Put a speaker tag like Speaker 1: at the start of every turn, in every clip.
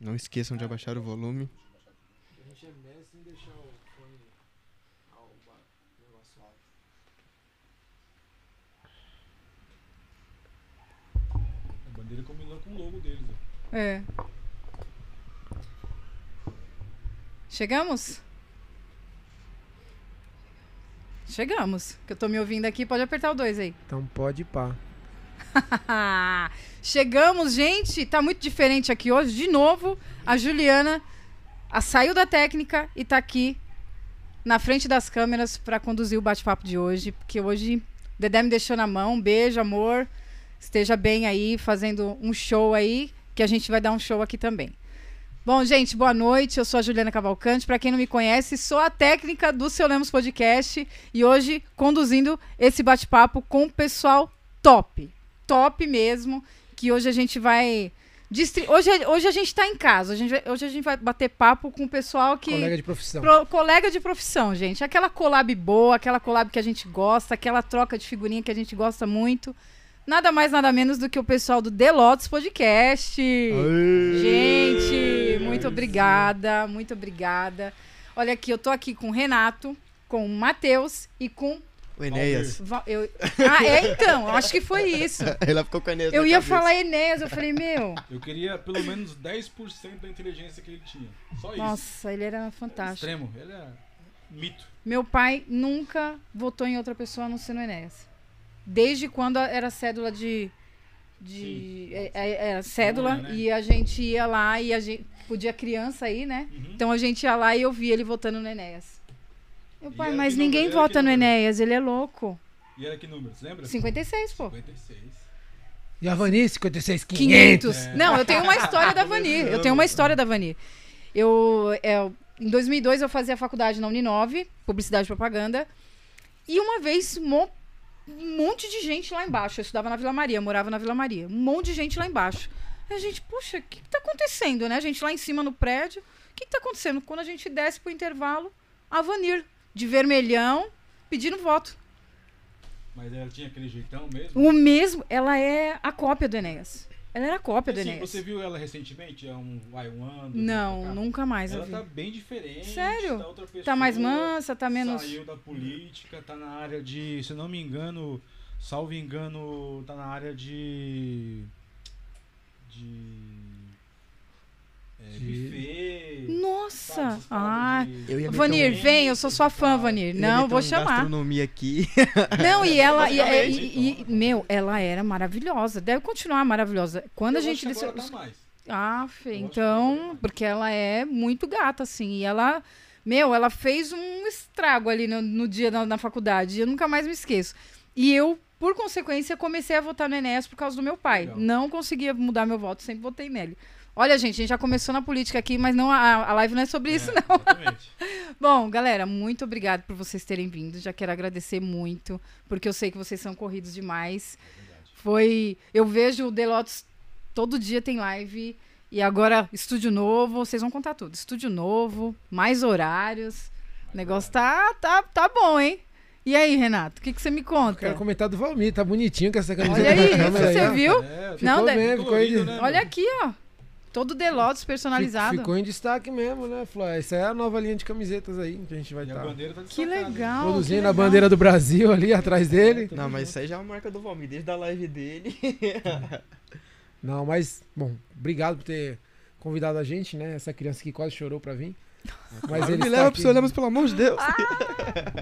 Speaker 1: Não esqueçam de abaixar o volume.
Speaker 2: A gente é mestre em deixar o fone ao ba- negócio alto.
Speaker 3: A bandeira combinou com o logo deles, né? ó.
Speaker 4: É. Chegamos? Chegamos. Que eu tô me ouvindo aqui, pode apertar o 2 aí.
Speaker 2: Então pode pá.
Speaker 4: Chegamos, Ah, gente. Tá muito diferente aqui hoje. De novo, a Juliana a saiu da técnica e tá aqui na frente das câmeras para conduzir o bate-papo de hoje. Porque hoje o Dedé me deixou na mão. Um beijo, amor. Esteja bem aí, fazendo um show aí, que a gente vai dar um show aqui também. Bom, gente, boa noite. Eu sou a Juliana Cavalcante. Para quem não me conhece, sou a técnica do Seu Lemos Podcast e hoje conduzindo esse bate-papo com o pessoal top. Top mesmo, que hoje a gente vai distri- hoje hoje a gente tá em casa. A gente vai- hoje a gente vai bater papo com o pessoal que
Speaker 2: Colega de profissão.
Speaker 4: Pro- colega de profissão, gente. Aquela collab boa, aquela collab que a gente gosta, aquela troca de figurinha que a gente gosta muito. Nada mais, nada menos do que o pessoal do Delotes Podcast. Gente, muito obrigada, muito obrigada. Olha aqui, eu tô aqui com o Renato, com o Matheus e com.
Speaker 1: O Enéas.
Speaker 4: Va- eu- Ah, é então, acho que foi isso.
Speaker 1: Ela ficou com o Enéas.
Speaker 4: Eu
Speaker 1: na
Speaker 4: ia
Speaker 1: cabeça.
Speaker 4: falar Enéas, eu falei, meu,
Speaker 3: Eu queria pelo menos 10% da inteligência que ele tinha. Só isso.
Speaker 4: nossa, ele era
Speaker 3: Era
Speaker 4: fantástico.
Speaker 3: Extremo. Ele é mito.
Speaker 4: Meu pai nunca votou em outra pessoa a não ser no Enéas. Desde quando a- era cédula de. de é- é- era cédula
Speaker 3: Coluna, né?
Speaker 4: e a gente ia lá e a gente. Podia criança aí, né?
Speaker 3: Uhum.
Speaker 4: Então a gente ia lá e eu via ele votando no Enéas. Meu
Speaker 3: E
Speaker 4: pai,
Speaker 3: era
Speaker 4: mas
Speaker 3: que número?
Speaker 4: ninguém
Speaker 3: Era que
Speaker 4: vota no
Speaker 3: número?
Speaker 4: Enéas, ele é louco.
Speaker 3: E era que número? Você lembra?
Speaker 4: 56, pô.
Speaker 3: 56.
Speaker 2: Giovanni, 56, 500.
Speaker 4: 500. Não, eu tenho uma história da Vani. Eu tenho uma história da Vani. Eu, é, em 2002 eu fazia faculdade na Uninove, publicidade e propaganda. E uma vez mo- um monte de gente lá embaixo. Eu estudava na Vila Maria, morava na Vila Maria. Um monte de gente lá embaixo. Aí a gente, puxa, o que, que tá acontecendo, né? A gente lá em cima no prédio. O que, que tá acontecendo? Quando a gente desce pro intervalo, a Vanir, de vermelhão, pedindo voto.
Speaker 3: Mas ela tinha aquele jeitão mesmo?
Speaker 4: O mesmo, ela é a cópia do Enéas. Ela era a cópia do
Speaker 3: Assim,
Speaker 4: Enéas.
Speaker 3: você viu ela recentemente? É um vai um ano? pra cá?
Speaker 4: Não, nunca mais eu
Speaker 3: Ela
Speaker 4: vi.
Speaker 3: tá bem diferente.
Speaker 4: Sério?
Speaker 3: Tá, outra pessoa,
Speaker 4: Tá mais mansa, tá menos.
Speaker 3: Saiu da política, tá na área de, se eu não me engano, salvo engano, tá na área de de é,
Speaker 2: De-
Speaker 3: buffet. sabe,
Speaker 4: Nossa!
Speaker 3: essas
Speaker 4: Ah.
Speaker 3: paradas de-
Speaker 1: Eu ia meter
Speaker 4: Vanir,
Speaker 3: um-
Speaker 4: vem, eu sou sua fã,
Speaker 3: Eu
Speaker 4: Vanir.
Speaker 1: um-
Speaker 4: Não,
Speaker 1: ia
Speaker 4: vou
Speaker 1: meter um
Speaker 4: chamar.
Speaker 1: gastronomia aqui.
Speaker 4: Não, e ela. E,
Speaker 3: Basicamente,
Speaker 4: e- e-
Speaker 3: então.
Speaker 4: meu, ela era maravilhosa. Deve continuar maravilhosa. Quando a
Speaker 3: Eu
Speaker 4: gente.
Speaker 3: acho que
Speaker 4: desceu-
Speaker 3: agora tá mais.
Speaker 4: Ah,
Speaker 3: Eu
Speaker 4: Fê,
Speaker 3: acho que agora
Speaker 4: então.
Speaker 3: vai.
Speaker 4: Porque ela é muito gata, assim. E ela. Meu, ela fez um estrago ali no, no dia na, na faculdade. Eu nunca mais me esqueço. E eu, por consequência, comecei a votar no Enéas por causa do meu pai.
Speaker 3: Legal.
Speaker 4: Não conseguia mudar meu voto, sempre votei nele. Olha, gente, a gente já começou na política aqui, mas não a, a live não é sobre isso,
Speaker 3: É, exatamente.
Speaker 4: Bom, galera, muito obrigado por vocês terem vindo. Já quero agradecer muito, porque eu sei que vocês são corridos demais. Foi. Eu vejo o Delotos todo dia tem live. E agora, estúdio novo, vocês vão contar tudo. Estúdio novo, mais horários. O negócio tá, tá, tá bom, hein? E aí, Renato, o que, que você me
Speaker 2: Quero
Speaker 4: conta?
Speaker 2: comentar do Valmir, tá bonitinho com essa camiseta
Speaker 4: Olha aí,
Speaker 2: da câmera
Speaker 4: você
Speaker 2: aí, ó.
Speaker 4: viu?
Speaker 3: É,
Speaker 2: Ficou
Speaker 4: Não,
Speaker 2: bem,
Speaker 3: deve-
Speaker 2: ficou aí de-
Speaker 3: Colorido, né?
Speaker 4: Olha aqui, ó. Todo Delotos
Speaker 2: Fi-
Speaker 4: personalizado.
Speaker 2: Ficou em destaque mesmo, né, Flor? Essa é a nova linha de camisetas aí que a gente vai
Speaker 3: E a
Speaker 2: estar
Speaker 3: bandeira tá
Speaker 4: Que
Speaker 3: destacada, né?
Speaker 4: legal. Ah, que
Speaker 2: produzindo
Speaker 4: legal.
Speaker 2: a bandeira do Brasil ali atrás dele.
Speaker 1: Não, mas isso aí já é uma marca do Valmir, desde a live dele.
Speaker 2: Não, mas, bom, obrigado por ter convidado a gente, né? Essa criança que quase chorou pra vir. Mas ele
Speaker 1: me
Speaker 2: está
Speaker 1: leva
Speaker 2: aqui.
Speaker 1: pro seu Lemos, pelo amor de Deus.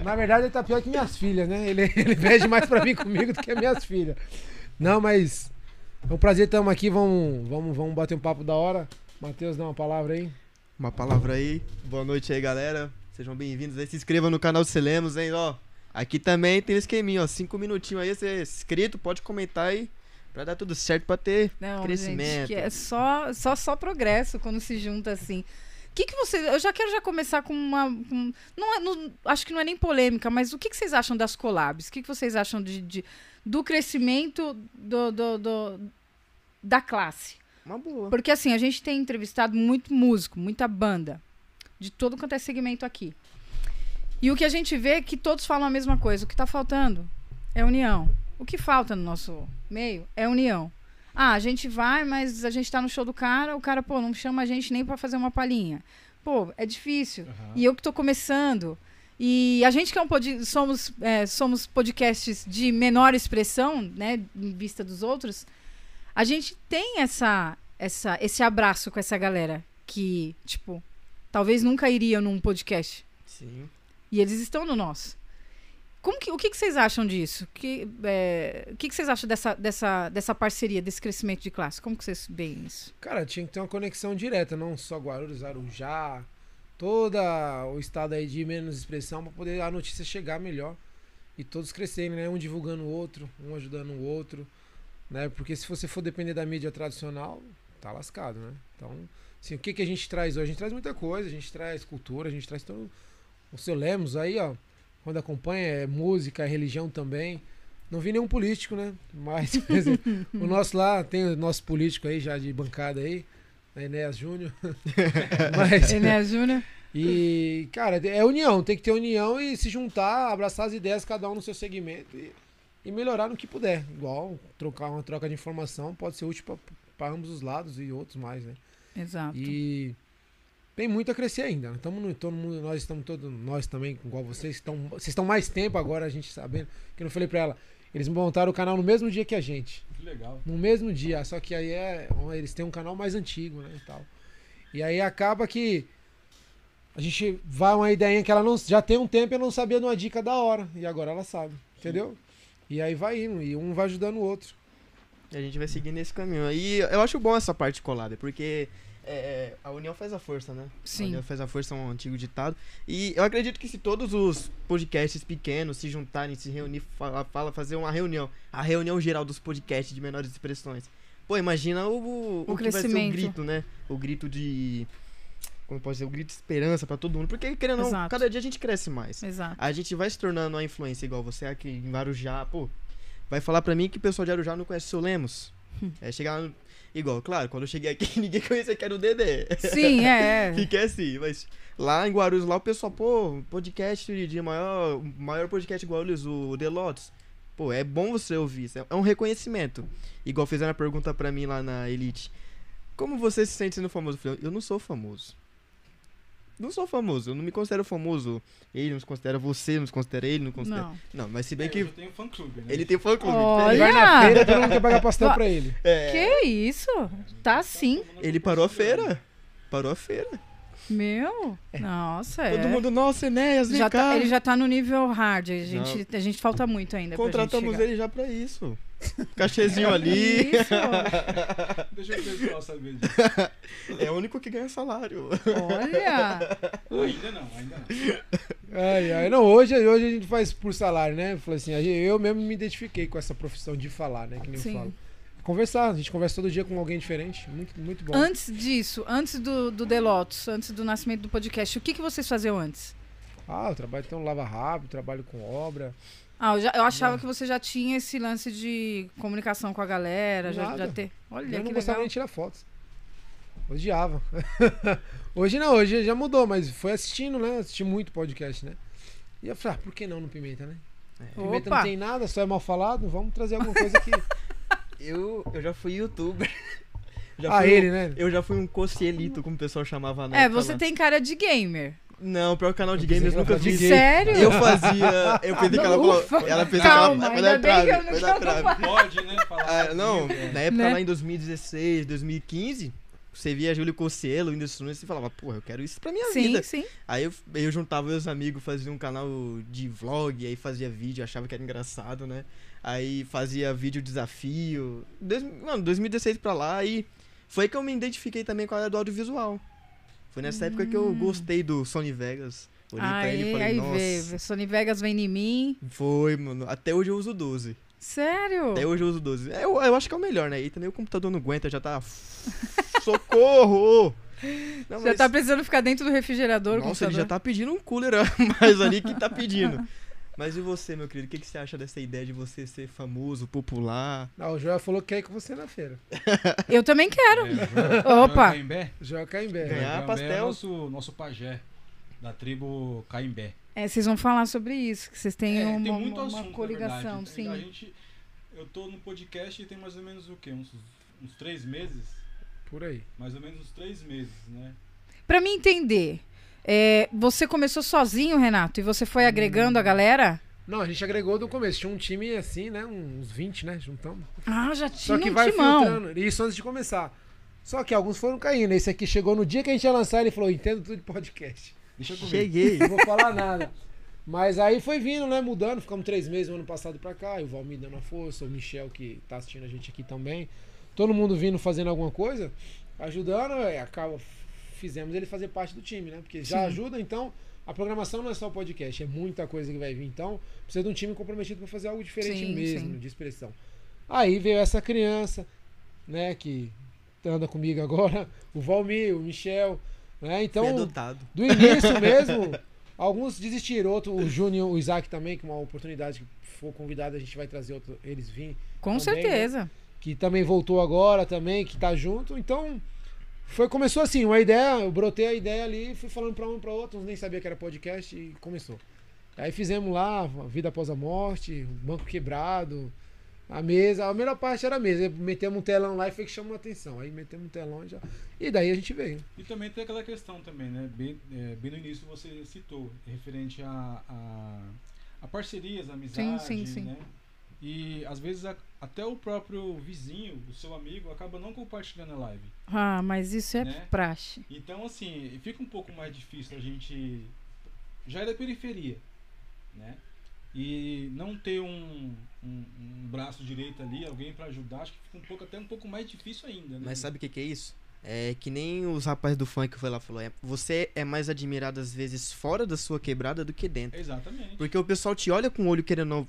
Speaker 2: Na verdade, ele tá pior que minhas filhas, né? Ele, ele veste mais pra mim comigo do que minhas filhas. Não, mas é um prazer estarmos aqui. Vamos, vamos, vamos bater um papo da hora. Matheus, dá uma palavra aí.
Speaker 1: Uma palavra aí. Boa noite aí, galera. Sejam bem-vindos aí. Se inscrevam no canal do Selemos, hein, ó. Aqui também tem um esqueminho, ó. Cinco minutinhos aí, você é inscrito, pode comentar aí. Pra dar tudo certo, pra ter.
Speaker 4: Não, gente,
Speaker 1: Crescimento.
Speaker 4: que é só, só, só progresso quando se junta assim. O que, que você. Eu já quero já começar com uma. com- não, é- não- acho que não é nem polêmica, mas o que, que vocês acham das collabs? O que, que vocês acham de, de- do crescimento do, do- do- da classe?
Speaker 1: Uma boa.
Speaker 4: Porque assim, a gente tem entrevistado muito músico, muita banda, de todo quanto é segmento aqui. E o que a gente vê é que todos falam a mesma coisa. O que está faltando é união. O que falta no nosso meio é união. Ah, a gente vai, mas a gente tá no show do cara, o cara, pô, não chama a gente nem pra fazer uma palhinha. Pô, é difícil.
Speaker 3: Aham.
Speaker 4: E eu que tô começando. E a gente que é um pod... somos, é, somos podcasts de menor expressão, né, em vista dos outros, a gente tem essa, essa, esse abraço com essa galera que, tipo, talvez nunca iria num podcast.
Speaker 1: Sim.
Speaker 4: E eles estão no nosso. Como que, o que, que vocês acham disso? Que, é, o que, que vocês acham dessa, dessa, dessa parceria, desse crescimento de classe? Como que vocês veem isso?
Speaker 2: Cara, tinha que ter uma conexão direta, não só Guarulhos, Arujá, todo o estado aí de menos expressão, pra poder a notícia chegar melhor e todos crescerem, né? Um divulgando o outro, um ajudando o outro, né? Porque se você for depender da mídia tradicional, tá lascado, né? Então, assim, o que, que a gente traz hoje? A gente traz muita coisa, a gente traz cultura, a gente traz todo. O seu Lemos aí, ó, quando acompanha, é música, é religião também. Não vi nenhum político, né? Mas, por exemplo, o nosso lá, tem o nosso político aí já de bancada aí, né, Enéas Júnior. Mas,
Speaker 4: Enéas Júnior?
Speaker 2: e, cara, é união, tem que ter união e se juntar, abraçar as ideias, cada um no seu segmento e, e melhorar no que puder. Igual, trocar uma troca de informação pode ser útil para ambos os lados e outros mais, né?
Speaker 4: Exato.
Speaker 2: E tem muito a crescer ainda. Estamos no, todo mundo, nós estamos todos, nós também, igual vocês, estão, vocês estão mais tempo agora, a gente sabendo. Que eu não falei pra ela. Eles montaram o canal no mesmo dia que a gente.
Speaker 3: Que legal.
Speaker 2: No mesmo dia, só que aí é, eles têm um canal mais antigo, né, e tal. E aí acaba que a gente vai uma ideia que ela não já tem um tempo e eu não sabia de uma dica da hora, e agora ela sabe, entendeu? E aí vai indo, e um vai ajudando o outro.
Speaker 1: E a gente vai seguir nesse caminho. E eu acho bom essa parte colada, porque é, é, a união faz a força, né? A
Speaker 4: Sim.
Speaker 1: união faz a força é um antigo ditado. E eu acredito que se todos os podcasts pequenos se juntarem, se reunir, fala, fala- fazer uma reunião, a reunião geral dos podcasts de menores expressões. Pô, imagina o, o,
Speaker 4: O
Speaker 1: que vai ser o
Speaker 4: crescimento.
Speaker 1: grito, né? O grito de. Como pode ser? O grito de esperança pra todo mundo. Porque, querendo ou não,
Speaker 4: Exato.
Speaker 1: cada dia a gente cresce mais.
Speaker 4: Exato.
Speaker 1: A gente vai se tornando uma influência igual você aqui em Arujá, pô. Vai falar pra mim que o pessoal de Arujá não conhece o seu Lemos. É chegar lá no- igual, claro, quando eu cheguei aqui ninguém conhecia que era o Dedé.
Speaker 4: Sim, é. é.
Speaker 1: Fiquei assim, mas lá em Guarulhos, lá o pessoal, pô, podcast de maior, o maior podcast de Guarulhos, o The Lotus. Pô, é bom você ouvir, isso é- é um reconhecimento. Igual fizeram a pergunta pra mim lá na Elite. Como você se sente sendo famoso? Eu falei, eu não sou famoso. Não sou famoso, eu não me considero famoso. Ele não se considera você, não se considera ele, não considera.
Speaker 4: Não.
Speaker 1: Não, mas se bem
Speaker 3: É,
Speaker 1: que
Speaker 3: hoje Eu tenho fã clube, né?
Speaker 1: ele tem fã clube.
Speaker 2: Ele vai
Speaker 4: Olha!
Speaker 2: na feira, todo mundo quer pagar pastel
Speaker 4: Va-
Speaker 2: pra ele.
Speaker 1: É,
Speaker 4: Que isso? Tá sim.
Speaker 1: ele parou a feira. Parou a feira.
Speaker 4: Meu. Nossa, é.
Speaker 1: Todo mundo, nossa, Enéas, vem
Speaker 4: já tá-
Speaker 1: cá.
Speaker 4: ele já tá no nível hard. A gente, a gente falta muito ainda. pra gente
Speaker 1: Contratamos
Speaker 4: chegar.
Speaker 1: ele já pra isso. Cachezinho ali.
Speaker 4: Isso.
Speaker 3: Deixa o pessoal saber disso.
Speaker 1: É o único que ganha salário.
Speaker 4: Olha.
Speaker 3: Ainda não, ainda não.
Speaker 2: Ai, ai. Não, hoje, hoje a gente faz por salário, né? Falei assim, aí eu mesmo me identifiquei com essa profissão de falar, né? Que nem
Speaker 4: Sim.
Speaker 2: eu falo. Conversar, a gente conversa todo dia com alguém diferente. Muito, muito bom.
Speaker 4: Antes disso, antes do, do The Lotus, antes do nascimento do podcast, o que, que vocês faziam antes?
Speaker 2: Ah, eu trabalho então lava rápido, trabalho com obra.
Speaker 4: Ah, eu, já- eu achava que você já tinha esse lance de comunicação com a galera, já,
Speaker 2: Nada.
Speaker 4: já ter. Olha,
Speaker 2: eu não
Speaker 4: que
Speaker 2: gostava
Speaker 4: legal.
Speaker 2: nem de tirar fotos. Odiava. hoje não, hoje já mudou, mas foi assistindo, né? Assisti muito podcast, né? E eu falei, ah, por que não no Pimenta, né? Pimenta
Speaker 4: Opa!
Speaker 2: não tem nada, só é mal falado, vamos trazer alguma coisa que.
Speaker 1: Eu, eu já fui youtuber. Já
Speaker 2: ah,
Speaker 1: fui um-
Speaker 2: ele, né?
Speaker 1: Eu já fui um cocielito, como o pessoal chamava na
Speaker 4: É,
Speaker 1: época
Speaker 4: você
Speaker 1: lá.
Speaker 4: tem cara de gamer.
Speaker 1: Não, pior que canal de
Speaker 2: pensei
Speaker 1: games
Speaker 2: que
Speaker 1: nunca
Speaker 2: era um de
Speaker 1: fiz.
Speaker 2: Gay.
Speaker 4: Sério?
Speaker 1: Eu fazia. Eu pensei que ela falou.
Speaker 4: Ufa.
Speaker 1: Ela pensou
Speaker 4: Calma,
Speaker 1: que ela.
Speaker 4: ainda bem que eu não-
Speaker 1: foi
Speaker 4: que
Speaker 1: na
Speaker 4: eu não
Speaker 1: trave.
Speaker 4: falei.
Speaker 3: Pode, né? Falar
Speaker 1: Ah, não, na época
Speaker 4: Né?
Speaker 1: lá em 2016, 2015, você via Júlio Cossielo, Whindersson Nunes e falava, porra, eu quero isso pra minha vida.
Speaker 4: Sim, sim.
Speaker 1: Aí eu, eu juntava meus amigos, fazia um canal de vlog, aí fazia vídeo, achava que era engraçado, né? Aí fazia vídeo desafio. Dois, mano, 2016 pra lá, aí foi que eu me identifiquei também com a área do audiovisual. Foi nessa época que eu gostei do Sony Vegas. Olhei pra ele e
Speaker 4: Hum. Aí,
Speaker 1: falei,
Speaker 4: aí
Speaker 1: nossa.
Speaker 4: vê. Sony Vegas vem em mim.
Speaker 1: Foi, mano. Até hoje eu uso 12.
Speaker 4: Sério?
Speaker 1: Até hoje eu uso 12. É, Eu, eu acho que é o melhor, né? E também o computador não aguenta, já tá. Socorro! Não,
Speaker 4: Já
Speaker 1: mas-
Speaker 4: tá precisando ficar dentro do refrigerador, o
Speaker 1: nossa, ele já
Speaker 2: né?
Speaker 4: computador.
Speaker 1: tá pedindo um cooler a mais ali que tá pedindo. Mas e você, meu querido? O que, que você acha dessa ideia de você ser famoso, popular?
Speaker 2: Não, o Joel falou que quer ir com você na feira.
Speaker 1: tá-
Speaker 4: Eu também quero.
Speaker 3: É,
Speaker 4: Opa.
Speaker 3: Caimbé?
Speaker 2: Joel Caimbé.
Speaker 1: Ganhar
Speaker 3: Caimbé
Speaker 1: pastel.
Speaker 3: É o nosso, nosso pajé da tribo Caimbé.
Speaker 4: É, vocês vão falar sobre isso, que vocês têm
Speaker 3: É,
Speaker 4: uma,
Speaker 3: tem muito
Speaker 4: uma
Speaker 3: assunto, na
Speaker 4: coligação,
Speaker 3: verdade. A
Speaker 4: sim.
Speaker 3: gente Eu tô no podcast e tem mais ou menos o quê? Uns, uns três meses?
Speaker 2: né? Por aí.
Speaker 3: Mais ou menos uns três meses, né?
Speaker 4: Pra mim entender, é, você começou sozinho, Renato, e você foi agregando
Speaker 1: Hum.
Speaker 4: a galera?
Speaker 2: Não, a gente agregou do começo. Tinha um time assim, né? Uns 20, né? Juntamos.
Speaker 4: Ah, já
Speaker 2: Só
Speaker 4: tinha
Speaker 2: que
Speaker 4: um
Speaker 2: vai
Speaker 4: timão.
Speaker 2: filtrando. Isso antes de começar. Só que alguns foram caindo. Esse aqui chegou no dia que a gente ia lançar, ele falou: entendo tudo de podcast.
Speaker 3: Deixa comigo.
Speaker 1: Cheguei.
Speaker 2: Não vou falar nada. Mas aí foi vindo, né? Mudando. Ficamos três meses no ano passado pra cá. E o Valmir dando a força, o Michel que tá assistindo a gente aqui também. Todo mundo vindo fazendo alguma coisa, ajudando, e acaba. Fizemos ele fazer parte do time, né? Porque já ajuda, então. A programação não é só podcast, é muita coisa que vai vir. Então, precisa de um time comprometido pra fazer algo diferente
Speaker 4: Sim,
Speaker 2: mesmo,
Speaker 4: sim.
Speaker 2: de expressão. Aí veio essa criança, né? Que anda comigo agora, o Valmir, o Michel, né? Então.
Speaker 1: Fui adotado.
Speaker 2: Do início mesmo, alguns desistiram. Outro, o Júnior, o Isaac também, que é uma oportunidade que for convidado, a gente vai trazer outro, eles vêm.
Speaker 4: Com
Speaker 3: Tá
Speaker 2: Também, né?
Speaker 4: certeza.
Speaker 2: Que também voltou agora também, que tá junto. Então, foi, começou assim, uma ideia, eu brotei a ideia ali, fui falando pra um pra outro, uns nem sabia que era podcast e começou. Aí fizemos lá, a Vida Após a Morte, o Banco Quebrado, a mesa, a melhor parte era a mesa. Metemos um telão lá e foi que chamou a atenção. Aí metemos um telão e já. E daí a gente veio.
Speaker 3: E também tem aquela questão também, né? Bem, é, bem no início você citou, referente a, a, a parcerias, amizades,
Speaker 4: sim, sim.
Speaker 3: né? E às vezes a- até o próprio vizinho, o seu amigo, acaba não compartilhando a live.
Speaker 4: Ah, mas isso é
Speaker 3: Né?
Speaker 4: praxe.
Speaker 3: Então, assim, fica um pouco mais difícil a gente. Já é da periferia, né? E não ter um, um, um braço direito ali, alguém pra ajudar, acho que fica um pouco, até um pouco mais difícil ainda, né?
Speaker 1: Mas sabe o que, que é isso? É que nem os rapazes do funk foi lá e falou. é, você é mais admirado às vezes fora da sua quebrada do que dentro.
Speaker 3: Exatamente.
Speaker 1: Porque o pessoal te olha com o olho querendo. não-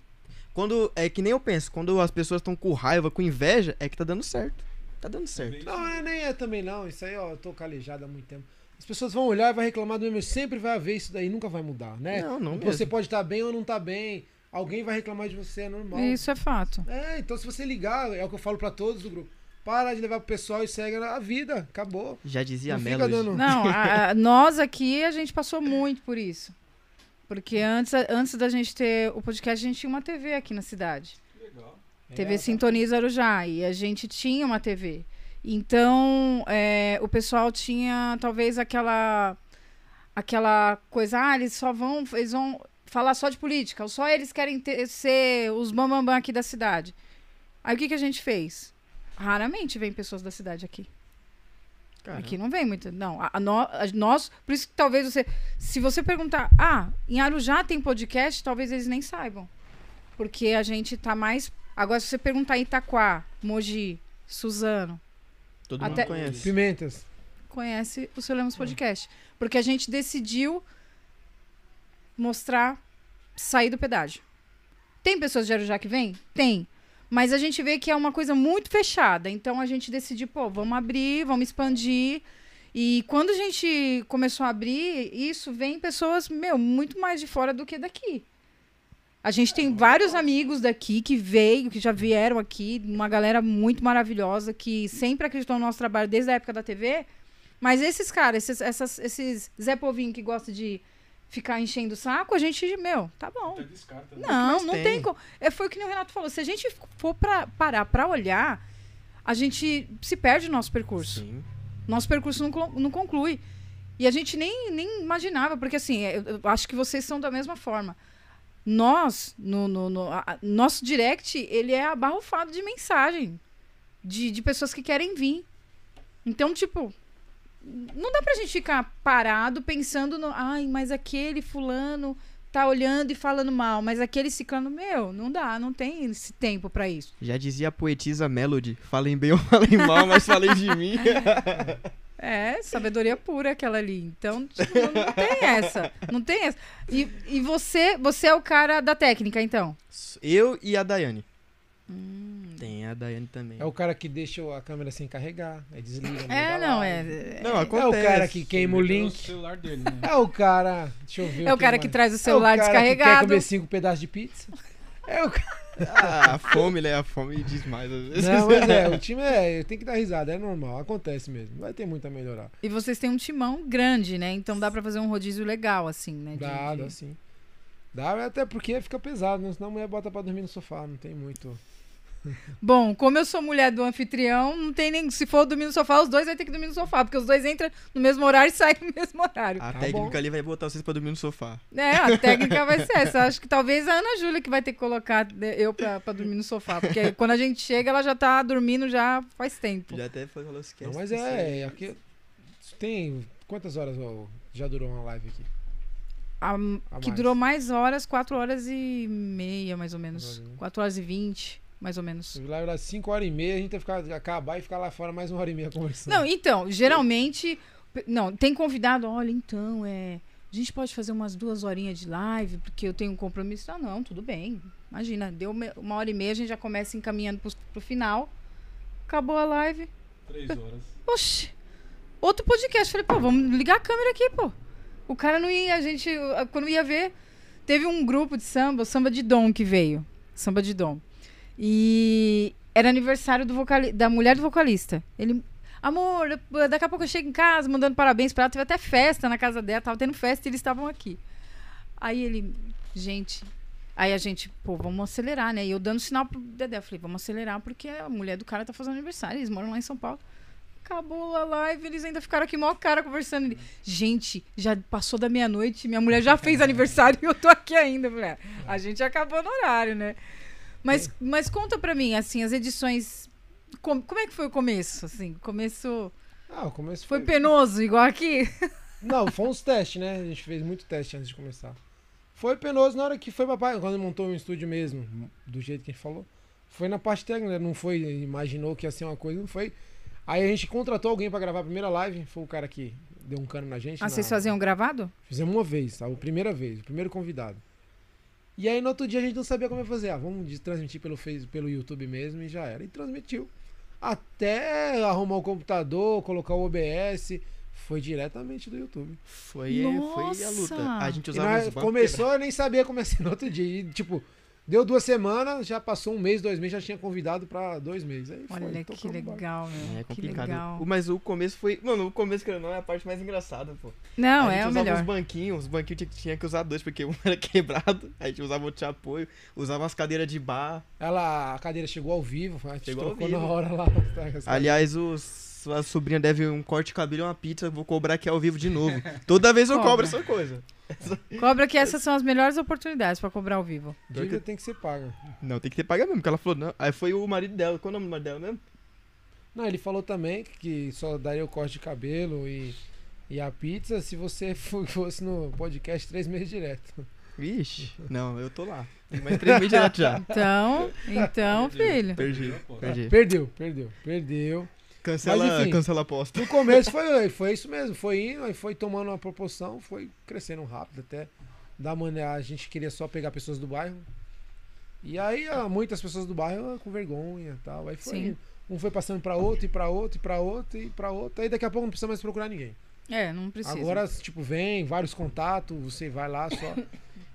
Speaker 1: Quando. É que nem eu penso, quando as pessoas estão com raiva, com inveja, é que tá dando certo. Tá dando certo.
Speaker 3: Talvez-
Speaker 2: Não, é, nem é também não. Isso aí, ó, eu tô calejado há muito tempo. As pessoas vão olhar e vai reclamar do mesmo. Sempre vai haver isso daí, nunca vai mudar, né?
Speaker 1: Não, não
Speaker 2: Você
Speaker 1: mesmo.
Speaker 2: pode estar bem ou não tá bem. Alguém vai reclamar de você, é normal.
Speaker 4: Isso é fato.
Speaker 2: É, então se você ligar, é o que eu falo pra todos do grupo. Para de levar pro pessoal e segue a vida. Acabou.
Speaker 1: Já dizia a
Speaker 2: Não
Speaker 1: Melo.
Speaker 2: fica dando-
Speaker 4: Não, a- a- nós aqui a gente passou muito por isso. Porque antes, antes da gente ter o podcast, a gente tinha uma TV aqui na cidade.
Speaker 3: Legal. tá.
Speaker 4: TV
Speaker 2: É,
Speaker 4: Sintoniza Arujá. E a gente tinha uma TV. Então, é, o pessoal tinha talvez aquela aquela coisa, ah, eles só vão, eles vão falar só de política, ou só eles querem ter- ser os bambambam aqui da cidade. Aí o que, que a gente fez? Raramente vem pessoas da cidade aqui.
Speaker 1: Caramba.
Speaker 4: Aqui não vem muito, não. A, a no- a- nós, por isso que talvez você, se você perguntar, ah, em Arujá tem podcast, talvez eles nem saibam. Porque a gente tá mais, agora se você perguntar em Itaquá, Mogi, Suzano,
Speaker 1: Todo
Speaker 4: Até-
Speaker 1: mundo conhece.
Speaker 2: Pimentas.
Speaker 4: conhece o Seu Lemos Podcast. Porque a gente decidiu mostrar sair do pedágio. Tem pessoas de Arujá que vêm? Tem. Mas a gente vê que é uma coisa muito fechada. Então a gente decidiu, pô, vamos abrir, vamos expandir. E quando a gente começou a abrir, isso vem pessoas, meu, muito mais de fora do que daqui. A gente tem vários amigos daqui que veio, que já vieram aqui, uma galera muito maravilhosa que sempre acreditou no nosso trabalho desde a época da TV. Mas esses caras, esses, essas- esses Zé Povinho que gosta de ficar enchendo o saco, a gente, meu, tá bom.
Speaker 3: Até descarta.
Speaker 1: mais
Speaker 3: né?
Speaker 4: Não, não
Speaker 1: tem?
Speaker 4: tem como. É, foi o que nem o Renato falou. Se a gente for pra, parar pra olhar, a gente se perde no nosso percurso.
Speaker 1: Sim.
Speaker 4: Nosso percurso não, clo- não conclui. E a gente nem, nem imaginava, porque assim, eu, eu acho que vocês são da mesma forma. Nós, no, no- no- a- a- nosso direct, ele é abarrofado de mensagem. De, de pessoas que querem vir. Então, tipo, não dá pra gente ficar parado pensando no. Ai, mas aquele fulano tá olhando e falando mal, mas aquele ciclano, meu, não dá, não tem esse tempo pra isso.
Speaker 1: Já dizia a poetisa Melody. Falem bem ou falem mal, mas falem de mim.
Speaker 4: É, sabedoria pura aquela ali. Então, tipo, não tem essa. Não tem essa. E, e você, você é o cara da técnica, então?
Speaker 1: Eu e a Daiane.
Speaker 2: Hum,
Speaker 1: Tem a Daiane também.
Speaker 2: É o cara que deixa a câmera sem carregar. Aí desliga.
Speaker 4: É,
Speaker 2: liga
Speaker 4: não,
Speaker 2: lá.
Speaker 4: é.
Speaker 1: Não,
Speaker 2: É o
Speaker 1: acontece.
Speaker 2: cara que queima o
Speaker 3: Ele pegou
Speaker 2: link.
Speaker 3: celular dele, né?
Speaker 2: É o cara. Deixa eu ver.
Speaker 4: É o
Speaker 2: que
Speaker 4: cara que
Speaker 2: mais.
Speaker 4: traz o celular
Speaker 2: é o cara Que quer
Speaker 4: descarregado.
Speaker 2: comer cinco pedaços de pizza. É o cara.
Speaker 1: Ah, a fome, né? A fome diz mais às vezes.
Speaker 2: Não, mas é, o time é. Tem que dar risada, é normal, acontece mesmo. Vai ter muito a melhorar.
Speaker 4: E vocês têm um timão grande, né? Então dá pra fazer um rodízio legal, assim, né? de-
Speaker 2: Dá,
Speaker 4: de-
Speaker 2: dá sim. Dá, mas até porque fica pesado, né? Senão a mulher bota pra dormir no sofá, não tem muito.
Speaker 4: Bom, como eu sou mulher do anfitrião, não tem nem. Se for dormir no sofá, os dois vai ter que dormir no sofá, porque os dois entram no mesmo horário e saem no mesmo horário.
Speaker 1: A
Speaker 2: Tá
Speaker 1: técnica
Speaker 2: bom.
Speaker 1: ali vai botar vocês pra dormir no sofá.
Speaker 4: É, a técnica vai ser essa. Acho que talvez a Ana Júlia que vai ter que colocar de- eu pra, pra dormir no sofá. Porque aí, quando a gente chega, ela já tá dormindo já faz tempo.
Speaker 1: Já até falou, esquece.
Speaker 2: Não, mas
Speaker 1: disso aí.
Speaker 2: é, é aqui, tem quantas horas ó, já durou uma live aqui?
Speaker 4: A-
Speaker 2: A
Speaker 4: que
Speaker 2: mais.
Speaker 4: durou mais horas, 4 horas e meia, mais ou menos.
Speaker 2: Quatro horas e meia.
Speaker 4: 4 horas e 20, mais ou menos.
Speaker 2: Live lá 5 horas e meia, a gente ia ficar, acabar e ficar lá fora mais uma hora e meia conversando.
Speaker 4: Não, então, geralmente. pe- Não, tem convidado, olha, então, é. A gente pode fazer umas duas horinhas de live, porque eu tenho um compromisso. Ah, não, tudo bem. Imagina, deu me- uma hora e meia, a gente já começa encaminhando pro, pro final. Acabou a live.
Speaker 3: Três horas.
Speaker 4: Oxi! Outro podcast. Falei, pô, vamos ligar a câmera aqui, pô. O cara não ia, a gente, uh, quando ia ver, teve um grupo de samba, o samba de Dom que veio. Samba de Dom. E era aniversário do vocali- da mulher do vocalista. Ele, amor, eu- daqui a pouco eu chego em casa mandando parabéns pra ela. Teve até festa na casa dela, tava tendo festa e eles estavam aqui. Aí ele, gente. Aí a gente, pô, vamos acelerar, né? E eu dando sinal pro Dedé. Eu falei, vamos acelerar porque a mulher do cara tá fazendo aniversário, eles moram lá em São Paulo. Acabou a live, eles ainda ficaram aqui mó cara conversando. Ele, gente, já passou da meia-noite, minha mulher já fez aniversário e eu tô aqui ainda. Eu falei, "Ah, A gente acabou no horário, né? Mas, mas conta pra mim, assim, as edições. com- como é que foi o começo? Assim, começo.
Speaker 2: Ah, o começo
Speaker 4: Foi penoso, igual aqui?
Speaker 2: Não, foi uns testes, né? A gente fez muito teste antes de começar. Foi penoso na hora que foi papai, quando montou o estúdio mesmo, do jeito que a gente falou. Foi na parte técnica, né? não foi, imaginou que ia ser uma coisa, não foi. Aí a gente contratou alguém pra gravar a primeira live, foi o cara que deu um cano na gente.
Speaker 4: Ah,
Speaker 2: na-
Speaker 4: vocês faziam gravado?
Speaker 2: Fizemos uma vez, tá? A primeira vez, o primeiro convidado. E aí no outro dia a gente não sabia como ia fazer. Ah, vamos de- transmitir pelo, Face- pelo YouTube mesmo e já era. E transmitiu. Até arrumar o computador, colocar o OBS. Foi diretamente do YouTube.
Speaker 1: Foi, é, foi a luta.
Speaker 4: Nossa!
Speaker 1: A gente
Speaker 2: E
Speaker 1: usava
Speaker 2: nós-
Speaker 1: os bancos
Speaker 2: começou, eu nem sabia começar no outro dia. E, tipo, deu duas semanas, já passou um mês, dois meses, já tinha convidado pra dois meses. Aí foi, um
Speaker 4: Olha que
Speaker 2: tocamos o barco.
Speaker 4: legal, meu.
Speaker 1: quebrados. É
Speaker 4: Que
Speaker 1: complicado.
Speaker 4: legal.
Speaker 1: O- Mas o começo foi. Mano, o começo, querendo ou não, é a parte mais engraçada, pô.
Speaker 4: Não,
Speaker 1: a gente
Speaker 4: é o
Speaker 1: usava
Speaker 4: melhor.
Speaker 1: os banquinhos, os banquinhos tinha, tinha que usar dois, porque um era quebrado, a gente usava outro de apoio, usava as cadeiras de bar.
Speaker 2: Ela, a cadeira chegou ao vivo, a gente
Speaker 1: Chegou ao
Speaker 2: trocou na
Speaker 1: vivo.
Speaker 2: hora lá. Tá,
Speaker 1: Aliás, o, sua sobrinha deve um corte de cabelo e uma pizza, eu vou cobrar aqui ao vivo de novo. Toda vez eu cobro
Speaker 4: Cobra.
Speaker 1: essa coisa.
Speaker 4: Cobra que essas são as melhores oportunidades pra cobrar ao vivo.
Speaker 2: Dívida tem que ser paga.
Speaker 1: Não, tem que ter pagamento, porque ela falou, não. Aí foi o marido dela, qual é o nome do marido dela mesmo?
Speaker 2: Não, ele falou também que só daria o corte de cabelo e, e a pizza se você fo- fosse no podcast três meses direto.
Speaker 1: Vixe, não, eu tô lá. Tem mais três mil direto já.
Speaker 4: Então, então, filho.
Speaker 1: Perdi, perdi.
Speaker 2: Perdeu, perdeu, perdeu. Mas,
Speaker 1: Cancela,
Speaker 2: enfim.
Speaker 1: cancela a aposta.
Speaker 2: No começo foi, foi isso mesmo, foi indo, aí foi tomando uma proporção, foi crescendo rápido até. Da maneira, a gente queria só pegar pessoas do bairro. E aí ah, muitas pessoas do bairro ah, com vergonha e tal. Aí foi.
Speaker 4: Sim.
Speaker 2: indo. Um foi passando pra outro, e pra outro, e pra outro, e pra outro. Aí daqui a pouco não precisa mais procurar ninguém.
Speaker 4: É, não precisa.
Speaker 2: Agora, tipo, vem vários contatos, você vai lá só.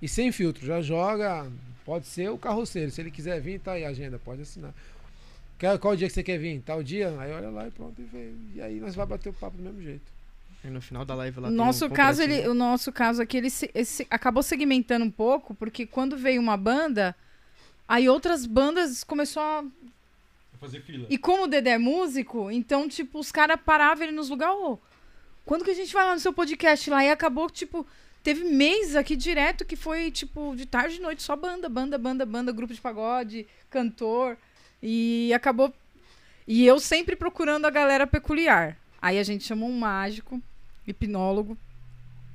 Speaker 2: e sem filtro, já joga. Pode ser o carroceiro. Se ele quiser vir, tá aí a agenda, pode assinar. Quer, qual dia que você quer vir? Tal dia? Aí olha lá e pronto, e vem. E aí nós vai bater o papo do mesmo jeito.
Speaker 1: Aí no final da live lá um
Speaker 4: O nosso caso, ele, o nosso caso aqui, ele se- ele se- acabou segmentando um pouco, porque quando veio uma banda, aí outras bandas começou a...
Speaker 3: Vou fazer fila.
Speaker 4: E como o Dedé é músico, então, tipo, os caras paravam ele nos lugares, ô, quando que a gente vai lá no seu podcast lá? E acabou, tipo, teve mês aqui direto que foi, tipo, de tarde e noite, só banda, banda, banda, banda, grupo de pagode, cantor, e acabou... E eu sempre procurando a galera peculiar. Aí a gente chamou um mágico, hipnólogo,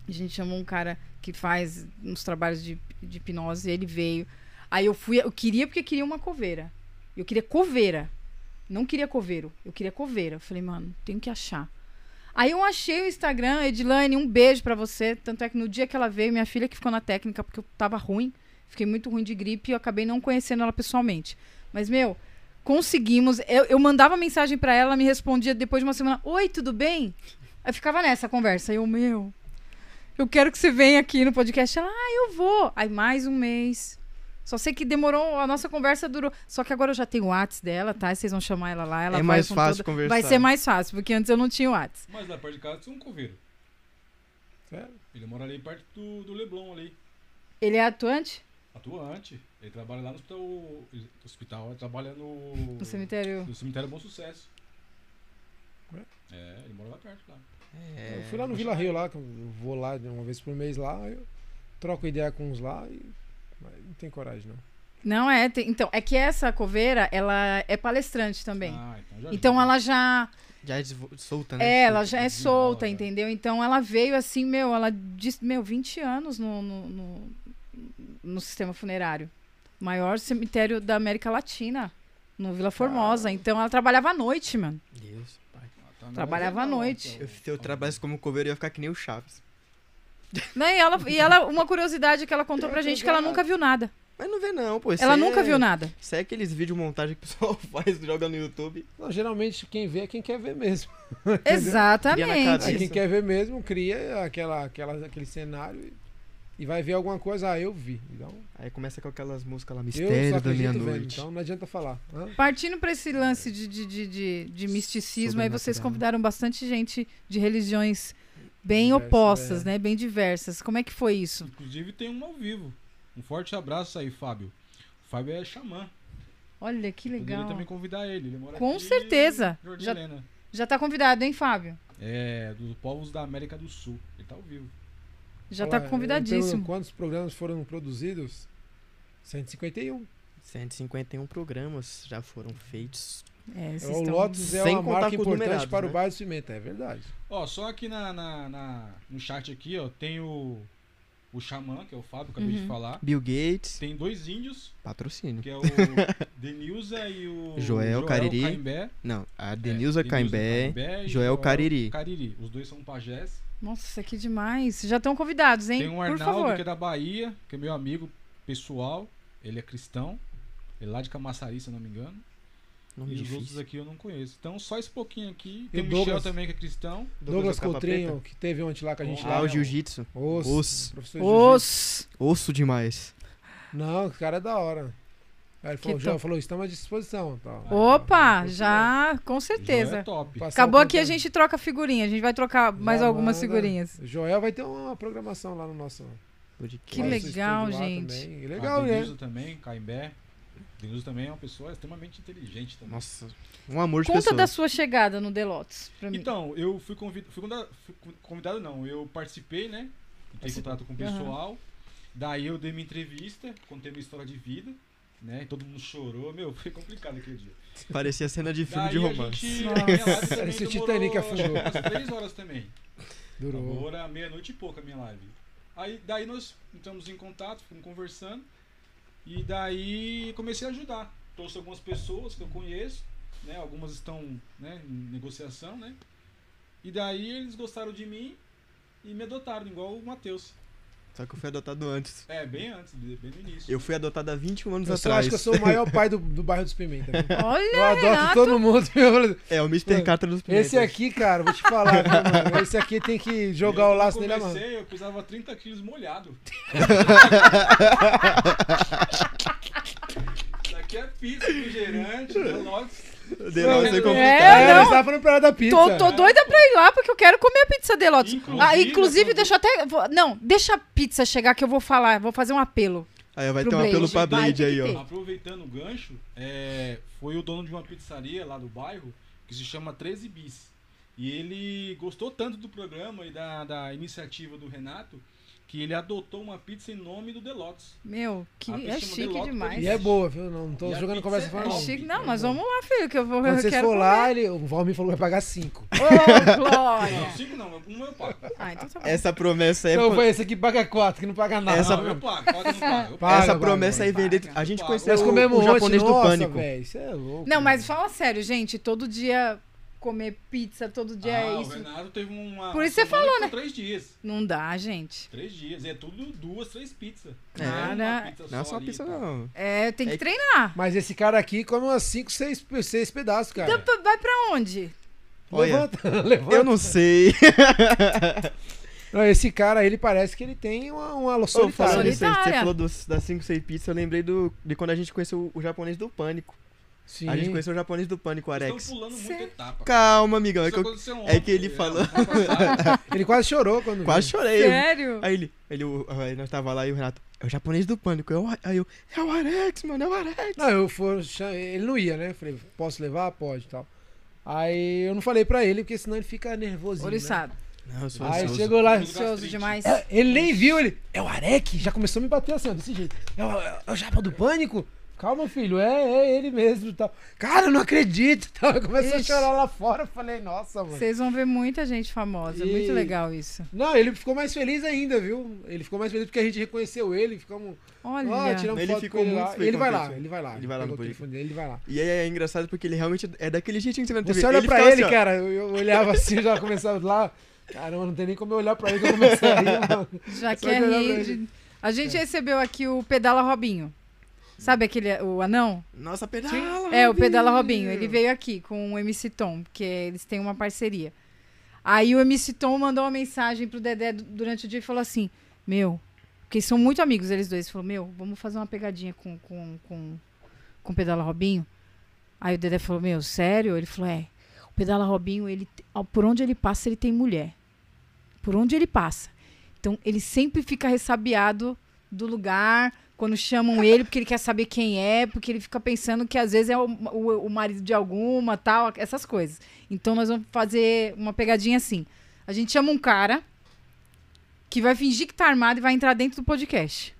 Speaker 4: a gente chamou um cara que faz uns trabalhos de, de hipnose, ele veio. Aí eu fui, eu queria porque queria uma coveira. Eu queria coveira. Não queria coveiro, eu queria coveira. Eu falei, mano, tenho que achar. Aí eu achei o Instagram, Edilane, um beijo pra você. Tanto é que no dia que ela veio, minha filha que ficou na técnica porque eu tava ruim, fiquei muito ruim de gripe e eu acabei não conhecendo ela pessoalmente. Mas, meu, conseguimos. Eu, eu mandava mensagem pra ela, ela me respondia depois de uma semana: Oi, tudo bem? Aí ficava nessa conversa. Aí Eu, meu, eu quero que você venha aqui no podcast. Ela, ah, eu vou. Aí mais um mês. Só sei que demorou, a nossa conversa durou. Só que agora eu já tenho o Whats dela, tá? Vocês vão chamar ela lá. Ela
Speaker 1: É
Speaker 4: vai
Speaker 1: mais
Speaker 4: com
Speaker 1: fácil
Speaker 4: toda- Vai
Speaker 1: conversar.
Speaker 4: ser mais fácil, porque antes eu não tinha o Whats.
Speaker 3: Mas lá perto de casa tem um coveiro.
Speaker 2: Sério? É,
Speaker 3: Ele mora ali perto do, do Leblon ali.
Speaker 4: Ele é atuante?
Speaker 3: Atuante. Ele trabalha lá no hospital. Hospital, ele trabalha no.
Speaker 4: No cemitério.
Speaker 3: No cemitério é Bom Sucesso.
Speaker 2: Ué?
Speaker 3: É, ele mora lá perto lá.
Speaker 1: É.
Speaker 2: Eu fui lá no Vila Rio lá, que eu vou lá de uma vez por mês lá, aí eu troco ideia com uns lá e. mas Não tem coragem, não.
Speaker 4: Não é, tem- então, é que essa coveira, ela é palestrante também.
Speaker 3: Ah, então já
Speaker 4: Então
Speaker 3: vi.
Speaker 4: ela já,
Speaker 1: Já desvo- solta, né?
Speaker 4: é, ela já é
Speaker 3: desenrola,
Speaker 4: solta,
Speaker 3: já.
Speaker 4: entendeu? Então ela veio assim, meu, ela disse, meu, 20 anos no, no, no, no sistema funerário. Maior cemitério da América Latina, no Vila Formosa. Então ela trabalhava à noite, mano.
Speaker 1: Deus, pai.
Speaker 3: Ah, tá, não,
Speaker 4: trabalhava
Speaker 3: mas
Speaker 4: à
Speaker 3: é bom,
Speaker 4: noite.
Speaker 3: então.
Speaker 1: Eu, se eu trabalhasse como coveiro, eu ia ficar que nem o Chaves.
Speaker 4: Né? E, ela, e ela, uma curiosidade que ela contou pra gente, é que ela nunca viu nada.
Speaker 1: Mas não vê não, pô. isso
Speaker 4: Ela
Speaker 1: aí
Speaker 4: nunca
Speaker 1: é-
Speaker 4: viu nada.
Speaker 1: Isso é aqueles vídeo montagem que o pessoal faz, joga no YouTube.
Speaker 2: Não, geralmente quem vê é quem quer ver mesmo.
Speaker 1: Cria na
Speaker 2: Aí
Speaker 1: cara.
Speaker 4: Exatamente.
Speaker 2: quem
Speaker 1: Isso.
Speaker 2: quer ver mesmo cria aquela, aquela, aquele cenário e, e vai ver alguma coisa, ah, eu vi. Então,
Speaker 1: Aí começa com aquelas músicas lá,
Speaker 2: eu só
Speaker 1: Mistério da
Speaker 2: acredito vendo,
Speaker 1: Meia-Noite.
Speaker 2: então não adianta falar. Hã?
Speaker 4: Partindo pra esse lance de, de, de, de, de misticismo, aí vocês
Speaker 1: Sobrenatural.
Speaker 4: convidaram bastante gente de religiões bem
Speaker 2: Diversas,
Speaker 4: opostas,
Speaker 2: é.
Speaker 4: né? Bem diversas. Como é que foi isso?
Speaker 3: Inclusive tem um ao vivo. Um forte abraço aí, Fábio. O Fábio é xamã.
Speaker 4: Olha que legal.
Speaker 3: Poderia também convidar ele. ele mora
Speaker 4: Com
Speaker 3: aqui em
Speaker 4: certeza. Já-
Speaker 3: Jordilena.
Speaker 4: Já tá convidado, hein, Fábio?
Speaker 3: É, dos povos da América do Sul. Ele tá ao vivo.
Speaker 4: Já
Speaker 2: Olha,
Speaker 4: tá
Speaker 2: eu pergunto
Speaker 4: convidadíssimo.
Speaker 2: é, Quantos programas foram produzidos? 151.
Speaker 1: 151 programas já foram feitos.
Speaker 4: É, vocês
Speaker 2: O
Speaker 4: estão-
Speaker 2: Lotus é
Speaker 1: Sem
Speaker 2: uma
Speaker 1: contar
Speaker 2: marca
Speaker 1: com os
Speaker 2: importante
Speaker 1: numerados,
Speaker 2: para o
Speaker 1: né?
Speaker 2: Bar de Cimento, é verdade.
Speaker 3: Ó, só aqui na, na- na- no chat aqui, ó, tem o, o xamã, que é o Fábio, acabei de
Speaker 4: Uhum.
Speaker 3: falar.
Speaker 1: Bill Gates,
Speaker 3: Tem dois índios,
Speaker 1: patrocínio.
Speaker 3: que é o Denilza e o
Speaker 1: Joel Cariri.
Speaker 3: Caimbé.
Speaker 1: Não, a
Speaker 3: É,
Speaker 1: Denilza Caimbé,
Speaker 3: e
Speaker 1: Joel Cariri.
Speaker 3: Cariri. Os dois são pajés.
Speaker 4: Nossa, que demais. Já estão convidados, hein?
Speaker 3: Tem um
Speaker 4: Por
Speaker 3: Arnaldo,
Speaker 4: favor.
Speaker 3: que é da Bahia, que é meu amigo pessoal. Ele é cristão. Ele é lá de Camaçari, se eu não me engano.
Speaker 1: nome
Speaker 3: e os outros
Speaker 1: difícil.
Speaker 3: aqui eu não conheço. Então, só esse pouquinho aqui.
Speaker 2: E
Speaker 3: Tem
Speaker 2: o
Speaker 3: o Michel
Speaker 2: Douglas.
Speaker 3: também, que é cristão.
Speaker 2: Douglas,
Speaker 1: do Capa
Speaker 2: Coutrinho, que teve ontem lá com a gente.
Speaker 3: Ontem
Speaker 1: Lá
Speaker 2: lá,
Speaker 1: Ah, o
Speaker 3: né?
Speaker 1: Jiu-Jitsu.
Speaker 2: Os,
Speaker 1: Osso.
Speaker 2: Professor de jiu-jitsu.
Speaker 4: Os.
Speaker 1: Osso demais.
Speaker 2: Não, o cara é da hora. Aí ele falou,
Speaker 4: Que
Speaker 2: João,
Speaker 4: top.
Speaker 2: falou, estamos à disposição. tal.
Speaker 4: Opa,
Speaker 2: Aí,
Speaker 4: já, com
Speaker 3: Joel é
Speaker 4: certeza.
Speaker 3: top.
Speaker 2: passar
Speaker 4: Acabou
Speaker 2: o
Speaker 4: aqui, a
Speaker 2: contato.
Speaker 4: gente troca figurinha. A gente vai trocar mais
Speaker 2: Já
Speaker 4: algumas
Speaker 2: manda.
Speaker 4: figurinhas.
Speaker 2: O Joel vai ter uma programação lá no nosso.
Speaker 1: Podcast.
Speaker 4: Que
Speaker 2: nosso
Speaker 4: legal.
Speaker 2: estúdio lá
Speaker 4: gente.
Speaker 2: também. E
Speaker 3: Ah,
Speaker 2: Legal,
Speaker 3: Denilson
Speaker 2: né?
Speaker 3: também, Caimbé. Denilson também é uma pessoa extremamente inteligente também.
Speaker 1: Nossa, um amor de
Speaker 4: Conta
Speaker 1: pessoa.
Speaker 4: da sua chegada no Delotes pra mim.
Speaker 3: Então, eu fui convidado, fui convida- fui convidado, não, eu participei, né? Entrei em contato com o pessoal. Daí eu dei minha entrevista, contei minha história de vida, né? Todo mundo chorou, meu, foi complicado aquele dia.
Speaker 1: Parecia cena de filme
Speaker 3: Daí
Speaker 1: de
Speaker 3: a
Speaker 1: romance.
Speaker 3: gente-
Speaker 4: Nossa.
Speaker 3: a minha live também
Speaker 2: Parecia o
Speaker 3: demorou,
Speaker 2: Titanic
Speaker 3: acho que
Speaker 2: afundou.
Speaker 3: umas três horas também.
Speaker 2: Durou.
Speaker 3: Agora meia-noite e pouca a minha live. Aí, daí nós entramos em contato, ficamos conversando. E daí comecei a ajudar. Trouxe algumas pessoas que eu conheço, né? Algumas estão né, em negociação, né? E daí eles gostaram de mim e me adotaram, igual o Matheus.
Speaker 1: Só que eu fui adotado antes.
Speaker 3: É, bem antes, bem no início.
Speaker 1: Eu fui adotado há 21 anos
Speaker 2: Eu só
Speaker 1: atrás.
Speaker 2: acho que eu sou o maior pai do, do bairro dos Pimenta. viu?
Speaker 4: Olha,
Speaker 2: Eu adoro
Speaker 4: Renato.
Speaker 2: todo mundo. meu.
Speaker 1: É, o Mr. Carter dos primeiros.
Speaker 2: Esse aqui, cara, vou te falar, viu, mano? Esse aqui tem que jogar
Speaker 3: Eu,
Speaker 2: o
Speaker 3: quando
Speaker 2: laço nele, né, mano.
Speaker 3: comecei, eu pesava 30 quilos molhado. Isso aqui é pizza, refrigerante, né? delotes.
Speaker 1: Denilson é
Speaker 3: É,
Speaker 4: É,
Speaker 1: complicado.
Speaker 4: não.
Speaker 2: você tava tá falando pra ela da pizza. né,
Speaker 4: Tô, tô doida pra ir lá porque eu quero comer a pizza de Lotus.
Speaker 3: Inclusive,
Speaker 4: Ah, inclusive,
Speaker 3: eu tô-
Speaker 4: deixa eu até. vou- Não, deixa a pizza chegar que eu vou falar, vou fazer um apelo.
Speaker 1: Aí vai
Speaker 4: Pro
Speaker 1: ter um apelo
Speaker 4: Blade.
Speaker 1: pra
Speaker 4: Vai,
Speaker 1: Blade
Speaker 4: tem
Speaker 1: aí,
Speaker 4: que
Speaker 1: ó.
Speaker 4: ter.
Speaker 3: Aproveitando o gancho, é, foi o dono de uma pizzaria lá do bairro que se chama 13 Bis. E ele gostou tanto do programa e da, da iniciativa do Renato que ele adotou uma pizza em nome do Delotes.
Speaker 4: Meu, que
Speaker 3: A pizza
Speaker 4: é
Speaker 3: de
Speaker 4: chique
Speaker 3: Lotus
Speaker 4: demais.
Speaker 2: E é boa, viu? Não, não tô
Speaker 3: E a
Speaker 2: jogando
Speaker 3: pizza
Speaker 2: conversa
Speaker 3: é
Speaker 2: fora,
Speaker 4: É
Speaker 3: bom.
Speaker 2: não.
Speaker 4: chique. Não, mas vamos lá, filho, que eu vou.
Speaker 2: Quando
Speaker 4: eu
Speaker 2: vocês
Speaker 4: quero
Speaker 2: for lá, ele, o Valmir falou que vai pagar 5.
Speaker 4: comer. Ô,
Speaker 1: É.
Speaker 3: Não,
Speaker 4: Glória.
Speaker 3: cinco não, um eu pago.
Speaker 4: Ah, então tá bom.
Speaker 1: Essa promessa é.
Speaker 2: Então foi esse aqui que paga 4, que não paga nada.
Speaker 1: Essa-
Speaker 3: Não, eu pago, pode não pago. Eu pago.
Speaker 2: Paga,
Speaker 1: Essa
Speaker 2: paga,
Speaker 1: promessa
Speaker 2: paga.
Speaker 1: aí vender.
Speaker 4: Paga.
Speaker 1: A gente
Speaker 3: Paga.
Speaker 1: conheceu
Speaker 2: Nós comemos
Speaker 1: o, o
Speaker 2: ontem,
Speaker 1: japonês do
Speaker 2: nossa,
Speaker 1: pânico.
Speaker 2: véi, Isso é louco.
Speaker 4: Não, mas
Speaker 2: mano.
Speaker 4: fala sério, gente. Todo dia comer pizza, todo dia
Speaker 3: Ah,
Speaker 4: é
Speaker 3: O
Speaker 4: isso.
Speaker 3: Renato teve uma.
Speaker 4: Por isso você
Speaker 3: semana
Speaker 4: falou,
Speaker 1: né?
Speaker 3: que foi Três dias.
Speaker 4: Não dá, gente.
Speaker 3: Três dias. É tudo duas, três pizzas.
Speaker 1: É.
Speaker 3: Não é
Speaker 4: Cara,
Speaker 3: uma pizza
Speaker 1: Não é só
Speaker 3: ali e
Speaker 1: pizza,
Speaker 3: tal.
Speaker 1: não.
Speaker 4: É, tem que
Speaker 1: É-
Speaker 4: treinar.
Speaker 2: Mas esse cara aqui come umas 5, 6, pedaços,
Speaker 4: Então,
Speaker 2: cara.
Speaker 4: p- vai pra onde?
Speaker 1: Olha,
Speaker 2: Levanta, levanta.
Speaker 1: eu não sei.
Speaker 2: Não, esse cara, ele parece que ele tem uma, uma
Speaker 1: Ô,
Speaker 2: solitária.
Speaker 1: falando
Speaker 4: Solitária.
Speaker 1: nisso, aí, você falou dos, das 5, 6 pizzas, eu lembrei do, de quando a gente conheceu o, o japonês do pânico.
Speaker 2: Sim.
Speaker 1: A gente conheceu o japonês do Pânico, o
Speaker 3: Estão
Speaker 1: Arex.
Speaker 3: pulando muita
Speaker 4: Cê-
Speaker 3: etapa.
Speaker 1: Calma, amigão. É
Speaker 3: Isso
Speaker 1: que, eu,
Speaker 3: aconteceu
Speaker 1: é que ele
Speaker 3: ontem,
Speaker 1: falou-
Speaker 3: ano passado.
Speaker 2: Ele quase chorou quando.
Speaker 1: quase
Speaker 2: viu.
Speaker 1: chorei.
Speaker 4: Sério?
Speaker 1: Aí ele, ele o- aí nós tava lá e o Renato, é o japonês do Pânico. Eu, aí eu, é o Arex, mano, é o Arex.
Speaker 2: Não, eu for, ele não ia, né? Eu Falei, posso levar? Pode e tal. Aí eu não falei pra ele, porque senão ele fica nervosinho. Né?
Speaker 4: Oriçado.
Speaker 1: Não, eu sou
Speaker 2: Aí
Speaker 1: ansioso.
Speaker 2: chegou lá.
Speaker 4: Ansioso demais.
Speaker 2: É, Ele nem viu, ele. É o Arek? Já começou a me bater assim, ó, desse jeito. É o, é o Japa do Pânico? Calma, filho, é, é ele mesmo e tal. Cara, eu não acredito. e Tal. Começou
Speaker 4: Ixi.
Speaker 2: a chorar lá fora. Eu falei, nossa, mano.
Speaker 4: Vocês vão ver muita gente famosa.
Speaker 2: E-
Speaker 4: Muito legal isso.
Speaker 2: Não, ele ficou mais feliz ainda, viu? Ele ficou mais feliz porque a gente reconheceu ele. Ficamos.
Speaker 4: Olha.
Speaker 2: Ó, tiramos
Speaker 1: Ele
Speaker 2: foto
Speaker 1: ficou
Speaker 2: com ele
Speaker 1: muito
Speaker 2: lá.
Speaker 1: feliz
Speaker 2: Ele vai
Speaker 1: quando
Speaker 2: lá,
Speaker 1: aconteceu.
Speaker 2: ele vai lá.
Speaker 1: Ele vai lá no
Speaker 2: pegou
Speaker 1: Pânico.
Speaker 2: o telefone dele, ele vai lá.
Speaker 1: E aí é engraçado porque ele realmente é daquele jeitinho que você vê na TV.
Speaker 2: Você olha pra
Speaker 1: ficava
Speaker 2: ele, é-
Speaker 1: assim, ó,
Speaker 2: cara, eu, eu olhava assim, eu já começava lá. Caramba, não tem nem como eu olhar pra ele que eu comecei a rir, mano.
Speaker 4: Já
Speaker 2: Só
Speaker 4: quer
Speaker 2: que eu
Speaker 4: rir.
Speaker 2: lembro
Speaker 4: de- A gente recebeu aqui o Pedala Robinho. Sabe aquele o anão?
Speaker 1: Nossa, pedala.
Speaker 4: É, o Pedala Robinho. Ele veio aqui com o MC Tom, porque eles têm uma parceria. Aí o MC Tom mandou uma mensagem pro Dedé du- durante o dia e falou assim: Meu, porque são muito amigos eles dois. Falou: Meu, vamos fazer uma pegadinha com, com, com, com o Pedala Robinho. Aí o Dedé falou: Meu, sério? Ele falou: É, o Pedala Robinho, ele, te- ao- por onde ele passa, ele tem mulher. Por onde ele passa. Então ele sempre fica ressabiado do lugar quando chamam ele, porque ele quer saber quem é, porque ele fica pensando que às vezes é o, o, o marido de alguma, tal, essas coisas. Então nós vamos fazer uma pegadinha assim. A gente chama um cara que vai fingir que tá armado e vai entrar dentro do podcast.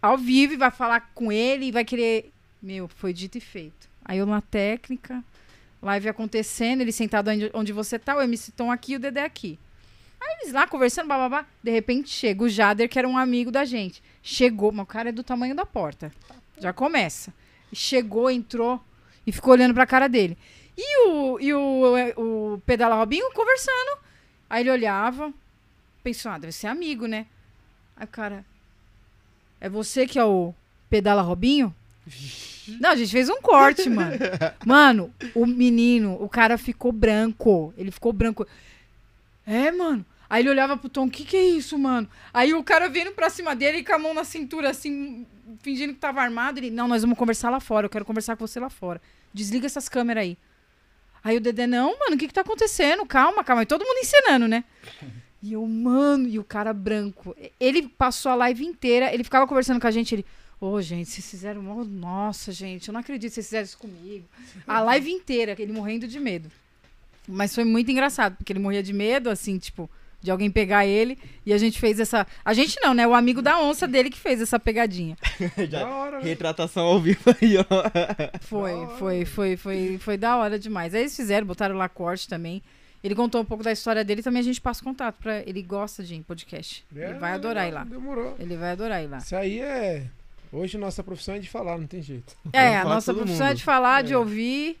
Speaker 4: Ao vivo e vai falar com ele e vai querer. Meu, foi dito e feito. Aí eu na técnica, live acontecendo, ele sentado onde, onde você tá, o MC Tom aqui e o Dedé aqui. Aí eles lá conversando, bababá. De repente chega o Jader, que era um amigo da gente. Chegou, mas o cara é do tamanho da porta. Já começa. Chegou, entrou e ficou olhando pra cara dele. E o, e o, eh, o Pedala Robinho conversando. Aí ele olhava, pensou, ah, deve ser amigo, né? Aí o cara, é você que é o Pedala Robinho? Não, a gente fez um corte, mano. Mano, o menino, o cara ficou branco. Ele ficou branco. É, mano. Aí ele olhava pro Tom, o que que é isso, mano? Aí o cara vindo pra cima dele e com a mão na cintura, assim, fingindo que tava armado. Ele, não, nós vamos conversar lá fora, eu quero conversar com você lá fora. Desliga essas câmeras aí. Aí o Dedé, não, mano, o que que tá acontecendo? Calma, calma. E todo mundo encenando, né? E eu, mano, e o cara branco. E- Ele passou a live inteira, ele ficava conversando com a gente, ele... Ô, gente, vocês fizeram... mó- Nossa, gente, eu não acredito que vocês fizeram isso comigo. A live inteira, ele morrendo de medo. Mas foi muito engraçado, porque ele morria de medo, assim, tipo, de alguém pegar ele. E a gente fez essa. A gente não, né? O amigo da onça dele que fez essa pegadinha.
Speaker 1: Já-
Speaker 2: Da hora, né?
Speaker 1: Retratação ao vivo aí, ó.
Speaker 4: Foi,
Speaker 2: Da hora.
Speaker 4: foi, foi, foi, foi da hora demais. Aí eles fizeram, botaram lá corte também. Ele contou um pouco da história dele também a gente passa contato pra. Ele gosta de ir em podcast. ele vai adorar ir lá.
Speaker 2: É, Demorou.
Speaker 4: Ele vai adorar ir lá.
Speaker 2: Isso aí é. Hoje nossa profissão é de falar, não tem jeito.
Speaker 4: É, a
Speaker 1: falar
Speaker 4: nossa
Speaker 1: todo
Speaker 4: profissão é
Speaker 1: mundo.
Speaker 4: de falar, de
Speaker 2: É.
Speaker 4: ouvir.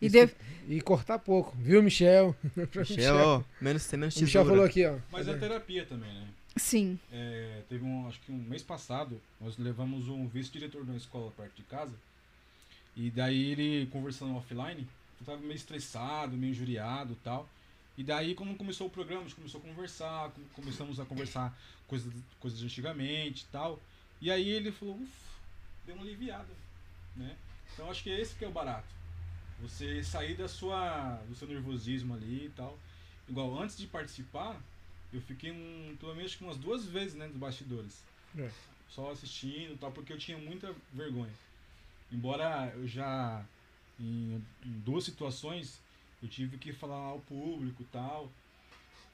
Speaker 4: E
Speaker 2: Isso
Speaker 4: de...
Speaker 2: E cortar pouco, viu, Michel?
Speaker 1: Michel, é, ó, menos, tem menos
Speaker 2: O Michel
Speaker 1: tesoura.
Speaker 2: falou aqui, ó.
Speaker 3: Mas é terapia também, né?
Speaker 4: Sim.
Speaker 3: É, teve um, acho que um mês passado, nós levamos um vice-diretor de uma escola perto de casa. E daí ele conversando offline, eu tava meio estressado, meio injuriado e tal. E daí, como começou o programa, a gente começou a conversar, com- começamos a conversar coisas, coisas de antigamente e tal. E aí ele falou, ufa, deu uma aliviada, né? Então acho que é esse que é o barato. Você sair da sua, do seu nervosismo ali e tal. Igual, antes de participar, eu fiquei um, pelo menos acho que umas duas vezes, né, dos bastidores.
Speaker 2: É.
Speaker 3: Só assistindo e tal, porque eu tinha muita vergonha. Embora eu já, em, em duas situações, eu tive que falar ao público e tal.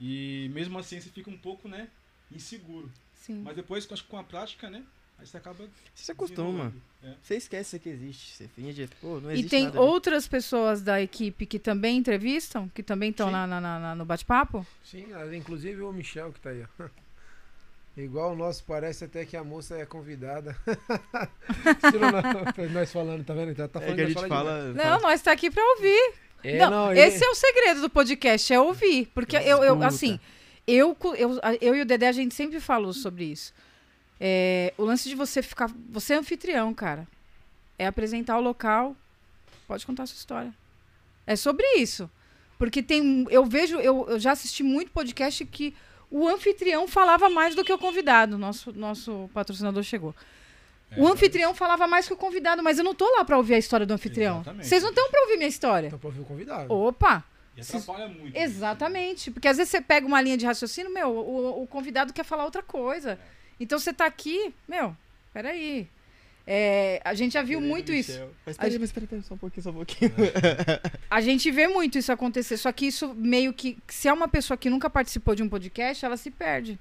Speaker 3: E mesmo assim você fica um pouco, né, inseguro.
Speaker 4: Sim.
Speaker 3: Mas depois, acho que com a prática, né, aí você acaba...
Speaker 1: Você se acostuma.
Speaker 3: desenrolando.
Speaker 1: Você esquece que existe. Você finge, pô, não
Speaker 4: E
Speaker 1: existe
Speaker 4: tem
Speaker 1: nada, né?
Speaker 4: outras pessoas da equipe que também entrevistam, que também estão
Speaker 2: Sim.
Speaker 4: lá na- na- na- no bate-papo?
Speaker 2: Sim, ah, inclusive o Michel que tá aí, ó. Igual o nosso, parece até que a moça é convidada. Tirou na- nós falando, tá vendo? Tá, tá
Speaker 1: É
Speaker 2: falando
Speaker 1: que a
Speaker 2: nós
Speaker 1: gente
Speaker 2: fala demais.
Speaker 1: fala...
Speaker 4: Não, nós tá aqui pra ouvir.
Speaker 2: É,
Speaker 4: não,
Speaker 2: não, ele-
Speaker 4: esse é o segredo do podcast, é ouvir. Porque eu, eu
Speaker 2: Escuta.
Speaker 4: assim, eu, cu- eu, a- eu e o Dedé, a gente sempre falou sobre isso. É, o lance de você ficar. Você é anfitrião, cara. É apresentar o local. Pode contar a sua história. É sobre isso. Porque tem. Eu vejo, eu, eu já assisti muito podcast que o anfitrião falava mais do que o convidado. Nosso, nosso patrocinador chegou.
Speaker 3: É,
Speaker 4: O anfitrião falava mais que o convidado, mas eu não tô lá pra ouvir a história do anfitrião.
Speaker 3: Exatamente.
Speaker 4: Vocês não estão pra ouvir minha história.
Speaker 2: Então, pra ouvir o convidado.
Speaker 4: Opa!
Speaker 3: E atrapalha muito. né?
Speaker 4: Exatamente. Porque às vezes você pega uma linha de raciocínio, meu, o, o convidado quer falar outra coisa. Então você tá aqui, meu, peraí. É, a gente já viu muito isso. É.
Speaker 1: Mas
Speaker 4: A gente-
Speaker 1: peraí, mas peraí, peraí, só um pouquinho, só um pouquinho.
Speaker 4: A gente vê muito isso acontecer. Só que isso meio que. Se é uma pessoa que nunca participou de um podcast, ela se perde.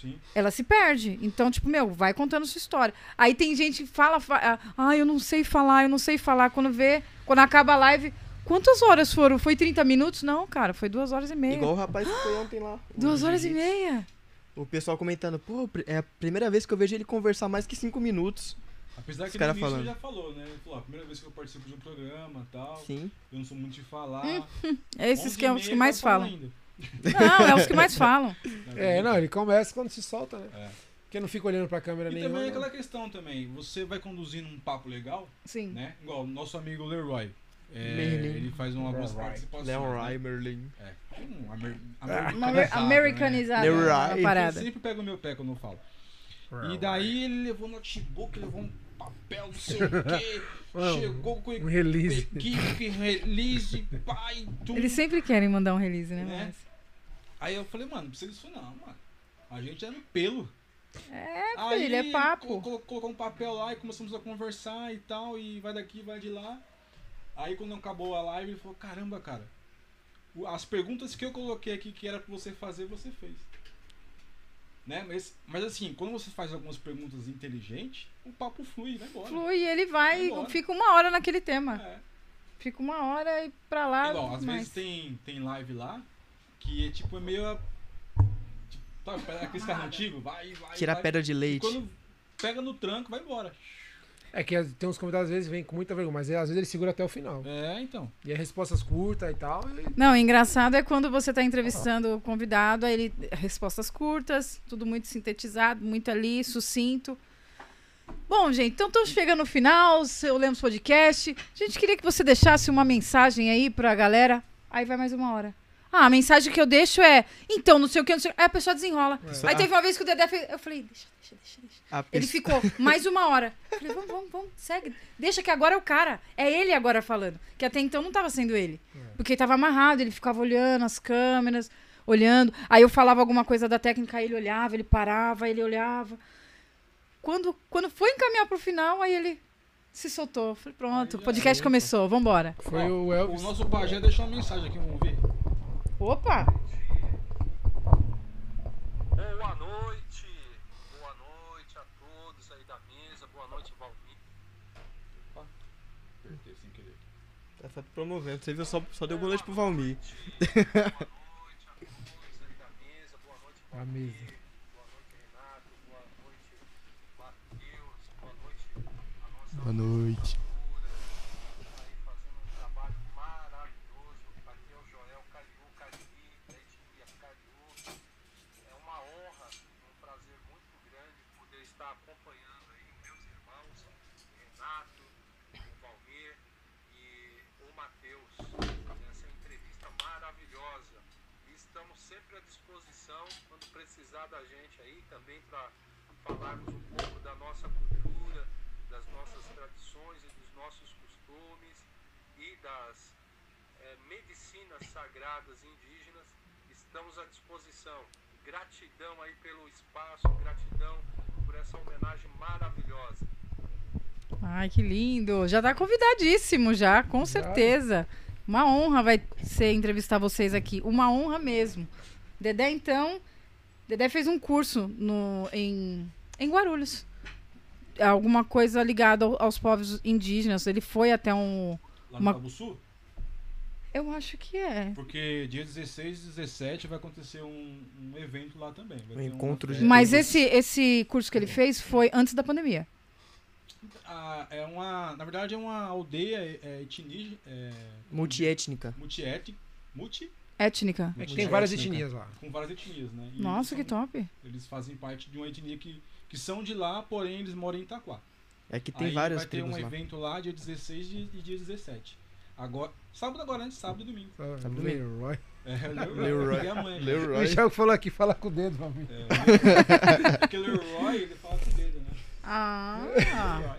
Speaker 3: Sim.
Speaker 4: ela se perde. Então, tipo, meu, vai contando sua história. Aí tem gente que fala, fa- ah, eu não sei falar, eu não sei falar. Quando vê, quando acaba a live, quantas horas foram? Foi 30 minutos? Não, cara, foi duas horas e meia.
Speaker 1: Igual o rapaz que foi ontem lá. o
Speaker 4: duas
Speaker 1: do
Speaker 4: horas e
Speaker 1: jiu-jitsu.
Speaker 4: meia.
Speaker 1: O pessoal comentando, pô, pri- é a primeira vez que eu vejo ele conversar mais que cinco minutos.
Speaker 3: Apesar
Speaker 1: Os
Speaker 3: que no
Speaker 1: cara
Speaker 3: início
Speaker 1: falando.
Speaker 3: ele já falou, né? Ele falou, "Ó, a primeira vez que eu participo de um programa e tal,
Speaker 1: Sim.
Speaker 3: eu não sou muito de falar.
Speaker 4: É esses
Speaker 3: 11
Speaker 4: que,
Speaker 3: e tá
Speaker 4: é os
Speaker 3: meia
Speaker 4: que mais
Speaker 3: eu falo
Speaker 4: falam.
Speaker 3: ainda.
Speaker 4: Não, é os que mais falam.
Speaker 2: É, não, ele começa quando se solta, né?
Speaker 3: É.
Speaker 2: Porque não fica olhando pra câmera
Speaker 3: E
Speaker 2: nenhuma.
Speaker 3: também é
Speaker 2: né?
Speaker 3: aquela questão também, você vai conduzindo um papo legal,
Speaker 4: Sim.
Speaker 3: né? Igual o nosso amigo Leroy. É,
Speaker 1: Merlin.
Speaker 3: ele faz uma, algumas
Speaker 2: Leroy.
Speaker 3: participações.
Speaker 1: Leon
Speaker 3: né?
Speaker 1: Merlin.
Speaker 3: É, um amer,
Speaker 4: Uma
Speaker 3: americanizado,
Speaker 4: amer-
Speaker 3: né?
Speaker 4: Americanizada
Speaker 1: Leroy.
Speaker 4: na parada.
Speaker 3: Eu sempre pego meu pé quando eu falo. E daí ele levou um notebook, levou um papel, não sei o quê.
Speaker 2: Mano,
Speaker 3: chegou com
Speaker 2: Um release.
Speaker 3: equipe, release, pai, tudo.
Speaker 4: Eles sempre querem mandar um release, né?
Speaker 3: Né?
Speaker 4: mas-
Speaker 3: Aí eu falei, mano, não precisa disso não, mano. A gente é no pelo. É,
Speaker 4: filho, é papo.
Speaker 3: Colocou um papel lá e começamos a conversar e tal, e vai daqui, vai de lá. Aí quando acabou a live, ele falou, caramba, cara, o- as perguntas que eu coloquei aqui que era pra você fazer, você fez. Né? Mas, mas assim, quando você faz algumas perguntas inteligentes, o papo flui, vai embora.
Speaker 4: Flui, ele vai,
Speaker 3: Vambora.
Speaker 4: fica uma hora naquele tema.
Speaker 3: É.
Speaker 4: Fica uma hora e pra lá.
Speaker 3: Igual, É às
Speaker 4: mais.
Speaker 3: vezes tem, tem live lá que é tipo, é meio. a- Tipo, sabe, aqueles carros antigos? Vai, vai.
Speaker 1: Tirar
Speaker 3: vai.
Speaker 1: pedra de
Speaker 3: E
Speaker 1: leite.
Speaker 3: quando pega no tranco, vai embora.
Speaker 2: É que as- tem uns convidados às vezes vêm com muita vergonha, mas é, às vezes ele segura até o final.
Speaker 3: É, então.
Speaker 2: E é respostas curtas e tal. e-
Speaker 4: Não, o engraçado é quando você está entrevistando o convidado, aí ele respostas curtas, tudo muito sintetizado, muito ali, sucinto. Bom, gente, então estamos chegando no final, seu Lemos Podcast. A gente queria que você deixasse uma mensagem aí pra galera. Aí vai mais uma hora. Ah, a mensagem que eu deixo é, então, não sei o que, não sei o que. Aí a pessoa desenrola. Aí teve uma vez que o Dedé fez, eu falei, deixa, deixa, deixa, deixa.
Speaker 1: A
Speaker 4: Ele
Speaker 1: pessoa-
Speaker 4: ficou mais uma hora. Eu Falei, vamos, vamos, vamos, segue. Deixa que agora é o cara. É ele agora falando. Que até então não tava sendo ele. Porque tava amarrado, ele ficava olhando as câmeras, olhando. Aí eu falava alguma coisa da técnica, aí ele olhava, ele parava, ele olhava. Quando, quando foi encaminhar pro final, aí ele se soltou. Eu Falei, pronto, o podcast começou, vambora.
Speaker 2: Foi
Speaker 3: Ó,
Speaker 2: o Elvis.
Speaker 3: O
Speaker 2: É
Speaker 3: nosso pajé deixou uma mensagem aqui, vamos ver.
Speaker 4: Opa!
Speaker 5: Boa noite, boa noite a todos aí da mesa, boa noite Valmir.
Speaker 3: Apertei sem querer.
Speaker 1: Tá só promovendo. Você viu, só, só deu boa noite pro Valmir.
Speaker 5: Boa noite a todos aí da mesa, boa noite
Speaker 2: A mesa.
Speaker 5: boa noite Renato, boa noite Matheus, boa noite a nossa
Speaker 1: Boa noite.
Speaker 5: cultura, que tá aí fazendo um trabalho maravilhoso. Aqui é o Joel Cariú, Cariú, da etnia Cariú. É uma honra, um prazer muito grande poder estar acompanhando aí meus irmãos, Renato, o Valmir e o Matheus, nessa entrevista maravilhosa. E estamos sempre à disposição quando precisar da gente aí também para falarmos um pouco da nossa cultura, das nossas tradições e dos nossos costumes e das eh, medicinas sagradas indígenas, estamos à disposição. Gratidão aí pelo espaço, gratidão por essa homenagem maravilhosa.
Speaker 4: Ai, que lindo! Já tá convidadíssimo, já, com certeza. Uma honra vai ser entrevistar vocês aqui. Uma honra mesmo. Dedé, então. Dedé fez um curso no, em, em Guarulhos. Alguma coisa ligada ao- aos povos indígenas. Ele foi até um.
Speaker 3: Lá no
Speaker 4: Uma-
Speaker 3: Cabo Sul?
Speaker 4: Eu acho que é.
Speaker 3: Porque dia 16 e 17 vai acontecer um, um evento lá também. Vai
Speaker 1: Um
Speaker 3: ter
Speaker 1: encontro de-
Speaker 4: Mas esse, esse curso que ele fez foi antes da pandemia.
Speaker 3: Ah, é uma. Na verdade, é uma aldeia é, etnia. É,
Speaker 1: Multiétnica.
Speaker 3: multiétnica. Multi?
Speaker 4: Étnica.
Speaker 2: É que tem
Speaker 3: multiétnica,
Speaker 2: várias etnias lá.
Speaker 3: Com várias etnias, né? E
Speaker 4: Nossa,
Speaker 3: são-
Speaker 4: que top.
Speaker 3: Eles fazem parte de uma etnia que, que são de lá, porém eles moram em Itaquá.
Speaker 1: É que tem
Speaker 3: Aí
Speaker 1: várias
Speaker 3: vai ter um
Speaker 1: tribos lá.
Speaker 3: evento lá dia 16 e e dia 17. Agora, sábado agora, antes sábado e domingo.
Speaker 2: Tá
Speaker 1: Tá bom.
Speaker 2: Leroy.
Speaker 3: É,
Speaker 1: Leroy.
Speaker 3: Leroy. E a mãe.
Speaker 2: O Michel que falou aqui, fala com o dedo, meu amigo.
Speaker 3: É, Leroy. Porque Leroy, ele fala com o dedo, né?
Speaker 4: Ah,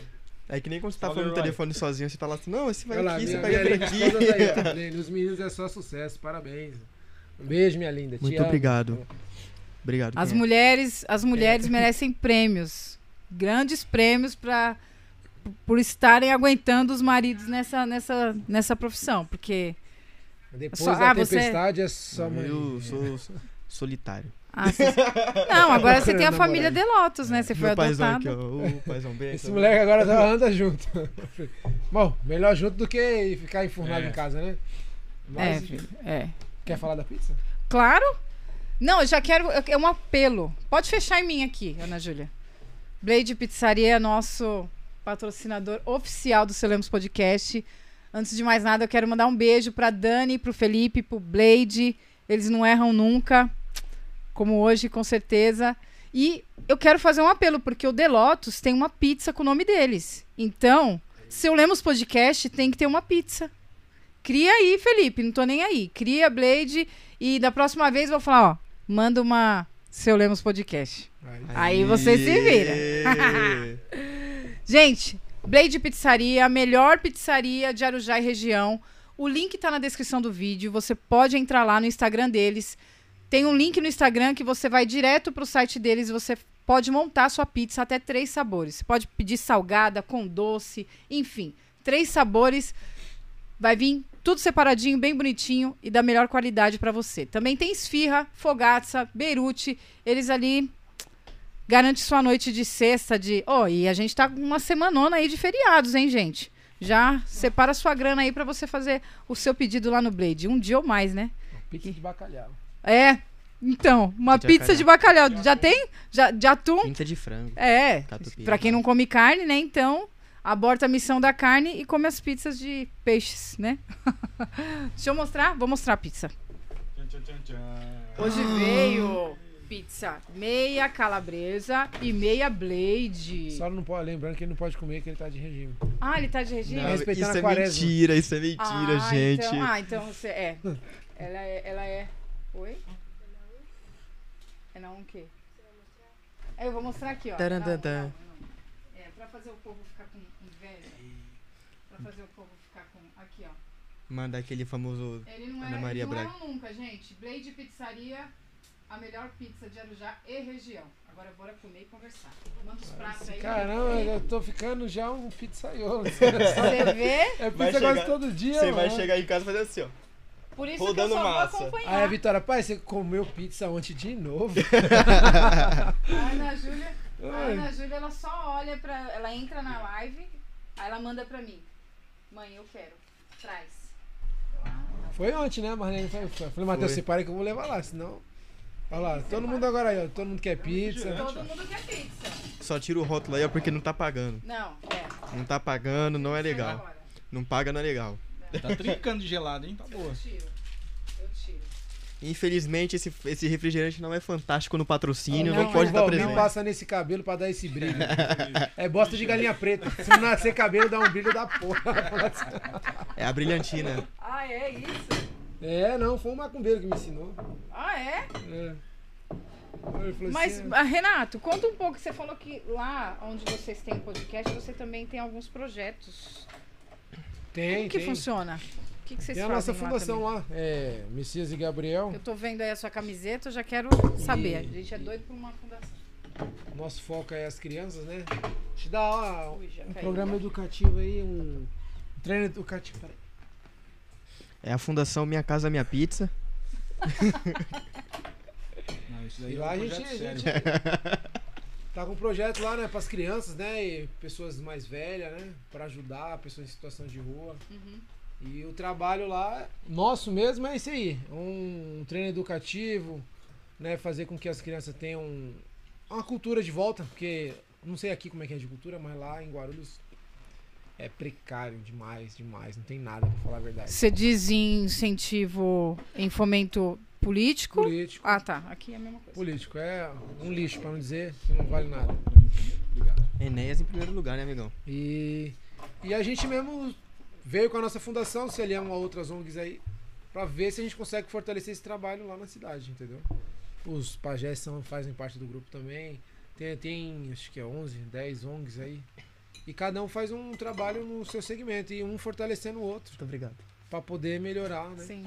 Speaker 1: É que nem quando você tá
Speaker 3: Fala,
Speaker 1: falando no
Speaker 3: Roy.
Speaker 1: telefone sozinho, você tá lá assim, não, esse vai
Speaker 2: Olha lá,
Speaker 1: aqui, você
Speaker 2: minha,
Speaker 1: pega
Speaker 2: minha
Speaker 1: ele
Speaker 2: linda esposa tá aí
Speaker 1: aqui.
Speaker 2: também. Os meninos é só sucesso, parabéns. Um beijo, minha linda. te
Speaker 1: Muito
Speaker 2: amo.
Speaker 1: obrigado. Obrigado.
Speaker 4: as
Speaker 1: Ken.
Speaker 4: mulheres, as mulheres
Speaker 1: É.
Speaker 4: merecem prêmios, grandes prêmios para por estarem aguentando os maridos nessa nessa nessa profissão, porque
Speaker 2: Depois
Speaker 4: Só-
Speaker 2: da
Speaker 4: ah, você-
Speaker 2: tempestade é só mãe.
Speaker 1: Eu sou solitário.
Speaker 4: ah, cê- não, agora você tem a
Speaker 2: Procurando
Speaker 4: família de Lotus, né? Você foi
Speaker 1: Meu paizão aqui,
Speaker 4: adotada.
Speaker 1: ó. O paizão bem.
Speaker 2: Esse moleque agora já anda junto. Bom, melhor junto do que ficar enfurnado
Speaker 3: É.
Speaker 2: em casa, né?
Speaker 4: É,
Speaker 2: Mas,
Speaker 4: filho, é.
Speaker 2: quer falar da pizza?
Speaker 4: Claro. Não, eu já quero. eu- É um apelo. Pode fechar em mim aqui, Ana Júlia. Blade Pizzaria é nosso patrocinador oficial do Celemos Podcast. Antes de mais nada, eu quero mandar um beijo pra Dani, pro Felipe, pro Blade. Eles não erram nunca, como hoje, com certeza. E eu quero fazer um apelo, porque o Delotus tem uma pizza com o nome deles. Então, se eu lemos podcast, tem que ter uma pizza. Cria aí, Felipe, não tô nem aí. Cria, Blade, e da próxima vez eu vou falar, ó, manda uma Seu Lemos Podcast.
Speaker 2: é-
Speaker 4: Aí você se
Speaker 1: vira.
Speaker 4: Gente, Blade Pizzaria, a melhor pizzaria de Arujá e região. O link tá na descrição do vídeo, você pode entrar lá no Instagram deles. Tem um link no Instagram que você vai direto pro site deles e você pode montar sua pizza até três sabores. Você pode pedir salgada, com doce, enfim, três sabores. Vai vir tudo separadinho, bem bonitinho e da melhor qualidade pra você. Também tem esfirra, fogaça, beirute. Eles ali garante sua noite de sexta, de. Ó, e a gente tá com uma semanona aí de feriados, hein, gente? Já separa sua grana aí pra você fazer o seu pedido lá no Blade. Um dia ou mais, né?
Speaker 2: Pizza de bacalhau.
Speaker 4: É. Então, uma
Speaker 1: De
Speaker 4: pizza de bacalhau. Já tem? Já, de atum?
Speaker 1: Pinta de frango.
Speaker 4: É.
Speaker 1: Catupiry.
Speaker 4: Pra quem não come carne, né? Então, aborta a missão da carne e come as pizzas de peixes, né? Deixa eu mostrar? Vou mostrar a pizza.
Speaker 3: Tchan, tchan, tchan, tchan.
Speaker 4: Hoje veio pizza meia calabresa e meia blade.
Speaker 2: Só não pode, lembrando que ele não pode comer, que ele tá de regime.
Speaker 4: Ah, ele tá de regime?
Speaker 1: Não,
Speaker 2: respeitando
Speaker 1: isso
Speaker 2: a
Speaker 1: é
Speaker 2: quaresma.
Speaker 1: mentira, isso é mentira,
Speaker 4: ah,
Speaker 1: gente.
Speaker 4: Então, ah, então você é. Ela é. Ela é. Oi? Ela é um quê? É, eu vou mostrar aqui, ó.
Speaker 1: Taran,
Speaker 4: Não,
Speaker 1: tan,
Speaker 4: não,
Speaker 1: tan.
Speaker 4: não. É, pra fazer o povo ficar com inveja. Pra fazer o povo ficar com. Aqui, ó.
Speaker 1: Manda aquele famoso.
Speaker 4: Ele não
Speaker 1: Ana
Speaker 4: era,
Speaker 1: Maria
Speaker 4: não
Speaker 1: Braga.
Speaker 4: eram nunca, gente. Blade Pizzaria, a melhor pizza de Arujá e região. Agora bora comer e conversar. Manda os pratos aí.
Speaker 2: Caramba,
Speaker 4: gente.
Speaker 2: eu tô ficando já um pizzaiolo.
Speaker 4: Você vê?
Speaker 2: É
Speaker 1: Vai
Speaker 2: pizza quase
Speaker 1: chegar-
Speaker 2: todo dia,
Speaker 1: Você vai
Speaker 2: mano.
Speaker 1: chegar em casa e fazer assim, ó.
Speaker 4: Por isso
Speaker 1: Rodando
Speaker 4: que eu só
Speaker 1: massa.
Speaker 4: vou acompanhar.
Speaker 2: Aí a Vitória, pai, você comeu pizza ontem de novo?
Speaker 4: A Ana Júlia, a
Speaker 2: Ai.
Speaker 4: Ana Júlia, ela só olha pra. Ela entra na live, aí ela manda pra mim. Mãe, eu quero. Traz.
Speaker 2: Foi ontem, né, Marlene? Foi, foi. Eu Falei, Matheus,
Speaker 1: Foi.
Speaker 2: separa que eu vou levar lá, senão. Olha lá, todo mundo agora aí, ó. Todo
Speaker 1: É
Speaker 2: mundo quer
Speaker 1: né?
Speaker 2: pizza.
Speaker 4: Todo mundo quer pizza.
Speaker 1: Só tira o rótulo aí, ó, porque não tá pagando.
Speaker 4: Não, é.
Speaker 1: Não tá pagando, não é
Speaker 4: Sai
Speaker 1: legal.
Speaker 4: agora.
Speaker 1: Não paga, não é legal.
Speaker 3: Tá trincando de gelado, hein? Tá boa.
Speaker 4: Eu tiro. Eu tiro.
Speaker 1: Infelizmente, esse, esse refrigerante não é fantástico no patrocínio, não,
Speaker 4: Não,
Speaker 1: pode
Speaker 4: é.
Speaker 1: estar
Speaker 2: Não
Speaker 1: presente.
Speaker 2: passa nesse cabelo pra dar esse brilho. É bosta de galinha preta. Se não nascer cabelo, dá um brilho da porra.
Speaker 1: É a brilhantina.
Speaker 4: Ah, é isso?
Speaker 2: É, não, foi um macumbeiro que me ensinou.
Speaker 4: Ah, é?
Speaker 2: É. Ele falou
Speaker 4: Mas,
Speaker 2: assim,
Speaker 4: ah, Renato, conta um pouco. Você falou que lá onde vocês têm podcast, você também tem alguns projetos.
Speaker 2: tem,
Speaker 4: Como que
Speaker 2: tem.
Speaker 4: funciona? O que, que vocês
Speaker 2: Tem a
Speaker 4: fazem
Speaker 2: nossa
Speaker 4: lá
Speaker 2: fundação
Speaker 4: também?
Speaker 2: lá, é Messias e Gabriel.
Speaker 4: Eu tô vendo aí a sua camiseta, eu já quero saber. A gente é doido por uma fundação.
Speaker 2: Nosso foco é as crianças, né? Te dá ó,
Speaker 4: Ui, já
Speaker 2: um
Speaker 4: caiu.
Speaker 2: programa educativo aí, um treino educativo. Peraí.
Speaker 1: É a Fundação Minha Casa Minha Pizza.
Speaker 3: Não, isso daí
Speaker 2: E
Speaker 3: é
Speaker 2: lá a
Speaker 3: um
Speaker 2: gente,
Speaker 3: projeto
Speaker 2: a
Speaker 3: sério.
Speaker 2: gente tá com um projeto lá, né, para as crianças, né, e pessoas mais velhas, né, para ajudar pessoas em situação de rua. E o trabalho lá, nosso mesmo é isso aí, um, treino educativo, né, fazer com que as crianças tenham uma cultura de volta, porque não sei aqui como é que é de cultura, mas lá em Guarulhos é precário demais, demais, não tem nada pra falar a verdade.
Speaker 4: Você diz em incentivo, em fomento político?
Speaker 2: Político,
Speaker 4: Ah, tá. Aqui é a mesma coisa.
Speaker 2: político é um lixo pra não dizer que não vale nada.
Speaker 3: Obrigado.
Speaker 1: Enéas em primeiro lugar, né, amigão?
Speaker 2: E, e a gente mesmo veio com a nossa fundação, se aliamos a outras ONGs aí, pra ver se a gente consegue fortalecer esse trabalho lá na cidade, entendeu? Os pajés são, fazem parte do grupo também. Tem, tem, acho que é 11, 10 ONGs aí. E cada um faz um trabalho no seu segmento e um fortalecendo o outro
Speaker 1: Muito obrigado.
Speaker 2: pra poder melhorar, né?
Speaker 4: Sim.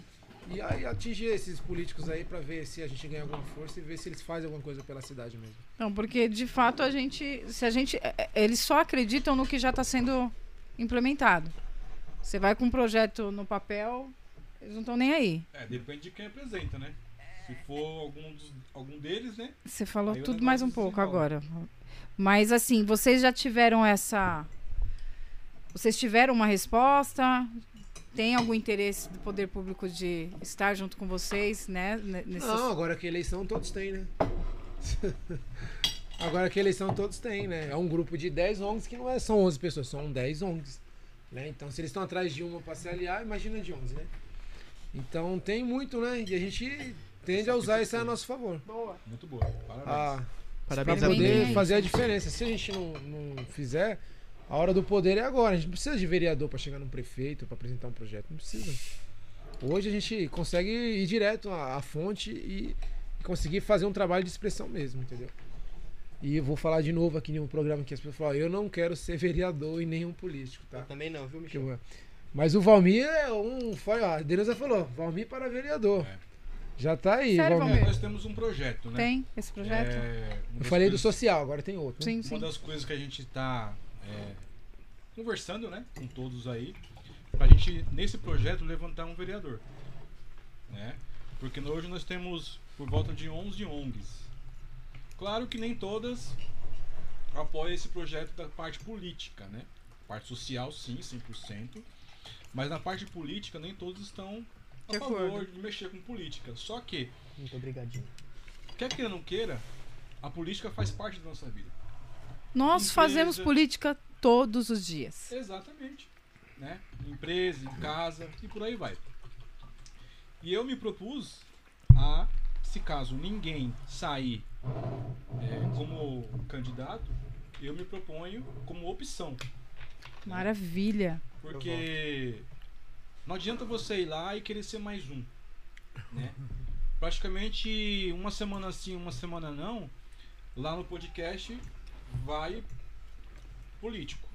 Speaker 2: E aí atingir esses políticos aí pra ver se a gente ganha alguma força e ver se eles fazem alguma coisa pela cidade mesmo.
Speaker 4: Não, porque de fato a gente, se a gente, é- é- eles só acreditam no que já está sendo implementado. Você vai com um projeto no papel, eles não estão nem aí.
Speaker 3: É, depende de quem apresenta, né? Se for algum, dos- algum deles, né?
Speaker 4: Você falou
Speaker 3: Aí o
Speaker 4: tudo
Speaker 3: negócio
Speaker 4: mais um
Speaker 3: se
Speaker 4: pouco
Speaker 3: desenrola.
Speaker 4: agora. Mas assim, vocês já tiveram essa vocês tiveram uma resposta? Tem algum interesse do poder público de estar junto com vocês, né? ne- nessas-
Speaker 2: Não, agora que eleição todos têm, né? agora que eleição todos têm, né? É um grupo de 10 ONGs que não é, são 11 pessoas, são 10 ONGs. Né? Então, se eles estão atrás de uma para se aliar, imagina de 11, né? Então, tem muito, né? E a gente tende a usar isso a nosso favor.
Speaker 3: Muito boa. Parabéns.
Speaker 2: Ah, pra
Speaker 1: Parabéns a
Speaker 4: Parabéns.
Speaker 2: poder fazer a diferença. Se a gente não, não fizer, a hora do poder é agora. A gente não precisa de vereador para chegar num prefeito, para apresentar um projeto. Não precisa. Hoje a gente consegue ir direto à, à fonte e conseguir fazer um trabalho de expressão mesmo, entendeu? E eu vou falar de novo aqui em um programa que as pessoas falam: "Ó, eu não quero ser vereador e nenhum político, tá?
Speaker 1: também não, viu,
Speaker 2: Que eu- Mas o Valmir é um. Foi, ó, a Denisa falou: Valmir para vereador.
Speaker 3: É.
Speaker 2: Já tá aí,
Speaker 4: Sério,
Speaker 2: Valmir.
Speaker 4: Valmir?
Speaker 3: nós temos um projeto, né?
Speaker 4: Tem esse projeto?
Speaker 3: É, uma
Speaker 2: Eu
Speaker 3: das
Speaker 2: falei do
Speaker 3: coisas-
Speaker 2: social, agora tem outro. né?
Speaker 4: Sim,
Speaker 3: Uma
Speaker 4: sim.
Speaker 3: das coisas que a gente está conversando, né, com todos aí, para a gente, nesse projeto, levantar um vereador. Né? Porque no- hoje nós temos por volta de 11 ONGs. Claro que nem todas apoiam esse projeto da parte política, né? Parte social, sim, 100%. Mas na parte política, nem todos estão a
Speaker 4: De
Speaker 3: favor
Speaker 4: acordo.
Speaker 3: de mexer com política. Só que
Speaker 1: Muito obrigadinho.
Speaker 3: Quer queira ou não queira, a política faz parte da nossa vida.
Speaker 4: Nós fazemos
Speaker 3: Empresa.
Speaker 4: política todos os dias.
Speaker 3: Exatamente. Né? Em Empresa, em casa e por aí vai. E eu me propus a, se caso ninguém sair é, como candidato, eu me proponho como opção.
Speaker 4: Maravilha.
Speaker 3: Porque não adianta você ir lá e querer ser mais um. Né? Praticamente uma semana sim, uma semana não, lá no podcast vai político.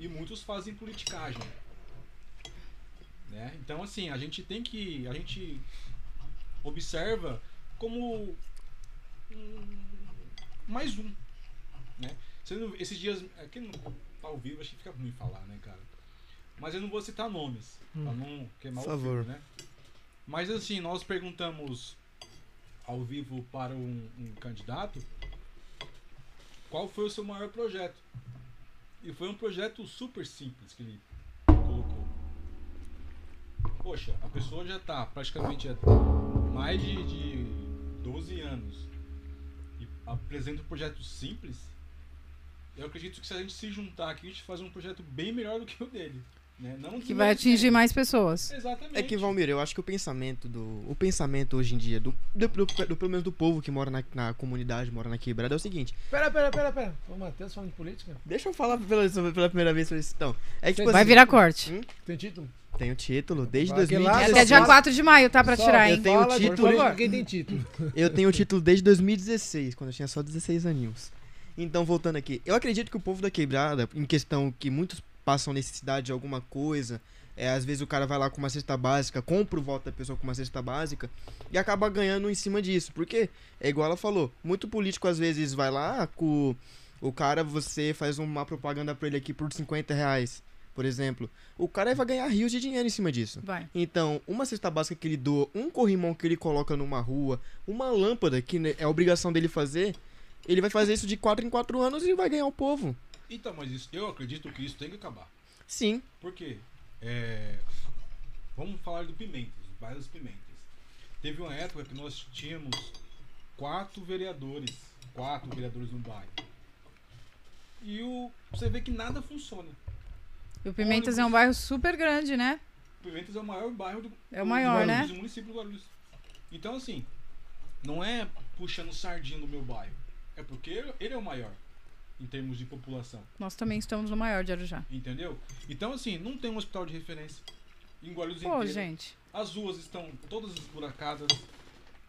Speaker 3: E muitos fazem politicagem. Né? Então assim, a gente tem que. A gente observa como um- mais um. Né? Você não- Esses dias. é, Quem não tá ao vivo, acho que fica ruim falar, né, cara? Mas eu não vou citar nomes, pra não queimar
Speaker 1: Por
Speaker 3: o filme,
Speaker 1: favor.
Speaker 3: né? Mas assim, nós perguntamos ao vivo para um, um candidato qual foi o seu maior projeto. E foi um projeto super simples que ele colocou. Poxa, a pessoa já tá praticamente há mais de, de 12 anos e apresenta um projeto simples. Eu acredito que se a gente se juntar aqui, a gente faz um projeto bem melhor do que o dele. Né? Não
Speaker 4: Que vai atingir mais pessoas.
Speaker 3: Exatamente.
Speaker 1: É que, Valmir, eu acho que o pensamento do. O pensamento hoje em dia, do, do, do- do- pelo menos do povo que mora na, na comunidade, mora na quebrada, é o seguinte.
Speaker 2: Pera, pera, pera, pera. O Matheus falando de política?
Speaker 1: Deixa eu falar pela, pela primeira vez sobre isso. Então, é que, tipo
Speaker 4: Vai
Speaker 1: assim,
Speaker 4: virar corte.
Speaker 2: Tem título?
Speaker 1: Tem o título desde
Speaker 2: Vai que lá-
Speaker 1: 2017.
Speaker 4: É
Speaker 2: Só
Speaker 4: até dia
Speaker 2: fala-
Speaker 4: 4 de maio, tá? Pra
Speaker 2: Só,
Speaker 4: tirar,
Speaker 1: eu
Speaker 4: hein?
Speaker 1: tenho
Speaker 2: Fala
Speaker 1: o
Speaker 2: de
Speaker 1: título.
Speaker 2: política, Quem tem título?
Speaker 1: Eu tenho o título desde 2016, quando eu tinha só 16 aninhos. Então, voltando aqui, eu acredito que o povo da quebrada, em questão que muitos passam necessidade de alguma coisa, é, às vezes o cara vai lá com uma cesta básica, compra o voto da pessoa com uma cesta básica e acaba ganhando em cima disso. Porque, é igual ela falou, muito político às vezes vai lá ah, com o cara, você faz uma propaganda pra ele aqui por 50 reais, por exemplo. O cara vai ganhar rios de dinheiro em cima disso.
Speaker 4: Vai.
Speaker 1: Então, uma cesta básica que ele doa, um corrimão que ele coloca numa rua, uma lâmpada que né, é obrigação dele fazer, ele vai fazer isso de 4 em 4 anos e vai ganhar o povo.
Speaker 3: Então, mas isso, eu acredito que isso tem que acabar.
Speaker 1: Sim,
Speaker 3: Por quê? É, vamos falar do Pimentas, do bairro dos Pimentas. Teve uma época que nós tínhamos quatro vereadores, quatro vereadores no bairro. E o, você vê que nada funciona.
Speaker 4: E o Pimentas é um bairro super grande, né?
Speaker 3: O Pimentas é o maior bairro do,
Speaker 4: É o maior,
Speaker 3: do
Speaker 4: né?
Speaker 3: Guarulhos, do município do Guarulhos. Então, assim, não é puxando sardinha do meu bairro. É porque ele é o maior em termos de população.
Speaker 4: Nós também estamos no maior de Arujá.
Speaker 3: Entendeu? Então, assim, não tem um hospital de referência. Em Guarulhos
Speaker 4: Pô,
Speaker 3: inteiro.
Speaker 4: gente.
Speaker 3: As ruas estão todas esburacadas.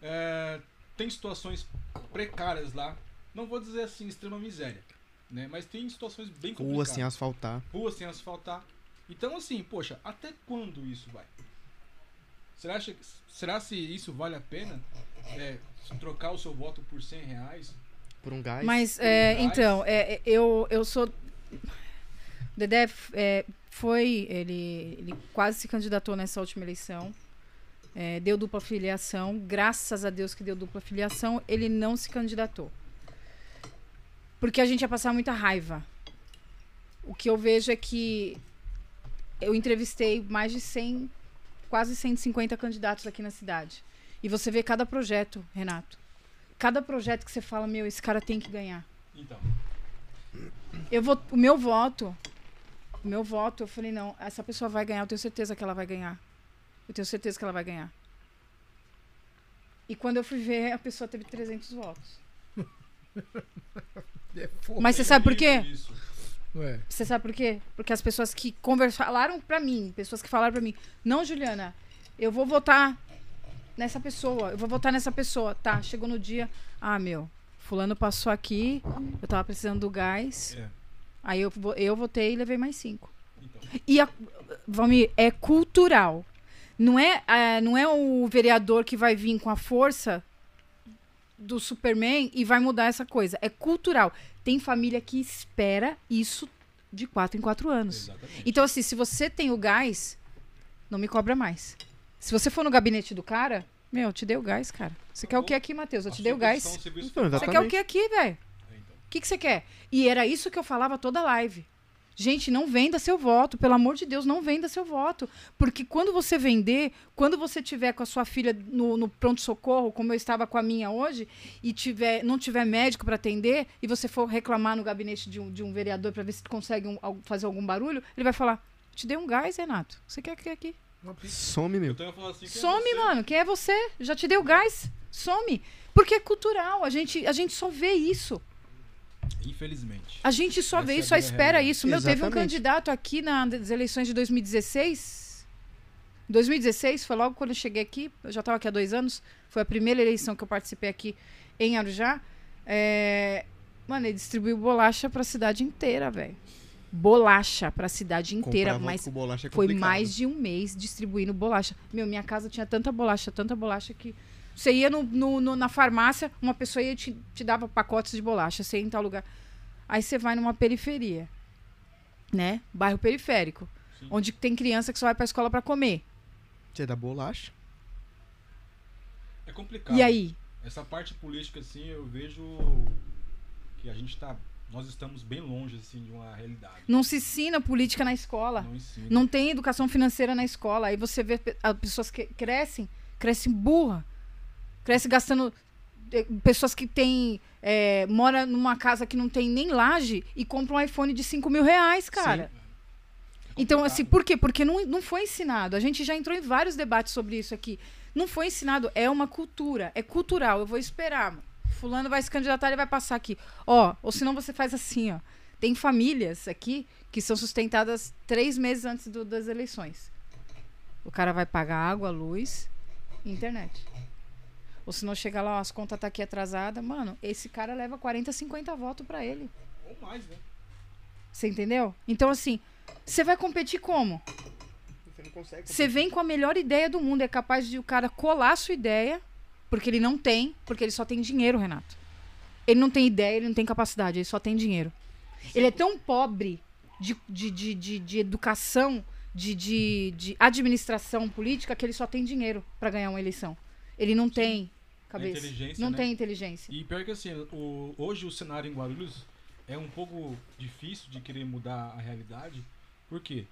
Speaker 3: É, tem situações precárias lá. não vou dizer assim, extrema miséria, né? Mas tem situações bem
Speaker 1: Rua
Speaker 3: complicadas.
Speaker 1: sem assim, asfaltar.
Speaker 3: Rua sem asfaltar. Então, assim, poxa, até quando isso vai? Será, acha- será se isso vale a pena é, trocar o seu voto por 100 reais?
Speaker 1: Por um gás.
Speaker 4: Mas, é,
Speaker 3: Mas-
Speaker 4: então, é, é, eu, eu sou. O Dedé f- é, foi. Ele, ele quase se candidatou nessa última eleição. É, deu dupla filiação. Graças a Deus que deu dupla filiação, ele não se candidatou. Porque a gente ia passar muita raiva. O que eu vejo é que eu entrevistei mais de 100, quase 150 candidatos aqui na cidade. E você vê cada projeto, Renato. Cada projeto que você fala, meu, esse cara tem que ganhar.
Speaker 3: Então,
Speaker 4: Eu vou, o meu voto, o meu voto, eu falei, não, essa pessoa vai ganhar, eu tenho certeza que ela vai ganhar. Eu tenho certeza que ela vai ganhar. E quando eu fui ver, a pessoa teve 300 votos. Mas você sabe por quê?
Speaker 3: Isso.
Speaker 2: É Ué,
Speaker 4: Você sabe por quê? Porque as pessoas que conversaram, falaram pra mim, pessoas que falaram pra mim, não, Juliana, eu vou votar nessa pessoa, eu vou votar nessa pessoa. Tá, chegou no dia, ah, meu, fulano passou aqui, eu tava precisando do gás,
Speaker 3: É,
Speaker 4: aí eu, vo- eu votei e levei mais cinco.
Speaker 3: então.
Speaker 4: E a, Valmir, é cultural. Não é, ah, não é o vereador que vai vir com a força do Superman e vai mudar essa coisa. É cultural. Tem família que espera isso de quatro em quatro anos.
Speaker 3: Exatamente.
Speaker 4: Então, assim, se você tem o gás, não me cobra mais. Se você for no gabinete do cara, meu, eu te dei o gás, cara. Você quer o que aqui, Matheus? Eu te dei o gás.
Speaker 3: Assunção,
Speaker 4: Você
Speaker 3: é serviço
Speaker 1: Então,
Speaker 3: público.
Speaker 4: quer o que aqui, velho?
Speaker 3: É, então.
Speaker 4: O que que você quer? E era isso que eu falava toda live. Gente, não venda seu voto, pelo amor de Deus, não venda seu voto. Porque quando você vender, quando você tiver com a sua filha no, no pronto-socorro, como eu estava com a minha hoje, e tiver, não tiver médico para atender, e você for reclamar no gabinete de um, de um vereador para ver se consegue um- al- fazer algum barulho, ele vai falar: Te dei um gás, Renato. Você quer que aqui?
Speaker 1: Some, meu.
Speaker 3: Então eu falo assim, quem é
Speaker 4: Some,
Speaker 3: você?
Speaker 4: mano. Quem é você? Já te dei o gás. Some. Porque é cultural. A gente, a gente só vê isso.
Speaker 3: Infelizmente.
Speaker 4: A gente só
Speaker 3: Essa
Speaker 4: vê
Speaker 3: é a
Speaker 4: isso, só
Speaker 3: minha
Speaker 4: espera
Speaker 3: realidade.
Speaker 4: isso. Meu, teve um
Speaker 1: Exatamente.
Speaker 4: candidato aqui na- nas eleições de 2016. 2016 foi logo quando eu cheguei aqui. Eu já estava aqui há dois anos. Foi a primeira eleição que eu participei aqui em Arujá. É, Mano, ele distribuiu bolacha pra cidade inteira, velho. Bolacha pra cidade inteira.
Speaker 1: Comprar
Speaker 4: mas
Speaker 1: vodka com bolacha é
Speaker 4: foi
Speaker 1: complicado.
Speaker 4: mais de um mês distribuindo bolacha. Meu, minha casa tinha tanta bolacha, tanta bolacha que. Você ia no- no- no- na farmácia, uma pessoa ia e te, te dava pacotes de bolacha, você ia em tal lugar. Aí você vai numa periferia, né? Bairro periférico.
Speaker 3: Sim.
Speaker 4: Onde tem criança que só vai pra escola pra comer.
Speaker 1: Você dá bolacha?
Speaker 3: É complicado.
Speaker 4: E aí?
Speaker 3: Essa parte política, assim, eu vejo que a gente tá. Nós estamos bem longe, assim, de uma realidade.
Speaker 4: Não se ensina política na escola.
Speaker 3: Não ensina.
Speaker 4: Não tem educação financeira na escola. Aí você vê pe- as pessoas que crescem, crescem burra. Cresce gastando. eh, Pessoas que têm. eh, mora numa casa que não tem nem laje e compra um iPhone de 5 mil reais, cara. Então, assim, por quê? Porque não, não foi ensinado. A gente já entrou em vários debates sobre isso aqui. Não foi ensinado. É uma cultura. É cultural. Eu vou esperar. mano. Fulano vai se candidatar, ele vai passar aqui. Ó, ou senão você faz assim, ó. Tem famílias aqui que são sustentadas três meses antes do- das eleições. O cara vai pagar água, luz e internet. Ou senão chega lá, ó, as contas tá aqui atrasada. Mano, esse cara leva 40, 50 votos pra ele.
Speaker 3: Ou mais, né?
Speaker 4: Você entendeu? Então, assim, você vai competir como?
Speaker 1: Você não consegue.
Speaker 4: Você vem com a melhor ideia do mundo, é capaz de o cara colar a sua ideia, porque ele não tem, porque ele só tem dinheiro, Renato. Ele não tem ideia, ele não tem capacidade, ele só tem dinheiro. Ele é tão pobre de, de, de, de, de educação, de, de, de administração política, que ele só tem dinheiro pra ganhar uma eleição. Ele não tem cabeça.
Speaker 3: inteligência,
Speaker 4: não
Speaker 3: né?
Speaker 4: tem inteligência.
Speaker 3: E pior que assim, o- hoje o cenário em Guarulhos é um pouco difícil de querer mudar a realidade. Por quê?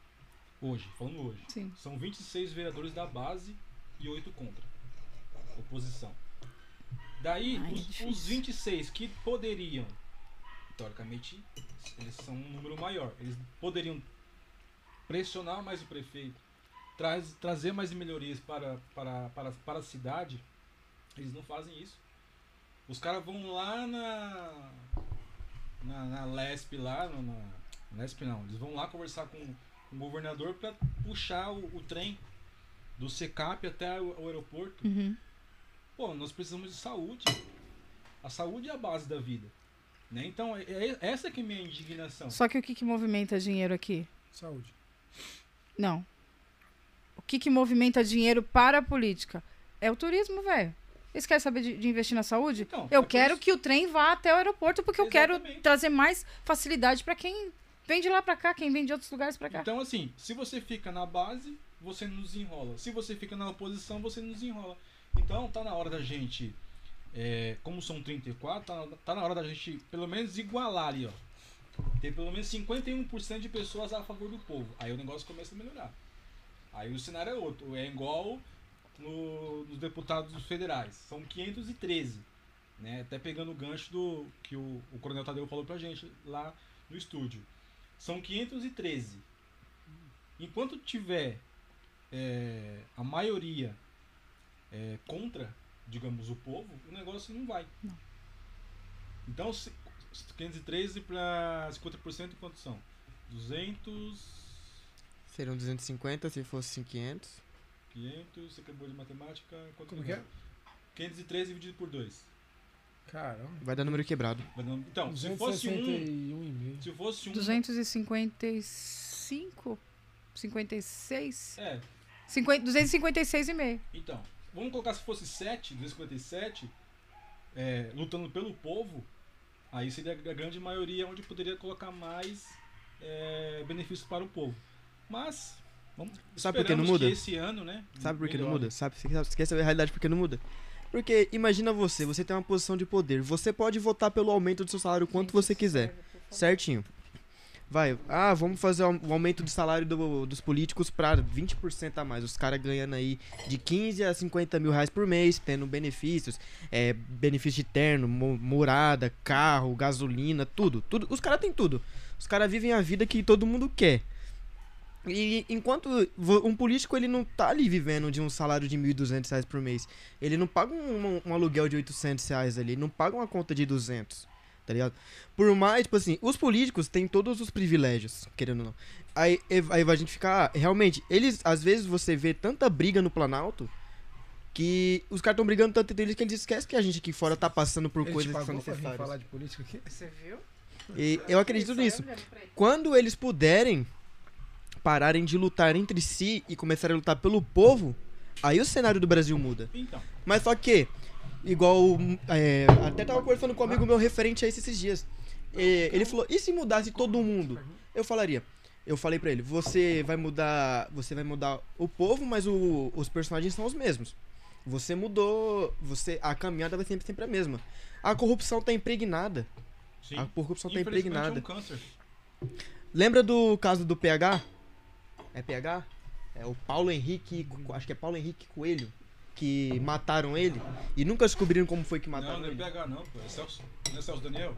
Speaker 3: Hoje, falando hoje.
Speaker 4: Sim.
Speaker 3: São 26 vereadores da base e 8 contra. Oposição. Daí,
Speaker 4: Ai, é
Speaker 3: os,
Speaker 4: difícil.
Speaker 3: os 26 que poderiam, teoricamente, eles são um número maior. Eles poderiam pressionar mais o prefeito, traz, trazer mais melhorias para, para, para, para a cidade. Eles não fazem isso. Os caras vão lá na. Na, na Lesp lá, no- na. Lesp não, eles vão lá conversar com, com o governador para puxar o, o trem do SECAP até o, o aeroporto.
Speaker 4: Uhum.
Speaker 3: Pô, nós precisamos de saúde. A saúde é a base da vida. Né? Então, é- é- essa que é a minha indignação.
Speaker 4: Só que o que, que movimenta dinheiro aqui?
Speaker 2: Saúde.
Speaker 4: Não. O que, que movimenta dinheiro para a política? É o turismo, velho. Eles querem saber de, de investir na saúde?
Speaker 3: Então, é
Speaker 4: eu
Speaker 3: por
Speaker 4: quero
Speaker 3: isso.
Speaker 4: que o trem vá até o aeroporto, porque eu quero
Speaker 3: Exatamente.
Speaker 4: trazer mais facilidade para quem vem de lá para cá, quem vem de outros lugares para cá.
Speaker 3: Então, assim, se você fica na base, você não desenrola. Se você fica na oposição, você não desenrola. Então, tá na hora da gente, é, como são 34, tá na, tá na hora da gente pelo menos igualar ali, ó. Ter pelo menos 51% de pessoas a favor do povo. Aí o negócio começa a melhorar. Aí o cenário é outro. É igual no- nos deputados federais. São 513. Né? Até pegando o gancho do que o, o Coronel Tadeu falou pra gente lá no estúdio. São 513. Enquanto tiver é, a maioria é, contra, digamos, o povo, o negócio não vai. Então, se- 513 para 50% quanto são? 200.
Speaker 1: Seriam 250 se fosse 500.
Speaker 3: 500, você acabou de matemática. Quanto
Speaker 2: Como que é?
Speaker 3: 513 dividido por 2.
Speaker 2: Caramba.
Speaker 1: Vai dar número quebrado.
Speaker 3: Então, se fosse um.
Speaker 2: 261,5.
Speaker 3: Se fosse um.
Speaker 4: 255? 56?
Speaker 3: É,
Speaker 4: 50, 256,5.
Speaker 3: Então, vamos colocar se fosse 7, 257, é, lutando pelo povo, aí seria a grande maioria onde poderia colocar mais é, benefícios para o povo. Mas, vamos
Speaker 1: Sabe por que não
Speaker 3: esperamos
Speaker 1: muda?
Speaker 3: esse ano, né?
Speaker 1: Sabe por que não
Speaker 3: melhore.
Speaker 1: muda? Sabe? Você quer- você quer saber a realidade por que não muda? Porque imagina você, você tem uma posição de poder. Você pode votar pelo aumento do seu salário quanto você quiser. Certinho. Vai, ah, vamos fazer o o aumento do salário do- dos políticos pra 20% a mais. Os caras ganhando aí de 15 a 50 mil reais por mês, tendo benefícios, é, benefício de terno, mo- morada, carro, gasolina, tudo. tudo. Os caras têm tudo. Os caras vivem a vida que todo mundo quer. E enquanto vo- um político ele não tá ali vivendo de um salário de 1.200 reais por mês, ele não paga um, um aluguel de 800 reais ali, ele não paga uma conta de 200, tá ligado? Por mais, tipo assim, os políticos têm todos os privilégios, querendo ou não. Aí, e- aí vai a gente ficar, ah, realmente, eles, às vezes você vê tanta briga no Planalto que os caras tão brigando tanto entre eles que eles esquecem que a gente aqui fora tá passando por
Speaker 2: Ele te
Speaker 1: coisas que são
Speaker 2: pagou pra vir
Speaker 1: necessárias.
Speaker 2: falar de política aqui?
Speaker 4: Você viu?
Speaker 1: E eu acredito
Speaker 2: é
Speaker 1: nisso. Quando eles puderem pararem de lutar entre si e começarem a lutar pelo povo, aí o cenário do Brasil muda.
Speaker 3: Então,
Speaker 1: Mas só que, igual. é, até tava conversando com um amigo meu referente a isso esses dias. É, ele falou: e se mudasse todo mundo? Eu falaria. Eu falei pra ele: você vai mudar. Você vai mudar o povo, mas o- os personagens são os mesmos. Você mudou. Você, a caminhada vai sempre, sempre a mesma. A corrupção tá impregnada.
Speaker 3: sim.
Speaker 1: A corrupção tá
Speaker 3: Infelizmente,
Speaker 1: impregnada.
Speaker 3: É um câncer.
Speaker 1: Lembra do caso do PH? É PH? É o Paulo Henrique, Co- acho que é Paulo Henrique Coelho, que mataram ele e nunca descobriram como foi que
Speaker 3: Não,
Speaker 1: mataram
Speaker 3: não é
Speaker 1: ele.
Speaker 3: PH não, pô. É Celso, não é Celso Daniel?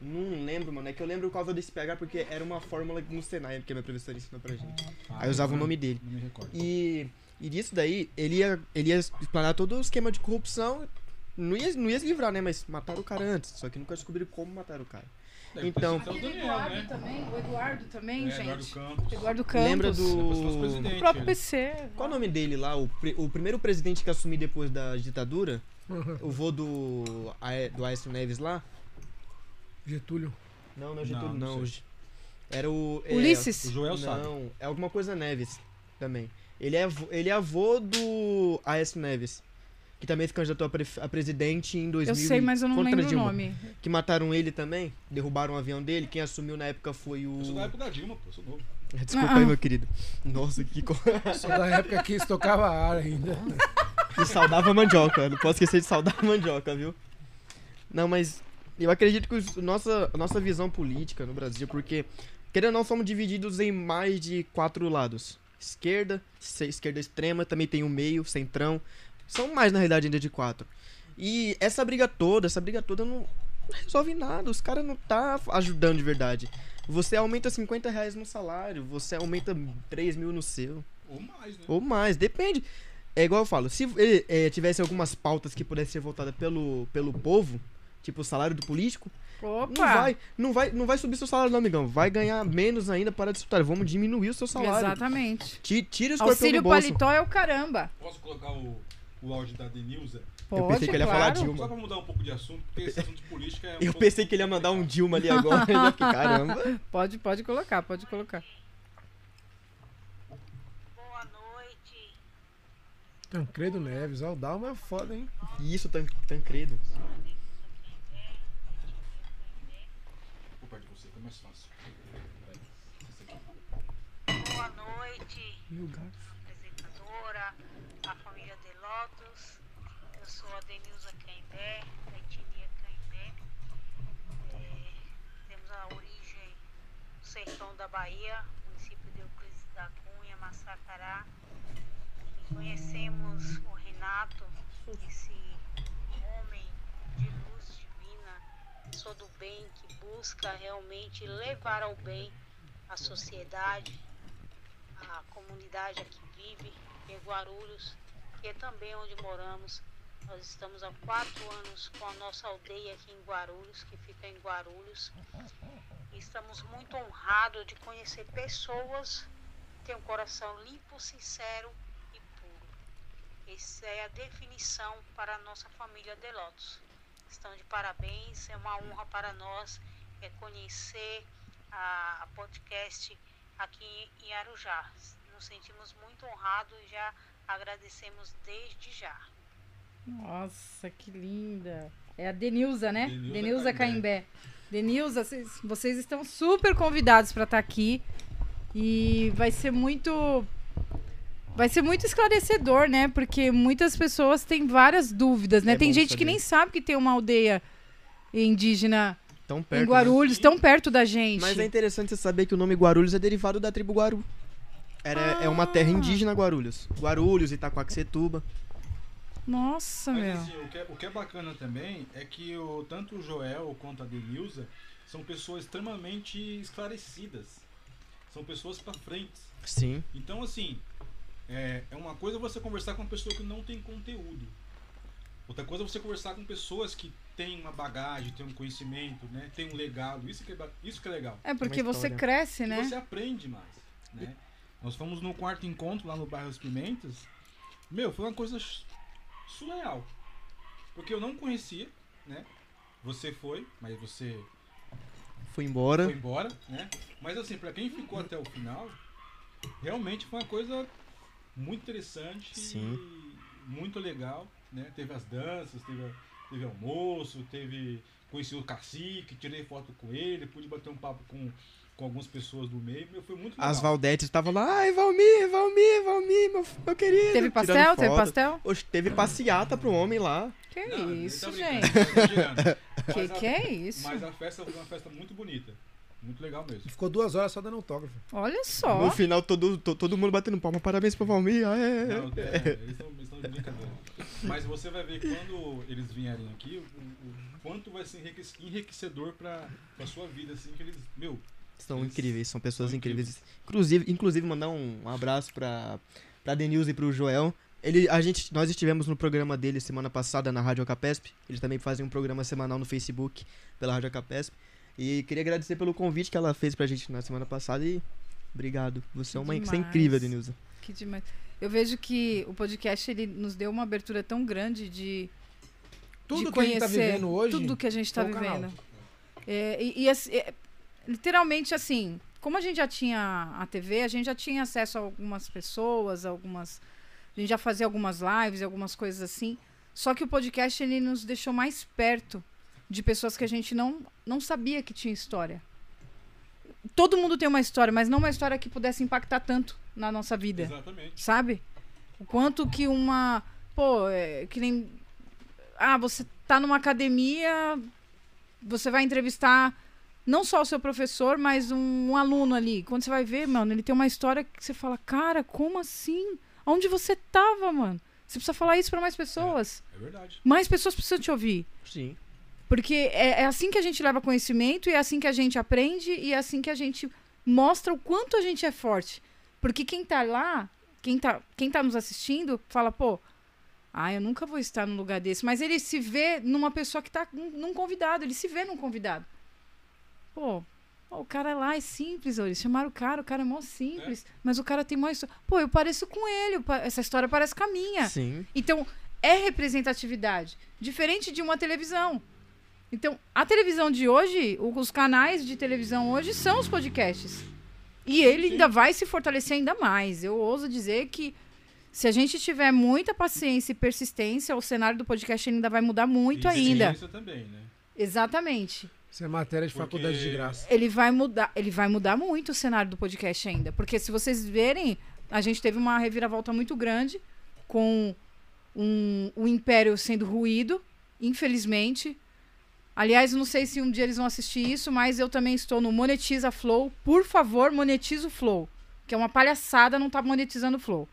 Speaker 1: Não lembro, mano. É que eu lembro por causa desse PH porque era uma fórmula no Senai, porque minha professora ensinou pra gente. Aí eu usava o nome dele.
Speaker 3: Não me recordo.
Speaker 1: E, e disso daí, ele ia, ele ia explanar todo o esquema de corrupção. Não ia, não ia se livrar, né? Mas mataram o cara antes. Só que nunca descobriram como mataram o cara.
Speaker 3: Deve ter
Speaker 1: então-
Speaker 3: sido É, Celso
Speaker 4: Aquele
Speaker 3: Daniel,
Speaker 4: Eduardo
Speaker 3: né?
Speaker 4: também, o Eduardo também,
Speaker 3: É,
Speaker 4: gente.
Speaker 3: Eduardo Campos.
Speaker 4: Eduardo Campos.
Speaker 1: Lembra do.
Speaker 3: Depois fosse presidente.
Speaker 4: O próprio
Speaker 3: ele.
Speaker 4: PC.
Speaker 1: Qual o nome dele lá? O, pri- o primeiro presidente que assumi depois da ditadura? O vô do, Ae- do Aécio Neves lá?
Speaker 2: Getúlio.
Speaker 1: Não, não é
Speaker 3: Não,
Speaker 1: Getúlio, não.
Speaker 3: não sei.
Speaker 1: hoje. Era o. é,
Speaker 4: Ulisses.
Speaker 3: O Joel sabe.
Speaker 1: Não, é alguma coisa Neves também. Ele é, avô- ele é avô do Aécio Neves, que também se candidatou a, pref- a presidente em 2000.
Speaker 4: Eu sei, mas eu não
Speaker 1: contra
Speaker 4: lembro o
Speaker 1: Dilma,
Speaker 4: nome.
Speaker 1: Que mataram ele também, derrubaram o avião dele. Quem assumiu na época foi o.
Speaker 3: Eu sou da época da Dilma, pô. Sou novo.
Speaker 1: Desculpa
Speaker 4: Ah.
Speaker 1: aí, meu querido. Nossa, que. co-
Speaker 2: Só da época que estocava ar ainda.
Speaker 1: E saudava mandioca. Não posso esquecer de saudar a mandioca, viu? Não, mas eu acredito que os- nossa, a nossa visão política no Brasil, porque, querendo ou não, somos divididos em mais de quatro lados. Esquerda, se- esquerda extrema, também tem o meio, centrão. São mais, na realidade, ainda de quatro. E essa briga toda, essa briga toda não resolve nada. Os caras não tá ajudando de verdade. Você aumenta 50 reais no salário, você aumenta 3 mil no seu.
Speaker 3: Ou mais, né?
Speaker 1: Ou mais, depende. É igual eu falo, se eh, eh, tivesse algumas pautas que pudessem ser votadas pelo, pelo povo, tipo o salário do político,
Speaker 4: Opa!
Speaker 1: não vai, não vai, não vai subir seu salário, não, amigão. Vai ganhar menos ainda para disputar. Vamos diminuir o seu salário.
Speaker 4: Exatamente.
Speaker 1: Ti- Tira o escorpião
Speaker 4: Auxílio
Speaker 1: do bolso.
Speaker 4: paletó é o caramba.
Speaker 3: Posso colocar o, o áudio da Denilza?
Speaker 4: Pode,
Speaker 1: pensei que ele ia falar
Speaker 4: claro.
Speaker 1: de um-
Speaker 3: Só pra mudar um pouco de assunto, porque esse assunto de política é um
Speaker 1: Eu
Speaker 3: pouco-
Speaker 1: pensei que ele ia mandar um Dilma ali agora. eu ia ficar, Caramba.
Speaker 4: Pode, pode colocar, pode colocar.
Speaker 6: Boa noite.
Speaker 2: Tancredo Neves, ó, o Dalma é foda, hein?
Speaker 1: E Isso, Tan- Tancredo.
Speaker 3: Vou perto de você, que é mais fácil.
Speaker 1: Tá
Speaker 6: Boa noite,
Speaker 1: Meu gato.
Speaker 6: apresentadora, a família de Lotus. Eu sou a Denilza Caimbé, da etnia Caimbé. É, temos a origem do sertão da Bahia, município de Euclides da Cunha, Massacará. E conhecemos o Renato, esse homem de luz divina, pessoa do bem, que busca realmente levar ao bem a sociedade, a comunidade aqui vive, em Guarulhos, que é também onde moramos. Nós estamos há quatro anos com a nossa aldeia aqui em Guarulhos, que fica em Guarulhos. E estamos muito honrados de conhecer pessoas que têm um coração limpo, sincero e puro. Essa é a definição para a nossa família de Lotus. Estão de parabéns, é uma honra para nós é conhecer a, a podcast aqui em Arujá. Nos sentimos muito honrados e já agradecemos desde já.
Speaker 4: Nossa, que linda. É a Denilza, né?
Speaker 3: Denilza
Speaker 4: Denilza,
Speaker 3: Caimbé.
Speaker 4: Caimbé. Denilza, vocês, vocês estão super convidados para estar aqui. E vai ser muito. Vai ser muito esclarecedor, né? Porque muitas pessoas têm várias dúvidas, né?
Speaker 1: É
Speaker 4: tem
Speaker 1: bom
Speaker 4: gente
Speaker 1: saber.
Speaker 4: que nem sabe que tem uma aldeia indígena
Speaker 1: Tão perto.
Speaker 4: em Guarulhos, tão perto da gente.
Speaker 1: Mas é interessante você saber que o nome Guarulhos é derivado da tribo Guaru. Era, É uma
Speaker 4: Ah.
Speaker 1: terra indígena Guarulhos. Guarulhos, Itaquaquecetuba.
Speaker 4: Nossa,
Speaker 3: Mas
Speaker 4: meu.
Speaker 3: assim, o que, é, o que é bacana também é que o, tanto o Joel quanto a Denilza são pessoas extremamente esclarecidas. São pessoas pra frente.
Speaker 1: Sim.
Speaker 3: Então, assim, é, é uma coisa você conversar com uma pessoa que não tem conteúdo. Outra coisa é você conversar com pessoas que têm uma bagagem, têm um conhecimento, né? Tem um legado. Isso que é, ba- isso que é legal.
Speaker 4: É porque
Speaker 1: Uma
Speaker 4: você
Speaker 1: história.
Speaker 4: cresce,
Speaker 3: E
Speaker 4: né?
Speaker 3: você aprende mais, né? Nós fomos no quarto encontro lá no bairro Os Pimentas. Meu, foi uma coisa su- surreal. Porque eu não conhecia, né? Você foi, mas você
Speaker 1: Foi embora.
Speaker 3: foi embora, né? Mas assim, pra quem ficou até o final, realmente foi uma coisa muito interessante
Speaker 1: Sim.
Speaker 3: e muito legal, né? Teve as danças, teve, a- teve almoço, teve conheci o cacique, tirei foto com ele, pude bater um papo com, com algumas pessoas do meio, meu, foi muito legal.
Speaker 1: As Valdetes estavam lá. Ai, Valmir, Valmir, Valmir, meu, meu querido.
Speaker 4: Teve
Speaker 1: Tirando
Speaker 4: pastel? Teve
Speaker 1: foto.
Speaker 4: pastel?
Speaker 1: Oxe, teve passeata pro homem lá.
Speaker 4: Que
Speaker 3: Não, ele tá
Speaker 4: É isso,
Speaker 3: brincando,
Speaker 4: gente?
Speaker 3: tá exagerando.
Speaker 4: Que
Speaker 3: Mas a-
Speaker 4: que é isso?
Speaker 3: Mas a festa foi uma festa muito bonita. Muito legal mesmo.
Speaker 2: Ficou duas horas só dando autógrafo.
Speaker 4: Olha
Speaker 1: No
Speaker 4: só.
Speaker 1: final, todo, to- todo mundo batendo palma. Parabéns pro Valmir. Ah, é, é.
Speaker 3: Não, é, eles estão eles tão de brincadeira. Mas você vai ver quando eles vierem aqui, o, o- o quanto vai ser enriquec- enriquecedor pra, pra sua vida, assim, que eles. Meu,
Speaker 1: São
Speaker 3: Eles
Speaker 1: incríveis, são pessoas
Speaker 3: são
Speaker 1: incríveis. Inclusive, inclusive mandar um, um abraço pra, pra Denilson e pro Joel. Ele, a gente, nós estivemos no programa dele semana passada na Rádio Acapesp. Eles também fazem um programa semanal no Facebook pela Rádio Acapesp. E queria agradecer pelo convite que ela fez pra gente na semana passada e obrigado. Você é uma você é
Speaker 4: Demais.
Speaker 1: incrível, Denilson.
Speaker 4: Que demais. Eu vejo que o podcast ele nos deu uma abertura tão grande de,
Speaker 2: Tudo
Speaker 4: de
Speaker 2: que a gente
Speaker 4: conhecer
Speaker 2: tá vivendo hoje.
Speaker 4: tudo que a gente está
Speaker 2: é o canal.
Speaker 4: vivendo. É, e, e assim, é, literalmente assim, como a gente já tinha a TV, a gente já tinha acesso a algumas pessoas, algumas a gente já fazia algumas lives, algumas coisas assim. Só que o podcast ele nos deixou mais perto de pessoas que a gente não não sabia que tinha história. Todo mundo tem uma história, mas não uma história que pudesse impactar tanto na nossa vida
Speaker 3: exatamente.
Speaker 4: sabe? O quanto que uma. Pô, é, que nem. Ah, você tá numa academia, você vai entrevistar não só o seu professor, mas um, um aluno ali. Quando você vai ver, mano, ele tem uma história que você fala, cara, como assim? Onde você tava, mano? Você precisa falar isso pra mais pessoas.
Speaker 3: É verdade.
Speaker 4: Mais pessoas precisam te ouvir.
Speaker 1: Sim.
Speaker 4: Porque é, é assim que a gente leva conhecimento, e é assim que a gente aprende, e é assim que a gente mostra o quanto a gente é forte. Porque quem tá lá, quem tá, quem tá nos assistindo, fala, pô, ah, eu nunca vou estar num lugar desse. Mas ele se vê numa pessoa que tá num num convidado, ele se vê num convidado. Pô, pô, o cara lá é simples, ó, eles chamaram o cara, o cara é mó É. simples, mas o cara tem mó história. Pô, eu pareço com ele, eu pa- essa história parece com a minha.
Speaker 1: Sim.
Speaker 4: Então, é representatividade, diferente de uma televisão. Então, a televisão de hoje, o- os canais de televisão hoje são os podcasts. E ele ainda vai se fortalecer ainda mais. Eu ouso dizer que se a gente tiver muita paciência e persistência, o cenário do podcast ainda vai mudar muito
Speaker 3: E
Speaker 4: ainda.
Speaker 3: experiência também, né?
Speaker 4: Exatamente.
Speaker 2: Isso é matéria de
Speaker 3: Porque-
Speaker 2: faculdade de graça.
Speaker 4: Ele vai mudar, ele vai mudar muito o cenário do podcast ainda, porque se vocês verem, a gente teve uma reviravolta muito grande com um- o Império sendo ruído, infelizmente. Aliás, não sei se um dia eles vão assistir isso, mas eu também estou no Monetiza Flow. Por favor, monetiza o Flow, que é uma palhaçada não tá monetizando o Flow.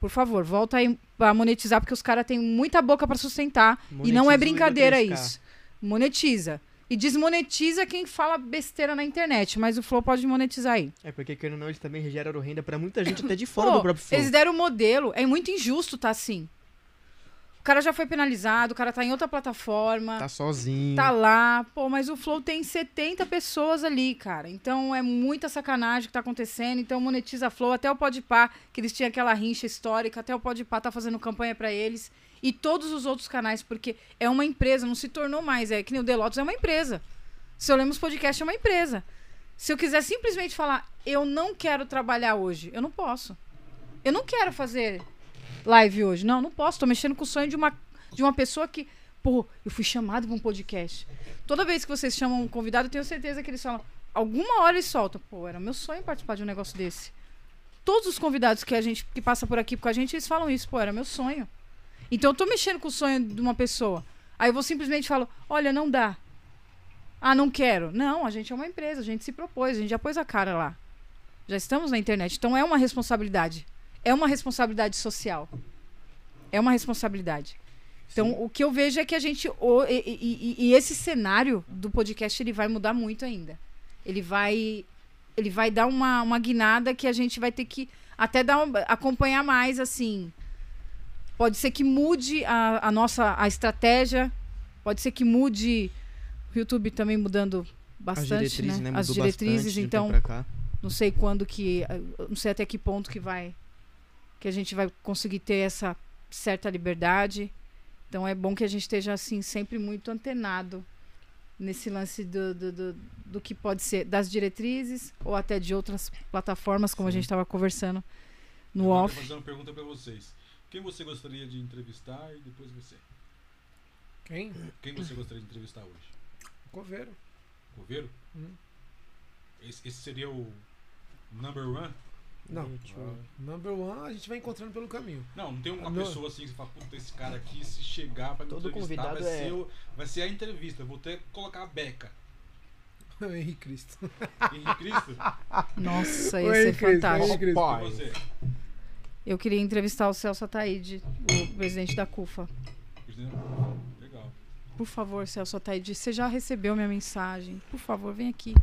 Speaker 4: Por favor, volta aí pra monetizar, porque os caras têm muita boca para sustentar e não é brincadeira isso. Monetiza. E desmonetiza quem fala besteira na internet, mas o Flow pode monetizar aí.
Speaker 1: É porque, querendo ou não, eles também geraram renda pra muita gente até de fora
Speaker 4: Pô,
Speaker 1: do próprio Flow.
Speaker 4: Eles deram o modelo, é muito injusto tá assim. O cara já foi penalizado, o cara tá em outra plataforma,
Speaker 1: Tá
Speaker 4: tá,
Speaker 1: sozinho.
Speaker 4: lá. Pô, mas o Flow tem 70 pessoas ali, cara. Então é muita sacanagem que tá acontecendo. Então monetiza Flow, até o Podpah, que eles tinham aquela rincha histórica, até o Podpah tá fazendo campanha pra eles. E todos os outros canais, porque é uma empresa, não se tornou mais. É que nem o Delotus é uma empresa. Seu Lemos Podcast é uma empresa. Se eu quiser simplesmente falar, eu não quero trabalhar hoje, eu não posso. Eu não quero fazer live hoje. Não, não posso. Tô mexendo com o sonho de uma, de uma pessoa que. Pô, eu fui chamado pra um podcast. Toda vez que vocês chamam um convidado, eu tenho certeza que eles falam. Alguma hora eles soltam. Pô, era meu sonho participar de um negócio desse. Todos os convidados que a gente que passa por aqui com a gente, eles falam isso. Pô, era meu sonho. Então eu tô mexendo com o sonho de uma pessoa. Aí eu vou simplesmente falo, olha, não dá. Ah, não quero. Não, a gente é uma empresa, a gente se propôs, a gente já pôs a cara lá. Já estamos na internet. Então é uma responsabilidade. É uma responsabilidade social. É uma responsabilidade. Então, o que eu vejo é que a gente. o- e, e- e- e esse cenário do podcast ele vai mudar muito ainda. Ele vai. Ele vai dar uma, uma guinada que a gente vai ter que até dar um- acompanhar mais, assim. Pode ser que mude a, a nossa a estratégia. Pode ser que mude. O YouTube também mudando
Speaker 1: As
Speaker 4: bastante.
Speaker 1: diretrizes, né?
Speaker 4: né?
Speaker 1: Mudou
Speaker 4: As diretrizes,
Speaker 1: bastante de um
Speaker 4: então
Speaker 1: tempo pra cá.
Speaker 4: não sei quando que eu não sei até que ponto que vai que a gente vai conseguir ter essa certa liberdade então é bom que a gente esteja assim sempre muito antenado nesse lance do, do, do, do que pode ser das diretrizes ou até de outras plataformas como a gente estava conversando
Speaker 2: Uhum.
Speaker 4: no
Speaker 3: Agora eu
Speaker 4: off
Speaker 3: Vou fazer uma pergunta pra vocês. Quem você gostaria de entrevistar e depois você?
Speaker 2: Quem?
Speaker 3: Quem você gostaria de entrevistar hoje?
Speaker 2: Coveiro.
Speaker 3: Coveiro?
Speaker 2: Hum.
Speaker 3: Esse, esse seria o number one?
Speaker 2: Não. tipo,
Speaker 1: Deixa eu ver.
Speaker 2: Number one, a gente vai encontrando pelo caminho.
Speaker 3: Não, não tem uma
Speaker 2: Não.
Speaker 3: pessoa assim que você fala, puta, esse cara aqui, se chegar pra me
Speaker 1: Todo
Speaker 3: entrevistar,
Speaker 1: convidado
Speaker 3: vai,
Speaker 1: é-
Speaker 3: ser, o- vai ser a entrevista. Vou até colocar a beca.
Speaker 2: Henrique Cristo.
Speaker 3: Henrique Cristo,
Speaker 4: nossa ia
Speaker 2: Oi,
Speaker 4: ser
Speaker 2: Cris,
Speaker 4: fantástico
Speaker 2: oi. Cristo.
Speaker 3: e você?
Speaker 4: eu queria entrevistar o Celso Ataíde o presidente da CUFA
Speaker 3: Legal.
Speaker 4: por favor Celso Ataíde você já recebeu minha mensagem por favor vem aqui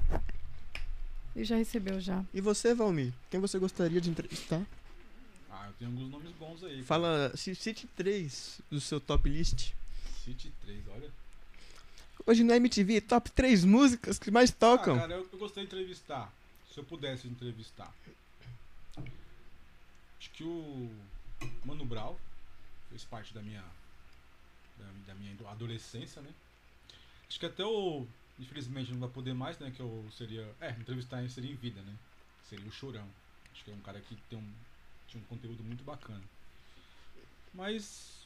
Speaker 4: ele já recebeu já
Speaker 1: E você, Valmir? Quem você gostaria de entrevistar?
Speaker 3: Ah, eu tenho alguns nomes bons aí. cara.
Speaker 1: Fala, ci- cite três do seu top list.
Speaker 3: City 3, olha.
Speaker 1: Hoje na MTV, top três músicas que mais
Speaker 3: Ah,
Speaker 1: tocam.
Speaker 3: cara, eu, eu gostaria de entrevistar. Se eu pudesse entrevistar. Acho que o Mano Brown fez parte da minha, da, da minha ado- adolescência, né? Acho que até o. Infelizmente não vai poder mais, né? Que eu seria. É, entrevistar ele seria em vida, né? Seria o Chorão. Acho que é um cara que tem um, tinha um conteúdo muito bacana. Mas.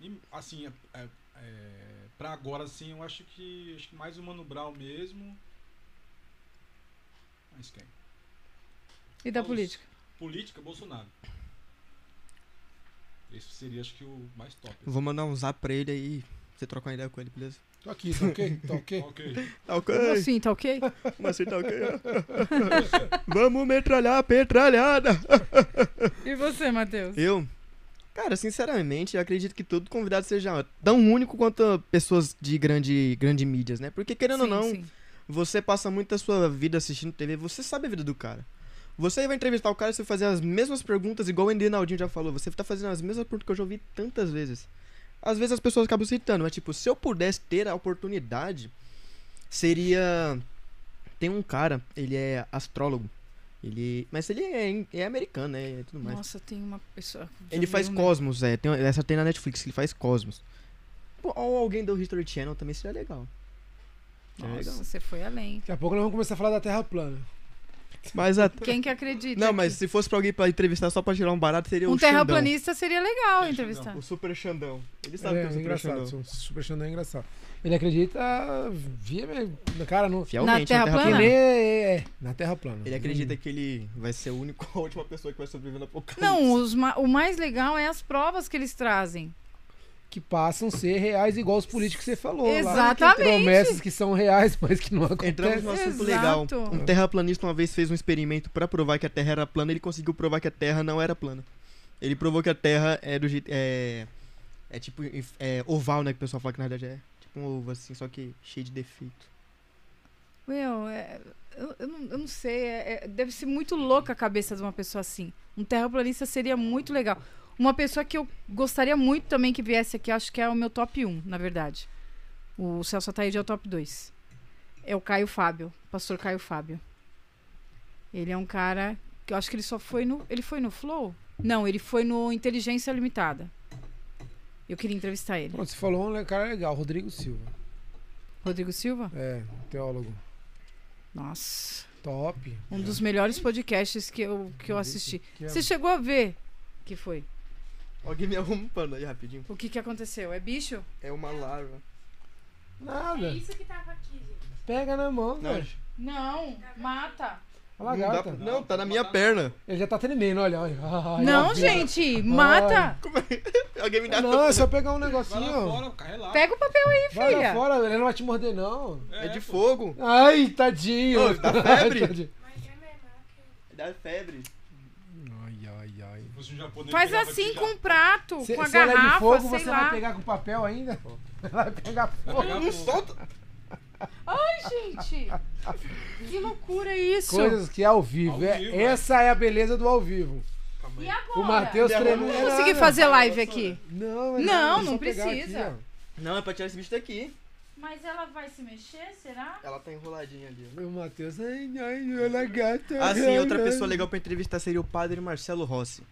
Speaker 3: e, assim, é- é- é, pra agora sim, eu acho que, acho que mais o Mano Brown mesmo. Mas quem?
Speaker 4: E da
Speaker 3: Vamos.
Speaker 4: política?
Speaker 3: Política, Bolsonaro. Esse seria, acho que, o mais top.
Speaker 1: Eu Vou mandar um zap pra ele aí, pra você trocar uma ideia com ele, beleza?
Speaker 2: Tô aqui, tá ok? Tá ok?
Speaker 3: Ok.
Speaker 1: Tá ok,
Speaker 4: Como assim, tá ok?
Speaker 1: mas você tá ok. Vamos metralhar a petralhada.
Speaker 4: E você, Matheus?
Speaker 1: Eu? Cara, sinceramente, eu acredito que todo convidado seja tão único quanto pessoas de grande, grande mídias, né? Porque querendo ou não, você passa muito a sua vida assistindo TV, você sabe a vida do cara. Você vai entrevistar o cara e você vai fazer as mesmas perguntas, igual o Endinaldinho já falou. Você tá fazendo as mesmas perguntas que eu já ouvi tantas vezes. Às vezes as pessoas acabam citando, mas tipo, se eu pudesse ter a oportunidade, seria. Tem um cara, ele é astrólogo. Ele. Mas ele é, in- é americano, né? E tudo mais.
Speaker 4: Nossa, tem uma pessoa.
Speaker 1: ele faz
Speaker 4: Meu-
Speaker 1: Cosmos, é. Tem, essa tem na Netflix, ele faz Cosmos. Pô, ou alguém do History Channel também seria legal. Seria
Speaker 4: Nossa,
Speaker 1: legal.
Speaker 4: você foi além.
Speaker 2: Daqui a pouco nós vamos começar a falar da Terra plana.
Speaker 1: Mas a-
Speaker 4: Quem que acredita?
Speaker 1: Não,
Speaker 4: aqui?
Speaker 1: mas se fosse pra alguém pra entrevistar só pra tirar um barato, seria
Speaker 4: um
Speaker 1: o Xandão.
Speaker 4: terraplanista seria legal
Speaker 3: Xandão.
Speaker 4: entrevistar.
Speaker 1: O Super Xandão. Ele sabe que
Speaker 2: É,
Speaker 1: é o
Speaker 2: é
Speaker 1: Super
Speaker 2: engraçado.
Speaker 1: Xandão.
Speaker 2: o Super Xandão é engraçado. Ele acredita via mesmo. Cara, não.
Speaker 1: Fielmente, um Hum.
Speaker 4: Na Terra
Speaker 2: Que
Speaker 4: plana?
Speaker 2: nem é, é, na Terra plana.
Speaker 1: Ele acredita que ele vai ser o único, a última pessoa que vai sobreviver no apocalipse.
Speaker 4: Não, os ma- o mais legal é as provas que eles trazem.
Speaker 2: que passam a ser reais, igual os políticos que você falou. lá.
Speaker 4: Exatamente.
Speaker 2: Promessas que são reais, mas que não acontecem.
Speaker 1: Entramos num assunto
Speaker 4: Exato.
Speaker 1: legal. Um terraplanista uma vez fez um experimento pra provar que a Terra era plana, ele conseguiu provar que a Terra não era plana. Ele provou que a Terra é do jeito. É, é tipo inf- é, oval, né? Que o pessoal fala que na verdade é. Tipo um ovo, assim, só que cheio de defeito.
Speaker 4: Meu, é- eu, eu não, eu não sei. é- é- deve ser muito louca a cabeça de uma pessoa assim. Um terraplanista seria muito legal. Uma pessoa que eu gostaria muito também que viesse aqui, acho que é o meu top 1, na verdade. O Celso Ataíde é o top 2. É o Caio Fábio, pastor Caio Fábio. Ele é um cara que eu acho que ele só foi no. Ele foi no Flow? Não, ele foi no Inteligência Limitada. Eu queria entrevistar ele.
Speaker 2: Pronto, você falou um le- cara legal, Rodrigo Silva.
Speaker 4: Rodrigo Silva?
Speaker 2: É, teólogo.
Speaker 4: Nossa.
Speaker 2: Top.
Speaker 4: Um dos melhores podcasts que eu, que eu assisti.
Speaker 2: Que é-
Speaker 4: Você chegou a ver que foi?
Speaker 1: Alguém me arruma um pano aí rapidinho.
Speaker 4: O que, que aconteceu? É bicho?
Speaker 1: É uma larva.
Speaker 2: Nada.
Speaker 7: isso que tava aqui, gente.
Speaker 2: Pega na mão,
Speaker 1: Não,
Speaker 2: velho.
Speaker 4: Não, mata.
Speaker 2: A
Speaker 1: Não, dá
Speaker 2: lagarta.
Speaker 1: pra- não, tá na minha perna.
Speaker 2: Ele já tá tremendo, olha. olha. Ai,
Speaker 4: não,
Speaker 2: ó, viu?
Speaker 4: gente, mata.
Speaker 1: é? Alguém me dá
Speaker 2: Não, é só pegar um
Speaker 3: Vai
Speaker 2: negocinho.
Speaker 3: lá
Speaker 2: ó.
Speaker 3: fora, cara, relaxa.
Speaker 4: Pega o papel aí,
Speaker 2: Vai lá
Speaker 4: filha.
Speaker 2: fora, ele não vai te morder, não.
Speaker 1: É de
Speaker 3: pô.
Speaker 1: fogo.
Speaker 2: Ai, tadinho.
Speaker 1: Ô, dá febre?
Speaker 2: Tadinho.
Speaker 7: Mas é menor que eu.
Speaker 1: Dá febre.
Speaker 2: ai, ai, ai.
Speaker 3: Se fosse um japonês,
Speaker 4: Faz
Speaker 3: pegava
Speaker 4: assim
Speaker 3: aqui já.
Speaker 4: com um prato,
Speaker 2: Se,
Speaker 4: com a
Speaker 2: se ela é de
Speaker 4: garrafa,
Speaker 2: fogo,
Speaker 4: sei
Speaker 2: você
Speaker 4: lá.
Speaker 2: vai pegar com papel ainda? Vai pegar
Speaker 3: Vai
Speaker 2: fogo.
Speaker 3: pegar
Speaker 4: um
Speaker 1: Não
Speaker 3: fogo.
Speaker 1: solta.
Speaker 4: Ai, gente. Que loucura é isso?
Speaker 2: Coisas que é ao vivo.
Speaker 3: Ao
Speaker 2: é,
Speaker 3: vivo, é.
Speaker 2: essa é a beleza do ao vivo.
Speaker 4: E agora?
Speaker 2: O Matheus
Speaker 1: Me
Speaker 2: tremendo.
Speaker 1: arruma.
Speaker 4: Não consegui fazer live aqui.
Speaker 2: Não,
Speaker 4: Não,
Speaker 2: é nada, é
Speaker 4: não
Speaker 2: só pegar
Speaker 4: precisa.
Speaker 2: aqui,
Speaker 1: Não, é pra tirar esse bicho daqui.
Speaker 4: Mas ela vai se mexer, será?
Speaker 1: Ela tá enroladinha ali.
Speaker 2: ó. o Matheus. Ai, ai, olha a gata.
Speaker 1: Ah, sim,
Speaker 2: ai,
Speaker 1: outra
Speaker 2: ai.
Speaker 1: pessoa legal pra entrevistar seria o padre Marcelo Rossi.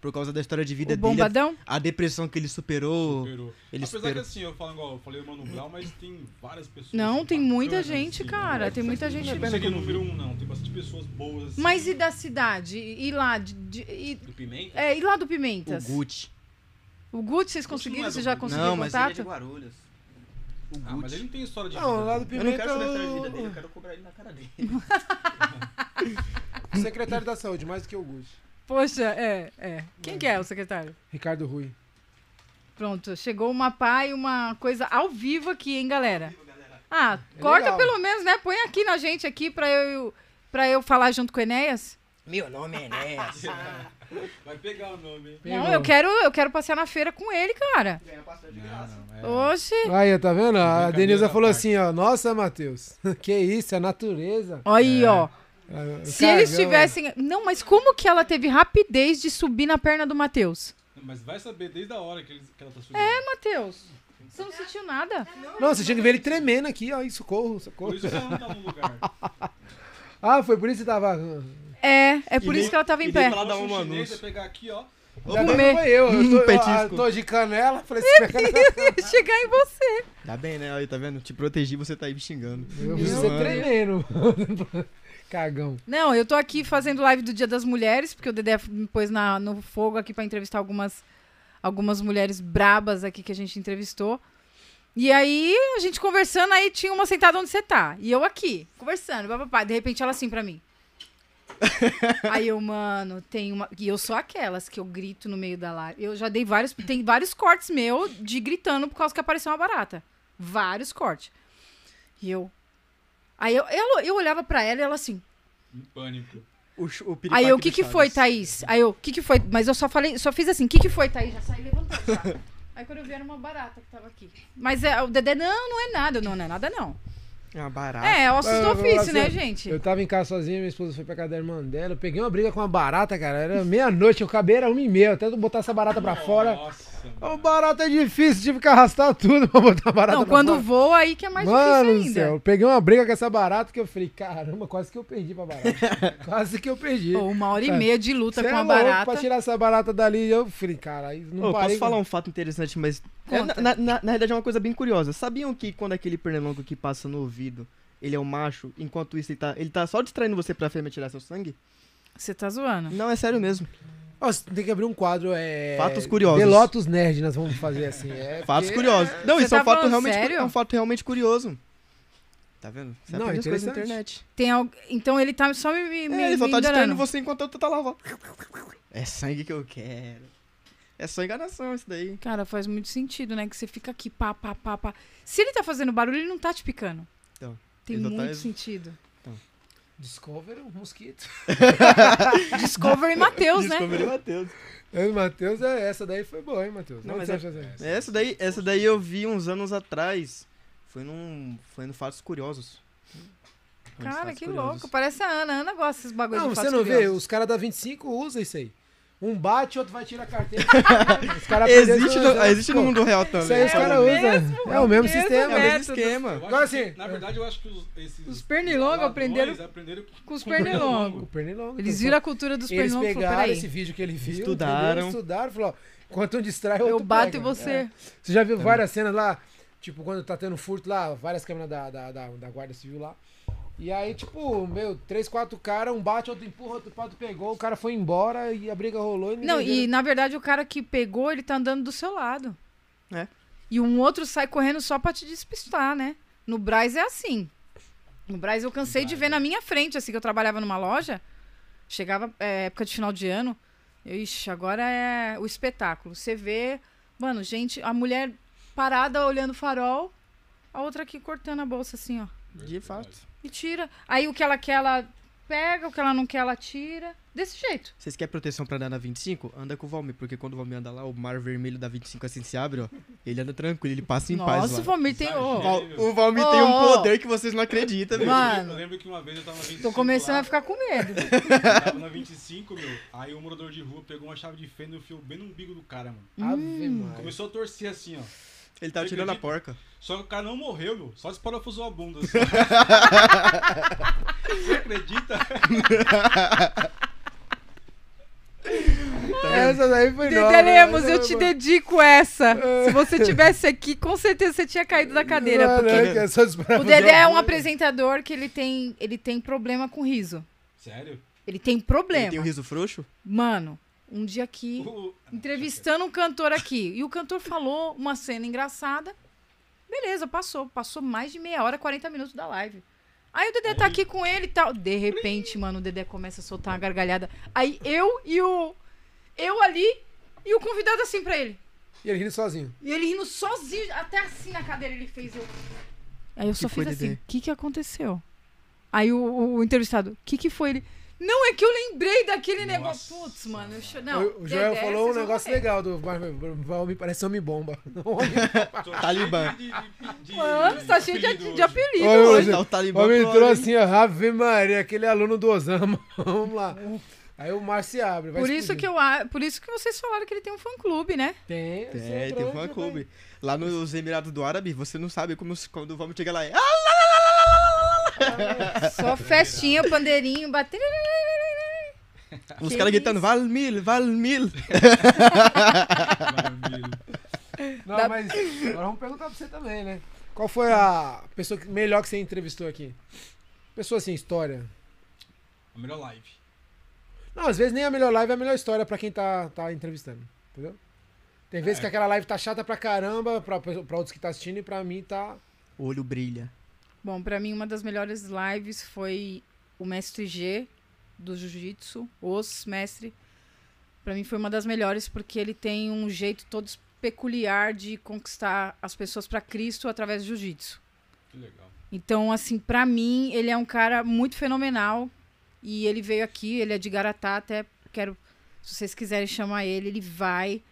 Speaker 1: Por causa da história de vida
Speaker 4: O
Speaker 1: dele,
Speaker 4: bombadão?
Speaker 1: a depressão que ele superou.
Speaker 3: Superou.
Speaker 1: Ele
Speaker 3: Apesar
Speaker 1: superou.
Speaker 3: que assim, eu falo igual, eu falei do Mano Brown, mas tem várias pessoas.
Speaker 4: Não, tem muita
Speaker 3: bacanas,
Speaker 4: gente,
Speaker 3: assim,
Speaker 4: cara.
Speaker 3: né?
Speaker 4: Tem muita gente.
Speaker 3: Não sei que não virou um, não. Tem bastante pessoas boas
Speaker 2: é
Speaker 3: assim.
Speaker 4: Mas e da cidade? E lá? de- de- e,
Speaker 3: Do Pimenta?
Speaker 4: é, e lá do
Speaker 1: O
Speaker 4: Pimentas?
Speaker 1: Gucci.
Speaker 4: O Gucci, vocês
Speaker 3: Gucci não
Speaker 4: conseguiram?
Speaker 3: é
Speaker 4: Vocês
Speaker 3: do
Speaker 4: já
Speaker 3: Gucci.
Speaker 4: conseguiram
Speaker 1: não, mas ele é de
Speaker 4: contato?
Speaker 1: Guarulhos. O
Speaker 3: Ah, mas
Speaker 1: Gucci.
Speaker 3: ele não tem história de
Speaker 2: Não,
Speaker 3: vida,
Speaker 2: lá do
Speaker 3: né?
Speaker 1: é Eu não
Speaker 2: Pimenta.
Speaker 1: quero saber a história de vida dele, eu
Speaker 2: é
Speaker 1: quero cobrar ele na cara dele.
Speaker 2: o Secretário da Saúde, mais do que o Gucci.
Speaker 4: Poxa, é, é. Quem que é o secretário?
Speaker 2: Ricardo Rui.
Speaker 4: Pronto, chegou uma pá e uma coisa ao vivo aqui, hein, galera? Ah, corta
Speaker 2: legal.
Speaker 4: pelo menos, né? Põe aqui na gente aqui pra eu, pra eu falar junto com o Enéas.
Speaker 1: Meu nome é Enéas.
Speaker 3: Vai pegar o nome, hein?
Speaker 4: Não, eu quero, eu quero passear na feira com ele, cara.
Speaker 1: é.
Speaker 4: Oxe.
Speaker 2: Aí, tá vendo? A
Speaker 3: Brincadeira
Speaker 2: Denisa
Speaker 3: à
Speaker 2: falou
Speaker 3: parte.
Speaker 2: assim, ó. Nossa, Matheus. Que isso, é a natureza.
Speaker 4: Aí,
Speaker 1: É.
Speaker 4: ó.
Speaker 2: Ah,
Speaker 4: Se
Speaker 2: caramba.
Speaker 4: eles tivessem.
Speaker 1: né?
Speaker 4: Não, mas como que ela teve rapidez de subir na perna do Matheus?
Speaker 3: Mas vai saber desde a hora que, ele- que ela tá subindo. É,
Speaker 4: Matheus, você não sentiu nada?
Speaker 2: Não, você tinha que ver ele tremendo aqui, ó. Ih, socorro,
Speaker 3: Por
Speaker 2: socorro.
Speaker 3: isso que ela não tá no lugar.
Speaker 2: Ah, foi por isso que tava.
Speaker 4: É, é por
Speaker 1: E
Speaker 4: isso que ela tava em
Speaker 1: e
Speaker 4: pé.
Speaker 1: nem Ela dá
Speaker 3: Se fosse
Speaker 1: uma
Speaker 3: chinês,
Speaker 1: luz.
Speaker 3: vai pegar aqui, ó.
Speaker 2: Já
Speaker 4: comer.
Speaker 2: até foi eu. Eu tô,
Speaker 1: Um petisco.
Speaker 2: eu tô de canela, falei assim, canela.
Speaker 4: Chegar em você.
Speaker 1: Tá bem, né? Aí, tá vendo? Te protegi, você tá aí me xingando.
Speaker 2: Eu
Speaker 1: Isso,
Speaker 2: você
Speaker 1: mano.
Speaker 2: tremendo. Cagão.
Speaker 4: Não, eu tô aqui fazendo live do Dia das Mulheres, porque o Dedé me pôs na- no fogo aqui pra entrevistar algumas, algumas mulheres brabas aqui que a gente entrevistou. E aí, a gente conversando, aí tinha uma sentada onde você tá. E eu aqui, conversando, papapá. De repente, ela assim pra mim. aí eu, mano, tem uma... E eu sou aquelas que eu grito no meio da live. Eu já dei vários... Tem vários cortes meu de gritando por causa que apareceu uma barata. Vários cortes. E eu... Aí eu, eu, eu olhava pra ela e ela assim...
Speaker 3: Em pânico.
Speaker 1: O, ch- o
Speaker 4: Aí eu, o
Speaker 1: piripaque
Speaker 4: que
Speaker 1: do
Speaker 4: que
Speaker 1: Chaves.
Speaker 4: foi, Thaís? Aí eu, o que que foi? Mas eu só falei, só fiz assim, o que que foi, Thaís? Já saí levantando já. Aí quando eu vi era uma barata que tava aqui. Mas é, o Dedé, não, não é nada. Eu, Não, não é nada não.
Speaker 1: É uma barata.
Speaker 4: É, é ossos
Speaker 2: Ah,
Speaker 4: do ofício,
Speaker 2: você-
Speaker 4: né, gente?
Speaker 2: Eu tava em casa sozinha, minha esposa foi pra casa da irmã dela. um Eu peguei uma briga com uma barata, cara. Era meia-noite, eu cabelo era uma e meia. Até botar essa barata pra fora.
Speaker 3: Nossa.
Speaker 2: O barato é difícil, tive que arrastar tudo pra botar a barata
Speaker 4: Não,
Speaker 2: pra
Speaker 4: quando
Speaker 2: fora.
Speaker 4: voa aí que é mais
Speaker 2: Mano do
Speaker 4: difícil
Speaker 2: céu,
Speaker 4: ainda.
Speaker 2: eu peguei uma briga com essa barata que eu falei, caramba, quase que eu perdi pra barata. quase que eu perdi.
Speaker 4: Pô, uma hora e
Speaker 2: Cara,
Speaker 4: meia de luta
Speaker 2: Cê
Speaker 4: com
Speaker 2: é
Speaker 4: a
Speaker 2: louco
Speaker 4: barata.
Speaker 2: Pra tirar essa barata dali, eu falei, cara, aí não
Speaker 1: Ô,
Speaker 2: parei.
Speaker 1: posso falar um fato interessante, mas. é, na,
Speaker 4: Conta.
Speaker 1: na, na- na realidade é uma coisa bem curiosa. Sabiam que quando aquele pernilongo que passa no ouvido, ele é um macho, enquanto isso ele tá, ele tá só distraindo você pra fêmea tirar seu sangue?
Speaker 4: Você tá zoando.
Speaker 1: Não, é sério mesmo.
Speaker 2: Ó, você tem que abrir um quadro, é...
Speaker 1: Fatos curiosos.
Speaker 2: Delotos Nerd, nós vamos fazer assim. É
Speaker 1: Fatos
Speaker 2: porque-
Speaker 1: curiosos. Não,
Speaker 4: Você
Speaker 1: isso é um
Speaker 4: tá
Speaker 1: fato
Speaker 4: falando
Speaker 1: realmente
Speaker 4: sério?
Speaker 1: é um fato realmente curioso. Tá vendo? Você
Speaker 2: Não,
Speaker 1: aprende as coisas na
Speaker 2: interessante.
Speaker 1: internet.
Speaker 4: Tem al- Então ele tá só me, me, me,
Speaker 1: é, ele só
Speaker 4: me
Speaker 1: tá distraindo
Speaker 4: enganando.
Speaker 1: você enquanto eu tá lá, ó. É sangue que eu quero. É só enganação isso daí.
Speaker 4: Cara, faz muito sentido, né? Que você fica aqui, pá, pá, pá, pá. Se ele tá fazendo barulho, ele não tá te picando.
Speaker 1: Então,
Speaker 4: Tem
Speaker 1: ele só
Speaker 4: muito
Speaker 1: tá-
Speaker 4: sentido.
Speaker 2: Discover um mosquito.
Speaker 4: Discovery Matheus, né?
Speaker 1: Descobriu o Matheus.
Speaker 2: Eu e o Matheus, é, essa daí foi boa, hein, Matheus?
Speaker 1: Não,
Speaker 2: Onde
Speaker 1: mas
Speaker 2: você
Speaker 1: é-
Speaker 2: acha essa?
Speaker 1: Essa daí, essa daí eu vi uns anos atrás. Foi num. Foi no Fatos Curiosos. Foi nos
Speaker 4: Cara,
Speaker 1: Fatos
Speaker 4: que
Speaker 1: Curiosos.
Speaker 4: louco. Parece a Ana. A Ana gosta desses bagulhos
Speaker 2: Não,
Speaker 4: de
Speaker 2: você
Speaker 4: fatos
Speaker 2: não vê?
Speaker 4: curiosos.
Speaker 2: Os caras da 25 usam isso aí. Um bate, outro vai tirar a carteira. Os caras
Speaker 1: Existe,
Speaker 2: aprenderam-
Speaker 1: no, existe no
Speaker 2: Pô,
Speaker 1: mundo real também.
Speaker 2: Isso aí os
Speaker 1: sabe?
Speaker 2: caras usam. É
Speaker 4: É
Speaker 2: o mesmo
Speaker 4: mesmo
Speaker 1: É
Speaker 2: sistema.
Speaker 1: o mesmo
Speaker 4: Método.
Speaker 1: esquema.
Speaker 3: Eu
Speaker 2: Agora
Speaker 3: acho que-
Speaker 2: sim.
Speaker 3: Na verdade, eu acho que os, esses.
Speaker 4: Os pernilongos
Speaker 3: ladrões
Speaker 4: aprenderam
Speaker 3: aprenderam
Speaker 4: Com os
Speaker 2: O
Speaker 4: pernilongos.
Speaker 2: pernilongo.
Speaker 4: Eles
Speaker 2: então,
Speaker 4: viram a cultura dos
Speaker 2: Eles
Speaker 4: pernilongos e falaram,
Speaker 2: pegaram
Speaker 4: peraí,
Speaker 2: esse vídeo que ele viu,
Speaker 1: Estudaram.
Speaker 2: entenderam, estudaram, falaram, ó, enquanto um distrai,
Speaker 4: eu
Speaker 2: outro
Speaker 4: bato
Speaker 2: pega.
Speaker 4: e você...
Speaker 2: É. Você já viu várias cenas lá, tipo, quando tá tendo furto lá, várias câmeras da, da, da, da Guarda Civil lá. E aí, tipo, meu, três, quatro caras, um bate, outro empurra, outro pato pegou, o cara foi embora e a briga rolou e ninguém
Speaker 4: Não, e
Speaker 2: viu.
Speaker 4: na verdade o cara que pegou, ele tá andando do seu lado.
Speaker 1: É.
Speaker 4: E um outro sai correndo só pra te despistar, né? No Braz é assim. No Braz eu cansei de ver na minha frente, assim, que eu trabalhava numa loja. Chegava é, época de final de ano. Ixi, agora é o espetáculo. Você vê, mano, gente, a mulher parada olhando o farol, a outra aqui cortando a bolsa, assim, ó.
Speaker 1: De fato.
Speaker 4: E tira. Aí o que ela quer, ela pega, o que ela não quer, ela tira. Desse jeito.
Speaker 1: Vocês querem proteção pra andar na 25? Anda com o Valmir, porque quando o Valmir anda lá, o mar vermelho da 25 assim se abre, ó. Ele anda tranquilo, ele passa em paz.
Speaker 4: Nossa, o
Speaker 1: lá.
Speaker 4: Vomir tem. ô.
Speaker 1: Val- O Valmir tem um
Speaker 4: Ô, ô.
Speaker 1: poder que vocês não acreditam, velho.
Speaker 4: Mano.
Speaker 3: Eu lembro que uma vez eu tava na 25.
Speaker 4: Tô começando
Speaker 3: lá,
Speaker 4: a ficar com medo.
Speaker 3: eu tava na 25, meu. Aí um morador de rua pegou uma chave de fenda e enfiou bem no umbigo do cara, mano.
Speaker 2: Ave Maria.
Speaker 3: Começou a torcer assim, ó.
Speaker 1: Ele tava tirando a porca.
Speaker 3: Só que o cara não morreu, meu. Só desparafusou a bunda. Assim. Você acredita?
Speaker 2: Essa daí foi nova.
Speaker 4: Lemos,
Speaker 2: essa
Speaker 4: eu
Speaker 2: foi
Speaker 4: te
Speaker 2: boa.
Speaker 4: dedico essa. Se você tivesse aqui, com certeza você tinha caído da cadeira. porque
Speaker 2: Caraca, é só disparar
Speaker 4: o
Speaker 2: pra
Speaker 4: Dedé é um
Speaker 2: jogar.
Speaker 4: apresentador que ele tem, ele tem problema com riso.
Speaker 3: Sério?
Speaker 4: Ele tem
Speaker 1: Ele
Speaker 4: problema.
Speaker 1: tem um riso frouxo?
Speaker 4: Mano, um dia aqui,
Speaker 3: O-
Speaker 4: entrevistando um cantor aqui, e o cantor falou uma cena engraçada. Beleza, passou. Passou mais de meia hora, 40 minutos da live. Aí o Dedé tá aqui com ele e tal. De repente, mano, o Dedé começa a soltar uma gargalhada. Aí eu e o. Eu ali e o convidado assim pra ele.
Speaker 2: E ele rindo sozinho.
Speaker 4: E ele rindo sozinho, até assim na cadeira ele fez eu. Aí eu só
Speaker 1: foi,
Speaker 4: fiz assim,
Speaker 1: Dedê?
Speaker 4: o que que aconteceu? Aí o, o- o entrevistado, o que que foi ele? Não, é que eu lembrei daquele
Speaker 3: Nossa.
Speaker 4: negócio. Putz, mano, eu cho... não.
Speaker 2: o, o Joel
Speaker 4: Dedé, vocês
Speaker 2: falou um
Speaker 4: vão
Speaker 2: negócio
Speaker 4: morrer.
Speaker 2: legal do Valmir, parece homem bomba.
Speaker 3: Tô
Speaker 1: Talibã.
Speaker 3: cheio de- de- de-
Speaker 4: Mano, você tá cheio de,
Speaker 3: apelido
Speaker 4: de,
Speaker 3: hoje.
Speaker 4: apelido
Speaker 2: Olha,
Speaker 4: hoje.
Speaker 2: hoje-
Speaker 1: Tá, o Talibã.
Speaker 2: Homem
Speaker 1: pro
Speaker 2: entrou
Speaker 1: Valmir.
Speaker 2: assim, ó, Ave Maria, aquele aluno do Osama. Vamos lá. Aí o Mar se abre. Vai
Speaker 4: Por isso, que eu, a- por isso que vocês falaram que ele tem um fã-clube, né?
Speaker 2: Tem, você
Speaker 1: É, tem
Speaker 2: entrou,
Speaker 1: um fã
Speaker 2: já
Speaker 1: clube.
Speaker 2: vai.
Speaker 1: Lá nos Emirados do Árabe, você não sabe como se- quando o Valmir chega lá é.
Speaker 3: É
Speaker 4: Só festinha, pandeirinho, bater.
Speaker 1: Os
Speaker 4: Que é
Speaker 1: caras gritando,
Speaker 4: isso?
Speaker 1: Valmir, Valmir.
Speaker 2: Não,
Speaker 4: Dá-
Speaker 2: mas agora vamos perguntar pra você também, né? Qual foi a pessoa que- melhor que você entrevistou aqui? Pessoa assim, história.
Speaker 3: A melhor live.
Speaker 2: Não, às vezes nem a melhor live é a melhor história pra quem tá, tá entrevistando, entendeu? Tem
Speaker 1: É.
Speaker 2: vezes que aquela live tá chata pra caramba, pra, pra outros que tá assistindo, e pra mim tá...
Speaker 1: O olho brilha.
Speaker 4: Bom, pra mim uma das melhores lives foi o mestre G do jiu-jitsu, os mestre. Pra mim foi uma das melhores porque ele tem um jeito todo peculiar de conquistar as pessoas pra Cristo através do jiu-jitsu.
Speaker 3: Que legal.
Speaker 4: Então, assim, pra mim, ele é um cara muito fenomenal. E ele veio aqui, ele é de Garatá, até quero, se vocês quiserem chamar ele, ele vai.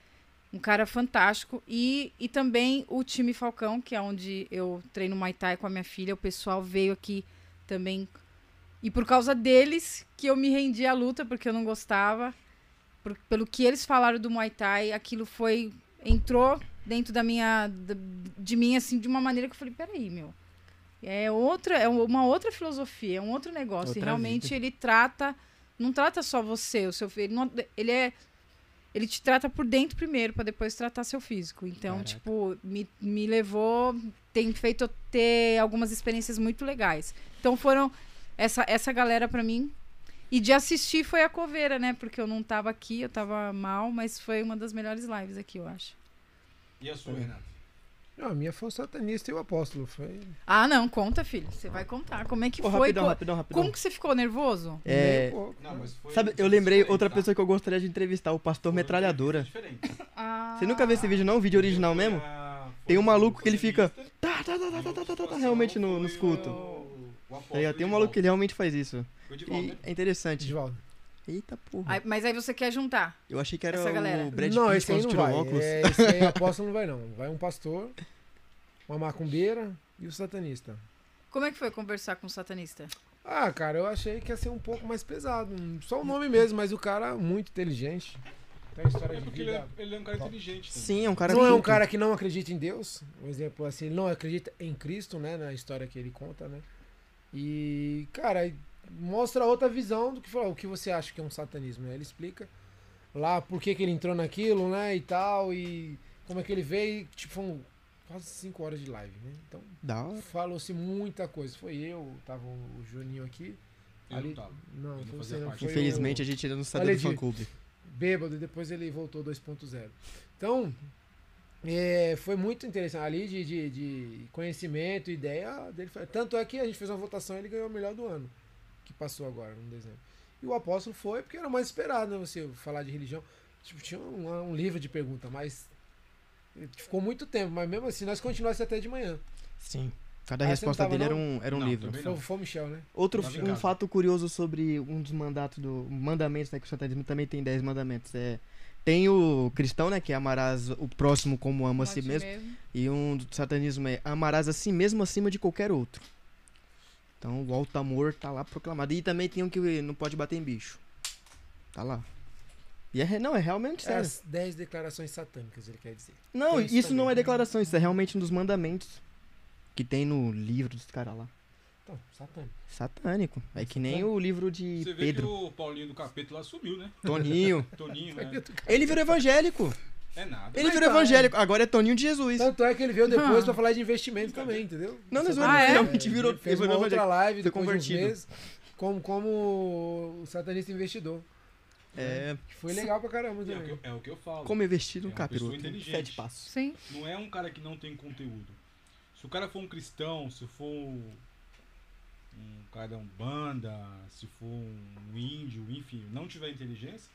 Speaker 4: Um cara fantástico. E, e também o time Falcão, que é onde eu treino Muay Thai com a minha filha. O pessoal veio aqui também. E por causa deles que eu me rendi à luta, porque eu não gostava. Por- pelo que eles falaram do Muay Thai, aquilo foi entrou dentro da minha da- de mim assim de uma maneira que eu falei, peraí, meu. É outra, é uma outra filosofia, é um outro negócio. e
Speaker 8: Outra
Speaker 4: realmente
Speaker 8: vida.
Speaker 4: ele trata, não trata só você, o seu filho, ele, não- ele é ele te trata por dentro primeiro para depois tratar seu físico. Então,
Speaker 8: Caraca.
Speaker 4: tipo, me, me levou, tem feito eu ter algumas experiências muito legais. Então foram essa essa galera pra mim e de assistir foi a coveira, né? Porque eu não tava aqui, eu tava mal, mas foi uma das melhores lives aqui, eu acho.
Speaker 3: E a
Speaker 1: É.
Speaker 3: sua, Renata?
Speaker 2: Não, a minha foi o satanista e o apóstolo. Foi...
Speaker 4: Ah, não, conta, filho. Você vai contar. Como é que
Speaker 1: Ô,
Speaker 4: foi?
Speaker 1: rapidão,
Speaker 4: Co-
Speaker 1: rapidão, rapidão.
Speaker 4: Como que você ficou nervoso?
Speaker 1: É,
Speaker 2: meio pouco.
Speaker 3: Não, mas foi-
Speaker 1: sabe, eu lembrei
Speaker 3: diferente,
Speaker 1: outra
Speaker 3: tá?
Speaker 1: pessoa que eu gostaria de entrevistar, o pastor
Speaker 3: Foi
Speaker 1: metralhadora.
Speaker 3: Diferente.
Speaker 4: Ah,
Speaker 1: Você nunca viu esse vídeo não? O vídeo original mesmo?
Speaker 3: Foi
Speaker 1: Tem um
Speaker 3: o
Speaker 1: maluco que ele fica-
Speaker 3: evangelista,
Speaker 1: Tá, tá, tá,
Speaker 3: e
Speaker 1: tá, tá, tá, tá, tá,
Speaker 3: outra
Speaker 1: realmente no,
Speaker 3: situação
Speaker 1: nos cultos.
Speaker 3: foi o- o apóstolo
Speaker 1: Tá ligado? Tem um
Speaker 3: Edivaldo.
Speaker 1: maluco que ele realmente faz isso.
Speaker 3: Foi de volta,
Speaker 1: E
Speaker 3: né?
Speaker 1: é interessante.
Speaker 2: Edivaldo.
Speaker 1: Eita porra.
Speaker 4: aí- mas aí você quer juntar.
Speaker 1: Eu achei que era
Speaker 4: Essa galera.
Speaker 1: o Brad
Speaker 2: não,
Speaker 1: Pitt
Speaker 2: esse aí
Speaker 1: quando
Speaker 2: não
Speaker 1: tirou
Speaker 2: vai.
Speaker 1: o óculos.
Speaker 2: É, esse aí o apóstolo não vai, não. Vai um pastor, uma macumbeira e o satanista.
Speaker 4: Como é que foi conversar com o satanista?
Speaker 2: Ah, cara, eu achei que ia ser um pouco mais pesado. Só o nome mesmo, mas o cara é muito inteligente. Tem uma história
Speaker 3: É
Speaker 2: de
Speaker 3: porque ele
Speaker 2: vida.
Speaker 3: é, ele é um cara inteligente. né?
Speaker 1: Sim, é um cara
Speaker 2: não é um
Speaker 1: culto.
Speaker 2: cara que não acredita em Deus, um exemplo assim, ele não acredita em Cristo, né, na história que ele conta, né? E, cara, mostra outra visão do que fala, o que você acha que é um satanismo, né? Ele explica lá por que, que ele entrou naquilo, né, e tal, e como é que ele veio, e, tipo, foram quase 5 horas de live, né? Então,
Speaker 1: Da
Speaker 3: Hum.
Speaker 1: hora.
Speaker 2: falou-se muita coisa. Foi eu, tava o Juninho aqui.
Speaker 3: Eu
Speaker 2: ali-
Speaker 3: não tava.
Speaker 2: Não,
Speaker 3: Eu não
Speaker 2: foi
Speaker 3: fazia
Speaker 2: você, não
Speaker 3: parte.
Speaker 2: foi o-
Speaker 1: Infelizmente a gente ainda não sabe do
Speaker 2: Olha,
Speaker 1: fã
Speaker 2: Di.
Speaker 1: clube.
Speaker 2: bêbado e depois ele voltou 2.0. Então, é, foi muito interessante. Ali de, de, de conhecimento, ideia dele. foi- Tanto é que a gente fez uma votação e ele ganhou o melhor do ano, que passou agora, no dezembro. E o apóstolo foi porque era o mais esperado, né? Você falar de religião. Tipo, tinha um, um livro de pergunta, mas ficou muito tempo. Mas mesmo assim, nós continuamos até de manhã.
Speaker 1: Sim. Cada
Speaker 2: Ah, você
Speaker 1: resposta
Speaker 2: não tava,
Speaker 1: dele era
Speaker 2: não?
Speaker 1: um, era um
Speaker 3: Não,
Speaker 1: livro.
Speaker 3: também
Speaker 2: Foi, foi o Michel, né?
Speaker 1: Outro
Speaker 3: Tava em
Speaker 1: um
Speaker 3: casa.
Speaker 1: fato curioso sobre um dos mandatos do mandamentos, né, que o satanismo também tem 10 mandamentos, é tem o cristão, né, que é amarás o próximo como ama a si mesmo, e um do satanismo é amarás a si mesmo acima de qualquer outro. Então, o alto amor tá lá proclamado. E também tem um que não pode bater em bicho. Tá lá. E é, re- não, é realmente
Speaker 2: É
Speaker 1: sério.
Speaker 2: as 10 declarações satânicas, ele quer dizer.
Speaker 1: não,
Speaker 2: tem
Speaker 1: isso,
Speaker 2: isso
Speaker 1: não
Speaker 2: também.
Speaker 1: é declaração, isso é realmente um dos mandamentos que tem no livro dos caras lá.
Speaker 2: Então, satânico.
Speaker 1: Satânico. É que nem o livro de
Speaker 3: Você vê
Speaker 1: Pedro.
Speaker 3: que o Paulinho do Capeta lá sumiu, né?
Speaker 1: Toninho.
Speaker 3: Toninho, né?
Speaker 1: Ele virou evangélico.
Speaker 3: É nada.
Speaker 1: Ele virou evangélico. Agora é Toninho de Jesus.
Speaker 2: Tanto é que ele veio depois
Speaker 4: Ah.
Speaker 2: pra falar de investimento também, entendeu?
Speaker 1: Hum. Não, mas
Speaker 2: Você tá
Speaker 1: ele
Speaker 4: Ah, é?
Speaker 1: realmente virou
Speaker 2: ele fez uma
Speaker 1: virou
Speaker 2: outra
Speaker 1: evangélico.
Speaker 2: live
Speaker 1: Foi
Speaker 2: depois de uns
Speaker 1: convertido.
Speaker 2: meses, como, como o satanista investidor.
Speaker 1: É,
Speaker 2: Que foi legal pra caramba
Speaker 3: É o, que
Speaker 2: também.
Speaker 3: eu, é o que eu falo.
Speaker 1: como investido
Speaker 3: É
Speaker 1: no
Speaker 3: uma pessoa
Speaker 1: capiroto.
Speaker 3: inteligente.
Speaker 1: Sete passos.
Speaker 4: Sim.
Speaker 3: Não é um cara que não tem conteúdo. Se o cara for um cristão, se for um, um cara da umbanda, se for um índio, enfim, não tiver inteligência,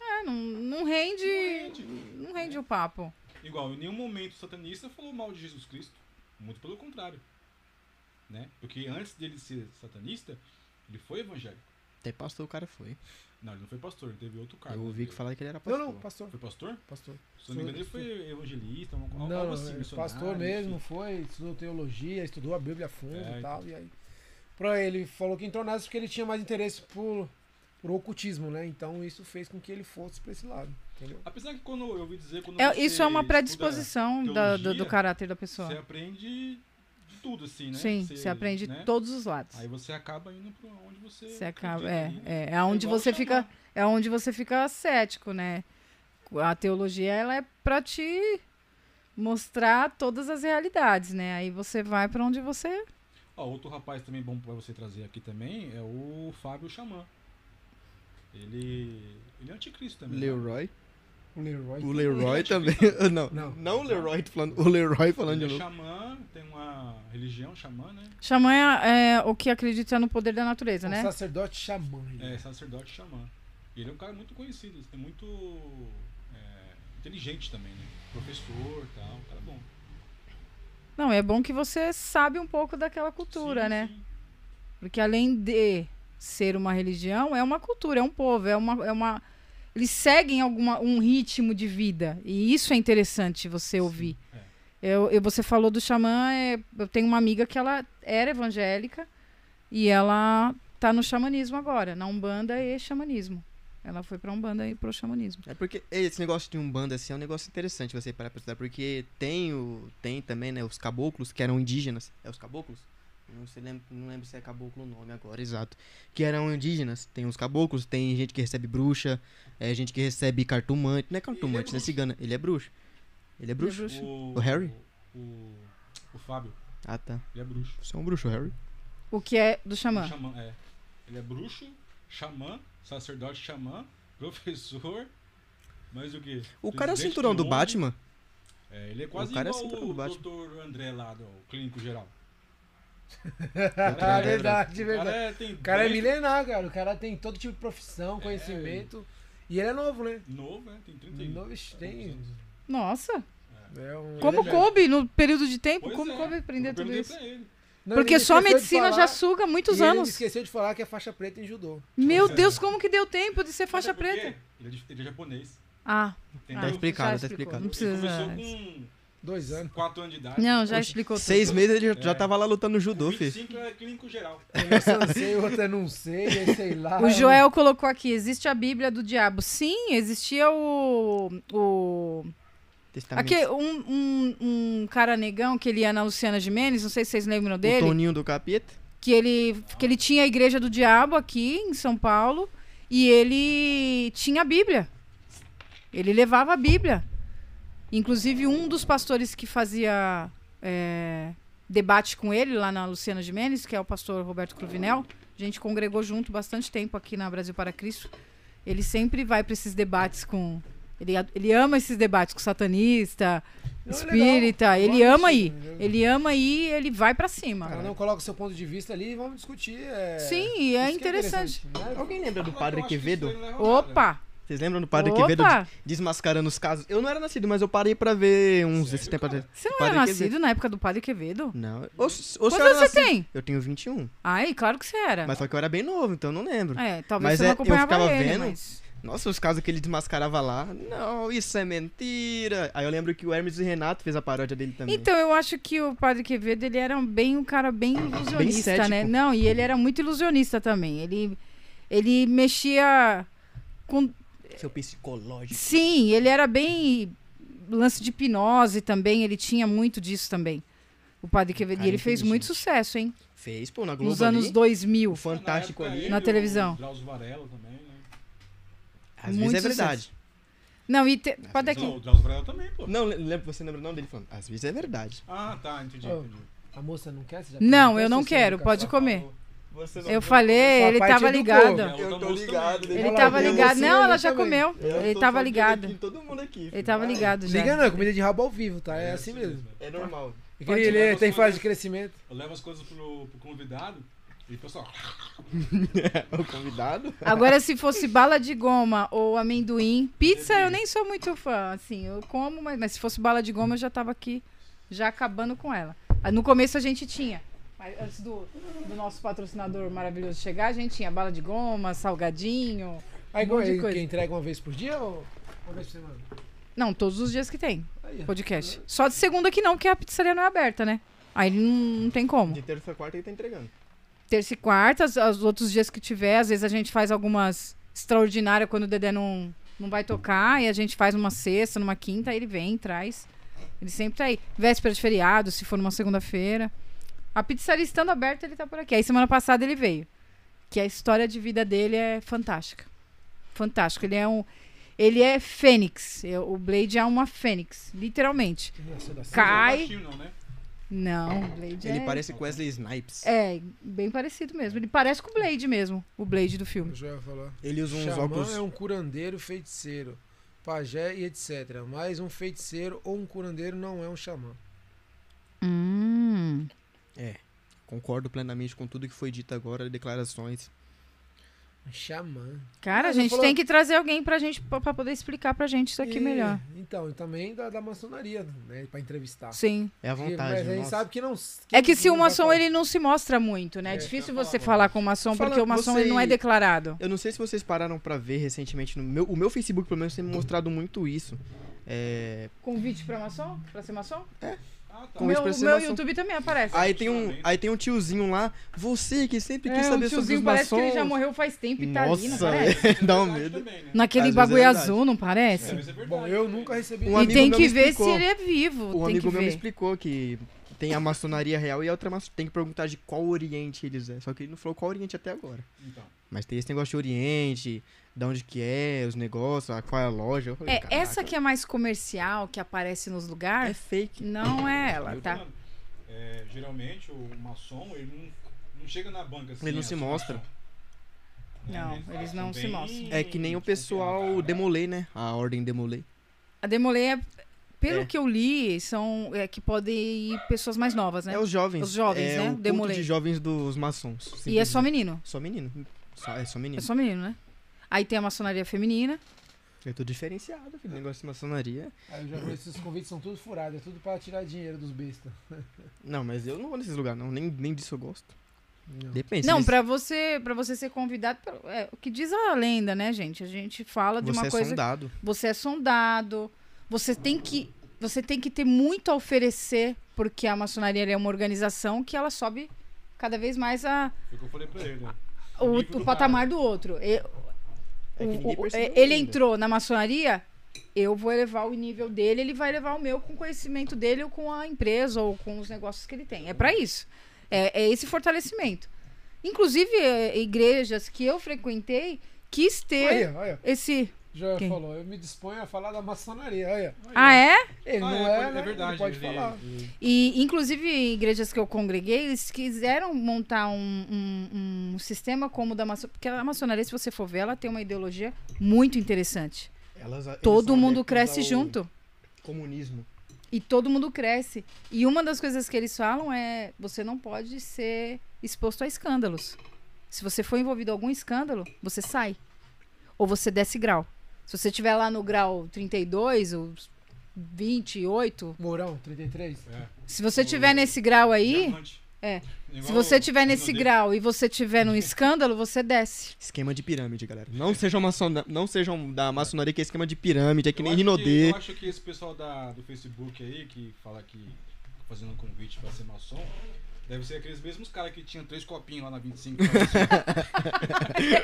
Speaker 4: É, não, não rende. Não rende o papo.
Speaker 3: Igual, em nenhum momento o satanista falou mal de Jesus Cristo. Muito pelo contrário. Né? Porque antes dele ser satanista, ele foi evangélico.
Speaker 1: Até pastor o cara foi.
Speaker 3: Não, ele não foi pastor, ele teve outro cargo.
Speaker 1: Eu ouvi que
Speaker 3: falou
Speaker 1: falaram que ele era
Speaker 2: Não,
Speaker 1: pastor.
Speaker 2: não, pastor.
Speaker 3: Foi pastor?
Speaker 2: Pastor.
Speaker 3: Se não me engano, ele
Speaker 2: Pastor.
Speaker 3: foi evangelista, uma,
Speaker 2: Não,
Speaker 3: algo assim,
Speaker 2: é,
Speaker 3: missionário,
Speaker 2: pastor mesmo,
Speaker 3: enfim.
Speaker 2: foi, estudou teologia, estudou a Bíblia a fundo
Speaker 3: É,
Speaker 2: e tal. E aí. Pra ele falou que entrou nessa porque ele tinha mais interesse por, por ocultismo, né? Então isso fez com que ele fosse pra esse lado. Entendeu?
Speaker 3: Apesar que quando eu ouvi dizer, quando
Speaker 4: É,
Speaker 3: você
Speaker 4: isso é uma
Speaker 3: estuda,
Speaker 4: predisposição da- do,
Speaker 3: teologia,
Speaker 4: do caráter da
Speaker 3: Você
Speaker 4: pessoa.
Speaker 3: aprende de tudo, assim, né?
Speaker 4: Sim, você aprende
Speaker 3: né?
Speaker 4: todos os lados.
Speaker 3: Aí você acaba indo pra onde você.
Speaker 4: Você acaba, é,
Speaker 3: acredita ali, né?
Speaker 4: é, é onde
Speaker 3: igual
Speaker 4: você fica,
Speaker 3: chamar.
Speaker 4: é onde você fica cético, né? A teologia ela é pra te mostrar todas as realidades, né? Aí você vai pra onde você
Speaker 3: Ó, outro rapaz também bom pra você trazer aqui também é o Fábio Xamã. Ele. Ele é
Speaker 1: tá?
Speaker 3: anticristo também. né?
Speaker 1: Leroy.
Speaker 2: O Leroy.
Speaker 1: O Leroy também. não,
Speaker 2: Não.
Speaker 1: não o Leroy tô falando. O Leroy falando
Speaker 3: Ele
Speaker 1: de
Speaker 3: é
Speaker 1: novo.
Speaker 3: xamã, tem uma religião xamã, né?
Speaker 4: Xamã é, é o que acredita no poder da natureza,
Speaker 2: Um
Speaker 4: né?
Speaker 2: sacerdote xamã. ele
Speaker 3: É sacerdote xamã. E ele é um cara muito conhecido, é muito é, inteligente também, né? Professor e tal, um cara bom.
Speaker 4: Não, é bom que você sabe um pouco daquela cultura,
Speaker 3: Sim,
Speaker 4: né?
Speaker 3: sim.
Speaker 4: Porque além de ser uma religião, é uma cultura, é um povo, é uma. É uma eles seguem alguma, um ritmo de vida. E isso é interessante você ouvir. Eu, eu- você falou do xamã, é, eu tenho uma amiga que ela era evangélica e ela tá no xamanismo agora, na Umbanda e xamanismo. É Ela foi pra Umbanda e pro xamanismo.
Speaker 1: É porque esse negócio de Umbanda assim, é um negócio interessante você parar pra estudar, porque tem, o, tem também, né, os caboclos, que eram indígenas. É os caboclos? Não, se lembra, não lembro se é caboclo o nome agora, exato. Que eram indígenas. Tem os caboclos, tem gente que recebe bruxa, é gente que recebe cartumante. Não é cartumante, né? Cigana. Ele é bruxo. Ele é bruxo?
Speaker 4: bruxo.
Speaker 3: O,
Speaker 1: O Harry?
Speaker 3: O, o Fábio,
Speaker 1: Ah, tá.
Speaker 3: ele é bruxo.
Speaker 1: Você é um bruxo, Harry.
Speaker 4: O que é do xamã?
Speaker 3: Xamã, é. Ele é bruxo, xamã, sacerdote xamã, professor, mas o que?
Speaker 1: O cara é o cinturão do Batman?
Speaker 3: É, ele é quase
Speaker 1: O cara é
Speaker 3: igual
Speaker 1: cinturão
Speaker 3: o
Speaker 1: do Batman.
Speaker 3: doutor André lá do clínico geral.
Speaker 2: É verdade, é
Speaker 3: O cara
Speaker 2: verdade.
Speaker 3: é, tem
Speaker 2: O cara é
Speaker 3: dez-
Speaker 2: milenar, cara. O cara tem todo tipo de profissão, conhecimento. E ele é novo, né?
Speaker 3: Novo, né? Tem 30 e-
Speaker 2: Novo, ixi, tem.
Speaker 4: Nossa!
Speaker 2: É um...
Speaker 4: Como
Speaker 3: já-
Speaker 4: coube no período de tempo?
Speaker 3: Pois
Speaker 4: como
Speaker 3: é,
Speaker 4: coube
Speaker 3: eu
Speaker 4: aprender tudo
Speaker 3: perguntei
Speaker 4: isso?
Speaker 3: pra ele.
Speaker 2: Não,
Speaker 4: Porque
Speaker 2: ele
Speaker 4: só a
Speaker 2: esqueceu de
Speaker 4: medicina
Speaker 2: falar,
Speaker 4: já suga muitos
Speaker 2: e ele
Speaker 4: anos.
Speaker 2: esqueceu de falar que é faixa preta em judô.
Speaker 4: Meu Deus, como que deu tempo de ser faixa
Speaker 3: Sabe por quê?
Speaker 4: preta?
Speaker 3: Ele é, de- ele é japonês.
Speaker 4: Ah,
Speaker 3: Entendeu?
Speaker 1: Tá explicado,
Speaker 4: já
Speaker 1: tá
Speaker 4: explicou.
Speaker 1: explicado.
Speaker 4: Não precisa. né?
Speaker 3: Ele um
Speaker 2: Dois anos.
Speaker 3: começou com 4 anos de idade.
Speaker 4: Não, já explicou tudo.
Speaker 1: Seis meses ele já, já
Speaker 3: É.
Speaker 1: tava lá lutando no judô, filho.
Speaker 3: 25 é clínico geral.
Speaker 2: Eu não sei, outra é não sei, aí sei lá.
Speaker 4: O Joel colocou aqui: existe a Bíblia do Diabo. Sim, existia o. o
Speaker 1: Testamento.
Speaker 4: aqui, um, um, um cara negão que ele ia na Luciana Gimenez, não sei se vocês lembram
Speaker 1: O
Speaker 4: dele.
Speaker 1: Toninho do Capeta.
Speaker 4: que ele, que ele tinha a Igreja do Diabo aqui em São Paulo e ele tinha a Bíblia. Ele levava a Bíblia. Inclusive, um dos pastores que fazia é, debate com ele lá na Luciana Gimenez, que é o pastor Roberto Cruvinel, a gente congregou junto bastante tempo aqui na Brasil para Cristo. Ele sempre vai para esses debates com. Ele, a- ele ama esses debates com satanista,
Speaker 2: Não, é
Speaker 4: espírita.
Speaker 2: legal.
Speaker 4: Ele
Speaker 2: Boa
Speaker 4: ama ir.
Speaker 2: medicina, né?
Speaker 4: Ele ama ir ele vai para cima.
Speaker 2: Cara, não coloca o seu ponto de vista ali e vamos discutir. É...
Speaker 4: Sim, e é
Speaker 2: Isso que
Speaker 4: interessante.
Speaker 2: né?
Speaker 1: Alguém lembra do
Speaker 3: Mas eu
Speaker 1: Padre
Speaker 3: acho que isso
Speaker 1: Quevedo?
Speaker 3: aí não leva a nada.
Speaker 4: Opa!
Speaker 1: Vocês lembram do Padre
Speaker 4: Opa!
Speaker 1: Quevedo desmascarando os casos? Eu não era nascido, mas eu parei pra ver uns esse tempo atrás.
Speaker 4: Você não
Speaker 1: Padre
Speaker 4: era nascido
Speaker 1: Quevedo.
Speaker 4: na época do Padre Quevedo?
Speaker 1: Não. Ou, ou se eu
Speaker 4: Quantos
Speaker 1: era
Speaker 4: anos você
Speaker 1: nascido-
Speaker 4: tem?
Speaker 1: Eu tenho 21.
Speaker 4: Ai, claro que você era.
Speaker 1: Mas só que eu era bem novo, então eu não lembro.
Speaker 4: É, talvez
Speaker 1: Mas
Speaker 4: você
Speaker 1: é,
Speaker 4: não
Speaker 1: eu
Speaker 4: acompanhava
Speaker 1: ficava
Speaker 4: ele,
Speaker 1: vendo.
Speaker 4: mas...
Speaker 1: Nossa, os casos que ele desmascarava lá. Não, isso é mentira. Aí eu lembro que o Hermes e Renato fez a paródia dele também.
Speaker 4: Então, eu acho que o Padre Quevedo, ele era um bem um cara bem ilusionista,
Speaker 1: cético.
Speaker 4: né? Não, e ele era muito ilusionista também. Ele, ele mexia com...
Speaker 1: Seu psicológico.
Speaker 4: Sim, ele era bem... Lance de hipnose também, ele tinha muito disso também. O Padre Quevedo, e
Speaker 1: Cara
Speaker 4: ele fez muito
Speaker 1: inteligente.
Speaker 4: sucesso, hein?
Speaker 1: Fez, pô, na Globo
Speaker 4: Nos anos
Speaker 1: ali.
Speaker 4: 2000.
Speaker 1: O Fantástico
Speaker 3: época,
Speaker 1: ali.
Speaker 3: ele,
Speaker 4: Na
Speaker 3: o
Speaker 4: televisão.
Speaker 3: Drauzio Varela também, né?
Speaker 1: Às
Speaker 4: muito
Speaker 1: vezes é
Speaker 4: sucesso.
Speaker 1: verdade.
Speaker 4: Não, e te...
Speaker 1: é
Speaker 4: pode
Speaker 3: Não,
Speaker 4: aqui.
Speaker 3: o Drauzio Varela também, pô.
Speaker 1: Não, le- lembra, você lembra o nome dele falando? Às vezes é verdade.
Speaker 3: Ah, tá, entendi,
Speaker 2: Oh.
Speaker 3: entendi.
Speaker 2: A moça não quer? Você já
Speaker 4: Não,
Speaker 2: perguntou
Speaker 4: eu não
Speaker 2: se você
Speaker 4: quero,
Speaker 2: nunca
Speaker 4: pode
Speaker 2: falou?
Speaker 4: comer.
Speaker 1: Você
Speaker 4: Eu falei, ele
Speaker 2: parte
Speaker 4: tava
Speaker 2: do
Speaker 4: ligado.
Speaker 2: povo.
Speaker 3: É, outra
Speaker 1: tô
Speaker 3: moça
Speaker 1: ligado,
Speaker 3: também.
Speaker 4: Ele
Speaker 2: Ela
Speaker 4: tava
Speaker 2: viu
Speaker 4: ligado. né?
Speaker 2: você,
Speaker 4: Não, ela
Speaker 2: eu
Speaker 4: já
Speaker 2: também.
Speaker 4: comeu.
Speaker 1: Eu
Speaker 4: Ele
Speaker 1: tô
Speaker 4: tava
Speaker 1: fodido
Speaker 4: ligado.
Speaker 1: aqui, todo mundo aqui.
Speaker 4: Ele
Speaker 1: filho.
Speaker 4: tava
Speaker 1: Vai.
Speaker 4: ligado já.
Speaker 2: Ah, Liga não, é comida de rabo ao vivo, tá? É, assim mesmo.
Speaker 1: É normal.
Speaker 2: Porque ele, ele tem fase de crescimento.
Speaker 3: Eu levo as coisas pro, pro convidado e o pessoal.
Speaker 1: É O convidado?
Speaker 4: Agora, se fosse bala de goma ou amendoim, pizza eu nem sou muito fã, assim, eu como, mas, mas se fosse bala de goma eu já tava aqui, já acabando com ela. Ah, No começo a gente tinha, mas antes do, do nosso patrocinador maravilhoso chegar, a gente tinha bala de goma, salgadinho,
Speaker 2: Aí
Speaker 4: Um monte de
Speaker 2: ele-
Speaker 4: coisa.
Speaker 2: que entrega uma vez por dia ou uma vez por semana?
Speaker 4: não, todos os dias que tem
Speaker 2: Aí, ó.
Speaker 4: podcast. Só de segunda que não, porque a pizzaria não é aberta, né? Aí não- não tem como.
Speaker 1: De terça a quarta ele tá entregando.
Speaker 4: terça e quarta, as- os outros dias que tiver, às vezes a gente faz algumas extraordinárias quando o Dedé não, não vai tocar, e a gente faz uma sexta, numa quinta, aí ele vem, traz. Ele sempre tá aí. Véspera de feriado, se for numa segunda-feira. A pizzaria estando aberta, ele tá por aqui. Aí semana passada ele veio. Que a história de vida dele é fantástica. Fantástico. Ele é um. Ele é fênix. Eu- O Blade é uma fênix, literalmente.
Speaker 2: Nossa, dá certo.
Speaker 4: Cai.
Speaker 3: Não é baixinho, não, né?
Speaker 4: Não, o Blade
Speaker 1: Ele
Speaker 4: é.
Speaker 1: parece com Wesley Snipes.
Speaker 4: É, bem parecido mesmo. Ele parece com o Blade mesmo, o Blade do filme.
Speaker 2: O Joel falou.
Speaker 1: Ele usa uns
Speaker 2: Xamã
Speaker 1: óculos.
Speaker 2: é um curandeiro feiticeiro, pajé e etc. Mas um feiticeiro ou um curandeiro não é um xamã.
Speaker 4: Hum.
Speaker 1: Concordo plenamente com tudo que foi dito agora, declarações.
Speaker 2: Um xamã.
Speaker 4: Cara, a
Speaker 2: Mas eu
Speaker 4: gente
Speaker 2: falo-
Speaker 4: tem que trazer alguém pra gente pra pra poder explicar pra gente isso aqui é
Speaker 2: E-
Speaker 4: melhor.
Speaker 2: Então, e também da, da maçonaria, né? Pra entrevistar.
Speaker 4: Sim.
Speaker 1: É a
Speaker 2: E-
Speaker 1: vontade.
Speaker 2: Mas a gente
Speaker 1: nossa.
Speaker 2: sabe que não.
Speaker 4: É que se o
Speaker 2: não vai
Speaker 4: maçom
Speaker 2: falar.
Speaker 4: ele não se mostra muito, né? É,
Speaker 3: É,
Speaker 4: difícil
Speaker 3: eu ia
Speaker 4: você
Speaker 3: falar
Speaker 4: falar com o maçom
Speaker 1: Fala,
Speaker 4: porque o maçom
Speaker 1: você-
Speaker 4: ele não é declarado.
Speaker 1: Eu não sei se vocês pararam pra ver recentemente no meu, o meu Facebook, pelo menos tem me mostrado muito isso. É,
Speaker 4: Convite pra maçom? Pra ser maçom?
Speaker 3: Ah, Ah, tá.
Speaker 1: Com
Speaker 4: meu,
Speaker 1: isso,
Speaker 4: meu
Speaker 1: expressão-
Speaker 4: YouTube também aparece.
Speaker 1: Aí tem, um, aí tem um tiozinho lá, você que sempre quis
Speaker 4: é,
Speaker 1: saber
Speaker 4: o
Speaker 1: sobre os
Speaker 4: tiozinho parece que ele já
Speaker 1: maçons.
Speaker 4: morreu faz tempo e tá ali, não
Speaker 1: Nossa,
Speaker 4: parece?
Speaker 1: velho, dá um
Speaker 3: Verdade
Speaker 1: medo.
Speaker 3: Também, né?
Speaker 4: Naquele
Speaker 1: Às vezes é
Speaker 4: bagulho
Speaker 1: verdade.
Speaker 4: azul, não parece?
Speaker 3: Mas é verdade.
Speaker 2: Bom, eu nunca recebi.
Speaker 1: Um
Speaker 4: e
Speaker 1: amigo
Speaker 4: tem
Speaker 1: meu
Speaker 4: que
Speaker 1: me
Speaker 4: ver se
Speaker 1: explicou.
Speaker 4: ele é vivo.
Speaker 1: Um
Speaker 4: tem
Speaker 1: amigo meu
Speaker 4: que
Speaker 1: me
Speaker 4: ver.
Speaker 1: explicou que tem a maçonaria real e a outra maçonaria. Tem que perguntar de qual oriente eles é. Só que ele não falou qual oriente até agora.
Speaker 3: Então,
Speaker 1: Mas tem esse negócio de oriente, de onde que é, os negócios, a- qual é a loja. Eu falei,
Speaker 4: É,
Speaker 1: "Caraca,
Speaker 4: essa que é mais comercial, que aparece nos
Speaker 1: é
Speaker 4: lugares,
Speaker 1: fake.
Speaker 4: não é ela,
Speaker 3: eu
Speaker 4: tá?
Speaker 3: falando. É, geralmente o maçom, ele não, não chega na banca assim.
Speaker 1: Ele não se
Speaker 3: assim,
Speaker 1: mostra.
Speaker 3: maçom.
Speaker 4: Não,
Speaker 3: Né?
Speaker 4: eles
Speaker 3: são
Speaker 4: não se
Speaker 3: bem
Speaker 4: mostram.
Speaker 1: É que nem o pessoal
Speaker 3: desconfiados.
Speaker 1: demolei, né? A ordem demolei.
Speaker 4: A Demolê, é- pelo
Speaker 1: É.
Speaker 4: que eu li, são é, que podem ir pessoas mais novas, né?
Speaker 1: É os jovens.
Speaker 4: Os jovens,
Speaker 1: é
Speaker 4: né?
Speaker 1: O culto
Speaker 4: Demolei.
Speaker 1: de jovens dos maçons.
Speaker 4: e é só
Speaker 1: simplesmente.
Speaker 4: menino.
Speaker 1: Só menino. Só- é só menino.
Speaker 4: É só menino, né? Aí tem a maçonaria feminina.
Speaker 1: Eu tô diferenciado, filho. Negócio de maçonaria.
Speaker 2: Aí eu já vi esses convites são tudo furado, é tudo pra tirar dinheiro dos bestas.
Speaker 1: Não, mas eu não vou nesses lugares, não. Nem, nem disso eu gosto.
Speaker 2: Não.
Speaker 1: Depende. se
Speaker 4: não,
Speaker 1: eles-
Speaker 4: pra você para você ser convidado, pra- é, o que diz a lenda, né, gente? A gente fala de
Speaker 1: Você
Speaker 4: uma
Speaker 1: é
Speaker 4: coisa
Speaker 1: sondado.
Speaker 4: você é sondado, você tem que você tem que ter muito a oferecer, porque a maçonaria ela é uma organização que ela sobe cada vez mais a,
Speaker 3: Foi o que eu falei pra ele. né?
Speaker 4: o,
Speaker 3: nível
Speaker 4: o
Speaker 3: do cara.
Speaker 4: patamar do outro. E-
Speaker 1: É que
Speaker 4: o-
Speaker 1: ninguém
Speaker 4: o-
Speaker 1: percebeu
Speaker 4: ele
Speaker 1: ainda.
Speaker 4: entrou na maçonaria, eu vou elevar o nível dele, ele vai elevar o meu com o conhecimento dele ou com a empresa ou com os negócios que ele tem. É pra isso. É, é esse fortalecimento. Inclusive, é, igrejas que eu frequentei quis ter
Speaker 2: Olha, olha.
Speaker 4: esse.
Speaker 2: Já
Speaker 4: Quem?
Speaker 2: falou, eu me disponho a falar da maçonaria. Olha.
Speaker 4: Ah, é?
Speaker 2: Ele
Speaker 3: Ah,
Speaker 2: não
Speaker 3: é,
Speaker 2: é,
Speaker 3: pode-
Speaker 2: né?
Speaker 3: é verdade,
Speaker 2: Ele pode
Speaker 3: ele-
Speaker 2: falar.
Speaker 4: E, inclusive, em igrejas que eu congreguei, eles quiseram montar um, um- um sistema como o da maçonaria. Porque a maçonaria, se você for ver, ela tem uma ideologia muito interessante.
Speaker 1: Elas- eles
Speaker 4: Todo
Speaker 1: são
Speaker 4: mundo
Speaker 1: adeptos
Speaker 4: cresce
Speaker 1: ao
Speaker 4: junto.
Speaker 1: Comunismo.
Speaker 4: E todo mundo cresce. E uma das coisas que eles falam é: você não pode ser exposto a escândalos. Se você for envolvido em algum escândalo, você sai. Ou você desce grau. Se você estiver lá no grau 32, ou 28,
Speaker 2: Mourão, 33.
Speaker 4: se você estiver nesse grau aí.
Speaker 3: é, Diamante.
Speaker 4: é.
Speaker 3: Igual
Speaker 4: Se você
Speaker 3: o-
Speaker 4: tiver
Speaker 3: o
Speaker 4: nesse
Speaker 3: dele.
Speaker 4: grau e você tiver num escândalo, você desce.
Speaker 1: Esquema de pirâmide, galera. Não sejam, maçona... não sejam da maçonaria que é esquema de pirâmide, é que
Speaker 3: Eu
Speaker 1: nem
Speaker 3: acho
Speaker 1: Rinodê.
Speaker 3: Eu acho que esse pessoal da, do Facebook aí, que fala que tá fazendo um convite pra ser maçom, deve ser aqueles mesmos caras que tinham três copinhos lá na 25.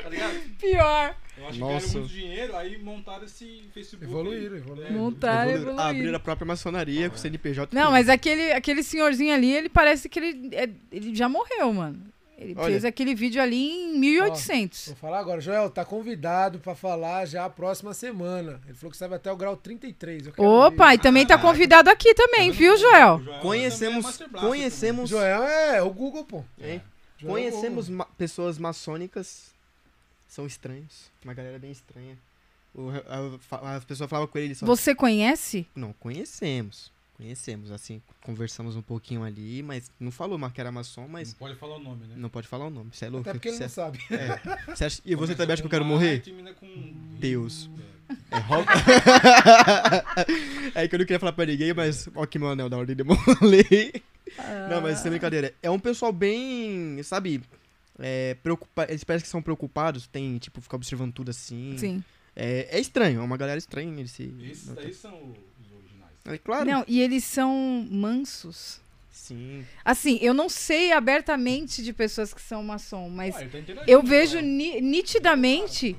Speaker 3: tá ligado?
Speaker 4: Pior.
Speaker 3: Eu acho que
Speaker 1: Nossa.
Speaker 3: ganharam muito dinheiro, aí montaram esse Facebook.
Speaker 2: Evoluíram,
Speaker 3: aí.
Speaker 2: evoluíram.
Speaker 3: É,
Speaker 4: Montaram,
Speaker 1: Evoluíram-
Speaker 4: evoluíram.
Speaker 1: Abriram a própria maçonaria com o CNPJ.
Speaker 4: Não,
Speaker 1: tudo.
Speaker 4: mas aquele, aquele senhorzinho ali, ele parece que ele, é- ele já morreu, mano. Ele
Speaker 1: Olha.
Speaker 4: fez aquele vídeo ali em 1800.
Speaker 2: Vou falar agora. Joel, tá convidado pra falar já a próxima semana. Ele falou que sabe até o grau 33. Eu quero
Speaker 4: Opa,
Speaker 2: ver.
Speaker 4: e também tá convidado aqui também, viu, Joel?
Speaker 3: O Joel também é
Speaker 1: Conhecemos,
Speaker 3: Master Blaster
Speaker 1: conhecemos,
Speaker 2: Joel é o Google, pô.
Speaker 1: hein?
Speaker 2: Joel é o
Speaker 1: conhecemos ma- pessoas maçônicas. São estranhos. Uma galera bem estranha. O, a, a, a pessoa falava com ele, ele só
Speaker 4: Você conhece?
Speaker 1: Não, conhecemos. Conhecemos, assim, conversamos um pouquinho ali, mas não falou mas que era maçom,
Speaker 3: também. Não
Speaker 1: mas
Speaker 3: pode falar o nome, né?
Speaker 1: não pode falar o nome. Você é
Speaker 2: Google.
Speaker 1: louco.
Speaker 2: Hum. Até porque ele
Speaker 1: Você
Speaker 2: não
Speaker 1: é-
Speaker 2: sabe.
Speaker 1: é. Você acha- E você
Speaker 3: Começa
Speaker 1: também acha que
Speaker 3: com
Speaker 1: eu quero
Speaker 3: A,
Speaker 1: morrer?
Speaker 3: termina com
Speaker 1: Deus.
Speaker 3: É.
Speaker 1: É Rob... é que eu não queria falar pra ninguém, mas ó que meu anel da ordem demolei.
Speaker 4: Ah.
Speaker 1: Não, mas sem brincadeira. É um pessoal bem, sabe, é, preocupa... eles parecem que são preocupados, tem, tipo, ficar observando tudo assim.
Speaker 4: Sim.
Speaker 1: É, é estranho, é uma galera estranha. Eles se...
Speaker 3: É, Esses daí são os originais.
Speaker 1: É claro.
Speaker 4: Não, e eles são mansos.
Speaker 1: Sim.
Speaker 4: Assim, eu não sei abertamente de pessoas que são maçom, mas
Speaker 3: Ah, ele tá interagindo,
Speaker 4: eu vejo
Speaker 3: né?
Speaker 4: ni- nitidamente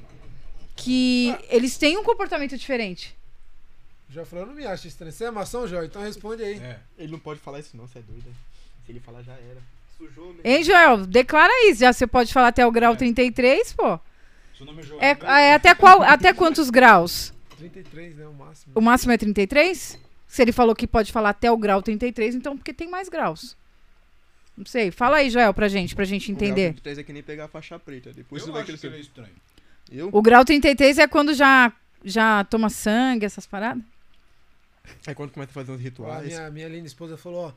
Speaker 4: que eles têm um comportamento diferente.
Speaker 2: Joel falou, eu não me acho estranho. Você é maçom, Joel? Então responde aí.
Speaker 3: É.
Speaker 1: Ele não pode falar isso não, você é doido. Se ele falar, já era. Sujou, né?
Speaker 4: Hein, Joel? Declara aí, já você pode falar até o grau
Speaker 1: É.
Speaker 4: 33, pô.
Speaker 3: Seu nome é Joel.
Speaker 4: É,
Speaker 3: mesmo?
Speaker 4: é até, qual, até quantos graus?
Speaker 2: 33, né? O máximo.
Speaker 4: O máximo é 33? Se ele falou que pode falar até o grau 33, então porque tem mais graus. Não sei. Fala aí, Joel, pra gente, pra gente entender.
Speaker 1: é que nem pegar a faixa preta. Depois
Speaker 3: Eu
Speaker 1: vai
Speaker 3: acho que
Speaker 1: crescer.
Speaker 3: ele é estranho.
Speaker 1: Eu?
Speaker 4: O grau 33 é quando já, já toma sangue, essas paradas?
Speaker 1: É quando começa a fazer uns
Speaker 2: A
Speaker 1: rituais.
Speaker 2: minha, minha linda esposa falou, ó.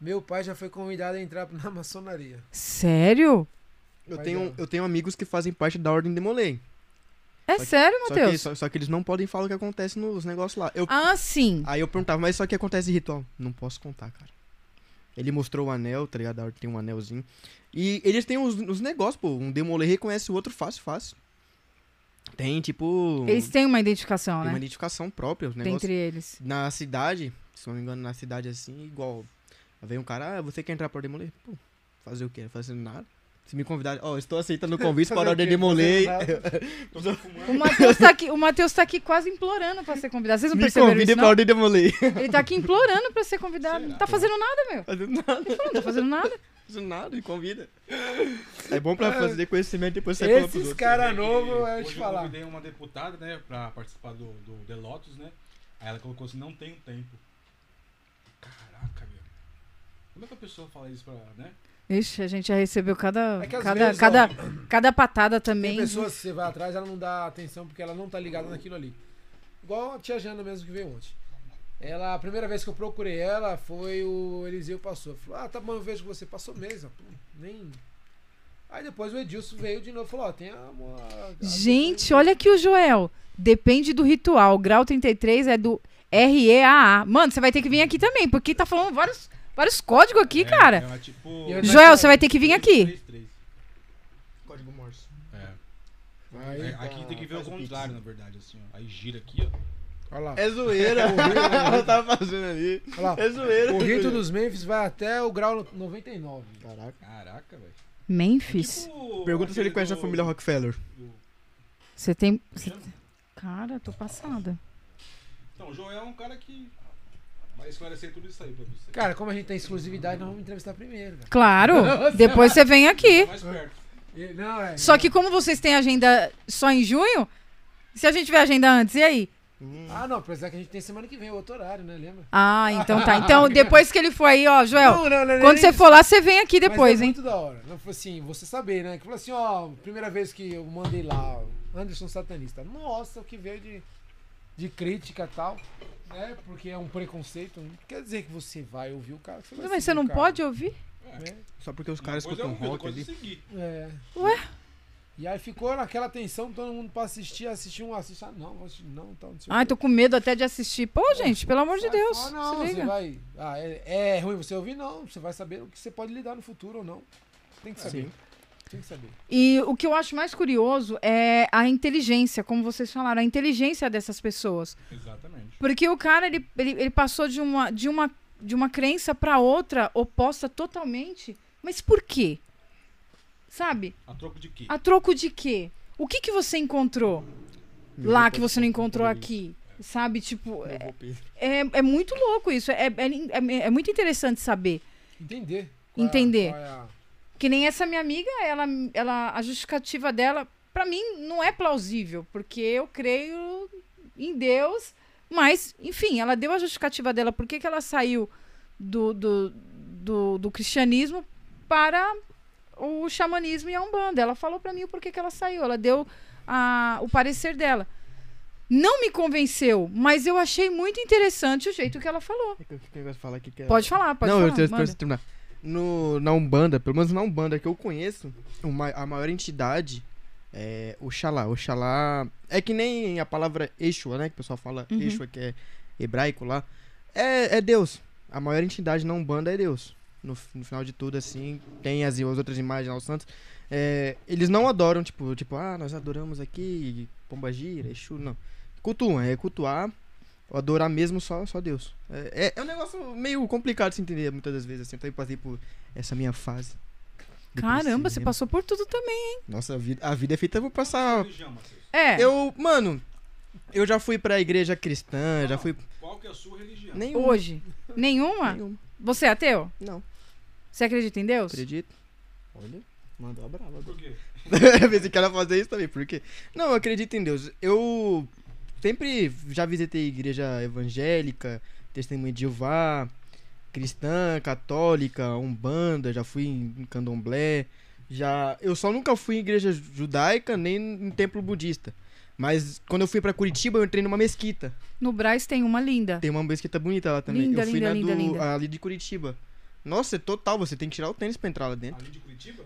Speaker 2: Meu pai já foi convidado a entrar na maçonaria.
Speaker 4: Sério?
Speaker 1: Eu,
Speaker 2: Mas
Speaker 1: tenho,
Speaker 2: é.
Speaker 1: eu tenho amigos que fazem parte da Ordem Demolei.
Speaker 4: É
Speaker 1: Só que-
Speaker 4: sério,
Speaker 1: Só que,
Speaker 4: Matheus?
Speaker 1: só, só que eles não podem falar o que acontece nos negócios lá. Eu,
Speaker 4: Ah, sim.
Speaker 1: Aí eu perguntava, mas só que acontece ritual? Não posso contar, cara. Ele mostrou o anel, tá ligado? Da Ordem Tem um anelzinho. E eles têm os, os negócios, pô. Um Demolei reconhece o outro fácil, fácil. Tem, tipo,
Speaker 4: Eles têm uma identificação,
Speaker 1: tem uma
Speaker 4: né?
Speaker 1: identificação própria. Os negócios
Speaker 4: Entre eles.
Speaker 1: na cidade se não me engano, na cidade assim, igual. Vem um cara, ah, você quer entrar pra demoler? Pô, fazer o quê? Fazer nada. Se me convidar, ó, estou aceitando o convite
Speaker 2: Fazer
Speaker 1: para
Speaker 2: o
Speaker 1: ordem
Speaker 2: quê?
Speaker 1: demoler.
Speaker 2: Fazer
Speaker 3: Tô só fumando.
Speaker 4: O Matheus tá aqui, o Matheus tá aqui quase implorando pra ser convidado. Vocês não
Speaker 1: Me
Speaker 4: perceberam
Speaker 1: convidem
Speaker 4: isso,
Speaker 1: pra
Speaker 4: não?
Speaker 1: ordem demoler.
Speaker 4: Ele tá aqui implorando pra ser convidado. Não tá fazendo nada, meu.
Speaker 1: Fazendo nada,
Speaker 4: Ele falou, não tá fazendo nada.
Speaker 1: fazendo nada, me convida. É bom pra fazer conhecimento e depois você fala pros
Speaker 2: Esses
Speaker 1: outros.
Speaker 2: cara
Speaker 3: E
Speaker 2: novo, eu
Speaker 3: hoje
Speaker 2: te falar.
Speaker 3: convidei uma deputada, né, pra participar do, do The Lotus, né? Aí ela colocou assim, não tenho tempo. Caraca, meu. Como é que a pessoa fala isso pra, né?
Speaker 4: Ixi, a gente já recebeu cada,
Speaker 2: É que às
Speaker 4: cada,
Speaker 2: vezes, ó,
Speaker 4: cada, cada patada
Speaker 2: Tem
Speaker 4: também.
Speaker 2: pessoas que você vai atrás, ela não dá atenção porque ela não tá ligada naquilo ali. Igual a tia Jana mesmo que veio ontem. Ela, a primeira vez que eu procurei ela foi o Eliseu passou. Falou, ah, tá bom, eu vejo que você passou mesmo. Pô, nem. Aí depois o Edilson veio de novo e falou, ó, tem a. uma- a-
Speaker 4: Gente, olha aqui o Joel. Depende do ritual. Grau 33 é do REAA. Mano, você vai ter que vir aqui também, porque tá falando vários, vários códigos aqui,
Speaker 3: É,
Speaker 4: cara.
Speaker 3: ela, tipo,
Speaker 2: Eu-
Speaker 4: Joel, você vai ter que vir aqui.
Speaker 3: 333.
Speaker 1: Código Morse.
Speaker 3: É.
Speaker 2: Aí,
Speaker 3: É, aqui tem que ver o
Speaker 1: tá. faz o pix.
Speaker 3: contrário, né? na verdade, assim, ó. Aí gira aqui, ó.
Speaker 2: olha lá.
Speaker 1: É zoeira. Ela tava fazendo ali.
Speaker 2: Olha lá.
Speaker 1: É zoeira.
Speaker 2: O rito dos Memphis vai até o grau 99.
Speaker 1: Caraca.
Speaker 3: Caraca, velho.
Speaker 4: Memphis.
Speaker 3: Tipo
Speaker 1: Pergunta se ele
Speaker 3: aquele
Speaker 1: conhece a
Speaker 3: do-
Speaker 1: família Rockefeller.
Speaker 3: do-
Speaker 4: Você tem. você- Cara, tô passada.
Speaker 3: Então, o Joel é um cara que vai esclarecer tudo isso aí pra você.
Speaker 2: Cara, como a gente tem exclusividade, nós vamos entrevistar primeiro. velho.
Speaker 4: Claro, depois você vem aqui.
Speaker 3: Tá Mais perto.
Speaker 2: E- Não, é.
Speaker 4: Só que como vocês têm agenda só em junho, se a gente tiver agenda antes, e aí?
Speaker 2: Ah, não, apesar que a gente tem semana que vem, outro horário, né? Lembra?
Speaker 4: Ah, então tá. Então depois que ele for aí, ó, Joel,
Speaker 2: não, não, não,
Speaker 4: quando
Speaker 2: nem
Speaker 4: você
Speaker 2: é isso.
Speaker 4: for lá, você vem aqui
Speaker 2: Mas
Speaker 4: depois,
Speaker 2: é
Speaker 4: hein?
Speaker 2: muito da hora. Não foi assim, você saber, né? Que falou assim, ó, primeira vez que eu mandei lá, ó, Anderson Satanista. Nossa, o que veio de, de crítica e tal, né? Porque é um preconceito. Não quer dizer que você vai ouvir o cara. que Você vai
Speaker 4: Mas
Speaker 2: seguir
Speaker 4: você
Speaker 2: o
Speaker 4: não
Speaker 2: cara,
Speaker 4: pode ouvir?
Speaker 2: né?
Speaker 1: Só porque os caras
Speaker 3: Coisa é
Speaker 1: escutam
Speaker 3: uma coisa,
Speaker 1: um rock
Speaker 3: coisa
Speaker 1: ali.
Speaker 3: de seguir.
Speaker 2: É.
Speaker 4: Ué?
Speaker 2: E aí ficou naquela tensão, todo mundo pra assistir, assistir um, assistir, ah, não, vou assistir, não, tal, não sei o
Speaker 4: Ai,
Speaker 2: quê.
Speaker 4: tô com medo até de assistir. Pô, gente, pelo amor de
Speaker 2: Sai
Speaker 4: Deus.
Speaker 2: fora, não,
Speaker 4: se
Speaker 2: você
Speaker 4: liga.
Speaker 2: vai. Ah, é, é ruim você ouvir? Não, você vai saber o que você pode lidar no futuro ou não. Tem que saber.
Speaker 1: Sim.
Speaker 2: Tem que saber.
Speaker 4: E o que eu acho mais curioso é a inteligência, como vocês falaram, a inteligência dessas pessoas.
Speaker 3: Exatamente.
Speaker 4: Porque o cara, ele, ele, ele passou de uma, de uma, de uma crença pra outra, oposta totalmente. Mas por quê? Sabe?
Speaker 3: A troco de quê?
Speaker 4: A troco de quê? O que, que você encontrou lá que você não encontrou aqui? Sabe? Tipo, é, é, é muito louco isso. É, é, é, é muito interessante saber.
Speaker 2: Entender.
Speaker 4: Entender.
Speaker 2: qual é a-
Speaker 4: Que nem essa minha amiga, ela, ela a justificativa dela, pra mim, não é plausível, porque eu creio em Deus, mas, enfim, ela deu a justificativa dela, por que que ela saiu do, do, do, do cristianismo para o xamanismo e a umbanda. Ela falou pra mim o porquê que ela saiu, ela deu a, o parecer dela. Não me convenceu, mas eu achei muito interessante o jeito que ela falou.
Speaker 1: falar aqui que é-
Speaker 4: Pode falar, pode
Speaker 1: não,
Speaker 4: falar.
Speaker 1: eu tenho
Speaker 4: manda.
Speaker 1: pra terminar. No, na Umbanda, pelo menos na Umbanda que eu conheço, o ma- a maior entidade é Oxalá. Oxalá é que nem a palavra Eshua, né? Que o pessoal fala
Speaker 4: Uhum.
Speaker 1: Eshua, que é hebraico lá. É, é Deus. A maior entidade na Umbanda é Deus. No, f- no final de tudo, assim, tem as, as outras imagens lá, os santos. É, eles não adoram, tipo, tipo, ah, nós adoramos aqui, Pomba Gira, Exu, não. Cultuam, é cultuar ou adorar mesmo só, só Deus. É, é, é um negócio meio complicado de se entender muitas das vezes, assim. Eu também passei por essa minha fase.
Speaker 4: Caramba, você
Speaker 1: Depressiva.
Speaker 4: passou por tudo também.
Speaker 1: Nossa, a vida, a vida é feita, eu vou passar.
Speaker 3: Religião, Matheus.
Speaker 4: É.
Speaker 1: Eu, mano, eu já fui pra igreja cristã, já
Speaker 3: Não,
Speaker 1: fui.
Speaker 3: Qual que é a sua religião?
Speaker 1: Nenhum.
Speaker 4: Hoje? Nenhuma?
Speaker 1: nenhuma.
Speaker 4: Você é ateu?
Speaker 1: Não,
Speaker 4: Você acredita em Deus?
Speaker 1: acredito. Olha, mandou a brava agora.
Speaker 3: Por quê?
Speaker 1: Pensei que ela fazer isso também, porque. Não, eu acredito em Deus. Eu sempre já visitei igreja evangélica, testemunha de Jeová, cristã, católica, umbanda, já fui em candomblé. Já, eu só nunca fui em igreja judaica nem em templo budista. Mas quando eu fui pra Curitiba, eu entrei numa mesquita.
Speaker 4: No Brás tem uma linda.
Speaker 1: Tem uma mesquita bonita lá também.
Speaker 4: Linda,
Speaker 1: eu fui
Speaker 4: linda,
Speaker 1: na
Speaker 4: linda,
Speaker 1: do,
Speaker 4: linda.
Speaker 1: ali de Curitiba. Nossa, é total, você tem que tirar o tênis pra entrar lá dentro.
Speaker 3: Ali de Curitiba?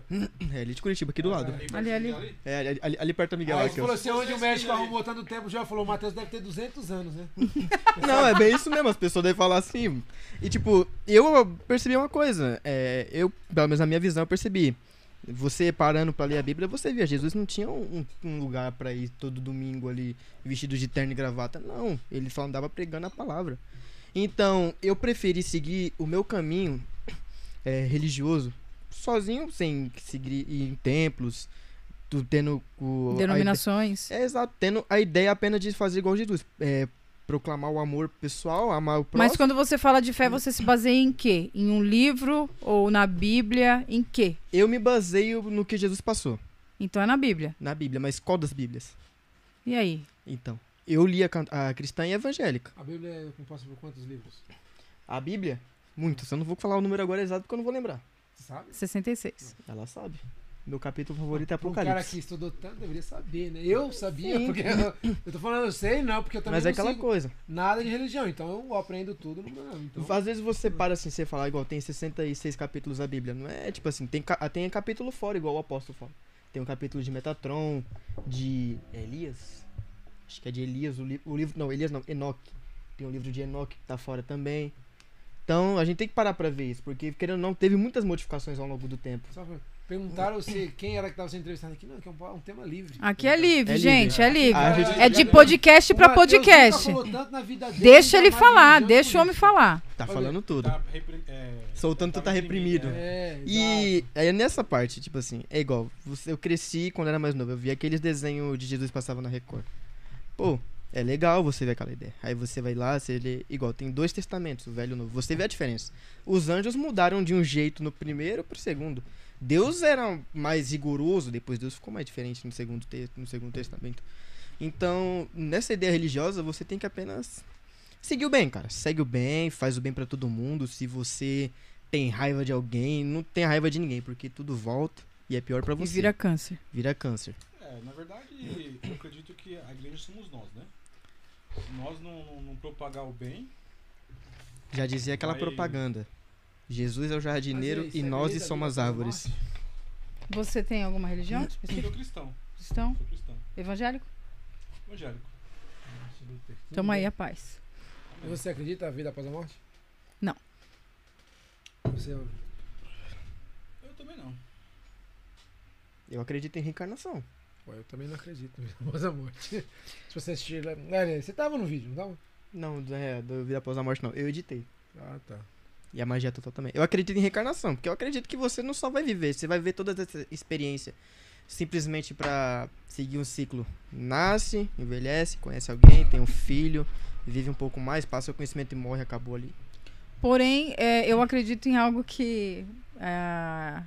Speaker 1: É ali de Curitiba, aqui do lado.
Speaker 3: Aí,
Speaker 4: Ali, ali.
Speaker 1: É, ali, ali- ali perto da Miguel.
Speaker 2: Aí
Speaker 1: aqui, ó.
Speaker 2: falou assim, onde o
Speaker 3: Essa
Speaker 2: médico
Speaker 3: esquina aí.
Speaker 2: arrumou tanto tempo, já falou, o Matheus deve ter 200 anos, né?
Speaker 1: Não, é bem isso mesmo, as pessoas devem falar assim. E tipo, eu percebi uma coisa, é, eu, pelo menos na minha visão, eu percebi. Você parando pra ler a Bíblia, você via, Jesus não tinha um, um lugar pra ir todo domingo ali, vestido de terno e gravata. Não, ele só andava pregando a palavra. Então, eu preferi seguir o meu caminho é, religioso sozinho, sem seguir ir em templos, tu tendo o, a
Speaker 4: Denominações.
Speaker 1: é, exato, tendo a ideia apenas de fazer igual Jesus. É, proclamar o amor pessoal, amar o próximo.
Speaker 4: Mas quando você fala de fé, você se baseia em quê? Em um livro ou na Bíblia? Em quê?
Speaker 1: Eu me baseio no que Jesus passou,
Speaker 4: Então é na Bíblia.
Speaker 1: na Bíblia, mas qual das Bíblias?
Speaker 4: E aí?
Speaker 1: Então, eu li a, can- a cristã e a evangélica.
Speaker 2: A Bíblia é composta por quantos livros?
Speaker 1: A Bíblia? Muitas. Eu não vou falar o número agora exato porque eu não vou lembrar.
Speaker 2: Você sabe?
Speaker 4: 66.
Speaker 1: Ela sabe. Meu capítulo favorito é
Speaker 2: Um cara
Speaker 1: Apocalipse.
Speaker 2: que estudou tanto deveria saber, né? Eu sabia, porque eu, eu tô falando, eu sei não, porque eu também
Speaker 1: Mas é
Speaker 2: não
Speaker 1: aquela
Speaker 2: sigo
Speaker 1: coisa.
Speaker 2: nada de religião, então eu aprendo tudo no meu então,
Speaker 1: Às vezes você para assim, você fala, igual tem 66 capítulos da Bíblia, não é? Tipo assim, tem, ca- tem capítulo fora, igual o apóstolo fala. Tem um capítulo de Metatron, de Elias. Acho que é de Elias, o, li- o livro. Não, Elias não, Enoque. Tem um livro de Enoque que tá fora também. Então a gente tem que parar pra ver isso, porque querendo ou não, teve muitas modificações ao longo do tempo.
Speaker 2: Só pra- perguntaram se quem era que tava sendo entrevistado aqui. Não, que é um, um tema livre.
Speaker 4: Aqui é livre,
Speaker 1: É livre.
Speaker 4: gente, é livre.
Speaker 1: Ah, gente-
Speaker 4: É de podcast pra
Speaker 2: O Mateus nunca
Speaker 4: podcast.
Speaker 2: falou assim, tanto na vida dele,
Speaker 4: Deixa
Speaker 2: ainda
Speaker 4: ele
Speaker 2: mais
Speaker 4: falar,
Speaker 2: religião
Speaker 4: deixa o
Speaker 2: e
Speaker 4: homem falar.
Speaker 1: Tá falando tudo.
Speaker 3: Tá repri- é,
Speaker 1: Soltando tu tá reprimido.
Speaker 3: né?
Speaker 2: É, exato.
Speaker 1: E aí nessa parte, tipo assim, é igual, você- eu cresci quando era mais novo, eu vi aqueles desenhos de Jesus passava na Record. Pô, é legal você ver aquela ideia. Aí você vai lá, você lê, igual, tem dois testamentos, o velho e o novo. Você vê a diferença. Os anjos mudaram de um jeito no primeiro pro segundo. Deus era mais rigoroso, depois Deus ficou mais diferente no segundo texto, no segundo testamento. Então, nessa ideia religiosa, você tem que apenas seguir o bem, cara. Segue o bem, faz o bem pra todo mundo. Se você tem raiva de alguém, não tem raiva de ninguém, porque tudo volta e é pior pra
Speaker 4: E
Speaker 1: você.
Speaker 4: vira câncer.
Speaker 1: Vira câncer.
Speaker 3: É, na verdade, eu acredito que a igreja somos nós, né? Se nós não, não- não propagar o bem,
Speaker 1: Já dizia aquela
Speaker 3: Aí-
Speaker 1: propaganda. Jesus é o
Speaker 2: Mas
Speaker 1: jardineiro
Speaker 2: aí,
Speaker 1: e
Speaker 2: isso é
Speaker 1: nós
Speaker 2: lei da
Speaker 1: somos as
Speaker 2: vida,
Speaker 1: árvores.
Speaker 2: nossa.
Speaker 4: Você tem alguma religião?
Speaker 3: eu
Speaker 4: específica?
Speaker 3: sou cristão.
Speaker 4: Cristão?
Speaker 3: Sou cristão.
Speaker 4: Evangélico?
Speaker 3: Evangélico.
Speaker 4: Toma aí a paz.
Speaker 2: E Você acredita na vida após a morte?
Speaker 4: Não.
Speaker 2: Você é
Speaker 3: Eu também não.
Speaker 1: Eu acredito em reencarnação.
Speaker 2: Pô, eu também não acredito na vida após a morte. Se você assistir lá. Olha, você tava no vídeo, não tava?
Speaker 1: Não, do- é, do vida após a morte não. Eu editei.
Speaker 2: Ah, tá.
Speaker 1: E a magia total também. Eu acredito em reencarnação, porque eu acredito que você não só vai viver, você vai viver toda essa experiência simplesmente pra seguir um ciclo. Nasce, envelhece, conhece alguém, tem um filho, vive um pouco mais, passa o conhecimento e morre, acabou ali.
Speaker 4: Porém, é, eu acredito em algo que ah,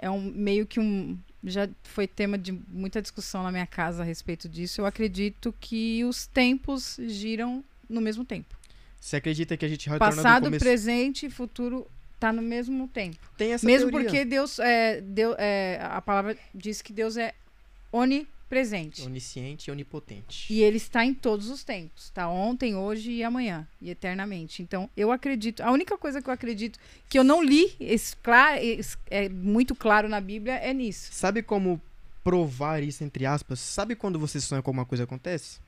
Speaker 4: é um meio que um já foi tema de muita discussão na minha casa a respeito disso. Eu acredito que os tempos giram no mesmo tempo.
Speaker 1: Você acredita que a gente retorna do
Speaker 4: Passado,
Speaker 1: começo?
Speaker 4: presente e futuro tá no mesmo tempo.
Speaker 1: Tem essa
Speaker 4: Mesmo
Speaker 1: teoria.
Speaker 4: porque Deus é, Deus é a palavra diz que Deus é onipresente.
Speaker 1: Onisciente e onipotente.
Speaker 4: E ele está em todos os tempos, tá? Ontem, hoje e amanhã, e eternamente. Então, eu acredito. A única coisa que eu acredito, que eu não li, es- cla- es- é muito claro na Bíblia, é nisso.
Speaker 1: Sabe como provar isso, entre aspas? Sabe quando você sonha com alguma coisa acontece?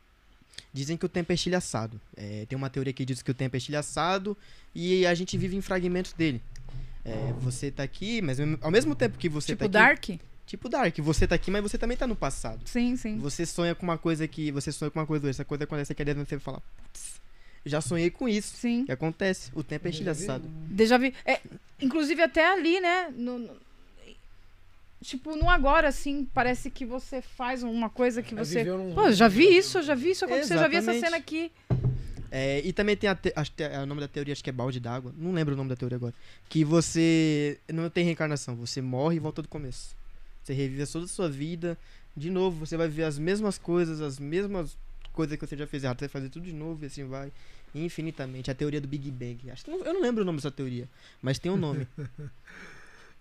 Speaker 1: Dizem que o tempo é estilhaçado. É, tem uma teoria que diz que o tempo é estilhaçado e a gente vive em fragmentos dele. É, você tá aqui, mas ao mesmo tempo que você
Speaker 4: tipo
Speaker 1: tá aqui.
Speaker 4: Dark?
Speaker 1: Tipo Dark. Você tá aqui, mas você também tá no passado.
Speaker 4: Sim, sim.
Speaker 1: Você sonha com uma coisa que. Você sonha com uma coisa, essa coisa acontece aqui dentro, você fala, putz, já sonhei com isso.
Speaker 4: Sim.
Speaker 1: E acontece. O tempo é estilhaçado.
Speaker 4: Déjà vu. É, inclusive, até ali, né? no- no- tipo, no agora, assim, parece que você faz uma coisa que
Speaker 2: Aí
Speaker 4: você.
Speaker 2: É, viveu num-
Speaker 4: Pô, eu já vi isso, eu já vi isso acontecer, eu já vi essa
Speaker 1: Exatamente.
Speaker 4: cena aqui.
Speaker 1: É, e também tem a, te- acho que é- o nome da teoria, acho que é balde d'água. Não lembro o nome da teoria agora. Que você não tem reencarnação, você morre e volta do começo. Você revive toda a sua vida. De novo, você vai ver as mesmas coisas, as mesmas coisas que você já fez errado. Você vai fazer tudo de novo e assim vai. Infinitamente. A teoria do Big Bang. Acho que não- eu não lembro o nome dessa teoria, mas tem um nome.
Speaker 2: É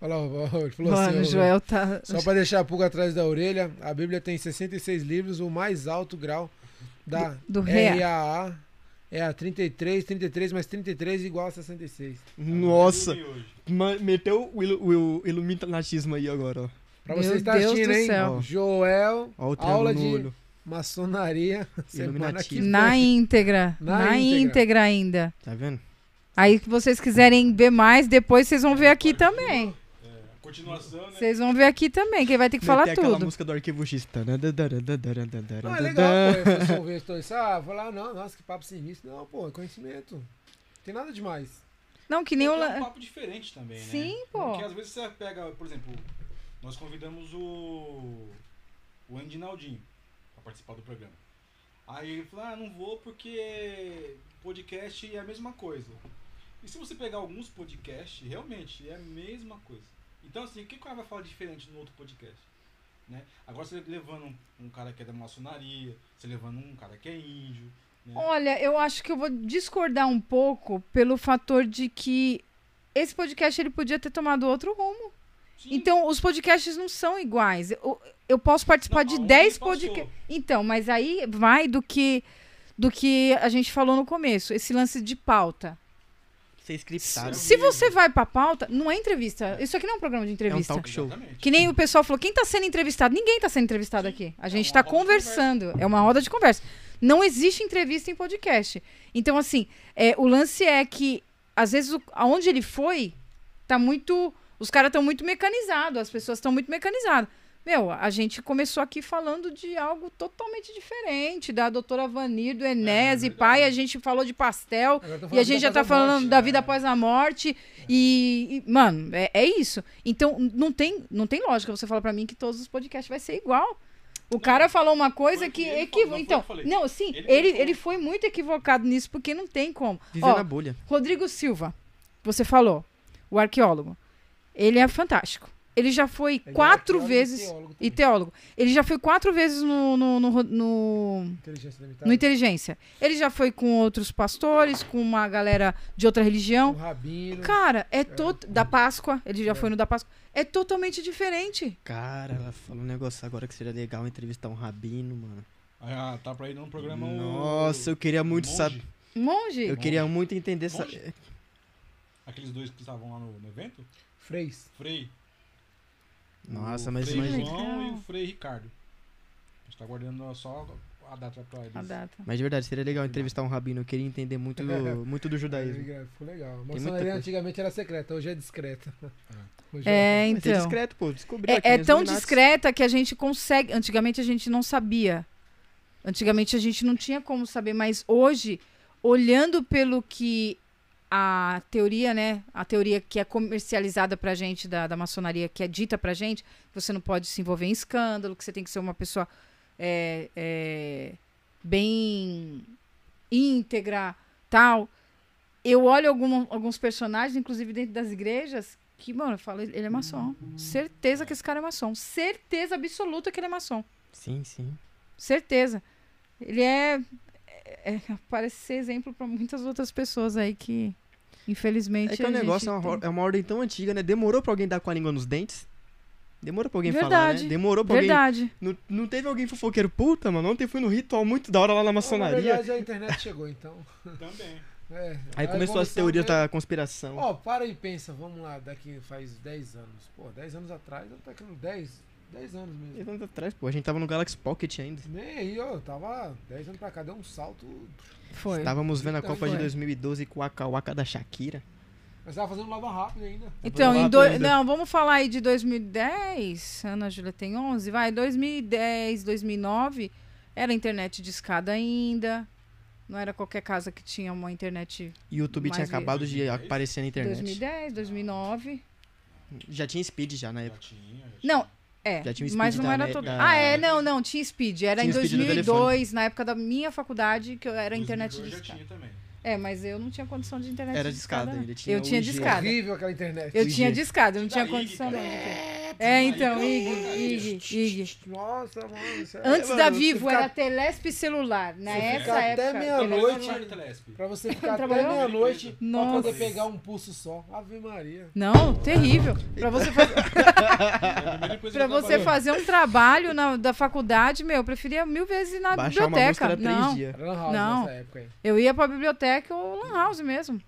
Speaker 2: Olha lá, o Robert falou assim.
Speaker 4: Mano,
Speaker 2: ó,
Speaker 4: o Joel tá.
Speaker 2: Só um pra deixar a pulga atrás da orelha, a Bíblia tem 66 livros, o mais alto grau da
Speaker 4: Do- do RAA.
Speaker 2: RAA é a 33, 33 mais 33 igual a 66.
Speaker 1: Nossa!
Speaker 3: Eu dormi hoje.
Speaker 1: ma- Meteu o, ilu- o ilu- iluminatismo aí agora, ó.
Speaker 2: Pra
Speaker 4: Meu
Speaker 2: você estar
Speaker 4: Deus
Speaker 2: assistindo,
Speaker 4: do
Speaker 2: hein?
Speaker 4: céu.
Speaker 2: Joel,
Speaker 1: Ó o triângulo
Speaker 2: aula
Speaker 1: no
Speaker 2: de
Speaker 1: olho.
Speaker 2: maçonaria, é semana que
Speaker 1: Iluminatismo.
Speaker 4: Na íntegra.
Speaker 2: né?" Na
Speaker 4: Na,
Speaker 2: íntegra.
Speaker 4: íntegra. ainda.
Speaker 1: Tá vendo?
Speaker 4: Aí que vocês quiserem ver mais, depois vocês vão ver aqui também.
Speaker 3: É, a Continuação, né?
Speaker 4: Vocês vão ver aqui também, que ele vai ter que falar
Speaker 1: Tem aquela
Speaker 4: tudo.
Speaker 1: música do arquivo X.
Speaker 2: Não, é legal, pô. Eu fui resolver isso. tudo. Ah, vou lá, não, nossa, que papo sinistro. Não, pô, é conhecimento. Não tem nada demais.
Speaker 4: Não, que nem
Speaker 3: É
Speaker 4: o.
Speaker 3: um
Speaker 4: Lan-
Speaker 3: papo diferente também, né?
Speaker 4: Sim, pô.
Speaker 3: Porque às vezes você pega, por exemplo, nós convidamos o. o Andy Naldinho pra participar do programa. Aí ele falou, ah, não vou porque podcast é a mesma coisa. E se você pegar alguns podcasts, realmente é a mesma coisa. Então assim, o que o cara vai falar diferente no outro podcast? Né? Agora você levando um, um cara que é da maçonaria, você levando um cara que é índio. Né?
Speaker 4: Olha, eu acho que eu vou discordar um pouco pelo fator de que esse podcast ele podia ter tomado outro rumo.
Speaker 3: Sim,
Speaker 4: Então, os podcasts não são iguais. Eu, eu posso participar
Speaker 3: Não,
Speaker 4: de
Speaker 3: aonde
Speaker 4: 10
Speaker 3: passou?
Speaker 4: podcasts. Então, mas aí vai do que do que a gente falou no começo, esse lance de pauta.
Speaker 1: Ser scriptado.
Speaker 4: Se você vai pra pauta, não é entrevista. Isso aqui não é um programa de
Speaker 1: É um
Speaker 4: entrevista.
Speaker 1: talk show.
Speaker 3: exatamente.
Speaker 4: Que nem o pessoal falou, quem tá sendo entrevistado? Ninguém tá sendo entrevistado aqui. A
Speaker 3: é
Speaker 4: gente
Speaker 3: uma
Speaker 4: tá
Speaker 3: roda de
Speaker 4: conversando. É uma roda de conversa. Não existe entrevista em podcast. Então, assim, é, o lance é que, às vezes, o- aonde ele foi, tá muito. Os caras estão muito mecanizados, as pessoas estão muito mecanizadas. Meu, a gente começou aqui falando de algo totalmente diferente, da doutora Vanir, do Enés
Speaker 3: É,
Speaker 4: e
Speaker 3: verdade.
Speaker 4: pai, a gente falou de pastel,
Speaker 2: Agora
Speaker 4: e
Speaker 2: tão
Speaker 4: a
Speaker 2: falando
Speaker 4: gente
Speaker 2: da
Speaker 4: já tá
Speaker 2: Casa Morte,
Speaker 4: falando da vida após a morte. E, e, mano, é, é isso. Então, não tem, não tem lógica você falar pra mim que todos os podcasts vai ser igual. O cara falou uma coisa
Speaker 3: foi o
Speaker 4: que.
Speaker 3: que ele
Speaker 4: equivo-
Speaker 3: falou, não foi
Speaker 4: então,
Speaker 3: o que eu falei.
Speaker 4: não, sim,
Speaker 3: Ele
Speaker 4: ele,
Speaker 3: colocou.
Speaker 4: ele foi muito equivocado nisso, porque não tem como.
Speaker 1: Vivendo
Speaker 4: Ó,
Speaker 1: a bolha.
Speaker 4: Rodrigo Silva, você falou, o arqueólogo. Ele é fantástico. Ele já foi
Speaker 2: Ele é
Speaker 4: quatro
Speaker 2: arqueólogo e
Speaker 4: vezes.
Speaker 2: teólogo
Speaker 4: E
Speaker 2: também.
Speaker 4: teólogo. Ele já foi quatro vezes no- no- no, ro- no
Speaker 2: Inteligência
Speaker 1: Tá.
Speaker 2: limitada.
Speaker 4: no Inteligência. Ele já foi com outros pastores, com uma galera de outra
Speaker 2: Um
Speaker 4: religião.
Speaker 2: rabino.
Speaker 4: Cara, é tot... da Páscoa, ele já foi no da Páscoa. É totalmente diferente.
Speaker 1: Cara, ela falou um negócio agora que seria legal entrevistar um rabino, mano.
Speaker 3: Ah, tá pra ir num programa o-
Speaker 1: Nossa, eu queria muito
Speaker 3: Monge,
Speaker 1: saber.
Speaker 4: Monge?
Speaker 1: Eu queria muito entender essa.
Speaker 3: Monge? Aqueles dois que estavam lá no, no evento?
Speaker 2: Freis.
Speaker 3: Frei.
Speaker 1: Nossa,
Speaker 3: o
Speaker 1: mas
Speaker 3: Frei
Speaker 1: imagina.
Speaker 3: João
Speaker 4: Legal.
Speaker 3: e o Frei Ricardo. A gente tá guardando só a data pra eles.
Speaker 4: A data.
Speaker 1: Mas de verdade, seria legal entrevistar um rabino. Eu queria entender muito, muito do judaísmo.
Speaker 2: Ele Ficou legal. A
Speaker 1: muita
Speaker 2: maçonaria
Speaker 1: coisa. Ah.
Speaker 2: antigamente era secreta, hoje é discreta. Hoje
Speaker 4: É,
Speaker 1: Mas é
Speaker 4: então.
Speaker 1: discreto, pô. né, Descobri
Speaker 4: É, é tão discreta que a gente consegue. Antigamente a gente não sabia. Antigamente a gente não tinha como saber, mas hoje, olhando pelo que a teoria, né? A teoria que é comercializada pra gente, da, da maçonaria, que é dita pra gente, que você não pode se envolver em escândalo, que você tem que ser uma pessoa é, é, bem íntegra, tal. Eu olho algum- alguns personagens, inclusive dentro das igrejas, que, mano, eu falo, ele ele é maçom. Certeza que esse cara é maçom. Certeza absoluta que ele é maçom.
Speaker 1: Sim, sim.
Speaker 4: Certeza. Ele é, é- é- Parece ser exemplo pra muitas outras pessoas aí que, infelizmente.
Speaker 1: É que o
Speaker 4: a gente
Speaker 1: negócio é uma,
Speaker 4: tem.
Speaker 1: ro- é uma ordem tão antiga, né? Demorou pra alguém dar com a língua nos dentes. Demorou pra alguém falar,
Speaker 4: Verdade.
Speaker 1: né? Demorou pra
Speaker 4: Verdade.
Speaker 1: alguém. Não, não teve alguém fofoqueiro. Puta, mano, ontem fui no ritual muito da hora lá na
Speaker 2: Na
Speaker 1: maçonaria.
Speaker 2: verdade, a internet chegou, então.
Speaker 3: Também.
Speaker 2: É,
Speaker 1: Aí
Speaker 2: a
Speaker 1: começou as
Speaker 2: evolução
Speaker 1: teorias
Speaker 4: então
Speaker 2: veio-
Speaker 1: da conspiração.
Speaker 2: Ó, para e pensa, vamos lá, daqui faz 10 anos. Pô, 10 anos atrás, eu tô aqui no 10, 10 anos mesmo.
Speaker 1: Dez anos atrás, pô. A gente tava no Galaxy Pocket ainda.
Speaker 2: Nem aí, ó, eu tava 10 anos pra cá, deu um salto.
Speaker 4: Foi.
Speaker 1: Estávamos vendo a
Speaker 2: Então
Speaker 1: Copa de
Speaker 4: foi.
Speaker 1: 2012 com a Kawaka da Shakira.
Speaker 2: Mas tava fazendo lava rápido ainda.
Speaker 4: Então, em
Speaker 1: Vamos
Speaker 4: dois-
Speaker 1: lá, Brenda.
Speaker 4: não, vamos falar aí de 2010. Ana Júlia tem 11, vai, 2010, 2009, era internet de escada ainda. Não era qualquer casa que tinha uma internet.
Speaker 1: YouTube
Speaker 4: Mais
Speaker 1: tinha
Speaker 4: vezes.
Speaker 1: acabado de aparecer na internet.
Speaker 4: 2010, 2009.
Speaker 1: Já tinha Speed já na
Speaker 3: Já
Speaker 1: época.
Speaker 3: tinha, já
Speaker 4: Não,
Speaker 3: tinha.
Speaker 4: é.
Speaker 1: Já tinha o
Speaker 4: mas
Speaker 1: Speed
Speaker 4: não
Speaker 1: da
Speaker 4: era
Speaker 1: Net-
Speaker 4: todo.
Speaker 1: da-
Speaker 4: Ah, é, não, não, tinha speed. Era
Speaker 1: Tinha
Speaker 4: em
Speaker 1: speed do
Speaker 4: 2002, na época da minha faculdade, que eu era internet de
Speaker 3: 2002 já
Speaker 4: escada.
Speaker 3: tinha também.
Speaker 4: É, mas eu não tinha condição de internet
Speaker 1: Era
Speaker 4: de
Speaker 1: de
Speaker 4: escada.
Speaker 1: escada
Speaker 4: não.
Speaker 1: ainda, tinha
Speaker 4: eu tinha
Speaker 1: o
Speaker 4: de
Speaker 1: IG.
Speaker 4: escada.
Speaker 2: Horrível aquela internet.
Speaker 4: Eu
Speaker 1: IG.
Speaker 4: tinha de escada, eu não tinha
Speaker 3: Da IG,
Speaker 4: condição
Speaker 3: cara.
Speaker 4: não de ter. É, então, Ig, Ig, Ig.
Speaker 2: Nossa, mano, isso é-
Speaker 4: Antes
Speaker 1: mano,
Speaker 4: da
Speaker 1: você
Speaker 4: Vivo
Speaker 2: fica-
Speaker 4: era Telesp celular. Na
Speaker 2: Você
Speaker 4: essa
Speaker 2: fica até
Speaker 4: época.
Speaker 2: meia-noite.
Speaker 4: Telesp-
Speaker 3: Agora
Speaker 2: noite.
Speaker 3: tinha Telesp.
Speaker 2: É, Pra você ficar até
Speaker 4: Trabalhou?
Speaker 2: meia-noite pra
Speaker 4: Nossa.
Speaker 2: poder pegar um pulso só. Ave Maria.
Speaker 4: Não, terrível. Pra você, fa-
Speaker 3: A primeira coisa
Speaker 4: pra
Speaker 3: que eu
Speaker 4: você
Speaker 3: trabalhei.
Speaker 4: fazer um trabalho na- da faculdade, meu, eu preferia mil vezes ir na
Speaker 1: Baixar uma música
Speaker 4: biblioteca.
Speaker 1: era três
Speaker 4: Não,
Speaker 1: dias.
Speaker 2: Era Lan House
Speaker 4: Não.
Speaker 2: nessa época aí.
Speaker 4: eu ia pra biblioteca ou lan house mesmo.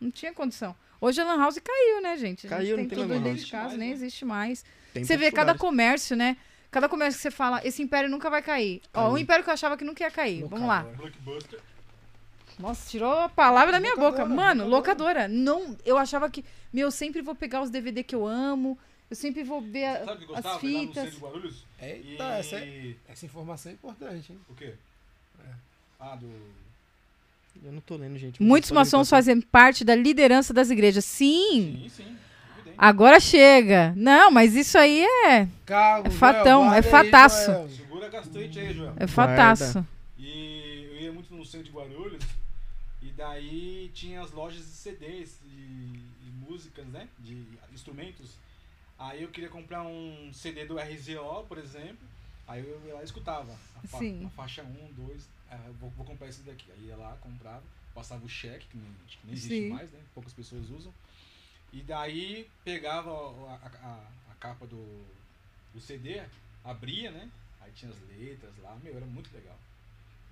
Speaker 4: Não tinha condição. Hoje a lan house caiu, né, gente? A gente
Speaker 1: Caiu, não
Speaker 4: tem
Speaker 1: tem
Speaker 4: tudo
Speaker 1: mais lan
Speaker 4: dentro
Speaker 1: house.
Speaker 4: de casa,
Speaker 3: Não existe
Speaker 4: nem
Speaker 3: mais, né?
Speaker 4: existe mais.
Speaker 1: Tem
Speaker 4: Você vê
Speaker 1: poucos
Speaker 4: cada
Speaker 1: lugares.
Speaker 4: comércio, né? Cada comércio que você fala, esse império nunca vai cair. Ó,
Speaker 1: Caiu.
Speaker 4: um império que eu achava que nunca ia cair. Vamos lá.
Speaker 2: Locadora.
Speaker 3: Blockbuster.
Speaker 4: Nossa, tirou a palavra da minha
Speaker 2: Locadora,
Speaker 4: boca. Mano, locadora.
Speaker 2: locadora.
Speaker 4: Não, eu achava que. Meu, eu sempre vou pegar os DVD que eu amo. Eu sempre vou ver a-
Speaker 3: Sabe o que eu
Speaker 4: as
Speaker 3: gostava? Ir lá no
Speaker 4: fitas.
Speaker 3: centro de Guarulhos?
Speaker 2: Eita,
Speaker 3: e...
Speaker 2: essa, é- essa informação é importante, hein?
Speaker 3: O quê? Ah, do...
Speaker 1: Eu não tô lendo, então gente. mas
Speaker 4: Muitos
Speaker 1: pode me
Speaker 4: maçons
Speaker 1: passar.
Speaker 4: fazem parte da liderança das igrejas. Sim,
Speaker 3: Sim, sim. evidente.
Speaker 4: agora chega. Não, mas isso aí é,
Speaker 2: Calma,
Speaker 4: É fatão, é fataço.
Speaker 3: Segura a gastrite aí, Joel.
Speaker 4: é fataço.
Speaker 3: E eu ia muito no centro de Guarulhos. E daí tinha as lojas de CDs e, e músicas, né? De instrumentos. Aí eu queria comprar um CD do RZO, por exemplo. Aí eu ia lá e escutava. A, fa-
Speaker 4: Sim.
Speaker 3: a faixa 1, 2. ah, eu vou, vou comprar esse daqui. Aí ia lá, comprava. Passava o cheque, que nem, acho que nem existe
Speaker 4: Sim.
Speaker 3: mais, né? Poucas pessoas usam. E daí pegava a, a- a- a capa do, do CD, abria, né? Aí tinha as letras lá. Meu, era muito legal.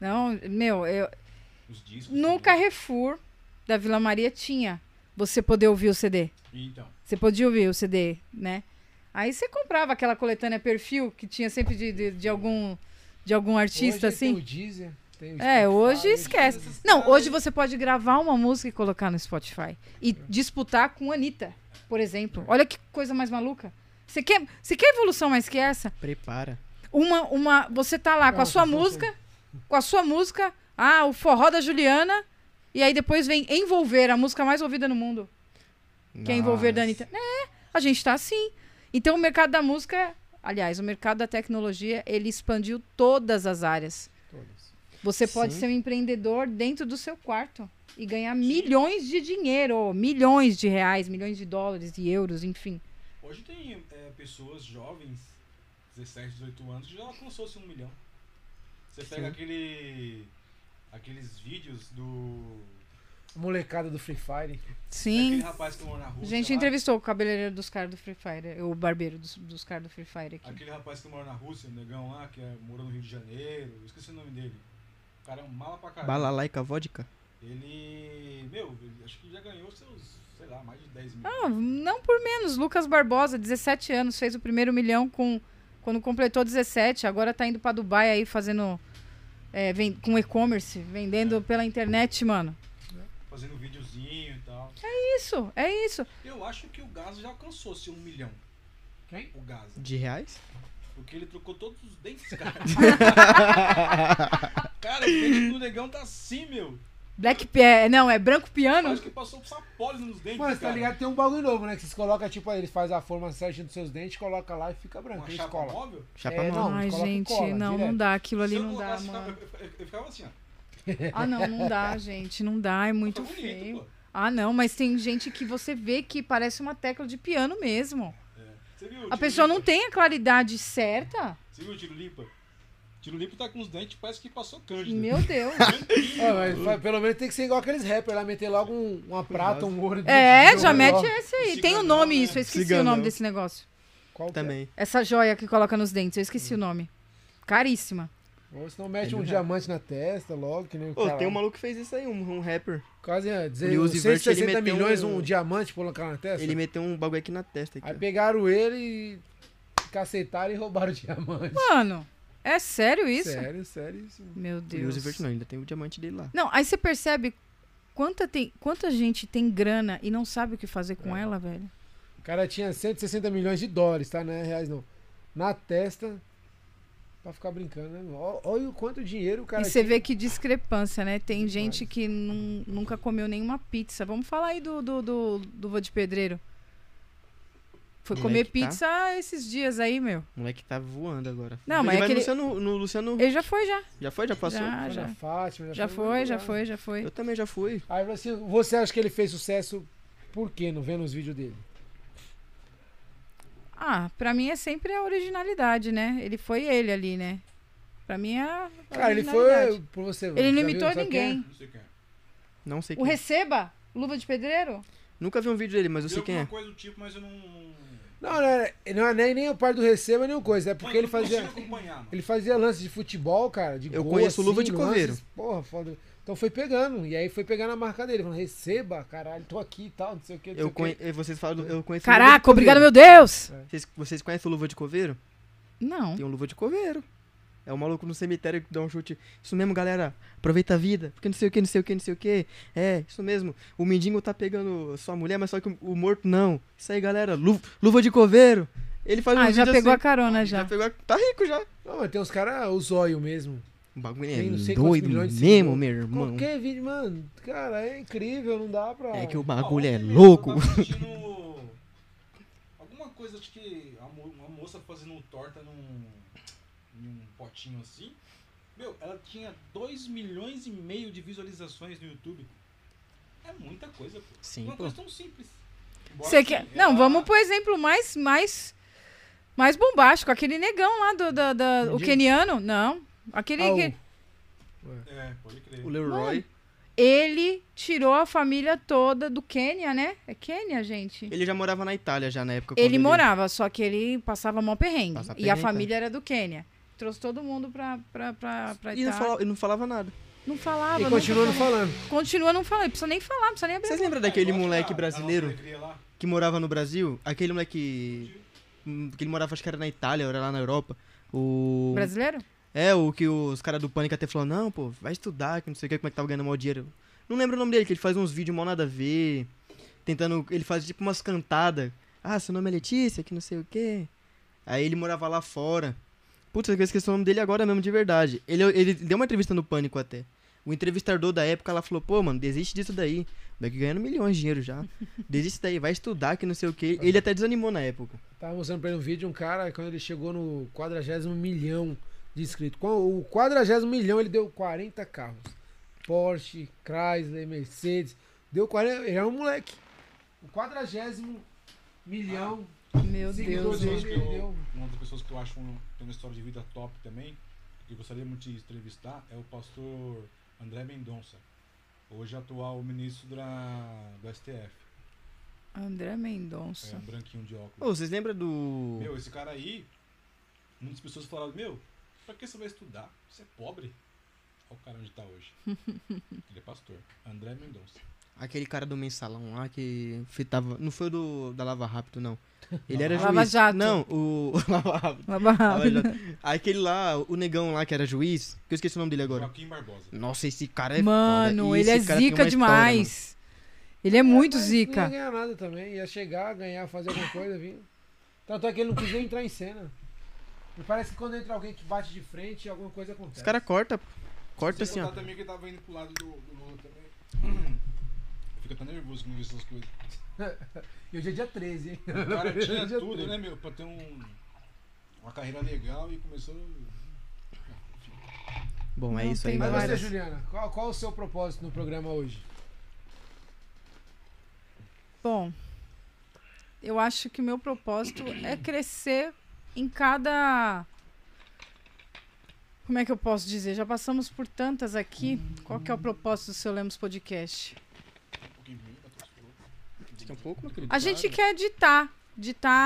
Speaker 4: Não, meu, eu,
Speaker 3: Os discos.
Speaker 4: no
Speaker 3: também.
Speaker 4: Carrefour da Vila Maria tinha você poder ouvir o CD.
Speaker 3: Então.
Speaker 4: Você podia ouvir o CD, né? Aí você comprava aquela coletânea perfil que tinha sempre de, de, de algum de algum artista assim.
Speaker 2: Tem o Deezer, tem o
Speaker 4: É,
Speaker 2: é Spotify,
Speaker 4: hoje esquece. Não,
Speaker 3: caras
Speaker 4: hoje
Speaker 3: aí-
Speaker 4: você pode gravar uma música e colocar no Spotify. E disputar com a Anitta, por exemplo. Olha que coisa mais maluca. Você quer, você quer evolução mais que essa?
Speaker 1: Prepara.
Speaker 4: Uma, uma, você tá lá com a
Speaker 2: Não,
Speaker 4: sua
Speaker 2: não sei.
Speaker 4: música, com a sua música, ah, o forró da Juliana, e aí depois vem Envolver, a música mais ouvida no mundo, que é Envolver da Anitta. É, a gente tá assim. Então o mercado da música, aliás, o mercado da tecnologia, ele expandiu todas as áreas.
Speaker 2: todos.
Speaker 4: Você pode
Speaker 1: Sim.
Speaker 4: ser um empreendedor dentro do seu quarto e ganhar milhões de dinheiro, milhões de reais, milhões de dólares, de euros, enfim.
Speaker 3: Hoje tem é, pessoas jovens, 17, 18 anos, que já alcançou-se um milhão. Você pega
Speaker 1: Sim.
Speaker 3: aquele. aqueles vídeos do.
Speaker 2: Molecada do Free Fire.
Speaker 3: Aquele
Speaker 4: Sim.
Speaker 3: rapaz que mora na
Speaker 4: A
Speaker 3: Rússia.
Speaker 4: gente
Speaker 3: lá,
Speaker 4: entrevistou o cabeleireiro dos caras do Free Fire, eh, o barbeiro dos, dos caras do Free Fire aqui.
Speaker 3: Aquele rapaz que mora na Rússia, o negão lá, que é, morou no Rio de Janeiro, eu esqueci o nome dele. O cara é um mala pra caralho.
Speaker 1: Balalaica vodka?
Speaker 3: Ele. Meu, ele- acho que já ganhou seus, sei lá, mais de 10 mil.
Speaker 4: Ah, não por menos, Lucas Barbosa, 17 anos, fez o primeiro milhão com quando completou 17, agora tá indo pra Dubai aí fazendo é, ven- com e-commerce, vendendo pela internet, mano.
Speaker 3: Fazendo videozinho e tal.
Speaker 4: Isso, é isso.
Speaker 3: Eu acho que o Gaso já alcançou-se um milhão.
Speaker 2: Quem?
Speaker 3: O Gaso.
Speaker 1: De reais?
Speaker 3: Porque ele trocou todos os dentes, cara. cara, o dente do negão tá assim, meu.
Speaker 4: Black é, não, é branco piano.
Speaker 3: Acho que passou sapólio nos dentes,
Speaker 2: Mano, você tá
Speaker 3: cara.
Speaker 2: ligado? Tem um bagulho novo, né? Que vocês colocam, tipo, eles fazem a forma certinha dos seus dentes, coloca lá e fica branco.
Speaker 3: Uma
Speaker 2: Eles
Speaker 3: chapa
Speaker 2: colam.
Speaker 3: móvel?
Speaker 1: Chapa
Speaker 2: É,
Speaker 1: é,
Speaker 2: não.
Speaker 4: Ai,
Speaker 2: coloca e
Speaker 4: gente,
Speaker 2: cola,
Speaker 4: não,
Speaker 2: direto.
Speaker 4: não dá. Aquilo
Speaker 3: Se
Speaker 4: ali
Speaker 3: eu
Speaker 4: não dá,
Speaker 3: colocasse,
Speaker 4: mano.
Speaker 3: ficava- eu, eu- eu ficava assim, ó.
Speaker 4: Ah, não, não dá, gente. Não dá, é muito
Speaker 3: Fica tá bonito,
Speaker 4: feio.
Speaker 3: pô.
Speaker 4: Ah, não, mas tem gente que você vê que parece uma tecla de piano mesmo.
Speaker 3: Você viu o
Speaker 4: A
Speaker 3: Tiro
Speaker 4: pessoa não
Speaker 3: Limpa?
Speaker 4: tem a claridade certa.
Speaker 3: Você viu o Tiro Limpa? O Tiro Limpa tá com os dentes, parece que passou cândido.
Speaker 4: Meu Deus.
Speaker 2: Ah, mas fa- pelo menos tem que ser igual aqueles rappers lá, meter logo um, uma prata, um ouro. dentro
Speaker 4: É,
Speaker 2: do
Speaker 4: já
Speaker 2: jogo,
Speaker 4: mete
Speaker 2: ó.
Speaker 4: esse aí.
Speaker 3: Ciganão,
Speaker 4: Tem um nome
Speaker 3: né?
Speaker 4: isso, eu esqueci o
Speaker 1: Ciganão.
Speaker 4: nome desse negócio.
Speaker 2: Qual que é?
Speaker 1: também.
Speaker 4: Essa joia que coloca nos dentes, eu esqueci o nome. Caríssima.
Speaker 2: É? Ou senão mete
Speaker 1: Ele
Speaker 2: um
Speaker 1: já-
Speaker 2: diamante na testa logo, que nem o
Speaker 1: Ô,
Speaker 4: tá
Speaker 2: cara
Speaker 1: tem um
Speaker 2: lá.
Speaker 1: maluco que fez isso aí, um, um rapper.
Speaker 2: Quase é,
Speaker 1: Ele
Speaker 2: dizer,
Speaker 1: usa inverte,
Speaker 2: 160
Speaker 1: ele meteu
Speaker 2: milhões, um...
Speaker 1: um-
Speaker 2: diamante colocar na testa.
Speaker 1: Ele meteu um bagulho aqui na testa. Aqui,
Speaker 2: Aí
Speaker 1: ó.
Speaker 2: pegaram ele e cacetaram e roubaram o diamante.
Speaker 4: Mano, é sério isso?
Speaker 2: Sério, sério isso.
Speaker 1: Ele
Speaker 4: Meu
Speaker 1: usa
Speaker 4: Deus.
Speaker 1: inverte, não, ainda tem o diamante dele lá.
Speaker 4: Não, aí você percebe quanta, tem, quanta gente tem grana e não sabe o que fazer
Speaker 2: É.
Speaker 4: com ela, velho.
Speaker 2: O cara tinha 160 milhões de dólares, tá? Não é reais, não. Na testa, pra ficar brincando, né? Ó- Olha o quanto dinheiro o cara
Speaker 4: e você
Speaker 2: tinha.
Speaker 4: vê que discrepância, né? Tem
Speaker 2: Demais.
Speaker 4: gente que nun- nunca comeu nenhuma pizza. Vamos falar aí do, do, do, do Vô de Pedreiro. Foi
Speaker 1: Como é
Speaker 4: comer
Speaker 1: que tá?
Speaker 4: pizza esses dias aí, meu.
Speaker 1: O moleque tá voando agora.
Speaker 4: Não, mas
Speaker 1: ele vai
Speaker 4: é que ele-
Speaker 1: no Luciano, no Luciano.
Speaker 4: Ele já foi, já.
Speaker 1: Já foi? Já passou?
Speaker 4: Já,
Speaker 2: Foi na
Speaker 4: já.
Speaker 2: Fátima,
Speaker 4: Já foi, já foi, já
Speaker 1: Eu
Speaker 4: foi.
Speaker 1: também já fui.
Speaker 2: Aí você, você acha que ele fez sucesso por quê? Não vendo os vídeos dele?
Speaker 4: Ah, pra mim é sempre a originalidade, né? Ele foi ele ali, né? Pra mim é a
Speaker 2: Cara, ele
Speaker 4: originalidade.
Speaker 2: foi por você.
Speaker 4: Ele não
Speaker 2: já viu?
Speaker 4: imitou
Speaker 2: Sabe quem é?
Speaker 4: ninguém.
Speaker 3: Não sei quem é.
Speaker 1: Não sei
Speaker 4: O
Speaker 1: quem.
Speaker 4: Receba, Luva de Pedreiro?
Speaker 1: Nunca vi um vídeo dele, mas eu
Speaker 3: Deu
Speaker 1: sei quem é.
Speaker 3: alguma coisa do tipo, mas eu não... Mano,
Speaker 2: Não, não, é- não é nem, nem a parte do receba, nem o coisa. É porque
Speaker 3: eu
Speaker 2: ele
Speaker 3: não consigo
Speaker 2: fazia.
Speaker 3: acompanhar, mano.
Speaker 2: Ele fazia lances de futebol, cara. De
Speaker 1: Eu
Speaker 2: gol,
Speaker 1: conheço
Speaker 2: assim,
Speaker 1: luva de coveiro.
Speaker 2: lances, porra, foda. Então foi pegando. E aí foi pegando a marca dele. Falando, receba, caralho, tô aqui e tal, não sei o que.
Speaker 1: Eu conhe... eh, Vocês falam. do- Eu conheço. o Luva
Speaker 4: Caraca,
Speaker 1: de Coveiro.
Speaker 4: obrigado, meu Deus!
Speaker 1: Vocês, vocês conhecem o Luva de Coveiro?
Speaker 4: Não.
Speaker 1: Tem um Luva de Coveiro. É o maluco no cemitério que dá um chute. Isso mesmo, galera. Aproveita a vida. Porque não sei o que, não sei o que, não sei o que. É, isso mesmo. O mendigo tá pegando sua mulher, mas só que o- o morto não. Isso aí, galera. Lu- luva de coveiro. Ele faz
Speaker 4: Ah,
Speaker 1: uns
Speaker 4: já
Speaker 1: vídeos
Speaker 4: pegou a
Speaker 1: assim.
Speaker 4: carona já.
Speaker 1: Já pegou a... Tá rico já.
Speaker 2: Não, mas tem uns caras, o zóio mesmo.
Speaker 1: O bagulho é
Speaker 2: Tem não sei quantos
Speaker 1: doido
Speaker 2: milhões de
Speaker 1: mesmo,
Speaker 2: seguidores.
Speaker 1: meu irmão.
Speaker 2: Qualquer vídeo, mano, cara, é incrível, não dá pra.
Speaker 1: É que o
Speaker 3: Ó,
Speaker 1: bagulho
Speaker 3: ontem
Speaker 1: é
Speaker 3: mesmo
Speaker 1: louco.
Speaker 3: Eu tava assistindo tipo, alguma coisa, acho que a mo- uma moça fazendo um torta num, num potinho assim. Meu, ela tinha 2 milhões e meio de visualizações no YouTube. É muita coisa, pô.
Speaker 4: assim,
Speaker 1: Sim,
Speaker 3: uma
Speaker 1: pô.
Speaker 3: coisa tão simples. Embora
Speaker 4: Você
Speaker 3: que
Speaker 4: quer...
Speaker 3: ela-
Speaker 4: Não, vamos pro exemplo mais, mais, mais bombástico. Aquele negão lá, do, da- da- o
Speaker 2: Mendigo?
Speaker 4: keniano. Não. Aquele
Speaker 2: Ah, o-
Speaker 4: que...
Speaker 3: É, pode crer.
Speaker 1: O Leroy.
Speaker 4: Ele tirou a família toda do Quênia, né? É Quênia, gente?
Speaker 1: Ele já morava na Itália já na época. quando
Speaker 4: Ele morava, só que ele passava mó perrengue.
Speaker 1: Passa
Speaker 4: e a
Speaker 1: perrengue,
Speaker 4: família era do Quênia. Trouxe todo mundo pra, pra, pra, pra
Speaker 1: E não
Speaker 4: Itália.
Speaker 1: falava, ele não falava nada.
Speaker 4: Não falava.
Speaker 2: E
Speaker 4: nunca
Speaker 2: continuando
Speaker 4: falava.
Speaker 2: falando.
Speaker 4: Continua não falando. Precisa nem falar, não precisa nem abrir.
Speaker 1: Vocês
Speaker 4: a boca.
Speaker 1: lembram daquele
Speaker 3: Ah, eu acho
Speaker 1: moleque
Speaker 3: que a- a nossa
Speaker 1: brasileiro
Speaker 3: alegria lá-
Speaker 1: que morava no Brasil? Aquele moleque. hum, Que ele morava, acho que era na Itália, ou era lá na Europa. O.
Speaker 4: Brasileiro?
Speaker 1: É, o que os caras do Pânico até falaram, não, pô, vai estudar, que não sei o que, como é que tava ganhando mal dinheiro. Não lembro o nome dele, que ele faz uns vídeos mal nada a ver. Tentando. Ele faz tipo umas cantadas. Ah, seu nome é Letícia, que não sei o que. Aí ele morava lá fora. Putz, eu esqueci o nome dele agora mesmo, de verdade. Ele, ele deu uma entrevista no Pânico até. O entrevistador da época lá falou, pô, mano, desiste disso daí. Vai que ganhando milhões de dinheiro já. Desiste daí, vai estudar, que não sei o que. Ele até desanimou na época.
Speaker 2: Tava mostrando pra ele um vídeo, um cara, quando ele chegou no 40 milhão de inscritos. Com o 40 milhão, ele deu 40 carros. Porsche, Chrysler, Mercedes. Deu 40. Ele era um moleque. O 40 milhão.
Speaker 4: Meu
Speaker 2: Seguidor
Speaker 4: Deus. mano.
Speaker 3: pessoas
Speaker 2: dele.
Speaker 3: que
Speaker 2: ele
Speaker 3: eu,
Speaker 2: deu.
Speaker 3: uma das pessoas que eu acho um- tem uma história de vida top também, que eu gostaria muito de entrevistar, é o pastor André Mendonça, hoje atual ministro da, do STF,
Speaker 4: André
Speaker 3: é,
Speaker 4: Mendonça.
Speaker 3: um branquinho de óculos.
Speaker 1: Ô, vocês lembram do.
Speaker 3: Meu, esse cara aí, muitas pessoas falaram, meu, pra que você vai estudar? Você é pobre? Olha o cara onde tá hoje. Ele é pastor, André Mendonça.
Speaker 1: Aquele cara do mensalão lá que fitava. Não foi o do da Lava Rápido, não. Ele era
Speaker 4: Lava
Speaker 1: juiz.
Speaker 4: Jato.
Speaker 1: Não, o. Lava Rápido.
Speaker 4: Lava
Speaker 1: Lava
Speaker 4: Rápido.
Speaker 1: Jato. Aquele lá, o negão lá que era juiz, que eu esqueci o nome dele agora.
Speaker 3: Joaquim Barbosa.
Speaker 1: Nossa, esse cara é.
Speaker 4: Mano,
Speaker 1: foda.
Speaker 4: ele é
Speaker 1: Esse cara tem
Speaker 4: zica
Speaker 1: uma história,
Speaker 4: demais. ele é muito
Speaker 2: Mas
Speaker 1: um
Speaker 2: Não
Speaker 4: zica.
Speaker 2: ia ganhar nada também. Ia chegar, ganhar, fazer alguma coisa, vinha. Tanto é que ele não quis nem entrar em cena. Me parece que quando entra alguém que bate de frente, alguma coisa
Speaker 1: mano.
Speaker 2: acontece.
Speaker 1: Os caras cortam. Corta assim,
Speaker 3: Sem contar
Speaker 1: ó.
Speaker 3: também que ele tava indo pro lado do, do Lula também. Eu fico até nervoso quando vejo essas coisas.
Speaker 2: E hoje é dia 13, hein? é
Speaker 3: O cara tinha
Speaker 2: Dia
Speaker 3: tudo,
Speaker 2: 13.
Speaker 3: né, meu? Pra ter um, uma carreira legal e começou.
Speaker 1: Bom, é
Speaker 4: Não
Speaker 1: isso
Speaker 4: tem
Speaker 1: aí,
Speaker 2: Mas
Speaker 1: galera.
Speaker 2: você, Juliana, qual, qual o seu propósito no programa hoje?
Speaker 1: é
Speaker 4: Bom, eu acho que o meu propósito é crescer em cada. Como é que eu posso dizer? Já passamos por tantas aqui. Qual que é o propósito do seu Lemos Podcast?
Speaker 3: Um pouquinho ruim, pra todos os outros.
Speaker 1: Fica um pouco, meu querido.
Speaker 4: A gente
Speaker 1: Claro.
Speaker 4: quer ditar,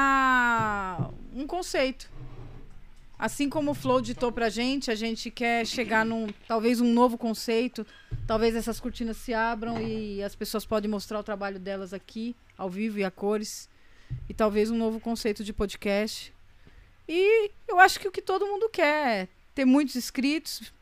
Speaker 4: ditar um conceito. Assim como o Flow ditou pra gente, a gente quer chegar num, talvez um novo conceito, talvez essas cortinas se abram e as pessoas podem mostrar o trabalho delas aqui, ao vivo e a cores, e talvez um novo conceito de podcast. E eu acho que o que todo mundo quer é ter muitos inscritos,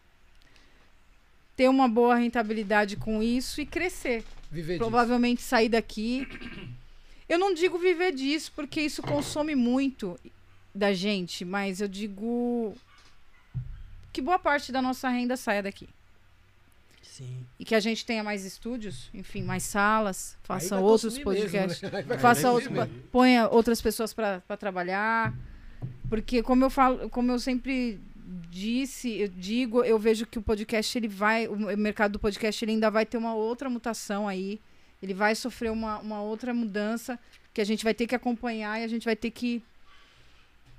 Speaker 4: ter uma boa rentabilidade com isso e crescer
Speaker 2: Viver disso.
Speaker 4: provavelmente sair daqui. Eu não digo viver disso, porque isso consome muito da gente, mas eu digo que boa parte da nossa renda saia daqui.
Speaker 1: Sim.
Speaker 4: E que a gente tenha mais estúdios, enfim, mais salas,
Speaker 2: Aí
Speaker 4: faça
Speaker 2: vai
Speaker 4: outros
Speaker 2: é consumir mesmo,
Speaker 4: podcasts,
Speaker 2: né? Aí vai
Speaker 1: Faça
Speaker 2: consumir
Speaker 4: outro-
Speaker 2: mesmo.
Speaker 4: ponha outras pessoas para trabalhar. Porque como eu falo, como eu sempre disse, eu digo, eu vejo que o podcast ele vai, o mercado do podcast ele ainda vai ter uma outra mutação aí. Ele vai sofrer uma, uma outra mudança que a gente vai ter que acompanhar e a gente vai ter que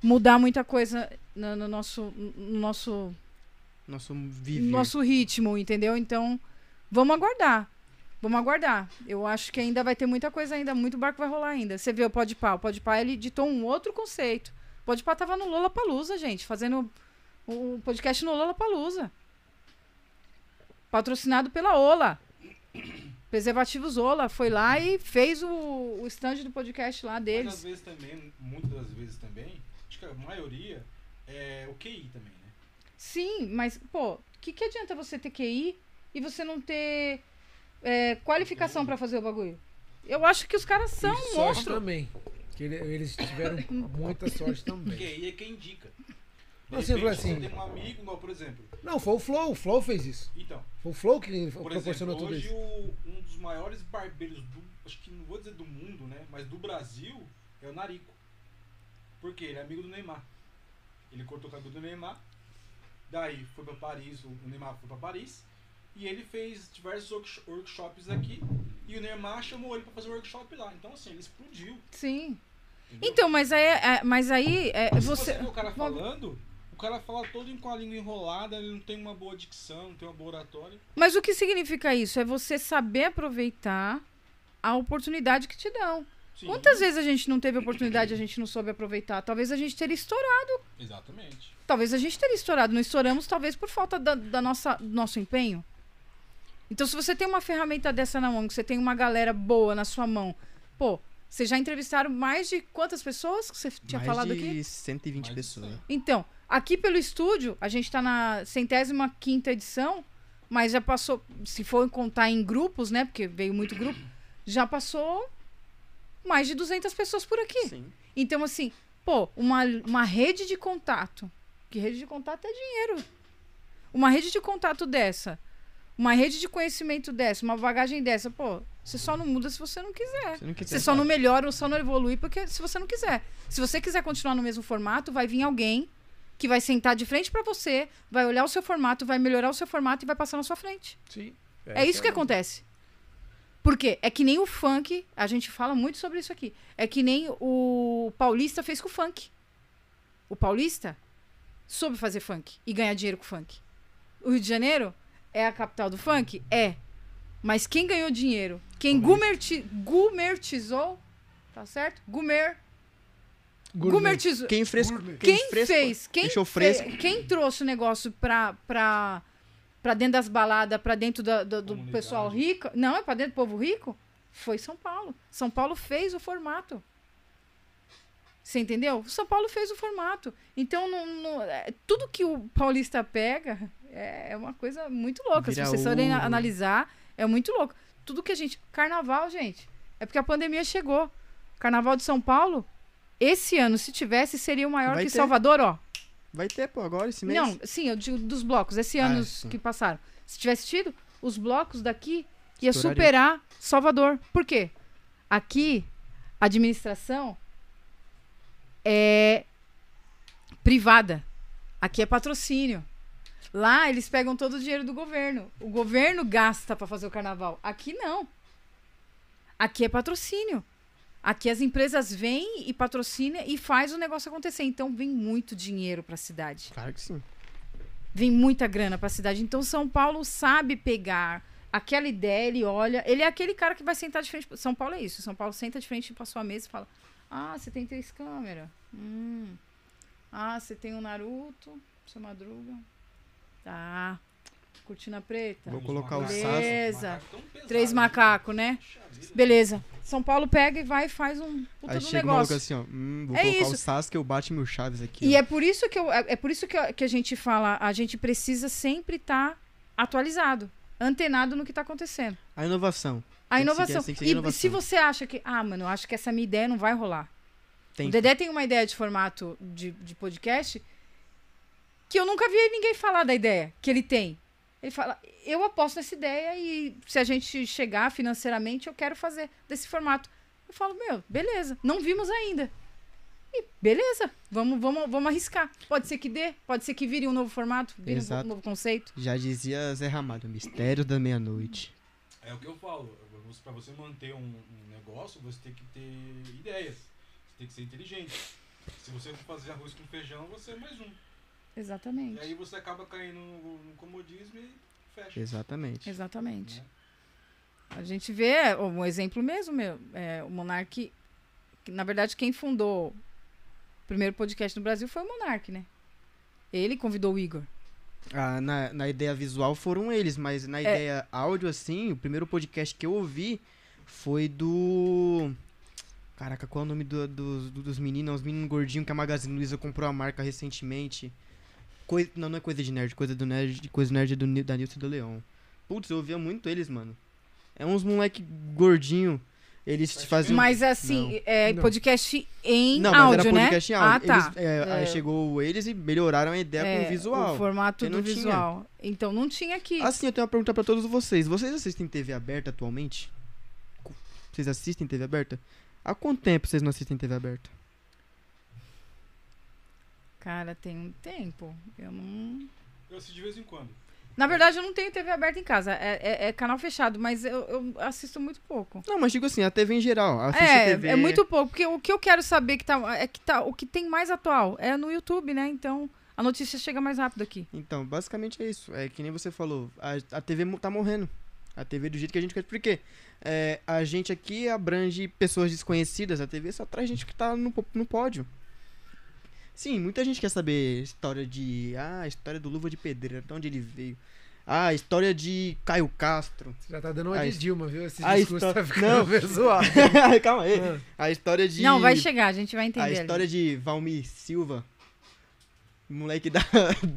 Speaker 4: mudar muita coisa no, no nosso no nosso
Speaker 1: Nosso
Speaker 4: no
Speaker 1: viver.
Speaker 4: nosso ritmo, entendeu? Então, vamos aguardar. Vamos aguardar. Eu acho que ainda vai ter muita coisa ainda, muito barco vai rolar ainda. Você vê o Podpah, o Podpah ele ditou um outro conceito. O Podpah tava no Lollapalooza, gente, fazendo o o podcast no Lollapalooza. Patrocinado pela Ola. Preservativos Ola foi lá e fez o, o stand do podcast lá
Speaker 3: Mas às
Speaker 4: deles.
Speaker 3: vezes também, muitas das vezes também, acho que a maioria é o QI também, né?
Speaker 4: Sim, mas, pô, o que, que adianta você ter QI e você não ter é, qualificação pra fazer o bagulho? Eu acho que os caras são
Speaker 2: E
Speaker 4: um
Speaker 2: sorte
Speaker 4: monstro.
Speaker 2: também. Que ele- eles tiveram muita sorte
Speaker 3: Porque
Speaker 2: também.
Speaker 3: aí é quem indica. De
Speaker 2: Não, você
Speaker 3: repente,
Speaker 2: fala assim-
Speaker 3: Você tem um amigo, igual, por exemplo.
Speaker 2: Não, foi o Flow. O Flow fez isso.
Speaker 3: Então,
Speaker 2: Foi o Flow que
Speaker 3: por exemplo,
Speaker 2: proporcionou tudo
Speaker 3: hoje
Speaker 2: isso.
Speaker 3: o- um dos maiores barbeiros do. Acho que não vou dizer do mundo, né? Mas do Brasil é o Narico. Porque ele é amigo do Neymar. Ele cortou o cabelo do Neymar. Daí foi pra Paris, o o Neymar foi pra Paris. E ele fez diversos worksh- workshops aqui. E o Neymar chamou ele pra fazer um workshop lá. Então, assim, ele explodiu.
Speaker 4: Sim.
Speaker 3: entendeu?
Speaker 4: Então, mas aí, é, mas aí é,
Speaker 3: Se
Speaker 4: você.
Speaker 3: você vê o cara
Speaker 4: Vamos-
Speaker 3: falando, o cara fala todo em- com a língua enrolada, ele não tem uma boa dicção, não tem uma boa oratória.
Speaker 4: Mas o que significa isso? É você saber aproveitar a oportunidade que te dão.
Speaker 3: Sim,
Speaker 4: Quantas vezes a gente não teve oportunidade e a gente não soube aproveitar? Talvez a gente teria estourado.
Speaker 3: Exatamente.
Speaker 4: Talvez a gente teria estourado. Não estouramos, talvez por falta da, da nossa, do nosso empenho. Então, se você tem uma ferramenta dessa na mão, que você tem uma galera boa na sua mão, pô, vocês já entrevistaram mais de quantas pessoas que você tinha
Speaker 1: Mais
Speaker 4: falado aqui?
Speaker 1: de 120
Speaker 3: Mais de
Speaker 1: pessoas.
Speaker 3: cem.
Speaker 4: Então, aqui pelo estúdio, a gente tá na centésima quinta edição, mas já passou, se for contar em grupos, né, porque veio muito grupo, já passou mais de 200 pessoas por aqui.
Speaker 1: Sim.
Speaker 4: Então, assim, pô, uma, uma rede de contato, que rede de contato é dinheiro. Uma rede de contato dessa, uma rede de conhecimento dessa, uma bagagem dessa, pô, você só não muda se você não quiser.
Speaker 1: Você não quer
Speaker 4: Você só não melhora ou só não evolui porque se você não quiser. Se você quiser continuar no mesmo formato, vai vir alguém que vai sentar de frente pra você, vai olhar o seu formato, vai melhorar o seu formato e vai passar na sua frente.
Speaker 2: Sim.
Speaker 4: É, isso que acontece. Por quê? É que nem o funk, a gente fala muito sobre isso aqui. É que nem o paulista fez com o funk. O paulista soube fazer funk e ganhar dinheiro com funk. O Rio de Janeiro é a capital do funk? É. Mas quem ganhou dinheiro? Quem gumerti, gumertizou? Tá certo? Gumer. Gumertizou.
Speaker 1: Quem fresco.
Speaker 2: Gourmet.
Speaker 4: Quem
Speaker 1: fresco-
Speaker 4: fez? Quem,
Speaker 1: Deixou
Speaker 4: fe-
Speaker 1: fresco.
Speaker 4: quem trouxe o negócio pra, pra, pra dentro das baladas, pra dentro da- do, do
Speaker 3: Comunidade.
Speaker 4: pessoal rico? Não, é pra dentro do povo rico? Foi São Paulo. São Paulo fez o formato. Você entendeu? São Paulo fez o formato. Então, não, não- é, tudo que o paulista pega é, é uma coisa muito louca.
Speaker 1: Vira
Speaker 4: Se vocês forem
Speaker 1: ouro.
Speaker 4: a- analisar, é muito louco. Tudo que a gente. Carnaval, gente. É porque a pandemia chegou. Carnaval de São Paulo, esse ano, se tivesse, seria o maior
Speaker 1: Vai
Speaker 4: que
Speaker 1: ter.
Speaker 4: Salvador, ó.
Speaker 1: Vai ter, pô, agora esse mês.
Speaker 4: Não, sim, eu digo dos blocos. Esse
Speaker 1: Ah,
Speaker 4: ano
Speaker 1: é,
Speaker 4: os
Speaker 1: sim.
Speaker 4: que passaram. Se tivesse tido, os blocos daqui ia
Speaker 1: Estouraria.
Speaker 4: superar Salvador. Por quê? Aqui, a administração é privada. Aqui é patrocínio. Lá eles pegam todo o dinheiro do governo. O governo gasta para fazer o carnaval. Aqui não. Aqui é patrocínio. Aqui as empresas vêm e patrocina e faz o negócio acontecer. Então vem muito dinheiro para a cidade
Speaker 1: Claro que sim.
Speaker 4: vem muita grana pra cidade. Então São Paulo sabe pegar aquela ideia, ele olha, ele é aquele cara que vai sentar de frente, São Paulo é isso, São Paulo senta de frente pra sua mesa e fala: "Ah, você tem três câmeras. Hum. Ah, você tem o Naruto, seu Madruga. Tá. Cortina preta.
Speaker 1: Vou colocar o
Speaker 3: Beleza.
Speaker 1: Sasa.
Speaker 4: Beleza.
Speaker 3: Macaco tão pesado,
Speaker 4: Três
Speaker 3: né?
Speaker 4: macacos, né?
Speaker 3: Puxa vida.
Speaker 4: Beleza. São Paulo pega e vai e faz um puta
Speaker 1: Aí
Speaker 4: do
Speaker 1: chega o maluco
Speaker 4: negócio.
Speaker 1: assim, ó. Hum, vou
Speaker 4: É
Speaker 1: colocar
Speaker 4: isso.
Speaker 1: o Sasuke, eu bate meu Chaves aqui.
Speaker 4: E
Speaker 1: ó.
Speaker 4: é por isso que eu, é é por isso que, eu- que a gente fala, a gente precisa sempre estar atualizado, antenado no que está acontecendo.
Speaker 1: A inovação.
Speaker 4: A
Speaker 1: Tem que seguir-
Speaker 4: inovação.
Speaker 1: tem que
Speaker 4: e
Speaker 1: seguir inovação.
Speaker 4: se você acha que, ah, mano, eu acho que essa minha ideia não vai rolar.
Speaker 1: Tem
Speaker 4: O
Speaker 1: que
Speaker 4: Dedé tem uma ideia de formato de, de podcast que eu nunca vi ninguém falar da ideia que ele tem. Ele fala, eu aposto nessa ideia e se a gente chegar financeiramente, eu quero fazer desse formato. Eu falo, meu, beleza, não vimos ainda. E beleza, vamos, vamos, vamos arriscar. Pode ser que dê, pode ser que vire um novo formato, vire um
Speaker 1: Exato.
Speaker 4: novo conceito.
Speaker 1: Já dizia Zé Ramalho, mistério da meia-noite.
Speaker 3: É o que eu falo. Você- Pra você manter um, um negócio, você tem que ter ideias. Você tem que ser inteligente. Se você for fazer arroz com feijão, você é mais um. E aí
Speaker 4: Exatamente.
Speaker 3: você acaba caindo no, no comodismo e fecha.
Speaker 1: Exatamente. Né?
Speaker 4: Exatamente. A gente vê é, um exemplo mesmo, meu. É, o Monark. que, na verdade, quem fundou o primeiro podcast no Brasil foi o Monark, né? Ele convidou o Igor.
Speaker 1: Ah, na, na ideia visual foram eles, mas
Speaker 4: É.
Speaker 1: na ideia áudio, assim, o primeiro podcast que eu ouvi foi do. Caraca, qual é o É nome do- do- do- dos meninos? Os meninos gordinhos que a Magazine Luiza comprou a marca recentemente. Coi- Não, não é coisa de nerd, coisa do nerd, coisa nerd é do, Ni- da Nilce do Leão. Putz, eu ouvia muito eles, mano. É uns moleque gordinho. Eles faziam.
Speaker 4: Mas assim, é
Speaker 2: Não.
Speaker 4: podcast em
Speaker 1: não, mas
Speaker 4: áudio,
Speaker 1: era podcast
Speaker 4: né?
Speaker 1: em áudio.
Speaker 4: Ah, tá.
Speaker 1: Eles, é, Aí
Speaker 4: É.
Speaker 1: chegou eles e melhoraram a ideia com o visual.
Speaker 4: O formato
Speaker 1: Eu
Speaker 4: do
Speaker 1: não tinha.
Speaker 4: visual. Então não tinha aqui.
Speaker 1: Assim, eu tenho uma pergunta pra todos vocês. Vocês assistem TV aberta atualmente? Co- Vocês assistem TV aberta? Há quanto tempo vocês não assistem TV aberta?
Speaker 4: Cara, tem um tempo. Eu não.
Speaker 3: Eu assisto de vez em quando.
Speaker 4: Na verdade, eu não tenho TV aberta em casa. É, é- é canal fechado, mas eu, eu assisto muito pouco.
Speaker 1: Não, mas digo assim, a TV em geral. Assiste
Speaker 4: é,
Speaker 1: a TV...
Speaker 4: é muito pouco. Porque o que eu quero saber que tá, é que tá. O que tem mais atual é no YouTube, né? Então a notícia chega mais rápido aqui.
Speaker 1: Então, basicamente é isso. É que nem você falou, a, a TV mo- tá morrendo. A TV do jeito que a gente quer. Por quê? É, a gente aqui abrange pessoas desconhecidas. A TV só traz gente que tá no, po- no pódio. Sim, muita gente quer saber história de. Ah, história do Luva de Pedreira, de onde ele veio. Ah, história de Caio Castro.
Speaker 2: Você já tá dando uma
Speaker 1: Aí-
Speaker 2: de Dilma, viu? Esse
Speaker 1: aí
Speaker 2: discurso
Speaker 1: está-
Speaker 2: tá ficando
Speaker 1: Não.
Speaker 2: meio zoado.
Speaker 1: Calma aí.
Speaker 2: Ah.
Speaker 1: A história de.
Speaker 4: Não, vai chegar, a gente vai entender.
Speaker 1: A
Speaker 4: ali.
Speaker 1: história de Valmir Silva, moleque da,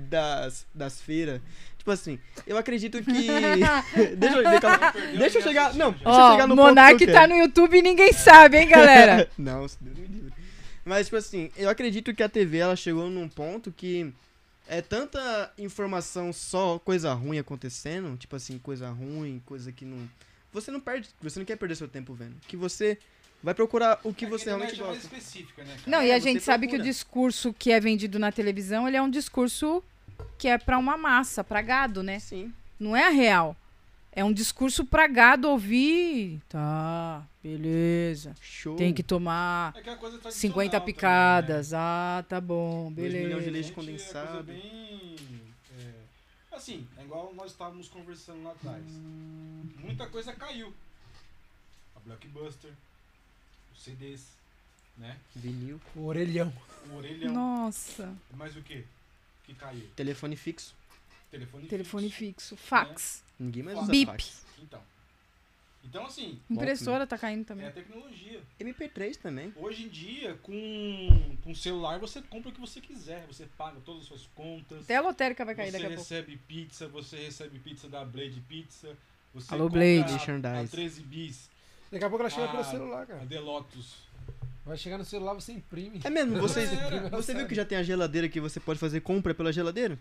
Speaker 1: das, das feiras. Tipo assim, eu acredito que. deixa eu, calma, deixa eu chegar. Não, deixa eu
Speaker 4: Ó,
Speaker 1: chegar no
Speaker 4: Monark
Speaker 1: ponto que eu
Speaker 4: tá
Speaker 1: quero.
Speaker 4: no YouTube e ninguém sabe, hein, galera?
Speaker 1: Não, se Deus me livre. Mas, tipo assim, eu acredito que a TV ela chegou num ponto que é tanta informação só, coisa ruim acontecendo, tipo assim, coisa ruim, coisa que não. Você não perde, você não quer perder seu tempo vendo. Que você vai procurar o que
Speaker 3: É
Speaker 1: você
Speaker 3: a
Speaker 1: realmente
Speaker 3: internet é mais
Speaker 1: gosta.
Speaker 3: específica, né, cara?
Speaker 4: Não,
Speaker 1: É,
Speaker 4: e
Speaker 1: você
Speaker 4: a gente sabe que o
Speaker 1: procura.
Speaker 4: discurso que é vendido na televisão, ele é um discurso que é pra uma massa, pra gado, né?
Speaker 1: Sim.
Speaker 4: Não é a real. É um discurso pra gado ouvir. Tá, beleza.
Speaker 1: Show.
Speaker 4: Tem que tomar
Speaker 3: É aquela coisa tradicional
Speaker 4: 50
Speaker 3: também, né?
Speaker 4: picadas. Ah, tá bom,
Speaker 1: Dois milhões de
Speaker 4: beleza.
Speaker 1: leite
Speaker 3: Gente, é coisa
Speaker 1: condensado.
Speaker 3: bem, é, assim, é igual nós estávamos conversando lá atrás. Muita coisa caiu. A Blockbuster, os CDs, né?
Speaker 1: Vinil.
Speaker 2: O orelhão.
Speaker 3: O orelhão. É
Speaker 4: Nossa,
Speaker 3: Mais o que? Que caiu?
Speaker 1: Telefone fixo.
Speaker 3: Telefone,
Speaker 4: telefone
Speaker 3: fixo.
Speaker 4: fixo, fax,
Speaker 1: Ninguém mais usa
Speaker 4: Bip.
Speaker 1: fax.
Speaker 3: Então. Então, assim,
Speaker 4: impressora tá caindo
Speaker 3: é a
Speaker 4: também.
Speaker 3: tecnologia.
Speaker 1: MP3 também.
Speaker 3: Hoje em dia, com, com celular, você compra o que você quiser. Você paga todas as suas contas.
Speaker 4: Até a lotérica vai cair
Speaker 3: você
Speaker 4: daqui a pouco.
Speaker 3: recebe pizza, você recebe pizza da Blade Pizza. Você
Speaker 1: Alô,
Speaker 3: compra
Speaker 1: Blade,
Speaker 3: a-
Speaker 1: Shandais.
Speaker 3: A 13 bis,
Speaker 2: Daqui a pouco ela chega
Speaker 3: Ah.
Speaker 2: pelo celular,
Speaker 3: a
Speaker 2: cara.
Speaker 3: Delotus.
Speaker 2: Vai chegar no celular, você imprime.
Speaker 1: É mesmo, vocês.
Speaker 3: Era,
Speaker 2: era,
Speaker 1: você viu
Speaker 2: sabe.
Speaker 1: que já tem a geladeira que você pode fazer compra pela geladeira?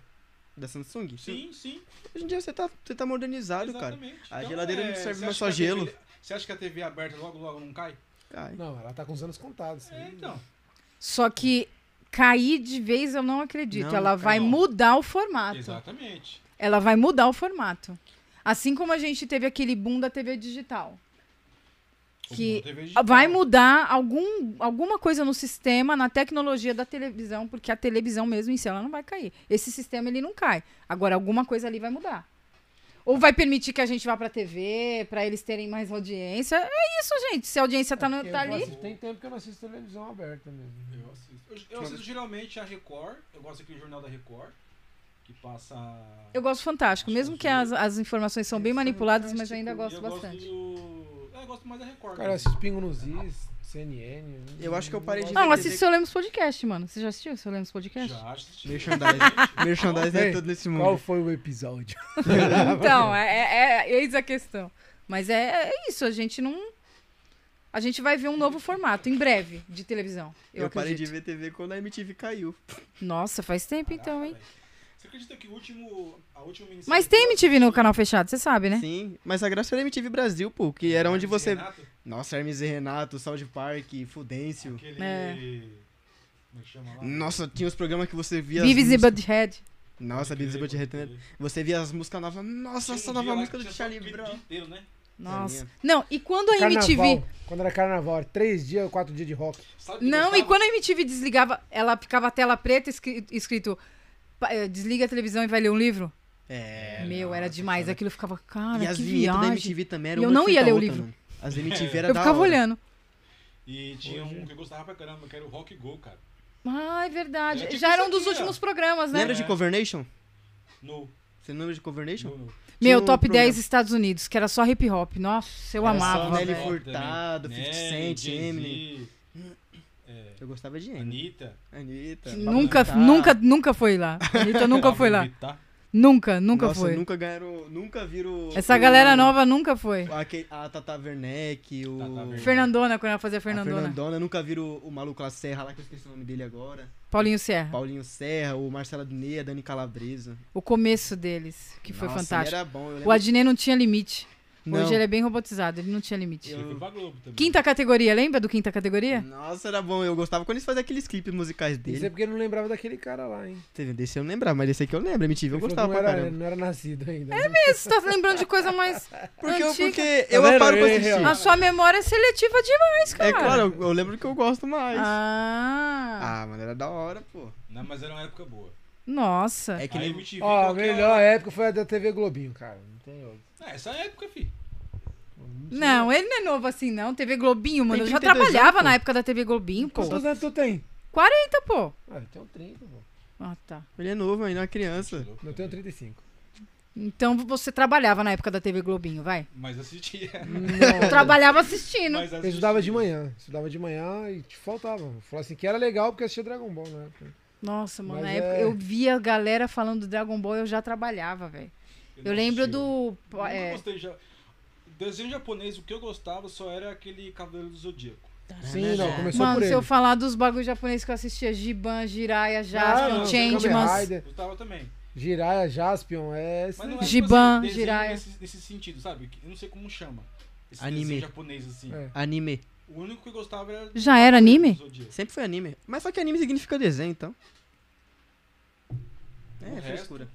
Speaker 1: Da Samsung?
Speaker 3: Sim, sim,
Speaker 1: Hoje em dia você tá, você tá modernizado, cara.
Speaker 3: exatamente. Então, é,
Speaker 1: A geladeira não serve
Speaker 3: você
Speaker 1: mais
Speaker 3: acha
Speaker 1: só
Speaker 3: que a
Speaker 1: gelo.
Speaker 3: TV você acha que a TV aberta logo logo não cai?
Speaker 1: Cai.
Speaker 2: Não, ela tá com os anos contados.
Speaker 3: É, então.
Speaker 4: Só que cair de vez eu não acredito.
Speaker 1: Não,
Speaker 4: Ela
Speaker 1: não
Speaker 4: vai
Speaker 3: cai, não.
Speaker 4: mudar o formato.
Speaker 3: Exatamente.
Speaker 4: Ela vai mudar o formato. Assim como a gente teve aquele boom da TV digital. Que
Speaker 3: Ou TV digital.
Speaker 4: Ah, Vai mudar algum, alguma coisa no sistema, na tecnologia da televisão, porque a televisão mesmo em si ela não vai cair. Esse sistema ele não cai. Agora alguma coisa ali vai mudar. Ou vai permitir que a gente vá pra TV, pra eles terem mais audiência. É isso, gente. Se a audiência tá, no-
Speaker 2: É, Eu
Speaker 4: tá
Speaker 2: não
Speaker 4: ali,
Speaker 2: assisto- Tem tempo que eu não assisto televisão aberta mesmo.
Speaker 3: Eu assisto. Eu, eu assisto geralmente a Record. Eu gosto aqui do Jornal da Record. Que passa.
Speaker 4: eu gosto fantástico. Mesmo que as, as informações são bem manipuladas, mas eu ainda
Speaker 3: e
Speaker 4: gosto
Speaker 3: eu
Speaker 4: bastante.
Speaker 3: Gosto do... É, eu gosto mais da Record.
Speaker 2: Cara, eu assisto Pingo nos Is, CNN.
Speaker 1: Eu acho que eu parei de
Speaker 4: Não,
Speaker 1: ver
Speaker 4: assiste seu Lemos Podcast, mano. Você já assistiu seu Lemos Podcast?
Speaker 3: Já assisti.
Speaker 1: Merchandising. Merchandising é
Speaker 2: Bem,
Speaker 1: tudo nesse
Speaker 2: Qual
Speaker 1: mundo.
Speaker 2: foi o episódio?
Speaker 4: Então, é, é, é- eis a questão. Mas é, é isso, a gente não. A gente vai ver um novo formato em breve de televisão. Eu,
Speaker 1: Eu, parei de
Speaker 4: acredito.
Speaker 1: ver TV quando a MTV caiu.
Speaker 4: Nossa, faz tempo
Speaker 3: Caraca,
Speaker 4: então, hein?
Speaker 3: velho. Você acredita que o último. A última minissérie
Speaker 4: Mas
Speaker 3: que
Speaker 4: tem
Speaker 3: eu
Speaker 4: MTV no
Speaker 3: assisti-
Speaker 4: canal fechado, você sabe, né?
Speaker 1: Sim, mas a graça era a MTV Brasil, pô, que era onde
Speaker 3: Hermes e
Speaker 1: você.
Speaker 3: Renato,
Speaker 1: Nossa, Hermes e Renato, South Park, Fudêncio.
Speaker 3: Aquele.
Speaker 4: É.
Speaker 3: Como é que chama lá?
Speaker 1: Nossa, tinha os programas que você via. as
Speaker 4: Beavis e
Speaker 1: músicas-
Speaker 4: Butthead.
Speaker 1: Nossa, Beavis e Butthead. também. Você via as músicas novas. Nossa, essa
Speaker 3: é
Speaker 1: nova música do Charlie Brown.
Speaker 3: Inteiro, né?
Speaker 1: É
Speaker 4: Nossa.
Speaker 1: minha.
Speaker 4: Não, e quando a MTV.
Speaker 2: Quando era carnaval, era três dias, quatro dias de rock.
Speaker 3: Sabe que
Speaker 4: Não,
Speaker 3: gostava?
Speaker 4: e quando a MTV desligava, ela ficava a tela preta escri- escrito. pa- eh, Desliga a televisão e vai ler um livro?
Speaker 1: É.
Speaker 4: Meu, era
Speaker 1: nossa,
Speaker 4: demais.
Speaker 1: cara.
Speaker 4: Aquilo eu ficava, cara,
Speaker 1: E as
Speaker 4: que
Speaker 1: vinhetas da
Speaker 4: viagem.
Speaker 1: MTV também eram
Speaker 4: E eu
Speaker 1: uma
Speaker 4: não ia
Speaker 1: fita
Speaker 4: ler o
Speaker 1: outra,
Speaker 4: livro.
Speaker 1: mano. As MTV era
Speaker 4: Eu
Speaker 1: da
Speaker 4: ficava
Speaker 1: hora.
Speaker 4: olhando.
Speaker 3: E tinha um que eu gostava pra caramba, que era o Rock Go, cara.
Speaker 4: Ah, é
Speaker 3: Era
Speaker 4: verdade.
Speaker 3: tipo
Speaker 4: Já era
Speaker 3: isso
Speaker 4: um dos
Speaker 3: aqui, ó.
Speaker 4: últimos programas, né?
Speaker 1: Lembra de
Speaker 3: É.
Speaker 1: Covernation?
Speaker 3: No.
Speaker 1: Você lembra de Covernation?
Speaker 3: no, no.
Speaker 1: Tinha
Speaker 4: Meu,
Speaker 1: um
Speaker 4: top
Speaker 1: programa.
Speaker 4: 10 Estados Unidos, que era só hip hop. Nossa, eu
Speaker 1: Era só
Speaker 4: amava.
Speaker 1: Ah, Nelly
Speaker 4: velho.
Speaker 1: Furtado,
Speaker 3: Também.
Speaker 1: 50 Cent,
Speaker 3: Nelly,
Speaker 1: Eminem.
Speaker 3: Jay-Z, é,
Speaker 1: Eu gostava de Amy.
Speaker 3: Anitta.
Speaker 1: Anitta.
Speaker 4: Nunca,
Speaker 1: Tá.
Speaker 4: nunca, nunca foi lá. A Anitta nunca
Speaker 3: Pablo
Speaker 4: foi lá.
Speaker 3: Vittar.
Speaker 4: Nunca, nunca
Speaker 1: Nossa,
Speaker 4: foi.
Speaker 1: nunca ganharam. Nunca viram.
Speaker 4: Essa
Speaker 1: o-
Speaker 4: galera nova nunca foi.
Speaker 1: Aque- a Tata Werneck, o.
Speaker 3: Tata Werneck.
Speaker 4: Fernandona, quando ela fazia
Speaker 1: a Fernandona.
Speaker 4: Fernandona.
Speaker 1: nunca viram o, o maluco lá Serra lá, que eu esqueci o nome dele agora.
Speaker 4: Paulinho Serra.
Speaker 1: Paulinho Serra, o Marcelo Adnet, a Dani Calabresa.
Speaker 4: O começo deles, que foi
Speaker 1: Nossa, ele
Speaker 4: fantástico.
Speaker 1: Era bom, eu lembro.
Speaker 4: O Adnet não tinha limite.
Speaker 1: Não.
Speaker 4: Hoje ele é bem robotizado, ele não tinha limite.
Speaker 3: Ele foi pra Globo também.
Speaker 4: Quinta categoria, lembra do quinta categoria?
Speaker 1: Nossa, era bom. Eu gostava quando eles faziam aqueles clipes musicais
Speaker 2: Isso é
Speaker 1: dele.
Speaker 2: porque eu não lembrava daquele cara lá, hein?
Speaker 1: Teve- um Desse eu não lembrava, mas desse aqui eu lembro. MTV eu
Speaker 2: Ele falou que
Speaker 1: gostava
Speaker 2: não
Speaker 1: pra
Speaker 2: era,
Speaker 1: caramba.
Speaker 2: não era nascido ainda. né?
Speaker 4: Você tá lembrando de coisa mais
Speaker 1: Porque eu,
Speaker 4: antiga.
Speaker 1: porque eu
Speaker 2: vendo?
Speaker 1: paro pra
Speaker 2: Eu errei,
Speaker 1: assistir.
Speaker 2: ó.
Speaker 4: A sua memória é seletiva demais, cara.
Speaker 1: É claro, eu, eu lembro que eu gosto mais. Ah.
Speaker 4: Ah,
Speaker 1: mano, era da hora, pô.
Speaker 3: Não, mas era uma época boa.
Speaker 4: nossa.
Speaker 1: É que
Speaker 3: Aí
Speaker 1: nem.
Speaker 3: MTV
Speaker 2: Ó, a
Speaker 3: qualquer
Speaker 2: melhor
Speaker 3: hora-
Speaker 2: época foi a da TV Globinho, cara. Não tem outro.
Speaker 3: É, essa época, fi.
Speaker 4: Não, ele não é novo assim, não. TV Globinho, mano.
Speaker 1: Tem
Speaker 4: Eu já
Speaker 1: 32
Speaker 4: trabalhava
Speaker 1: anos, pô.
Speaker 4: na época da TV Globinho, pô.
Speaker 2: Quantos anos tu tem?
Speaker 4: 40, pô.
Speaker 2: Ah, eu tenho 30, pô.
Speaker 4: Ah, tá.
Speaker 1: Ele é novo ainda, é uma criança.
Speaker 2: Eu tenho 35.
Speaker 4: Então você trabalhava na época da TV Globinho, vai.
Speaker 3: Mas assistia.
Speaker 4: Eu trabalhava assistindo.
Speaker 3: Mas
Speaker 2: Eu
Speaker 3: assistia.
Speaker 2: estudava de manhã. Estudava de manhã e te faltava. Falava assim que era legal porque assistia Dragon Ball né? na época.
Speaker 4: Nossa, mano,
Speaker 2: Mas
Speaker 4: na época
Speaker 2: é-
Speaker 4: eu via a galera falando do Dragon Ball, eu já trabalhava, velho. Eu
Speaker 3: não
Speaker 4: lembro
Speaker 3: assistia.
Speaker 4: do.
Speaker 3: Eu nunca
Speaker 4: é,
Speaker 3: gostei de ja- Desenho japonês, o que eu gostava só era aquele Cavaleiro do Zodíaco.
Speaker 2: Sim, não, começou
Speaker 4: Mano,
Speaker 2: por
Speaker 4: se
Speaker 2: ele.
Speaker 4: eu falar dos bagulhos japoneses que eu assistia, Giban, Jiraiya, Jaspion,
Speaker 2: Ah, não, Kamen
Speaker 4: Changemans.
Speaker 2: Rider,
Speaker 3: Gostava também.
Speaker 2: Jiraiya, Jaspion, é...
Speaker 3: Mas não
Speaker 2: esse-
Speaker 3: é, tipo
Speaker 4: Giban,
Speaker 3: desenho
Speaker 4: Jiraiya.
Speaker 3: Nesse, nesse sentido, sabe? Eu não sei como chama. Esse
Speaker 1: Anime.
Speaker 3: desenho japonês, assim.
Speaker 2: É.
Speaker 1: Anime.
Speaker 3: O único que eu gostava era.
Speaker 4: Já era anime?
Speaker 3: Zodíaco.
Speaker 1: Sempre foi anime. Mas só que anime significa desenho, então.
Speaker 3: O
Speaker 1: É,
Speaker 3: resto-
Speaker 1: frescura.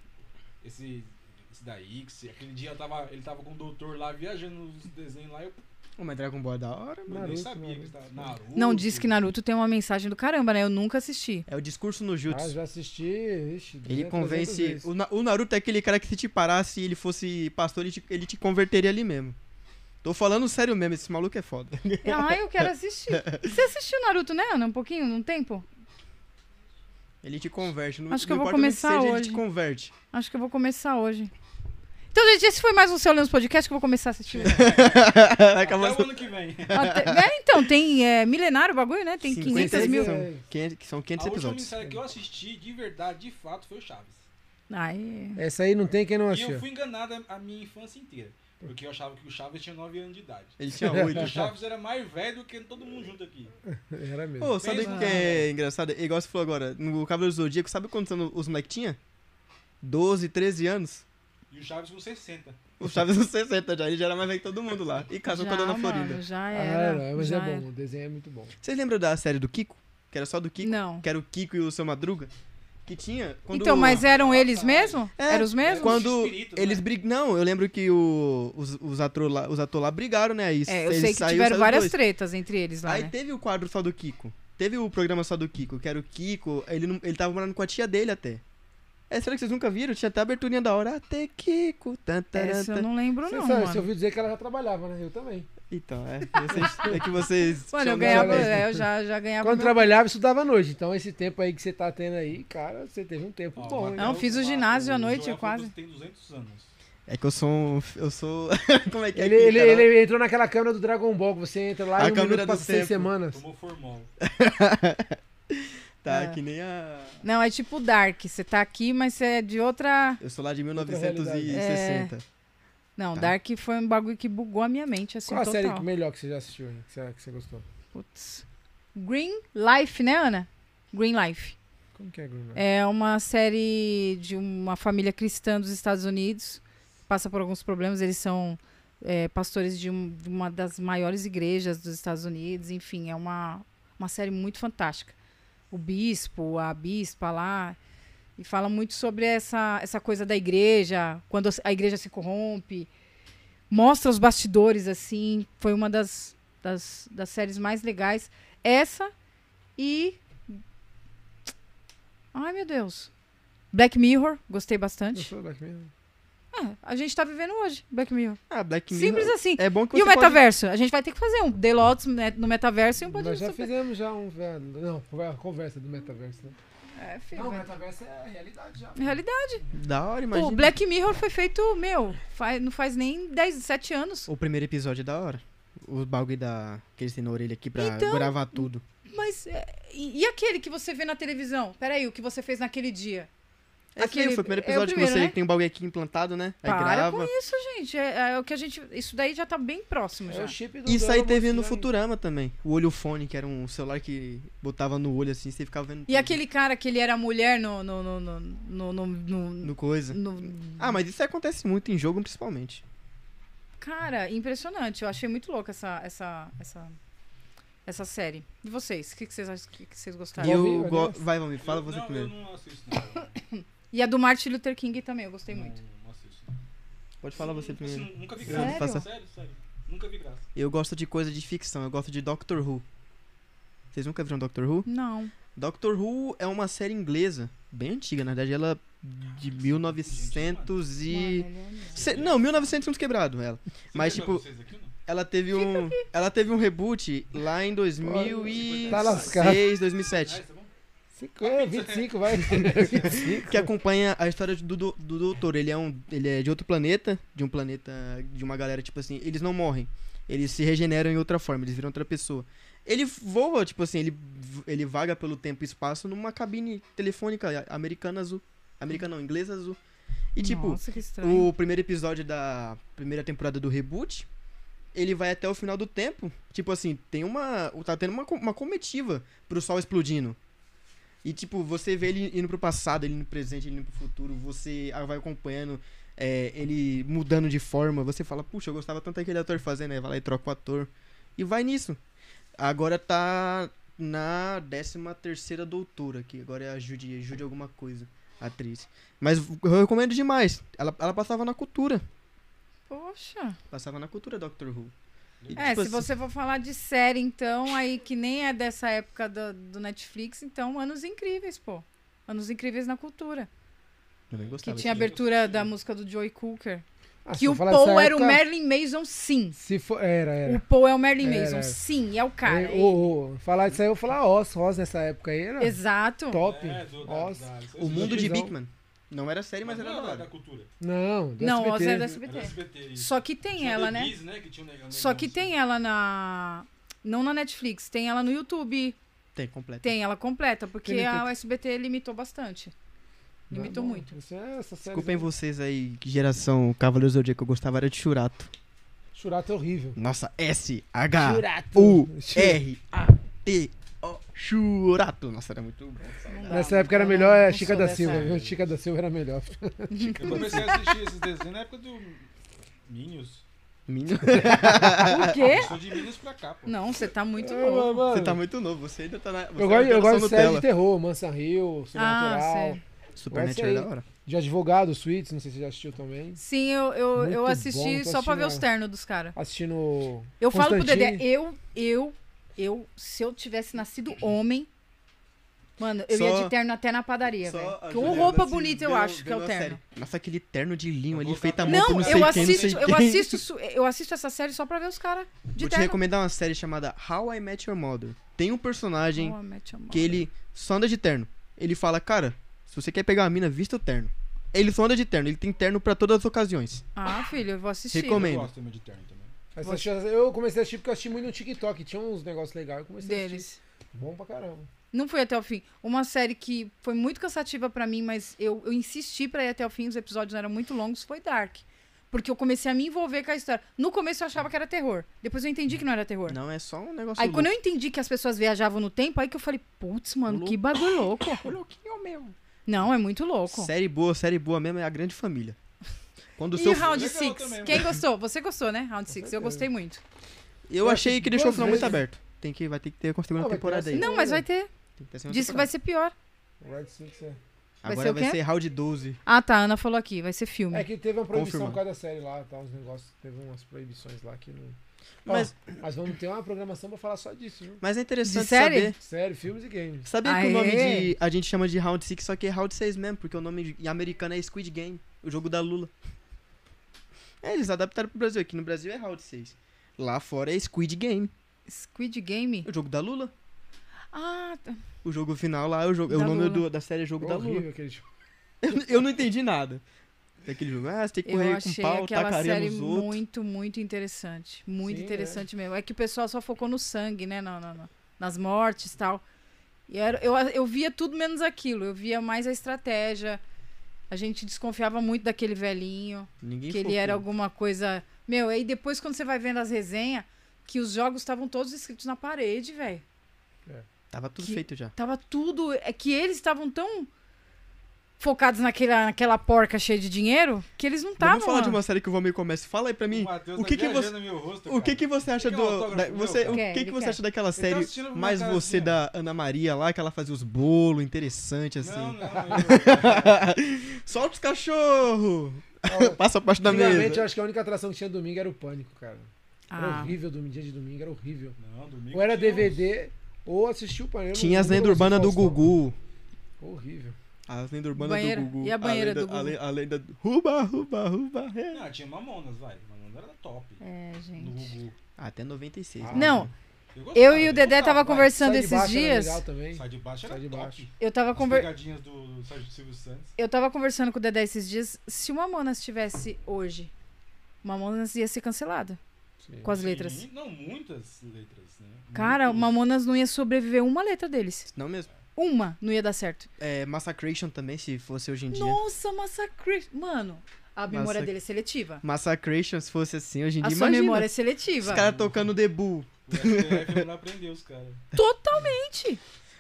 Speaker 3: Esse, esse da Ix. Aquele dia eu tava, ele tava com o doutor lá viajando nos desenhos lá. Eu
Speaker 1: Ô, mas Dragon Ball é da hora, mano.
Speaker 3: eu nem
Speaker 2: Naruto,
Speaker 3: sabia que
Speaker 2: Naruto.
Speaker 3: estava. Naruto.
Speaker 4: Não, diz que Naruto tem uma mensagem do caramba, né? Eu nunca assisti.
Speaker 1: É o discurso no
Speaker 2: Ah,
Speaker 1: jutsu.
Speaker 2: já assisti, ixi,
Speaker 1: ele
Speaker 2: 200, 300
Speaker 1: convence.
Speaker 2: vezes.
Speaker 1: O, Na- o Naruto é aquele cara que se te parasse e ele fosse pastor, ele te, ele te converteria ali mesmo. Tô falando sério mesmo, esse maluco é foda.
Speaker 4: Ah, eu quero assistir. Você assistiu Naruto, né, Ana? Um pouquinho, num tempo?
Speaker 1: Ele te converte. Não,
Speaker 4: Acho que
Speaker 1: não
Speaker 4: eu vou
Speaker 1: importa o que
Speaker 4: começar
Speaker 1: seja, Ele
Speaker 4: hoje.
Speaker 1: te converte.
Speaker 4: Acho que eu vou começar hoje. Então, gente, esse foi mais um Seu Lenos Podcast que eu vou começar a assistir.
Speaker 3: Até
Speaker 1: Acabou
Speaker 3: o ano que vem.
Speaker 4: Até- É, então, tem é, milenário o bagulho, né? Tem 500
Speaker 2: Esse
Speaker 4: mil.
Speaker 2: é-
Speaker 1: Quinhentos- que são
Speaker 3: A
Speaker 1: 500
Speaker 3: última
Speaker 1: episódios.
Speaker 3: minissérie que eu assisti de verdade, de fato, foi o Chaves.
Speaker 4: Ai,
Speaker 2: Essa aí não tem quem não
Speaker 3: E
Speaker 2: assistiu.
Speaker 3: eu fui enganada a minha infância inteira. Porque eu achava que o Chaves tinha 9 anos de idade.
Speaker 1: Ele tinha
Speaker 3: E o
Speaker 1: 8.
Speaker 3: Chaves era mais velho do que todo mundo junto aqui.
Speaker 2: Era mesmo.
Speaker 1: Pô, sabe
Speaker 3: Pensa.
Speaker 1: o que é engraçado? É Igual você falou agora, no Cavaleiro do Zodíaco, sabe quantos anos os moleques tinha? 12, 13 anos.
Speaker 3: E o Chaves com 60.
Speaker 1: O Chaves nos 60 já, ele já era mais velho que todo mundo lá. E casou
Speaker 4: já,
Speaker 1: com a Dona
Speaker 4: mano,
Speaker 1: Florinda.
Speaker 4: já
Speaker 2: Ah,
Speaker 4: era.
Speaker 2: era, mas
Speaker 4: já
Speaker 2: é bom,
Speaker 4: era.
Speaker 2: o desenho é muito bom.
Speaker 1: Vocês lembram da série do Kiko? Que era só do Kiko?
Speaker 4: Não.
Speaker 1: Que era o Kiko e o Seu Madruga? Que tinha... Quando...
Speaker 4: Então, mas eram eles mesmo?
Speaker 1: É,
Speaker 4: eram os mesmos?
Speaker 1: Quando
Speaker 3: espíritos,
Speaker 1: eles
Speaker 3: né?
Speaker 1: brigam... Não, eu lembro que o- os, os atores lá, os ator lá brigaram, né? Aí,
Speaker 4: É, eu
Speaker 1: eles
Speaker 4: sei que
Speaker 1: saiu,
Speaker 4: tiveram
Speaker 1: saiu
Speaker 4: várias
Speaker 1: dois.
Speaker 4: tretas entre eles lá,
Speaker 1: Aí
Speaker 4: né?
Speaker 1: teve o quadro só do Kiko. Teve o programa só do Kiko, que era o Kiko. Ele, não- ele tava morando com a tia dele até. É, será que vocês nunca viram? Tinha até a aberturinha da hora. Até Kiko. Tan, taran,
Speaker 4: Essa eu
Speaker 1: tan.
Speaker 4: não lembro,
Speaker 2: Você
Speaker 4: não,
Speaker 2: sabe,
Speaker 4: mano.
Speaker 2: você ouviu dizer que ela já trabalhava, né? Eu também.
Speaker 1: Então, é. Vocês, é que vocês.
Speaker 4: Mano, eu
Speaker 1: tinham-
Speaker 4: ganhava,
Speaker 2: olha isso.
Speaker 4: é, eu já, já ganhava.
Speaker 2: Quando
Speaker 4: meu-
Speaker 2: trabalhava, eu estudava à noite. Então, esse tempo aí que você tá tendo aí, cara, você teve um tempo
Speaker 3: Ó,
Speaker 2: bom,
Speaker 3: o
Speaker 2: né?
Speaker 4: Não,
Speaker 3: Matheus-
Speaker 4: fiz o ginásio à noite,
Speaker 3: Joel
Speaker 4: quase.
Speaker 3: Campos tem 200 anos.
Speaker 1: É que eu sou um. Eu sou. Como é que é?
Speaker 2: Ele,
Speaker 1: aquele
Speaker 2: ele,
Speaker 1: canal?
Speaker 2: ele entrou naquela câmera do Dragon Ball, que você entra lá
Speaker 1: A
Speaker 2: e um
Speaker 1: câmera do
Speaker 2: minuto passa seis
Speaker 1: tempo.
Speaker 2: semanas.
Speaker 3: Tomou formol.
Speaker 1: Tá,
Speaker 4: É.
Speaker 1: que nem a.
Speaker 4: Não, é tipo Dark. Você tá aqui, mas você é de outra.
Speaker 1: Eu sou lá de 1960.
Speaker 4: Não,
Speaker 1: Tá.
Speaker 4: Dark foi um bagulho que bugou a minha mente, assim,
Speaker 2: Qual a
Speaker 4: total.
Speaker 2: série melhor que você já assistiu, hein? Que você, que você gostou?
Speaker 4: Putz. Green Life, né, Ana? Green Life.
Speaker 2: Como que é, Bruno?
Speaker 4: É uma série de uma família cristã dos Estados Unidos. Passa por alguns problemas. Eles são é, pastores de, um- de uma das maiores igrejas dos Estados Unidos. Enfim, é uma, uma série muito fantástica. O bispo, a bispa lá. E fala muito sobre essa, essa coisa da igreja, quando a igreja se corrompe. Mostra os bastidores, assim. Foi uma das, das, das séries mais legais. Essa e. Ai, meu Deus. Black Mirror, gostei bastante.
Speaker 2: Gostou do Black Mirror?
Speaker 4: É, a gente tá vivendo hoje, Black Mirror.
Speaker 1: Ah, Black Uhum. Mirror.
Speaker 4: É. Simples assim.
Speaker 1: É bom que
Speaker 4: E
Speaker 1: você
Speaker 4: o metaverso? A gente vai ter que fazer um The Lotus né, no metaverso e um
Speaker 2: Nós
Speaker 4: podcast
Speaker 2: já
Speaker 4: sobre-
Speaker 2: fizemos já um... é, Não, a conversa do metaverso, né?
Speaker 4: É, filho,
Speaker 2: Não, o
Speaker 4: vai-
Speaker 2: metaverso é a realidade já.
Speaker 4: Na realidade,
Speaker 1: pode... Da hora,
Speaker 4: o
Speaker 1: imagina.
Speaker 4: Black Mirror foi feito, meu, faz- não faz nem 10, 7 anos.
Speaker 1: O primeiro episódio é da hora. os bagulho da, que eles têm na orelha aqui pra
Speaker 4: Então-
Speaker 1: gravar tudo.
Speaker 4: Mas é, e, e aquele que você vê na televisão? Peraí, o que você fez naquele dia?
Speaker 1: Aqui
Speaker 4: Aquele-
Speaker 1: foi o primeiro
Speaker 4: é o
Speaker 1: episódio
Speaker 4: primeiro,
Speaker 1: que você
Speaker 4: né?
Speaker 1: tem um bagulho aqui implantado, né? Aí
Speaker 4: Para
Speaker 1: grava.
Speaker 4: com isso, gente. É, é o que a gente. Isso daí já tá bem próximo já.
Speaker 2: É chip
Speaker 1: Isso aí
Speaker 2: Doraemon
Speaker 1: teve no
Speaker 2: tirando-
Speaker 1: Futurama também. O olho fone, que era um celular que botava no olho assim, você ficava vendo.
Speaker 4: E
Speaker 1: tudo
Speaker 4: aquele cara que ele era mulher no. no, no, no, no, no, no-
Speaker 1: No coisa.
Speaker 4: no-
Speaker 1: Ah, mas isso acontece muito em jogo, principalmente.
Speaker 4: Cara, impressionante. Eu achei muito louca essa, essa, essa, essa série. E vocês? O que, que vocês acham que, que vocês gostaram?
Speaker 1: E
Speaker 2: Vou
Speaker 1: eu
Speaker 2: ouvir,
Speaker 1: go...
Speaker 2: aliás.
Speaker 1: Vai, Valmir, fala
Speaker 3: Eu-
Speaker 1: você
Speaker 3: não,
Speaker 1: primeiro.
Speaker 3: Eu não assisto, não.
Speaker 4: E a do Martin Luther King também, eu gostei muito.
Speaker 3: Não, não assisto. não.
Speaker 1: Pode falar você
Speaker 3: Assim,
Speaker 1: primeiro.
Speaker 3: nunca vi
Speaker 4: Sério?
Speaker 3: graça.
Speaker 1: Faça-
Speaker 3: Sério, sério. Nunca vi graça.
Speaker 1: Eu gosto de coisa de ficção, eu gosto de Doctor Who. Vocês nunca viram Doctor Who?
Speaker 4: Não.
Speaker 1: Doctor Who é uma série inglesa, bem antiga, na verdade ela é de 1900 e Se- não, 1900 e uns quebrado ela.
Speaker 3: Você
Speaker 1: Mas
Speaker 3: viu
Speaker 1: tipo,
Speaker 3: vocês aqui, não?
Speaker 1: ela teve um ela teve um reboot lá em 2006,
Speaker 2: Tá lascado.
Speaker 1: 2007.
Speaker 3: Ah, isso é bom?
Speaker 2: Cinco- é, 25, vai.
Speaker 1: que acompanha a história do, do, do doutor. Ele é, um, ele é de outro planeta, de um planeta de uma galera, tipo assim, eles não morrem. Eles se regeneram em outra forma, eles viram outra pessoa. Ele voa, tipo assim, ele, v- ele vaga pelo tempo e espaço numa cabine telefônica americana azul. Americana não, inglesa azul. E tipo,
Speaker 4: é Nossa, que estranho.
Speaker 1: o primeiro episódio da primeira temporada do reboot, ele vai até o final do tempo. Tipo assim, tem uma. Tá tendo uma, co- uma comitiva pro sol explodindo. E tipo, você vê ele indo pro passado, ele indo pro presente, ele indo pro futuro, você a- vai acompanhando é, ele mudando de forma, você fala, puxa, eu gostava tanto daquele ator fazendo, aí vai lá e troca o ator. E vai nisso. Agora tá na 13 terceira doutora, que agora é a Judy, Judy alguma coisa, a atriz. Mas eu recomendo demais. Ela, ela passava na cultura.
Speaker 4: Poxa.
Speaker 1: Passava na cultura Doctor Who. E,
Speaker 4: É,
Speaker 1: tipo
Speaker 4: se
Speaker 1: assim,
Speaker 4: você for falar de série, então, aí que nem é dessa época do, do Netflix, então, Anos Incríveis, pô. Anos Incríveis na cultura.
Speaker 1: Eu nem
Speaker 4: Que
Speaker 1: gostava.
Speaker 4: tinha a abertura da música do Joey Cooker.
Speaker 2: Ah, se
Speaker 4: que
Speaker 2: eu
Speaker 4: o
Speaker 2: falar dessa
Speaker 4: Paul era o
Speaker 2: época-
Speaker 4: Merlin Mason, sim.
Speaker 2: Se for, era,
Speaker 4: O
Speaker 2: era.
Speaker 4: Paul é o Merlin
Speaker 2: Era,
Speaker 4: Mason,
Speaker 2: era.
Speaker 4: sim, é o cara.
Speaker 2: É, o- o- falar disso aí, eu vou falar Oz. Oz nessa época aí era
Speaker 4: Exato.
Speaker 2: top.
Speaker 3: É, do- da-
Speaker 2: Oz.
Speaker 3: da- isso é
Speaker 1: O mundo de
Speaker 2: Televisão.
Speaker 1: Bigman. Não era série, mas era
Speaker 3: não é
Speaker 1: da
Speaker 3: da
Speaker 2: né?
Speaker 1: hora.
Speaker 3: cultura.
Speaker 2: Não, do
Speaker 4: Não, Oz é
Speaker 2: SBT.
Speaker 4: era da SBT.
Speaker 3: Era SBT. isso.
Speaker 4: Só que tem
Speaker 3: Tinha
Speaker 4: ela,
Speaker 3: The
Speaker 4: né?
Speaker 3: Biz, Que tinha um negão-
Speaker 4: Só que
Speaker 3: negão
Speaker 4: tem ela na. Não na Netflix, tem ela no YouTube.
Speaker 1: Tem, completo.
Speaker 4: Tem ela completa, porque
Speaker 1: Tem no
Speaker 4: a
Speaker 1: YouTube.
Speaker 4: SBT limitou bastante.
Speaker 2: Não,
Speaker 4: Limitou
Speaker 2: não.
Speaker 4: muito.
Speaker 2: Isso é essa série.
Speaker 1: Desculpem vocês aí, que geração Cavaleiros do Zodíaco. Eu gostava era de Churato.
Speaker 2: Churato é horrível.
Speaker 1: Nossa, S-H-U-R-A-T-O.
Speaker 2: Churato.
Speaker 1: Churato. Nossa, era muito bom.
Speaker 4: Não dá,
Speaker 2: Nessa
Speaker 4: não
Speaker 2: época era
Speaker 4: dá,
Speaker 2: melhor
Speaker 4: não-
Speaker 2: é a
Speaker 4: não
Speaker 2: Chica
Speaker 4: sou
Speaker 2: da
Speaker 4: dessa
Speaker 2: Silva.
Speaker 4: época.
Speaker 2: viu? Chica da Silva era melhor.
Speaker 3: assim. Eu comecei a assistir esses desenhos na época do Minions.
Speaker 1: Menino,
Speaker 4: O quê?
Speaker 3: Eu sou de Minions pra cá, pô.
Speaker 4: Não, você tá muito
Speaker 2: É,
Speaker 4: novo.
Speaker 2: mano.
Speaker 1: você tá muito novo. Você ainda tá na. Você
Speaker 2: Eu gosto,
Speaker 1: é a
Speaker 2: eu gosto de
Speaker 1: geração
Speaker 2: série de
Speaker 1: Nutella.
Speaker 2: terror, Mansa
Speaker 4: Ah,
Speaker 2: Hill, Sobrenatural,
Speaker 4: sei.
Speaker 1: Supernatural é
Speaker 2: Essa aí.
Speaker 1: da hora.
Speaker 2: de advogado, Suits, não sei se você já assistiu também.
Speaker 4: Sim, eu, eu, eu
Speaker 2: Muito
Speaker 4: assisti
Speaker 2: bom, tô
Speaker 4: só pra ver
Speaker 2: assistindo
Speaker 4: os ternos dos caras.
Speaker 2: Assistindo.
Speaker 4: Eu falo pro Dedé,
Speaker 2: Constantine.
Speaker 4: eu, eu, eu, se eu tivesse nascido homem. Mano, eu ia
Speaker 1: Só-
Speaker 4: de terno até na padaria,
Speaker 1: Só
Speaker 4: velho.
Speaker 1: a
Speaker 4: Que um
Speaker 1: Juliana,
Speaker 4: roupa
Speaker 1: assim,
Speaker 4: bonita eu
Speaker 1: vendo-
Speaker 4: acho que é
Speaker 1: vendo
Speaker 4: o
Speaker 1: a
Speaker 4: terno.
Speaker 1: série. Nossa, aquele terno de linho ali,
Speaker 3: Vou
Speaker 1: feito a mão por
Speaker 4: Não,
Speaker 1: não sei
Speaker 4: eu
Speaker 1: quem, não
Speaker 4: assisto,
Speaker 1: sei
Speaker 4: eu
Speaker 1: quem.
Speaker 4: assisto, isso- eu assisto essa série só pra ver os caras de
Speaker 1: Vou te
Speaker 4: terno.
Speaker 1: recomendar uma série chamada How I Met Your Mother. Tem um personagem
Speaker 4: Oh, I Met Your Mother.
Speaker 1: que ele só anda de terno. Ele fala, cara, se você quer pegar uma mina, vista o terno. Ele só anda de terno, ele tem terno pra todas as ocasiões.
Speaker 4: Ah, filho, eu vou assistir.
Speaker 1: Recomendo.
Speaker 3: Eu gosto também de terno também.
Speaker 2: Mas assisti- eu comecei a assistir porque eu assisti muito no TikTok. Tinha uns negócios legais. Eu comecei a assistir.
Speaker 4: Deles.
Speaker 2: Bom pra caramba.
Speaker 4: Não fui até o fim. Uma série que foi muito cansativa pra mim, mas eu, eu insisti pra ir até o fim, os episódios eram muito longos, foi Dark. Porque eu comecei a me envolver com a história. No começo eu achava que era terror. Depois eu entendi que não era terror.
Speaker 1: Não, é só um negócio
Speaker 4: Aí quando eu entendi que as pessoas viajavam no tempo, aí que eu falei, putz, mano, que bagulho louco.
Speaker 1: louquinho mesmo.
Speaker 4: Não, é muito louco.
Speaker 1: Série boa, série boa mesmo é a grande família. Quando o
Speaker 4: E
Speaker 1: seu...
Speaker 4: Round
Speaker 3: Legal
Speaker 4: 6?
Speaker 3: também,
Speaker 4: Quem gostou? Você gostou, né? Round 6. Eu
Speaker 2: certeza.
Speaker 4: gostei muito.
Speaker 1: Eu achei que deixou o
Speaker 2: Duas
Speaker 1: final muito
Speaker 2: vezes.
Speaker 1: aberto. Tem que, vai ter que ter uma segunda
Speaker 2: Ah, vai ter
Speaker 1: temporada aí.
Speaker 2: essa.
Speaker 4: Não, mas vai ter.
Speaker 1: Tem que ter segunda
Speaker 4: Diz que vai
Speaker 1: temporada.
Speaker 4: ser pior.
Speaker 2: O Red Suits é.
Speaker 4: vai
Speaker 1: Agora
Speaker 4: ser o
Speaker 1: vai
Speaker 4: quê?
Speaker 1: ser Round 12.
Speaker 4: Ah, tá. a Ana falou aqui. Vai ser
Speaker 1: Hum.
Speaker 4: filme.
Speaker 2: É que teve uma proibição
Speaker 1: Confirma.
Speaker 2: por causa da série lá, tá? Os negócios. Teve umas proibições lá que não. Ó,
Speaker 1: Mas-
Speaker 2: mas vamos ter uma programação pra falar só disso, viu?
Speaker 1: Mas é interessante
Speaker 4: De série?
Speaker 1: saber...
Speaker 2: Série, filmes e games.
Speaker 1: Sabia
Speaker 4: Ah,
Speaker 1: que o nome
Speaker 4: Aê!
Speaker 1: de. A gente chama de Round 6, só que é Round 6 mesmo, porque o nome em americano é Squid Game, o jogo da Lula. É, eles adaptaram pro Brasil. Aqui no Brasil é Round 6. Lá fora é Squid Game,
Speaker 4: Squid Game?
Speaker 1: o jogo da Lula.
Speaker 4: Ah, tá.
Speaker 1: O jogo final lá é o jogo. é
Speaker 4: Da
Speaker 1: o nome
Speaker 4: Lula.
Speaker 2: tipo.
Speaker 1: do- da série é Jogo da Lula.
Speaker 2: Horrível aquele jogo.
Speaker 1: Eu, eu não entendi nada. Tem aquele jogo, ah, você tem que
Speaker 4: Eu
Speaker 1: correr com
Speaker 4: achei
Speaker 1: pau,
Speaker 4: aquela
Speaker 1: tacaria
Speaker 4: série
Speaker 1: nos outros.
Speaker 4: muito, muito interessante. Muito
Speaker 2: Sim,
Speaker 4: interessante mesmo. É que o pessoal só focou no sangue, né? Na- na- na- nas mortes e tal. E era- eu, eu via tudo menos aquilo. Eu via mais a estratégia. A gente desconfiava muito daquele velhinho.
Speaker 1: Ninguém
Speaker 4: que ele
Speaker 1: focou.
Speaker 4: era alguma coisa. Meu, aí depois quando você vai vendo as resenhas, que os jogos estavam todos escritos na parede, velho.
Speaker 1: Tava tudo
Speaker 4: que-
Speaker 1: feito já.
Speaker 4: Tava tudo. É que eles estavam tão focados naquela, naquela porca cheia de dinheiro que eles não estavam.
Speaker 1: Vamos falar de
Speaker 4: lá.
Speaker 1: uma série que o Valmir começa. Fala aí pra mim.
Speaker 3: Matheus
Speaker 1: o
Speaker 3: tá
Speaker 1: que que
Speaker 3: viajando
Speaker 1: você-
Speaker 3: no meu rosto,
Speaker 1: O que
Speaker 3: cara.
Speaker 1: que você acha
Speaker 3: Ele quer um
Speaker 1: do.
Speaker 3: autógrafo
Speaker 1: da-
Speaker 3: meu,
Speaker 1: você,
Speaker 3: cara?
Speaker 1: o
Speaker 4: Quer,
Speaker 1: que que
Speaker 4: ele
Speaker 1: você
Speaker 4: quer.
Speaker 1: acha daquela
Speaker 3: Ele tá
Speaker 1: série?
Speaker 3: assistindo com
Speaker 1: mais
Speaker 3: uma
Speaker 1: você
Speaker 3: cara
Speaker 1: da Ana Maria lá, que ela fazia os bolos interessante assim.
Speaker 3: Não, não, eu-
Speaker 1: Solta os cachorros! Passa por baixo da
Speaker 2: Antigamente, eu
Speaker 1: mesa.
Speaker 2: acho que a única atração que tinha domingo era o pânico, cara. Era
Speaker 4: Ah.
Speaker 2: horrível, domingo, dia de domingo era horrível.
Speaker 3: Não, domingo
Speaker 2: Ou era
Speaker 3: tinha um uns-
Speaker 2: DVD, ou assistia o pânico. Eu não-
Speaker 1: Tinha as
Speaker 2: nunca
Speaker 1: lendas
Speaker 2: gostei
Speaker 1: urbanas do
Speaker 2: Faustão.
Speaker 1: Gugu.
Speaker 2: Horrível.
Speaker 1: As lendas urbanas
Speaker 4: Banheira.
Speaker 1: do Gugu.
Speaker 4: E a banheira
Speaker 1: lenda-
Speaker 4: do Gugu?
Speaker 1: A lenda, a lenda Ruba, ruba, ruba. é.
Speaker 3: Não, tinha Mamonas, vai. Mamonas era top.
Speaker 4: É,
Speaker 3: No
Speaker 4: gente.
Speaker 3: Gugu.
Speaker 1: Até 96.
Speaker 2: Ah.
Speaker 1: né?
Speaker 4: Não,
Speaker 3: gostava,
Speaker 4: eu e o Dedé
Speaker 3: gostava,
Speaker 4: tava
Speaker 3: vai.
Speaker 2: Sai
Speaker 4: conversando
Speaker 2: de
Speaker 4: esses
Speaker 2: baixo era
Speaker 4: dias.
Speaker 2: legal também.
Speaker 3: Sai de baixo era
Speaker 2: Sai de
Speaker 3: top.
Speaker 2: baixo.
Speaker 4: Eu tava,
Speaker 3: As
Speaker 4: conver...
Speaker 3: pegadinhas do, do Sérgio Silvio Santos.
Speaker 4: eu tava conversando com o Dedé esses dias. Se o Mamonas tivesse hoje, o Mamonas ia ser cancelado
Speaker 2: Sim.
Speaker 4: com as
Speaker 3: Sim,
Speaker 4: letras.
Speaker 3: Não, muitas letras, né?
Speaker 4: Cara, o
Speaker 3: Muitas.
Speaker 4: Mamonas não ia sobreviver uma letra deles.
Speaker 1: Não mesmo.
Speaker 4: Uma não ia dar certo.
Speaker 1: É, Massacration também, se fosse hoje em dia.
Speaker 4: Nossa, Massacre. Mano, a memória
Speaker 1: Massacre-
Speaker 4: dele é seletiva.
Speaker 1: Massacration, se fosse assim hoje em
Speaker 4: A
Speaker 1: dia.
Speaker 4: sua
Speaker 1: Imagina.
Speaker 4: memória é
Speaker 1: Os
Speaker 4: seletiva.
Speaker 1: caras tocando debut.
Speaker 3: O STF não aprendeu é os caras.
Speaker 4: Totalmente.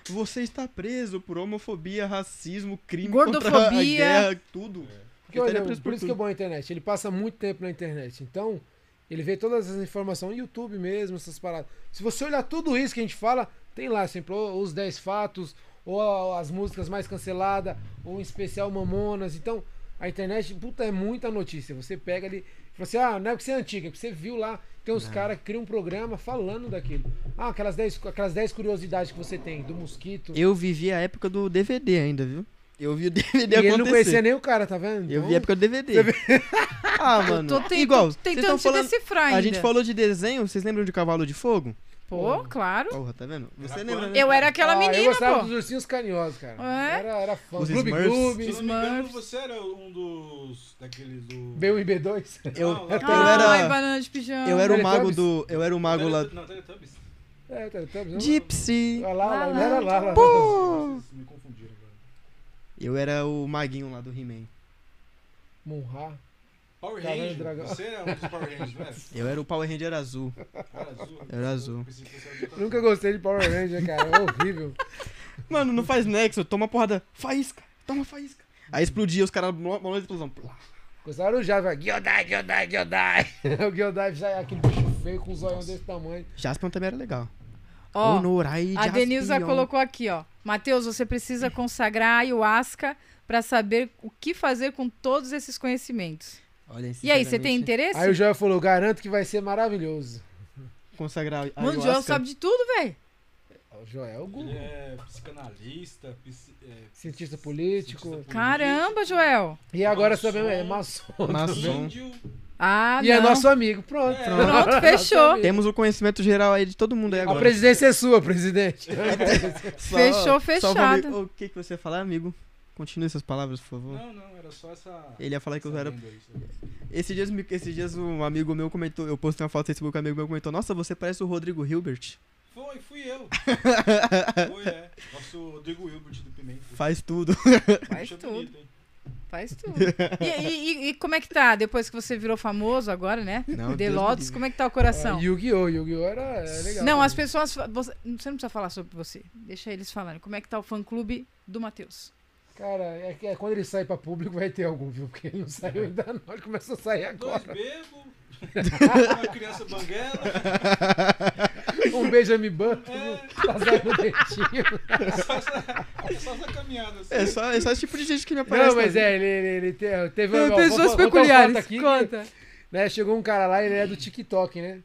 Speaker 1: Você está preso por homofobia, racismo, crime contra a
Speaker 4: Gordofobia.
Speaker 1: guerra, tudo.
Speaker 3: É.
Speaker 2: Porque, olha,
Speaker 1: estaria
Speaker 2: por,
Speaker 1: preso por
Speaker 2: isso que é
Speaker 1: tudo.
Speaker 2: bom a internet. Ele passa muito tempo na internet. Então, ele vê todas as informações no YouTube mesmo, essas paradas. Se você olhar tudo isso que a gente fala, tem lá sempre ou os 10 fatos, ou a- as músicas mais canceladas, ou em especial Mamonas. Então, a internet, puta, é muita notícia. Você pega ali. e Você, ah, não é porque você é antiga, é porque você viu lá, tem
Speaker 1: É.
Speaker 2: uns caras que criam um programa falando daquilo. Ah, aquelas 10 aquelas 10 curiosidades que você tem, do mosquito.
Speaker 1: Eu vivi a época do DVD ainda, viu? Eu vi o DVD
Speaker 2: e
Speaker 1: acontecer.
Speaker 2: ele não conhecia nem o cara, tá vendo?
Speaker 1: Eu
Speaker 2: Então,
Speaker 1: vi a época do DVD. ah, mano.
Speaker 4: Tô ten-
Speaker 1: igual,
Speaker 4: tô
Speaker 1: vocês
Speaker 4: tentando
Speaker 1: tão
Speaker 4: te
Speaker 1: falando...
Speaker 4: decifrar ainda.
Speaker 1: A gente falou de desenho, vocês lembram de Cavalo de Fogo?
Speaker 4: Pô, claro.
Speaker 1: Porra, tá vendo? Você
Speaker 3: Era
Speaker 1: lembra, né?
Speaker 4: Eu era aquela
Speaker 2: Ah, Eu
Speaker 4: menina,
Speaker 2: gostava
Speaker 4: pô.
Speaker 2: dos ursinhos carinhosos, cara.
Speaker 4: É?
Speaker 2: Era, era fã.
Speaker 1: Os
Speaker 2: Clube
Speaker 1: Smurfs.
Speaker 3: Se
Speaker 2: Clube,
Speaker 3: eu não me engano,
Speaker 4: Smurfs.
Speaker 3: você era um dos. daqueles do.
Speaker 2: B1 e B2.
Speaker 1: Eu,
Speaker 3: Não, lá-
Speaker 1: eu
Speaker 4: Ai,
Speaker 1: era,
Speaker 4: banana de pijama.
Speaker 1: eu era o
Speaker 2: Teletubbies.
Speaker 1: mago do. Eu era o mago lá.
Speaker 3: Tele- Não, Teletubbies.
Speaker 2: É, tá, tá, não-
Speaker 1: Gypsy.
Speaker 2: Lá, lá,
Speaker 4: Lala.
Speaker 2: lá, era lá, lá.
Speaker 3: Vocês me confundiram agora.
Speaker 1: Eu era o maguinho lá do He-Man.
Speaker 2: Monra.
Speaker 3: Power
Speaker 4: Tá
Speaker 2: Caverna do
Speaker 3: Ranger.
Speaker 2: Dragão.
Speaker 3: Você era um dos Power Rangers, não era?
Speaker 1: Eu era o Power Ranger azul.
Speaker 3: Era azul.
Speaker 1: Era azul.
Speaker 3: Eu pensei que tá você era de outra
Speaker 2: Nunca gostei de Power Ranger, cara. É horrível.
Speaker 1: Mano, não faz nexo, toma porrada. Faísca, toma faísca. Aí explodia os caras, mó mó explosão. Plá.
Speaker 2: Gostava do Java. Gyodai, Gyodai, Gyodai. o Gyodai já é aquele bicho feio com um zoião desse tamanho.
Speaker 1: Jaspion também era legal.
Speaker 4: Ó,
Speaker 1: Onorai
Speaker 4: a
Speaker 1: Jaspion.
Speaker 4: Denilza colocou aqui, ó. Matheus, você precisa consagrar a ayahuasca pra saber o que fazer com todos esses conhecimentos.
Speaker 1: Olha,
Speaker 4: E aí, você tem
Speaker 1: sinceramente,
Speaker 4: interesse?
Speaker 2: Aí o Joel falou, garanto que vai ser maravilhoso.
Speaker 1: Consagrar a
Speaker 4: Mano, o Joel
Speaker 1: ayahuasca.
Speaker 4: sabe de tudo, velho.
Speaker 2: O Joel é o
Speaker 3: coisa.
Speaker 2: Google.
Speaker 3: Ele é psicanalista, psi- é,
Speaker 2: Cientista político.
Speaker 1: Uhum.
Speaker 3: cientista
Speaker 4: Caramba, Joel.
Speaker 2: E agora
Speaker 3: Maçom.
Speaker 2: também é maçom.
Speaker 1: Maçom.
Speaker 3: Índio.
Speaker 4: Ah,
Speaker 2: E
Speaker 4: não.
Speaker 2: é nosso amigo. Pronto.
Speaker 3: É.
Speaker 4: Pronto, fechou.
Speaker 1: Temos o conhecimento geral aí de todo mundo aí
Speaker 2: A
Speaker 1: agora.
Speaker 2: presidência é sua, presidente.
Speaker 1: Só-
Speaker 4: Fechou,
Speaker 1: só o Valmir-
Speaker 4: fechado.
Speaker 1: o que, que você ia falar, amigo? Continue essas palavras, por
Speaker 2: Uhum.
Speaker 1: favor.
Speaker 3: Não, não, era só essa.
Speaker 2: é
Speaker 1: Ele ia falar que eu
Speaker 3: essa
Speaker 1: era.
Speaker 3: lenda aí, sabe?
Speaker 1: Esses dias, me- esses dias um amigo meu comentou. Eu postei uma foto no Facebook, um amigo meu comentou: Nossa, você parece o Rodrigo Hilbert.
Speaker 3: Foi, fui eu. Foi, é. Nosso Rodrigo Hilbert do Pimenta.
Speaker 1: Faz tudo.
Speaker 4: Faz
Speaker 3: Bicho
Speaker 4: tudo.
Speaker 3: bonito, hein?
Speaker 4: Faz tudo. E, e- e- e como é que tá? Depois que você virou famoso agora, né?
Speaker 1: Não,
Speaker 4: The
Speaker 1: Deus me
Speaker 4: Lotus,
Speaker 1: livre.
Speaker 4: como é que tá o coração?
Speaker 2: Ah, Yu-Gi-Oh! Yu-Gi-Oh! era era É legal. né?
Speaker 4: Não, as
Speaker 2: também.
Speaker 4: pessoas. fa- Você, você não precisa falar sobre você. Deixa eles falarem. Como é que tá o fã clube do Matheus?
Speaker 2: Cara, é que é quando ele sair pra público vai ter algum, viu? Porque ele não saiu ainda não, ele começou a sair
Speaker 3: Dois
Speaker 2: agora.
Speaker 3: bebo. uma criança banguela.
Speaker 2: Um Benjamin Button,
Speaker 3: É.
Speaker 2: tá saindo dentinho.
Speaker 3: Só essa, é só essa caminhada assim.
Speaker 1: É só, é só esse tipo de gente que me aparece.
Speaker 2: Não, mas
Speaker 1: na vida.
Speaker 2: é, ele, ele, ele te- teve ó, vou-
Speaker 4: Pessoas
Speaker 2: vou- vou botar um
Speaker 4: peculiares.
Speaker 2: fato aqui que,
Speaker 4: conta.
Speaker 2: né, chegou um cara lá, ele é do TikTok, né?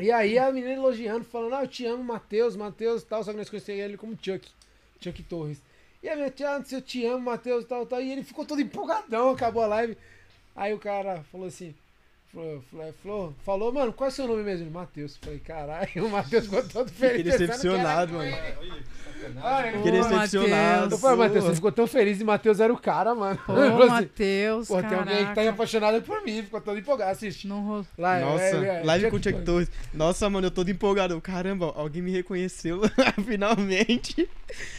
Speaker 2: E aí a menina elogiando, falando, ah, eu te amo, Matheus, Matheus e tal, só que nós conhecemos ele como Chuck, Chuck Torres. E a minha tia, eu te amo, Matheus e tal, tal, e ele ficou todo empolgadão, acabou a live. Aí o cara falou assim, Flor, Flor, Flor, falou, mano, qual é o seu nome mesmo? Ele, Matheus. Falei, caralho, o Matheus ficou todo feliz.
Speaker 1: Fiquei
Speaker 2: pensando que era
Speaker 1: decepcionado,
Speaker 2: com
Speaker 1: mano.
Speaker 2: ele.
Speaker 3: Olha que
Speaker 2: Ah,
Speaker 3: sacanagem.
Speaker 2: ele-
Speaker 1: Fiquei
Speaker 4: Ô,
Speaker 1: decepcionado.
Speaker 2: Eu falei, Matheus, você
Speaker 1: pô.
Speaker 2: ficou tão feliz e Matheus era o cara, mano.
Speaker 4: Pô,
Speaker 2: Eu falei assim,
Speaker 4: Matheus,
Speaker 2: Pô, tem alguém que tá
Speaker 4: caraca.
Speaker 2: apaixonado por mim, ficou todo empolgado, assiste.
Speaker 4: Não rolou.
Speaker 2: Lá,
Speaker 1: Nossa,
Speaker 2: é, é, é,
Speaker 1: live
Speaker 2: Jack
Speaker 1: com o Chuck
Speaker 2: Torres.
Speaker 1: Torres. Nossa, mano, eu todo empolgado. Caramba, alguém me reconheceu finalmente.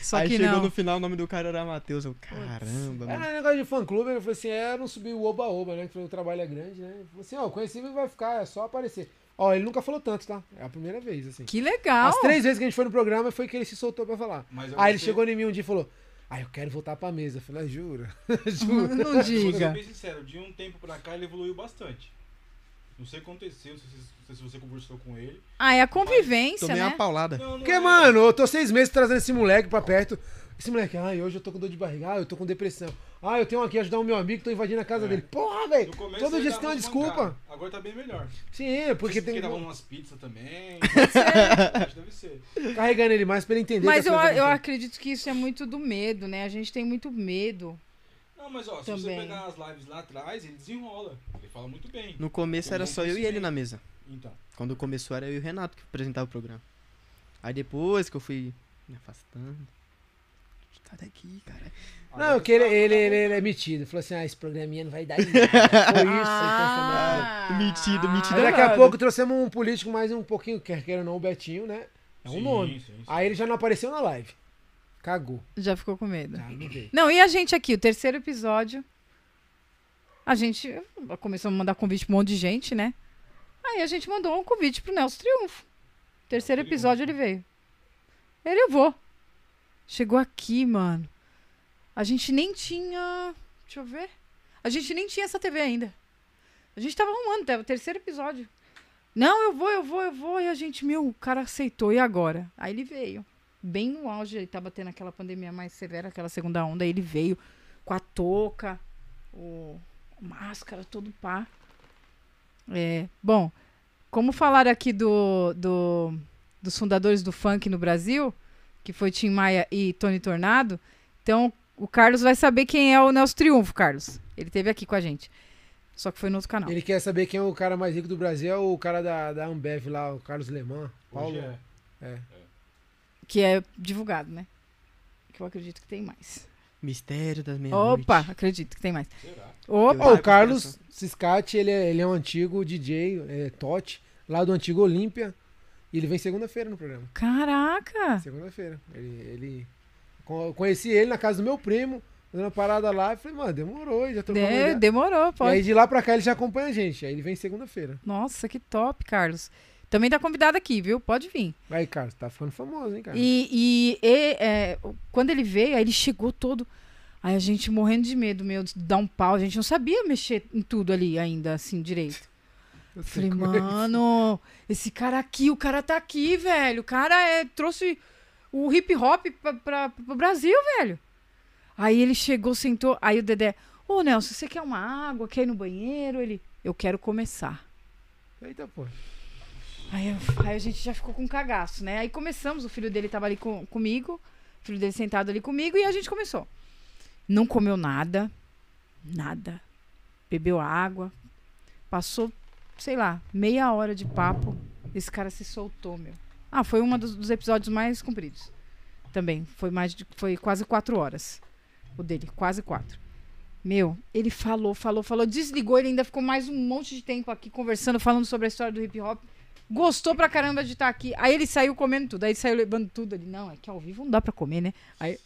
Speaker 4: Só
Speaker 1: Aí
Speaker 4: que
Speaker 1: chegou
Speaker 4: não.
Speaker 1: no final, o nome do cara era Matheus. Eu, caramba, mano.
Speaker 2: Era um negócio de fã-clube, ele falou assim, é, não subir o oba-oba, né, que o trabalho é grande, né. Ele falou assim, ó, conhecível vai ficar, é só aparecer. Ó, ele nunca falou tanto, tá? É a primeira vez, assim.
Speaker 4: Que legal.
Speaker 2: As três vezes que a gente foi no programa foi que ele se soltou pra falar.
Speaker 3: Mas eu
Speaker 2: Aí ele
Speaker 3: gostei-
Speaker 2: chegou em mim um dia e falou, ah, eu quero voltar pra mesa. Eu falei, ah, jura? jura?
Speaker 4: Não
Speaker 3: Vou ser
Speaker 4: diga.
Speaker 3: bem sincero, de um tempo pra cá ele evoluiu bastante. Não sei o que aconteceu, não sei se, não sei se você conversou com ele.
Speaker 4: Ah, é a convivência,
Speaker 1: Tomei uma
Speaker 4: né?
Speaker 1: paulada.
Speaker 3: Não, não
Speaker 2: Porque,
Speaker 3: é.
Speaker 2: mano, eu tô seis meses trazendo esse moleque pra perto. Esse moleque, ai, hoje eu tô com dor de barriga, ah, eu tô com depressão. Ah, eu tenho aqui ajudar o meu amigo, tô invadindo a casa
Speaker 3: É.
Speaker 2: dele. Porra,
Speaker 3: No
Speaker 2: velho!
Speaker 3: começo
Speaker 2: Todo
Speaker 3: ele
Speaker 2: dia você
Speaker 3: dava
Speaker 2: tem uma
Speaker 3: umas
Speaker 2: desculpa.
Speaker 3: mancadas. Agora tá bem melhor. Tipo
Speaker 2: Sim, é, porque tem um
Speaker 3: dava umas pizzas também. Acho que deve ser.
Speaker 2: carregando ele mais pra ele entender.
Speaker 4: Mas
Speaker 2: que
Speaker 4: eu,
Speaker 2: as coisas
Speaker 4: eu
Speaker 2: não-
Speaker 4: acredito que isso é muito do medo, né? A gente tem muito medo.
Speaker 3: Não, mas ó, se
Speaker 4: Também.
Speaker 3: você pegar as lives lá atrás, ele desenrola. Ele fala muito bem.
Speaker 1: No começo era só eu e ele na mesa.
Speaker 3: Então,
Speaker 1: Quando começou era eu e o Renato que apresentava o programa. Aí depois que eu fui me afastando. Sai daqui, cara.
Speaker 2: Não, porque ele, ele, ele, ele é metido. Falou assim, ah, esse programinha não vai dar em nada.
Speaker 4: Ah.
Speaker 2: Foi isso. Ah.
Speaker 1: Metido, metido.
Speaker 2: Aí daqui
Speaker 1: nada.
Speaker 2: a pouco trouxemos um político mais um pouquinho, quer queira ou não, o Betinho, né? É um
Speaker 3: sim,
Speaker 2: nome.
Speaker 3: sim, sim.
Speaker 2: Aí ele já não apareceu na live. Cagou.
Speaker 4: Já ficou com medo.
Speaker 2: Ah, não veio.
Speaker 4: Não, e a gente aqui, o terceiro episódio. A gente começou a mandar convite pra um monte de gente, né? Aí a gente mandou um convite pro Nelson Triunfo. Terceiro
Speaker 3: Nelson
Speaker 4: episódio ele veio. Ele eu vou. Chegou aqui, mano. A gente nem tinha. Deixa eu ver. A gente nem tinha essa TV ainda. A gente tava arrumando, tava o terceiro episódio. Não, eu vou, eu vou, eu vou. E a gente, meu, o cara aceitou, e agora? Aí ele veio bem no auge, ele tava tendo aquela pandemia mais severa, aquela segunda onda, aí ele veio com a touca, o a máscara, todo pá. É, bom, como falaram aqui do, do- dos fundadores do funk no Brasil, que foi Tim Maia e Tony Tornado, então o Carlos vai saber quem é o Nelson Triunfo, Carlos. Ele teve aqui com a gente. Só que foi no outro canal.
Speaker 2: Ele quer saber quem é o cara mais rico do Brasil, é o cara da, da Ambev lá, o Carlos Leman. Paulo.
Speaker 3: Hoje é.
Speaker 4: Que é divulgado, né? Que eu acredito que tem mais.
Speaker 1: Mistério das meia-noite.
Speaker 4: Opa, acredito que tem mais.
Speaker 3: Será?
Speaker 4: Opa!
Speaker 2: Ó,
Speaker 1: Vai,
Speaker 2: o Carlos
Speaker 1: começa.
Speaker 2: Ciscati, ele é, ele é um antigo DJ, é, Tote, lá do antigo Olímpia. E ele vem segunda-feira no programa.
Speaker 4: Caraca!
Speaker 2: Segunda-feira. Ele, ele. con- eu Conheci ele na casa do meu primo, fazendo uma parada lá. E falei, mano, demorou, já tô
Speaker 4: De- Né, demorou,
Speaker 2: E
Speaker 4: pode.
Speaker 2: aí de lá pra cá ele já acompanha a gente. Aí ele vem segunda-feira.
Speaker 4: Nossa, que top, Carlos. Também tá convidado aqui, viu? Pode vir.
Speaker 2: Aí, Carlos, tá ficando famoso, hein, cara?
Speaker 4: E, e- e, é, o- quando ele veio, aí ele chegou todo. Aí a gente morrendo de medo, meu, de dar um pau. A gente não sabia mexer em tudo ali ainda, assim, direito.
Speaker 2: Eu
Speaker 4: Falei,
Speaker 2: sei como é.
Speaker 4: mano, esse cara aqui, o cara tá aqui, velho. O cara é, trouxe o hip hop pra, pra, pro Brasil, velho. Aí ele chegou, sentou. Aí o Dedé, ô Nelson, você quer uma água? Quer ir no banheiro? Ele, eu quero começar.
Speaker 2: Eita, pô.
Speaker 4: Aí, eu- aí a gente já ficou com cagaço, né? Aí começamos, o filho dele tava ali com, comigo, o filho dele sentado ali comigo, e a gente começou. Não comeu nada, nada. Bebeu água. Passou, sei lá, meia hora de papo. Esse cara se soltou, meu. Ah, foi um dos, dos episódios mais compridos. Também. Foi mais de, foi quase quatro horas. O dele, quase quatro. Meu, ele falou, falou, falou, desligou, ele ainda ficou mais um monte de tempo aqui conversando, falando sobre a história do hip hop gostou pra caramba de estar aqui. Aí ele saiu comendo tudo, aí ele saiu levando tudo ali. Não, é que ao vivo não dá pra comer, né? Aí...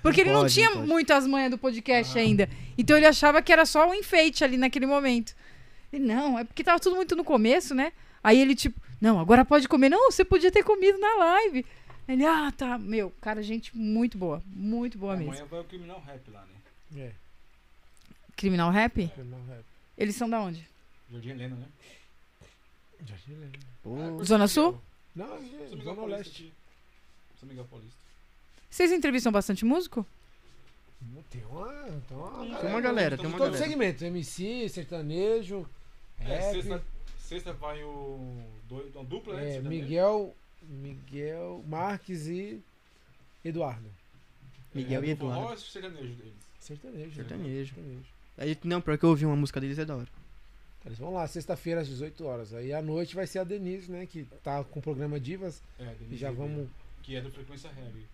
Speaker 4: Porque ele não
Speaker 1: Pode,
Speaker 4: tinha
Speaker 1: pode. Ah.
Speaker 4: muitas manhas do podcast ainda. Então ele achava que era só um enfeite ali naquele momento. E não, é porque tava tudo muito no começo, né? Aí ele tipo, não, agora pode comer. Não, você podia ter comido na live. Ele, ah, tá, meu, cara, gente muito boa, muito boa mesmo.
Speaker 3: Amanhã vai o criminal rap lá, né?
Speaker 2: É,
Speaker 4: Criminal Rap?
Speaker 2: eu não é.
Speaker 4: Eles são da onde?
Speaker 3: Jardim Helena, né? Ah,
Speaker 2: Já te lembro.
Speaker 1: Pô,
Speaker 4: Zona Sul?
Speaker 2: Não, é,
Speaker 3: São Miguel
Speaker 2: Zona Leste.
Speaker 3: Paulista. aqui. São Miguel Paulista.
Speaker 4: Vocês entrevistam bastante músico?
Speaker 2: Tem uma. Tem uma,
Speaker 1: tem uma galera, tem
Speaker 2: de
Speaker 1: uma
Speaker 2: todos os
Speaker 1: galera.
Speaker 2: segmentos. MC, sertanejo,
Speaker 3: É,
Speaker 2: rap,
Speaker 3: sexta, sexta vai o. Dois, uma dupla, né?
Speaker 2: é,
Speaker 3: Sertanejo.
Speaker 2: Miguel, Miguel Marques e Eduardo.
Speaker 1: Miguel
Speaker 3: é,
Speaker 1: e
Speaker 3: do forró
Speaker 1: Eduardo.
Speaker 3: ou é sertanejo deles?
Speaker 2: Sertanejo. né?
Speaker 1: Sertanejo.
Speaker 2: Sertanejo.
Speaker 1: Aí, não, pior que eu ouvi uma música deles é da hora.
Speaker 2: Eles vão assim, lá, sexta-feira às 18 horas. Aí à noite vai ser a Denise, né? Que tá com o programa Divas.
Speaker 3: É, Denise
Speaker 2: E já
Speaker 3: Ribeiro,
Speaker 2: vamos.
Speaker 3: Que é do Frequência Heavy.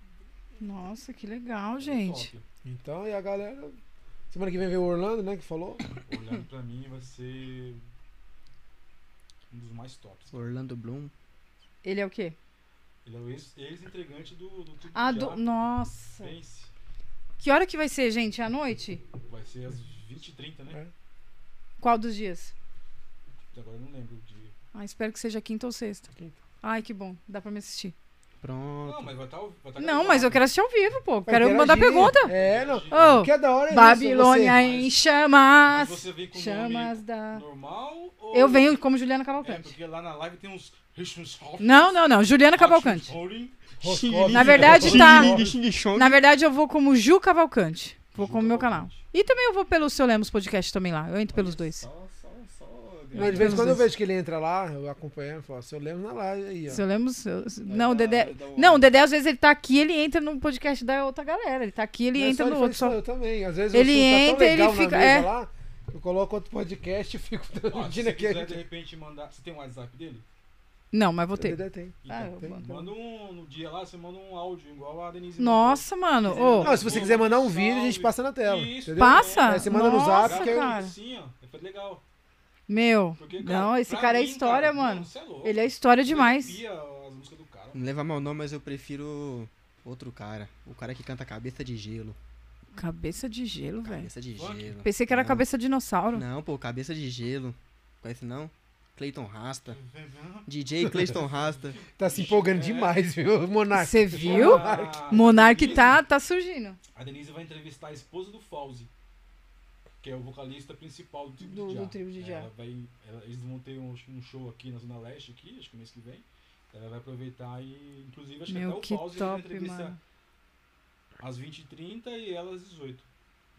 Speaker 4: Nossa, que legal, gente.
Speaker 3: Top.
Speaker 2: Então, e a galera. Semana que vem vem o Orlando, né? Que falou.
Speaker 3: Olhando pra mim vai ser um dos mais tops.
Speaker 1: Orlando Bloom.
Speaker 4: Ele é o quê?
Speaker 3: Ele é o ex- ex-entregante do, do Clube
Speaker 4: Ah,
Speaker 3: do
Speaker 4: do...
Speaker 3: Diabo.
Speaker 4: nossa.
Speaker 3: Pense.
Speaker 4: Que hora que vai ser, gente? À noite?
Speaker 3: Vai ser às 20h30, né?
Speaker 4: Qual dos dias?
Speaker 3: Agora eu não lembro o dia.
Speaker 4: Ah, espero que seja quinta ou sexta.
Speaker 2: Quinta.
Speaker 4: Ai, que bom. Dá pra me assistir.
Speaker 1: Pronto.
Speaker 3: Não, mas vai estar. Vai tá
Speaker 4: Não, mas eu quero assistir ao vivo, pô.
Speaker 2: Vai
Speaker 4: Quero mandar
Speaker 2: interagir.
Speaker 4: pergunta.
Speaker 2: É, não.
Speaker 4: Oh,
Speaker 2: O que é da hora é isso, é
Speaker 4: Babilônia
Speaker 2: você-
Speaker 4: em
Speaker 3: Mas-
Speaker 4: chamas.
Speaker 3: Mas você vem com o
Speaker 4: chamas
Speaker 3: nome
Speaker 4: da.
Speaker 3: normal ou.
Speaker 4: Eu venho como Juliana
Speaker 3: É,
Speaker 4: Cavalcante.
Speaker 3: porque lá na live tem uns.
Speaker 4: Não, não, não. Juliana Cavalcante.
Speaker 2: Roscoe.
Speaker 4: Na verdade, tá-
Speaker 1: Xing-ling, xing-chong.
Speaker 4: Na verdade, eu vou como Ju Cavalcante. Vou como meu canal. E também eu vou pelo Seu Lemos Podcast também lá. Eu entro pelos dois.
Speaker 3: Só, só, só.
Speaker 2: Não, de vez em quando eu vejo que ele entra lá, eu acompanhando, falo, se eu lembro na live aí, ó.
Speaker 4: Seu Lemos. eu- Não, o Dedé.
Speaker 3: dá uma-
Speaker 4: Não, o Dedé, às vezes, ele tá aqui, ele entra no podcast da outra galera. Ele tá aqui, ele
Speaker 2: Não é
Speaker 4: entra
Speaker 2: só
Speaker 4: no
Speaker 2: ele,
Speaker 4: outro.
Speaker 2: faz
Speaker 4: Só...
Speaker 2: Eu também. Às vezes
Speaker 4: Ele
Speaker 2: o assunto tá
Speaker 4: entra,
Speaker 2: tão
Speaker 4: ele
Speaker 2: legal na
Speaker 4: fica-
Speaker 2: mesa
Speaker 4: é.
Speaker 2: lá, eu coloco outro podcast e fico
Speaker 3: Ó, se
Speaker 2: transmitindo
Speaker 3: você
Speaker 2: aqui.
Speaker 3: quiser de repente mandar. Você tem o WhatsApp dele?
Speaker 4: Não, mas vou
Speaker 2: Eu
Speaker 4: ter.
Speaker 2: ainda tenho.
Speaker 4: Ah, eu
Speaker 2: tem.
Speaker 4: mando.
Speaker 3: Manda um. No dia lá, você manda um áudio, igual a Denise.
Speaker 4: Nossa, mano. ô,
Speaker 2: Não, se você quiser mandar um vídeo, a gente
Speaker 3: Salve.
Speaker 2: passa na tela.
Speaker 3: Isso.
Speaker 2: entendeu?
Speaker 4: passa?
Speaker 2: Aí você manda no
Speaker 4: Nossa,
Speaker 2: zap que eu-
Speaker 4: cara.
Speaker 3: Sim, ó. É legal.
Speaker 4: Meu.
Speaker 3: Porque, cara,
Speaker 4: Não, esse
Speaker 3: pra
Speaker 4: cara é
Speaker 3: mim,
Speaker 4: história,
Speaker 3: cara,
Speaker 4: mano.
Speaker 3: Você é louco.
Speaker 4: Ele é história demais.
Speaker 3: Arrepia as músicas do cara.
Speaker 1: Não leva mal não, mas eu prefiro outro cara. O cara que canta cabeça de gelo.
Speaker 4: Cabeça de gelo,
Speaker 2: É.
Speaker 4: velho.
Speaker 1: Cabeça de
Speaker 3: Funk?
Speaker 1: gelo.
Speaker 4: Pensei que era
Speaker 1: Não.
Speaker 4: cabeça de dinossauro.
Speaker 1: Não, pô, cabeça de gelo. Conhece não? Clayton Rasta. DJ Clayton Rasta.
Speaker 2: Tá se
Speaker 3: É.
Speaker 2: empolgando demais, viu, Monark? Ah,
Speaker 4: Você viu?
Speaker 3: A-
Speaker 4: Monark
Speaker 3: Ah, Denise-
Speaker 4: tá, tá surgindo.
Speaker 3: A Denise vai entrevistar a esposa do Fauzi, que é o vocalista principal do Tribo
Speaker 4: Do-
Speaker 3: de Jah.
Speaker 4: do Tribo de
Speaker 3: É,
Speaker 4: Jah.
Speaker 3: ela vai- ela- eles vão ter um, acho que um show aqui na Zona Leste, aqui, acho que mês que vem. Ela vai aproveitar e, inclusive, acho
Speaker 4: Meu,
Speaker 3: que até
Speaker 4: que
Speaker 3: o Fauzi vai
Speaker 4: top,
Speaker 3: entrevista
Speaker 4: mano.
Speaker 3: às 20h30 e ela às 18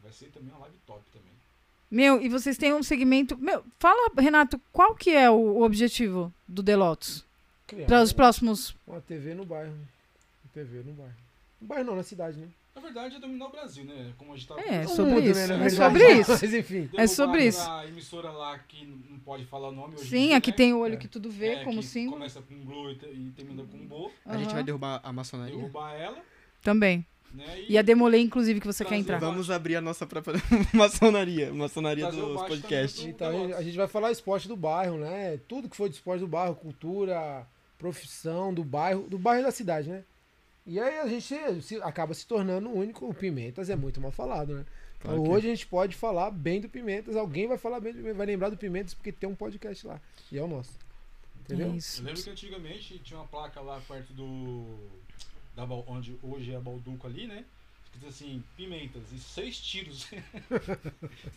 Speaker 3: Vai ser também uma live top também.
Speaker 4: Meu, e vocês têm um segmento. Meu, fala, Renato, qual que é o, o objetivo do Delotus? Para os próximos.
Speaker 2: né? Uma TV no bairro. né? Uma TV no bairro. No bairro não, na cidade, né?
Speaker 3: Na verdade, é dominar o Brasil, né? Como a gente tava
Speaker 4: É,
Speaker 3: conversando.
Speaker 4: sobre
Speaker 2: mundo,
Speaker 4: isso,
Speaker 2: na
Speaker 4: é
Speaker 2: verdade.
Speaker 4: sobre isso.
Speaker 2: Mas enfim.
Speaker 3: Derrubaram
Speaker 4: É sobre isso.
Speaker 3: A emissora lá que não pode falar o nome hoje em
Speaker 4: Sim,
Speaker 3: dia,
Speaker 4: aqui
Speaker 3: né?
Speaker 4: tem o olho que tudo vê,
Speaker 3: É,
Speaker 4: como
Speaker 3: que
Speaker 4: símbolo.
Speaker 3: Começa com Glow e, te- e termina com Bo.
Speaker 1: A gente
Speaker 4: Aham.
Speaker 1: vai derrubar a maçonaria?
Speaker 3: Derrubar ela,
Speaker 4: Também.
Speaker 3: né?
Speaker 4: E a Demoler, inclusive, que você quer entrar.
Speaker 3: Trazer-
Speaker 1: Vamos abrir a nossa própria maçonaria. Maçonaria
Speaker 3: Trazer o
Speaker 1: dos
Speaker 3: baixo
Speaker 1: podcasts.
Speaker 3: também
Speaker 2: Então, a gente- a gente vai falar esporte do bairro, né? Tudo que for de esporte do bairro, cultura, profissão do bairro, do bairro e da cidade, né? E aí a gente se- se- acaba se tornando o único. O Pimentas é muito mal falado, né? Então,
Speaker 1: Claro que é.
Speaker 2: hoje a gente pode falar bem do Pimentas. Alguém vai falar bem do Pimentas, vai lembrar do Pimentas porque tem um podcast lá. E é o nosso. Entendeu?
Speaker 4: Isso.
Speaker 3: Eu lembro que antigamente tinha uma placa lá perto do. Da, Bal- onde hoje é a Balduco ali, né? Escrito assim, pimentas e seis tiros. Na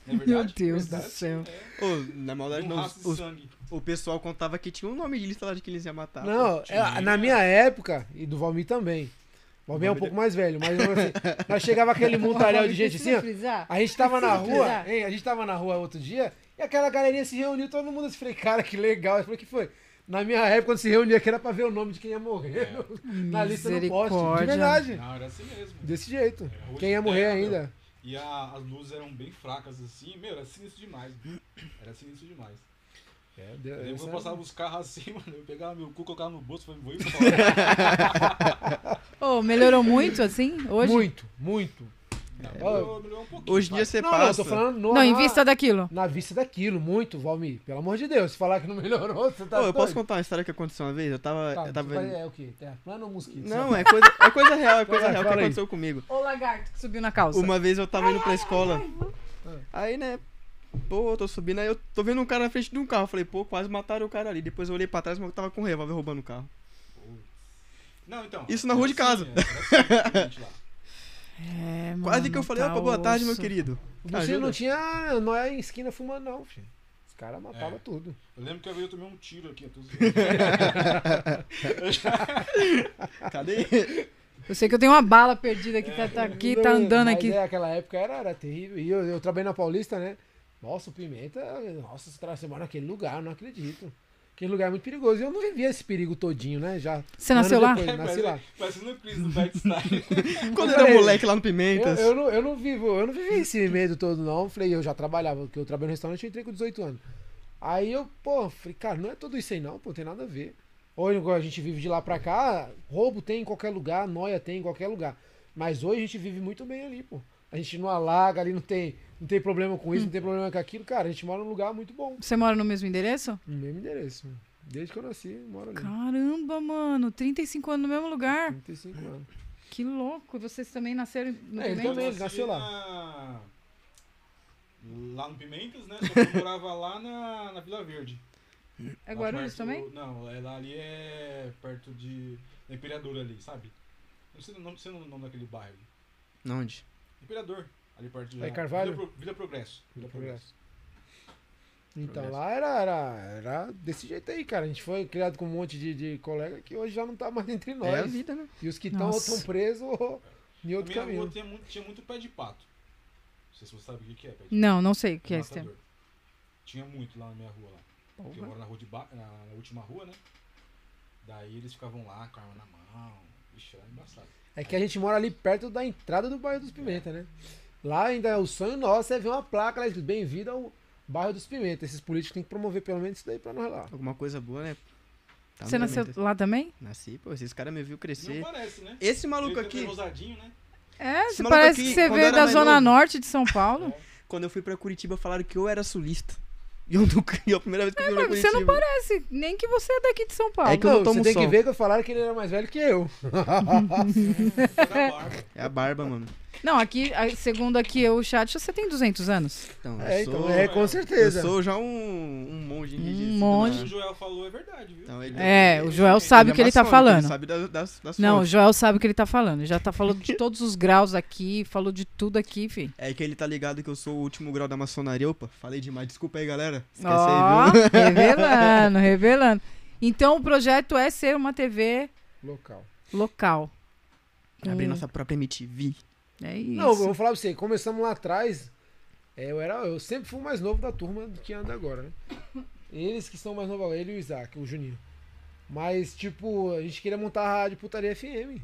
Speaker 3: verdade,
Speaker 4: Meu Deus do
Speaker 3: verdade,
Speaker 4: céu.
Speaker 3: É,
Speaker 1: Ô, na maldade,
Speaker 3: um
Speaker 1: não.
Speaker 3: rastro
Speaker 1: os-
Speaker 3: de
Speaker 1: os-
Speaker 3: sangue.
Speaker 1: o pessoal contava que tinha um nome de lista lá de que eles iam matar. pô.
Speaker 2: Não, é, na minha época, e do Valmir também. O Valmir é um
Speaker 1: Valmir
Speaker 2: pouco mais velho, mas assim, nós chegava aquele montaréu de gente assim, ó. A gente tava na
Speaker 4: Precisa
Speaker 2: rua,
Speaker 4: frisar.
Speaker 2: hein? A gente tava na rua outro dia e aquela galerinha se reuniu, todo mundo. Eu falei, cara, que legal. Eu falei, que foi? Na minha época, quando se reunia, que era pra ver o nome de quem ia morrer na lista do poste. De
Speaker 4: Misericórdia.
Speaker 2: verdade.
Speaker 3: Não, era assim mesmo.
Speaker 2: Desse jeito.
Speaker 3: Era
Speaker 2: Quem ia
Speaker 3: rosto
Speaker 2: morrer
Speaker 3: terra,
Speaker 2: ainda.
Speaker 3: E a- as luzes eram bem fracas assim. Meu, era sinistro demais. Era sinistro demais.
Speaker 2: É, de-
Speaker 3: Eu lembro que
Speaker 2: essa-
Speaker 3: eu passava os carros assim, mano. Eu pegava meu cu, colocava no bolso e falei, vou embora.
Speaker 4: Ô, melhorou muito, assim, hoje?
Speaker 2: Muito, muito.
Speaker 3: Não,
Speaker 2: ó,
Speaker 3: melhorou- melhorou um pouquinho,
Speaker 1: Hoje em dia
Speaker 3: vai.
Speaker 1: você
Speaker 2: não, não, eu
Speaker 1: passa.
Speaker 2: tô falando no,
Speaker 4: Não, em
Speaker 2: na-
Speaker 4: vista daquilo.
Speaker 2: Na vista daquilo, muito, Valmir. Pelo amor de Deus, se falar que não melhorou, você tá.
Speaker 1: Ô, eu posso
Speaker 2: doido?
Speaker 1: contar uma história que aconteceu uma vez? Eu tava.
Speaker 2: Tá,
Speaker 1: eu tava...
Speaker 2: você vai- É o quê? Terra plana ou mosquito?
Speaker 1: Não, é coisa, é coisa real, é coisa
Speaker 2: Vai lá,
Speaker 1: real que
Speaker 2: fala aí.
Speaker 1: aconteceu comigo.
Speaker 4: Ô, lagarto que subiu na calça.
Speaker 1: Uma vez eu tava indo pra escola. Aí, né? Pô, eu tô subindo, aí eu tô vendo um cara na frente de um carro. Eu Falei, pô, quase mataram o cara ali. Depois eu olhei pra trás, mas eu tava com um revólver roubando o carro.
Speaker 3: Não, então.
Speaker 1: Isso na rua de casa.
Speaker 3: era assim, lá.
Speaker 4: É, mano,
Speaker 1: Quase que eu falei,
Speaker 4: tá
Speaker 1: opa, boa tarde, meu
Speaker 4: osso.
Speaker 1: querido.
Speaker 2: Você
Speaker 1: Ajuda?
Speaker 2: não tinha nóia em esquina fumando, não, filho. Os caras matavam
Speaker 3: É.
Speaker 2: tudo.
Speaker 3: Eu lembro que uma vez eu tomei um tiro aqui. Eu tô zoando.
Speaker 1: Cadê?
Speaker 4: Eu sei que eu tenho uma bala perdida aqui, tá, tá aqui, tá andando
Speaker 2: É, Mas
Speaker 4: aqui.
Speaker 2: É, aquela época era, era terrível. E eu, eu trabalhei na Paulista, né? Nossa, o Pimenta, nossa, os caras você mora naquele lugar, eu não acredito. Aquele lugar é muito perigoso. E eu não vivia esse perigo todinho, né? Já.
Speaker 4: Você nasceu lá?
Speaker 2: anos depois, nasci lá.
Speaker 3: Parecendo o Chris do Backstyle.
Speaker 1: Quando
Speaker 2: Eu
Speaker 1: era
Speaker 2: falei,
Speaker 1: moleque lá no
Speaker 2: Eu,
Speaker 1: Pimentas.
Speaker 2: eu não, eu não vivo, eu não vivi esse medo todo, não. Falei, eu já trabalhava, porque eu trabalhei no restaurante e entrei com 18 anos. Aí eu, pô, falei, cara, não é tudo isso aí não, pô, tem nada a ver. Hoje, igual a gente vive de lá pra cá, roubo tem em qualquer lugar, noia tem em qualquer lugar. Mas hoje a gente vive muito bem ali, pô. A gente não alaga ali, não tem, não tem problema com isso, não tem problema com aquilo. Cara, a gente mora num lugar muito bom.
Speaker 4: Você mora no mesmo endereço?
Speaker 2: No mesmo endereço. mano. Desde que eu nasci, eu moro ali.
Speaker 4: Caramba, mano, 35 anos no mesmo
Speaker 1: Uhum.
Speaker 4: lugar.
Speaker 2: 35 anos.
Speaker 4: Que louco. E Vocês também nasceram no
Speaker 2: É, ele
Speaker 4: Pimenta?
Speaker 2: também. Ele nasceu lá.
Speaker 3: lá. Lá no Pimentas, né? Só que eu morava lá na, na Vila Verde.
Speaker 4: É
Speaker 3: Lá
Speaker 4: Guarulhos
Speaker 3: perto-
Speaker 4: também?
Speaker 3: Não, é lá ali é perto de. Da Imperador ali, sabe? Não sei o nome, sei o nome daquele bairro.
Speaker 1: Onde?
Speaker 3: Imperador, ali perto de.
Speaker 2: Aí, Carvalho?
Speaker 3: Vila, Pro- Vila Progresso.
Speaker 2: Vila Progresso. Então, lá era, era, era desse jeito aí, cara. A gente foi criado com um monte de, de colega que hoje já não tá mais entre nós.
Speaker 1: É a vida, né?
Speaker 2: E os que estão ou
Speaker 4: Nossa.
Speaker 2: estão presos ou em
Speaker 3: A
Speaker 2: outro
Speaker 3: minha
Speaker 2: caminho.
Speaker 3: rua tinha muito, tinha muito pé de pato. Não sei se você sabe o que que é pé de
Speaker 4: Não, não sei o
Speaker 3: pato.
Speaker 4: que é esse tempo.
Speaker 3: matador. Tinha muito lá na minha rua lá. Porque eu moro na, rua de ba... na, na última rua, né? Daí eles ficavam lá com a arma na mão. Ixi, era embaçado.
Speaker 2: É que a gente mora ali perto da entrada do bairro dos Pimenta, né? Lá ainda o sonho nosso é ver uma placa lá escrito bem-vindo ao bairro dos Pimenta. Esses políticos têm que promover pelo menos isso daí pra nós lá.
Speaker 1: Alguma coisa boa, né? Tá
Speaker 4: Você
Speaker 1: no
Speaker 4: nasceu
Speaker 1: momento.
Speaker 4: lá também?
Speaker 1: Nasci, pô. Esses caras me viu
Speaker 3: Não
Speaker 1: crescer.
Speaker 3: parece, né?
Speaker 1: Esse maluco
Speaker 3: Ele
Speaker 1: aqui,
Speaker 3: É rosadinho, né?
Speaker 4: É,
Speaker 1: Esse
Speaker 4: você
Speaker 1: maluco
Speaker 4: parece
Speaker 1: aqui,
Speaker 4: que você
Speaker 1: quando
Speaker 4: veio
Speaker 1: era
Speaker 4: da
Speaker 1: mais
Speaker 4: Zona
Speaker 1: novo. É.
Speaker 4: Norte de São Paulo.
Speaker 1: quando eu fui pra Curitiba, falaram que eu era sulista. E eu nunca. E é a primeira vez que eu fui pra
Speaker 4: É, Mas você
Speaker 1: Curitiba.
Speaker 4: não parece nem que você é daqui de São Paulo.
Speaker 1: É que eu não
Speaker 2: Não,
Speaker 1: tomo
Speaker 2: você tem que
Speaker 1: sol.
Speaker 2: ver que eu falaram que ele era mais velho que eu.
Speaker 3: Era barba.
Speaker 1: É a barba, mano.
Speaker 4: Não, aqui, a- segundo aqui o chat, você tem 200 anos.
Speaker 1: Então,
Speaker 2: É,
Speaker 1: eu sou.
Speaker 2: então, é, com
Speaker 1: eu
Speaker 2: certeza.
Speaker 1: sou já um, um monge enrijecido,
Speaker 4: monge.
Speaker 3: Isso que o
Speaker 1: né?
Speaker 3: Joel falou é verdade,
Speaker 2: Tá,
Speaker 3: viu?
Speaker 1: Então, ele-
Speaker 4: É, o Joel
Speaker 3: ele
Speaker 4: sabe
Speaker 1: é
Speaker 4: o que ele tá
Speaker 1: maçônico,
Speaker 4: falando.
Speaker 1: sabe da- das, das
Speaker 4: Não, o
Speaker 1: fontes.
Speaker 4: Joel sabe o que ele tá falando. Já tá falando de todos os graus aqui, falou de tudo aqui, fi.
Speaker 1: É que ele tá ligado que eu sou o último grau da maçonaria. Opa, falei demais. Desculpa aí, galera. Esquece
Speaker 4: Ó,
Speaker 1: aí, viu?
Speaker 4: revelando, revelando. Então o projeto é ser uma TV
Speaker 2: Local.
Speaker 4: local. Com-
Speaker 1: Abrir nossa própria MTV.
Speaker 4: É isso.
Speaker 2: Não, eu vou falar pra você, começamos lá atrás. é, eu, era, eu sempre fui o mais novo da turma do que anda agora, né? Eles que são mais novos agora, ele e o Isaac, o Juninho. Mas, tipo, a gente queria montar a rádio putaria FM.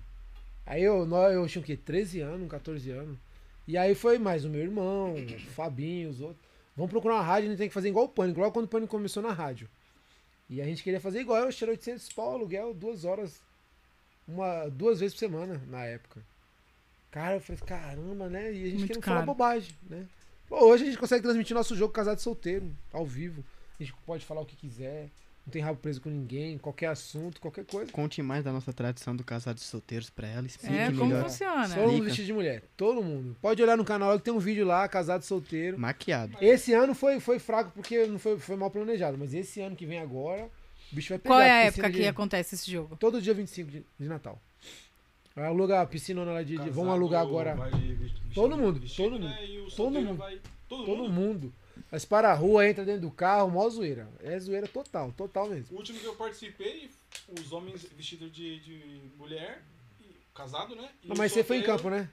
Speaker 2: Aí eu, nó- eu tinha o quê? 13 anos, 14 anos. E aí foi mais o meu irmão, o Fabinho, os outros. Vamos procurar uma rádio, a gente tem que fazer igual o Pânico, logo quando o Pânico começou na rádio. E a gente queria fazer igual, eu tirei 800 pau, aluguel, duas horas, uma, duas vezes por semana, na época. Cara, eu falei, caramba, né? E a gente
Speaker 4: Muito
Speaker 2: queria
Speaker 4: caro.
Speaker 2: falar bobagem, né? Pô, hoje a gente consegue transmitir nosso jogo casado e solteiro, ao vivo. A gente pode falar o que quiser, não tem rabo preso com ninguém, qualquer assunto, qualquer coisa.
Speaker 1: Conte mais da nossa tradição do casado de solteiros pra ela. Explique
Speaker 4: É, como
Speaker 1: melhor.
Speaker 4: funciona.
Speaker 2: Todo mundo
Speaker 1: Explica.
Speaker 2: vestido de mulher, todo mundo. Pode olhar no canal que tem um vídeo lá, casado e solteiro.
Speaker 1: Maquiado.
Speaker 2: Esse ano foi, foi fraco porque não foi, foi mal planejado, mas esse ano que vem agora, o bicho vai pegar.
Speaker 4: Qual é a
Speaker 2: porque
Speaker 4: época
Speaker 2: esse
Speaker 4: que
Speaker 2: dia-
Speaker 4: acontece esse jogo?
Speaker 2: Todo dia 25 de, de Natal. Vai alugar a piscina lá de, de. Vamos
Speaker 3: Casado
Speaker 2: alugar agora.
Speaker 3: vai de vestido-
Speaker 2: tá, Todo mundo,
Speaker 3: vestido,
Speaker 2: todo
Speaker 3: né?
Speaker 2: mundo,
Speaker 3: E o
Speaker 2: todo
Speaker 3: solteiro
Speaker 2: mundo.
Speaker 3: vai- Todo
Speaker 2: Todo
Speaker 3: mundo.
Speaker 2: mundo. Mas para a rua, entra dentro do carro, mó zoeira. É zoeira total, total
Speaker 3: O
Speaker 2: mesmo.
Speaker 3: último que eu participei, os homens vestidos de, de mulher, e- casado, né? E
Speaker 2: Não,
Speaker 3: o
Speaker 2: Ah, mas você foi em
Speaker 3: solteiro-
Speaker 2: campo, né?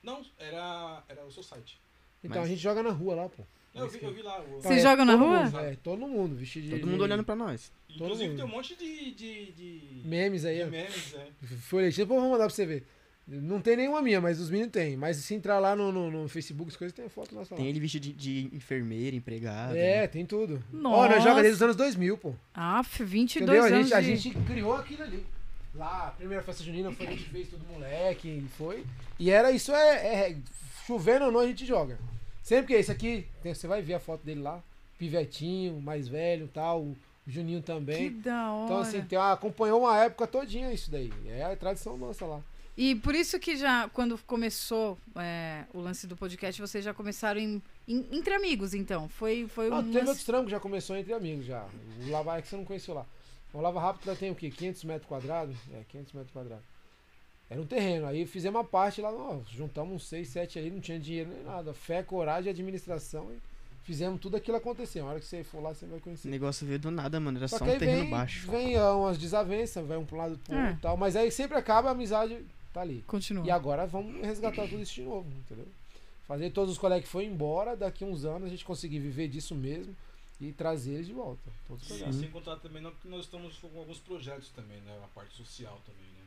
Speaker 3: Não, era, era o Society.
Speaker 2: Então
Speaker 1: Mas-
Speaker 2: a gente joga na rua lá, pô.
Speaker 3: Eu vi, eu vi lá. O,
Speaker 4: Vocês
Speaker 2: é,
Speaker 4: jogam na
Speaker 2: todo
Speaker 4: rua?
Speaker 2: mundo, é, todo mundo, vestido de.
Speaker 1: Todo mundo
Speaker 2: de
Speaker 1: olhando pra nós.
Speaker 3: inclusive
Speaker 2: mundo.
Speaker 3: tem um monte de, de, de,
Speaker 2: Memes aí,
Speaker 3: de
Speaker 2: ó.
Speaker 3: memes, né?
Speaker 2: Folhetinha, depois eu vou mandar pra você ver. Não tem nenhuma minha, mas os meninos tem. Mas se entrar lá no, no, no Facebook, as coisas, tem a foto nossa lá.
Speaker 1: Tem ele vestido de, de enfermeira, empregada.
Speaker 2: é,
Speaker 1: né?
Speaker 2: tem tudo.
Speaker 4: Nossa.
Speaker 2: Ó, nós joga desde os anos 2000, pô.
Speaker 4: Ah, f- 22
Speaker 2: Entendeu? A
Speaker 4: anos
Speaker 2: gente, a
Speaker 4: de...
Speaker 2: gente criou aquilo ali. Lá, a primeira festa junina foi, a gente fez tudo moleque, e foi. E era isso, é, é- Chovendo ou não, a gente joga. Sempre que é isso aqui, tem- você vai ver a foto dele lá. Pivetinho, mais velho tal. O Juninho
Speaker 4: Que
Speaker 2: também.
Speaker 4: da hora.
Speaker 2: Então, assim, tem- acompanhou uma época todinha isso daí. É a tradição nossa lá.
Speaker 4: E por isso que já, quando começou é, o lance do podcast, vocês já começaram em- em- entre amigos, então. Foi, foi
Speaker 2: Não,
Speaker 4: um
Speaker 2: Ah, teve outros
Speaker 4: lance...
Speaker 2: trampos que já começou entre amigos já. O Lava é que você não conheceu lá. O Lava Rápida tem o quê? 500 metros quadrados? É, 500 metros quadrados. Era um terreno. Aí fizemos uma parte lá, ó, juntamos uns 6, 7 aí, não tinha dinheiro nem nada. Fé, coragem, administração. E fizemos tudo aquilo acontecer. A hora que você for lá, você vai
Speaker 1: Esse
Speaker 2: conhecer.
Speaker 1: negócio veio do nada, mano. Era só,
Speaker 2: que
Speaker 1: um
Speaker 2: aí
Speaker 1: terreno
Speaker 2: vem,
Speaker 1: baixo.
Speaker 2: vem ó, umas desavenças, vai um pro lado pro outro
Speaker 4: É.
Speaker 2: e tal. Mas aí sempre acaba a amizade, tá ali.
Speaker 4: Continua.
Speaker 2: E agora vamos resgatar tudo isso de novo, entendeu? Fazer todos os colegas que foram embora, daqui uns anos a gente conseguir viver disso mesmo e trazer eles de volta. Todos os
Speaker 3: E
Speaker 2: colegas.
Speaker 3: sem contar Assim, também não, que nós estamos com alguns projetos também, né? A parte social também, né?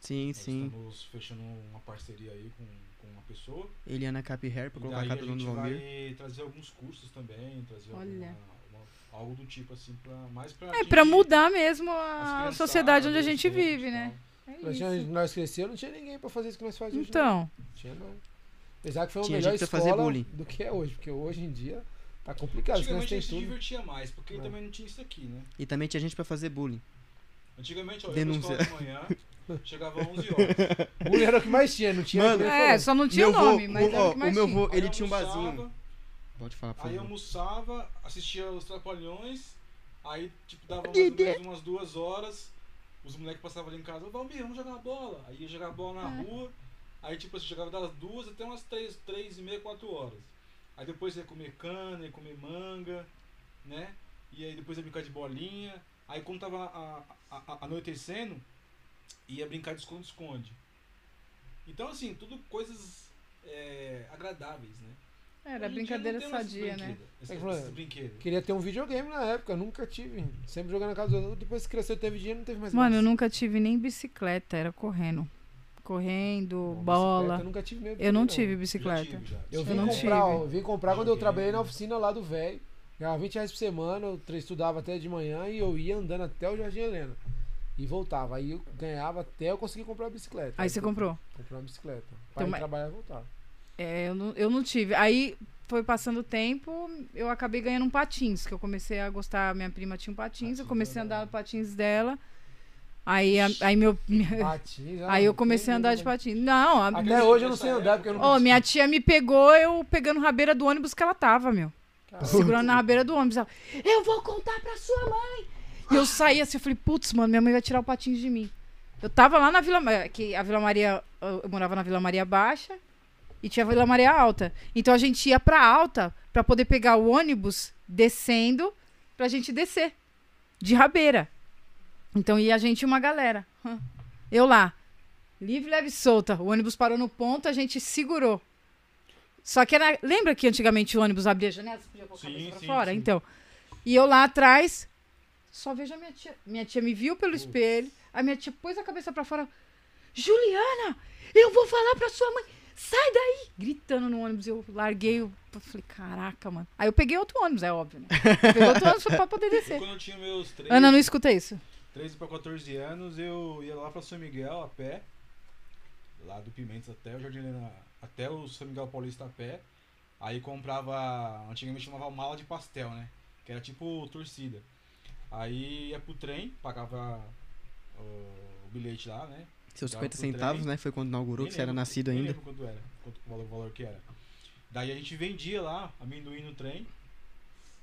Speaker 1: Sim,
Speaker 3: Nós
Speaker 1: sim.
Speaker 3: estamos fechando uma parceria aí com, com uma pessoa.
Speaker 1: Eliana Cap Hair pra
Speaker 3: E
Speaker 1: colocar
Speaker 3: daí a
Speaker 1: cabelo
Speaker 3: gente
Speaker 1: no Valmir.
Speaker 3: vai trazer alguns cursos também, trazer
Speaker 4: Olha.
Speaker 3: alguma- uma- Algo do tipo, assim, pra, mais pra.
Speaker 4: É pra
Speaker 3: atingir
Speaker 4: mudar mesmo
Speaker 3: as
Speaker 4: a
Speaker 3: criançadas,
Speaker 4: sociedade onde a
Speaker 3: os
Speaker 4: gente
Speaker 3: negros e
Speaker 4: vive, né?
Speaker 3: tal.
Speaker 4: É
Speaker 2: Nós,
Speaker 4: isso.
Speaker 2: tínhamos- nós crescemos, não tinha ninguém pra fazer isso que nós fazemos hoje. não.
Speaker 4: Então,
Speaker 2: Tinha não. Apesar que foi uma
Speaker 1: Tinha
Speaker 2: melhor
Speaker 1: gente pra
Speaker 2: escola
Speaker 1: fazer bullying.
Speaker 2: do que é hoje, porque hoje em dia tá complicado. Senão
Speaker 3: Antigamente a
Speaker 2: tem
Speaker 3: gente se
Speaker 2: tudo.
Speaker 3: divertia mais, porque
Speaker 2: É.
Speaker 3: também não tinha isso aqui, né?
Speaker 1: E também tinha gente pra fazer bullying.
Speaker 3: Antigamente, ó,
Speaker 1: Denúncia.
Speaker 3: eu ia pra escola de manhã, chegava às 11 horas.
Speaker 2: Bullying era o que mais tinha, não tinha.
Speaker 1: Mano,
Speaker 2: aquele
Speaker 4: é,
Speaker 2: falou.
Speaker 4: só não tinha o
Speaker 1: Meu vô-
Speaker 4: nome, mas
Speaker 1: o,
Speaker 4: era o
Speaker 1: ó,
Speaker 4: que mais
Speaker 1: o meu
Speaker 4: tinha.
Speaker 1: vô,
Speaker 3: Aí
Speaker 1: ele
Speaker 3: eu
Speaker 1: tinha um
Speaker 3: almoçava,
Speaker 1: barzinho. Pode falar, por
Speaker 3: Aí eu
Speaker 1: favor.
Speaker 3: almoçava, assistia os Trapalhões, aí tipo dava mais ou
Speaker 1: Didi.
Speaker 3: menos umas duas horas, os moleques passavam ali em casa, ô Valmir, vamos jogar bola. Aí ia jogar bola na rua, aí tipo assim, jogava das duas até umas três, três e meia, quatro horas. Aí depois ia comer cana, ia comer manga, né? E aí depois ia brincar de bolinha. Aí como tava a- a- a- anoitecendo, ia brincar de esconde-esconde. Então assim, tudo coisas é, agradáveis, né?
Speaker 4: Era
Speaker 3: Hoje em dia
Speaker 4: brincadeira
Speaker 3: não tem mais esses
Speaker 4: sadia, né?
Speaker 3: brinquedos, esses-
Speaker 2: É que falou,
Speaker 3: esses brinquedos.
Speaker 2: Queria ter um videogame na época, nunca tive. Sempre jogando na casa dos outros. Depois que cresceu, teve dinheiro, não teve mais
Speaker 4: Mano, eu
Speaker 2: graça.
Speaker 4: nunca tive nem bicicleta, era correndo. Correndo,
Speaker 2: Bom, bicicleta,
Speaker 4: bola.
Speaker 2: Eu nunca tive mesmo.
Speaker 4: Eu não
Speaker 2: também,
Speaker 4: tive
Speaker 3: Já
Speaker 4: bicicleta. um
Speaker 3: tive, já.
Speaker 2: Eu vim
Speaker 4: não
Speaker 2: comprar,
Speaker 4: tive.
Speaker 2: ó, eu vim comprar quando eu
Speaker 3: Joguei.
Speaker 2: trabalhei na oficina lá do velho. Ganhava 20 reais por semana, eu tre- estudava até de manhã e eu ia andando até o Jardim Helena. E voltava. Aí eu ganhava até eu conseguir comprar a bicicleta.
Speaker 4: Aí você
Speaker 2: comprou
Speaker 4: comprou.
Speaker 2: comprar uma bicicleta. Para
Speaker 4: Então,
Speaker 2: ir
Speaker 4: mas-
Speaker 2: trabalhar e voltar.
Speaker 4: É, eu não, eu não tive. Aí foi passando o tempo, eu acabei ganhando um patins, que eu comecei a gostar. Minha prima tinha um patins, eu
Speaker 2: Patins
Speaker 4: comecei a
Speaker 2: é
Speaker 4: andar
Speaker 2: bom.
Speaker 4: no patins dela. Aí, a- aí meu.
Speaker 2: Patins, ah,
Speaker 4: Aí eu
Speaker 2: não
Speaker 4: comecei
Speaker 2: tem
Speaker 4: a andar de
Speaker 2: jeito, né?
Speaker 4: patins. Não, a,
Speaker 2: Até hoje eu não sei andar porque eu não
Speaker 4: Ô, minha tia me pegou, eu pegando rabeira do ônibus que ela tava, meu.
Speaker 2: Caralho.
Speaker 4: Segurando na rabeira do ônibus. Ela, eu vou contar pra sua mãe. E eu saí assim, eu falei, putz, mano, minha mãe vai tirar o patins de mim. Eu tava lá na Vila Ma- que a Vila Maria, eu morava na Vila Maria Baixa e tinha a Vila Maria Alta. Então a gente ia pra Alta pra poder pegar o ônibus descendo pra gente descer de rabeira. Então ia a gente e uma galera. Hã. Eu lá, livre, leve e solta. O ônibus parou no ponto, a gente segurou. Só que era. Lembra que antigamente o ônibus abria a janela? Você podia colocar a
Speaker 3: Sim,
Speaker 4: cabeça pra
Speaker 3: sim,
Speaker 4: fora?
Speaker 3: sim.
Speaker 4: Então. E eu lá atrás, só vejo a minha tia. Minha tia me viu pelo espelho, a minha tia pôs a cabeça pra fora. Juliana, eu vou falar pra sua mãe. Sai daí! Gritando no ônibus, eu larguei o. eu Falei, caraca, mano. Aí eu peguei outro ônibus, é óbvio, né? Peguei outro ônibus pra poder
Speaker 3: Eu,
Speaker 4: descer.
Speaker 3: quando eu tinha meus 13,
Speaker 4: Ana, não escuta isso.
Speaker 3: 13 para 14 anos, eu ia lá pra São Miguel a pé, lá do Pimentas até o Jardim Helena, até o São Miguel Paulista a pé. Aí comprava, antigamente chamava mala de pastel, né? Que era tipo torcida. Aí ia pro trem, pagava ó, o bilhete lá, né?
Speaker 1: Seus
Speaker 3: Dava pro
Speaker 1: 50 centavos,
Speaker 3: trem.
Speaker 1: né? Foi quando inaugurou,
Speaker 3: Nem
Speaker 1: que você era
Speaker 3: lembro,
Speaker 1: nascido
Speaker 3: nem
Speaker 1: ainda.
Speaker 3: lembro quanto era, quanto o valor, o valor que era. Daí a gente vendia lá amendoim no trem,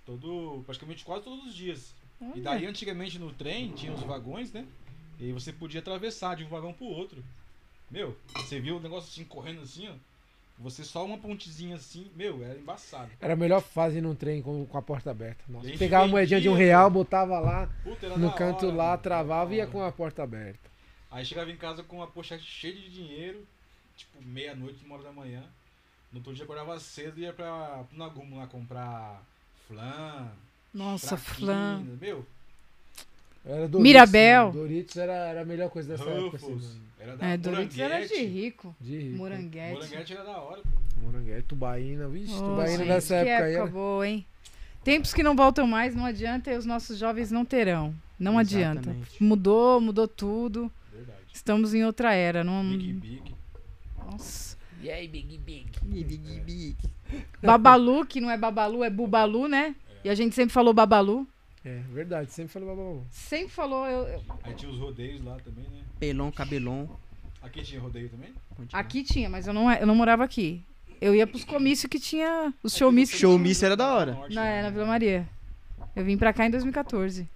Speaker 3: todo, praticamente quase todos os dias. E daí antigamente no trem tinha os vagões, né? E aí você podia atravessar de um vagão pro outro. Meu, você viu o negócio assim correndo assim, ó. Você só uma pontezinha assim, meu, era embaçado.
Speaker 2: Era a melhor fase num trem com, com a porta aberta. Nossa.
Speaker 3: A gente
Speaker 2: Pegava a moedinha de um
Speaker 3: vendia,
Speaker 2: real, botava lá
Speaker 3: Puta, era
Speaker 2: no
Speaker 3: da
Speaker 2: canto
Speaker 3: hora,
Speaker 2: lá,
Speaker 3: mano.
Speaker 2: travava e ia
Speaker 3: Da
Speaker 2: com
Speaker 3: hora.
Speaker 2: a porta aberta.
Speaker 3: Aí chegava em casa com uma pochete cheia de dinheiro, tipo meia-noite, uma hora da manhã. No outro dia acordava cedo e ia pra, pro Nagumo lá comprar flan.
Speaker 4: Nossa,
Speaker 3: traquina,
Speaker 4: flan.
Speaker 3: Meu,
Speaker 2: Era Doritos,
Speaker 4: Mirabel.
Speaker 2: mano. Doritos era, era a melhor coisa dessa época, assim,
Speaker 3: Ruffles.
Speaker 2: mano.
Speaker 3: Era da
Speaker 4: É, Doritos era de né?
Speaker 3: Moranguete.
Speaker 4: rico.
Speaker 2: De rico.
Speaker 4: Moranguete.
Speaker 3: Moranguete era da hora.
Speaker 2: Moranguete, tubaína, vixe,
Speaker 4: Oh,
Speaker 2: tubaína
Speaker 4: gente,
Speaker 2: nessa
Speaker 4: que
Speaker 2: época aí. né?
Speaker 4: época
Speaker 2: Era...
Speaker 4: boa, hein? Tempos que não voltam mais, não adianta e os nossos jovens não terão. Não adianta.
Speaker 1: Exatamente.
Speaker 4: Mudou, mudou tudo.
Speaker 3: Verdade.
Speaker 4: Estamos em outra era. Não...
Speaker 3: Big Big.
Speaker 4: Nossa.
Speaker 2: E aí, Big Big?
Speaker 4: Babalu, que não é Babalu, é Bubalu, né?
Speaker 3: É.
Speaker 4: E a gente sempre falou Babalu.
Speaker 2: É, verdade, sempre falei bababá.
Speaker 4: Sempre falou. eu- eu-
Speaker 3: Aí tinha os rodeios lá também, né?
Speaker 1: Pelon, cabelon.
Speaker 3: Aqui tinha rodeio também?
Speaker 2: Então
Speaker 1: Continua.
Speaker 4: Aqui tinha, mas eu não, eu não morava aqui. Eu ia pros comícios que tinha. Os showmícios.
Speaker 1: Showmício era da hora.
Speaker 3: Norte,
Speaker 4: Na,
Speaker 3: né?
Speaker 4: é, na Vila Maria. Eu vim pra cá em 2014.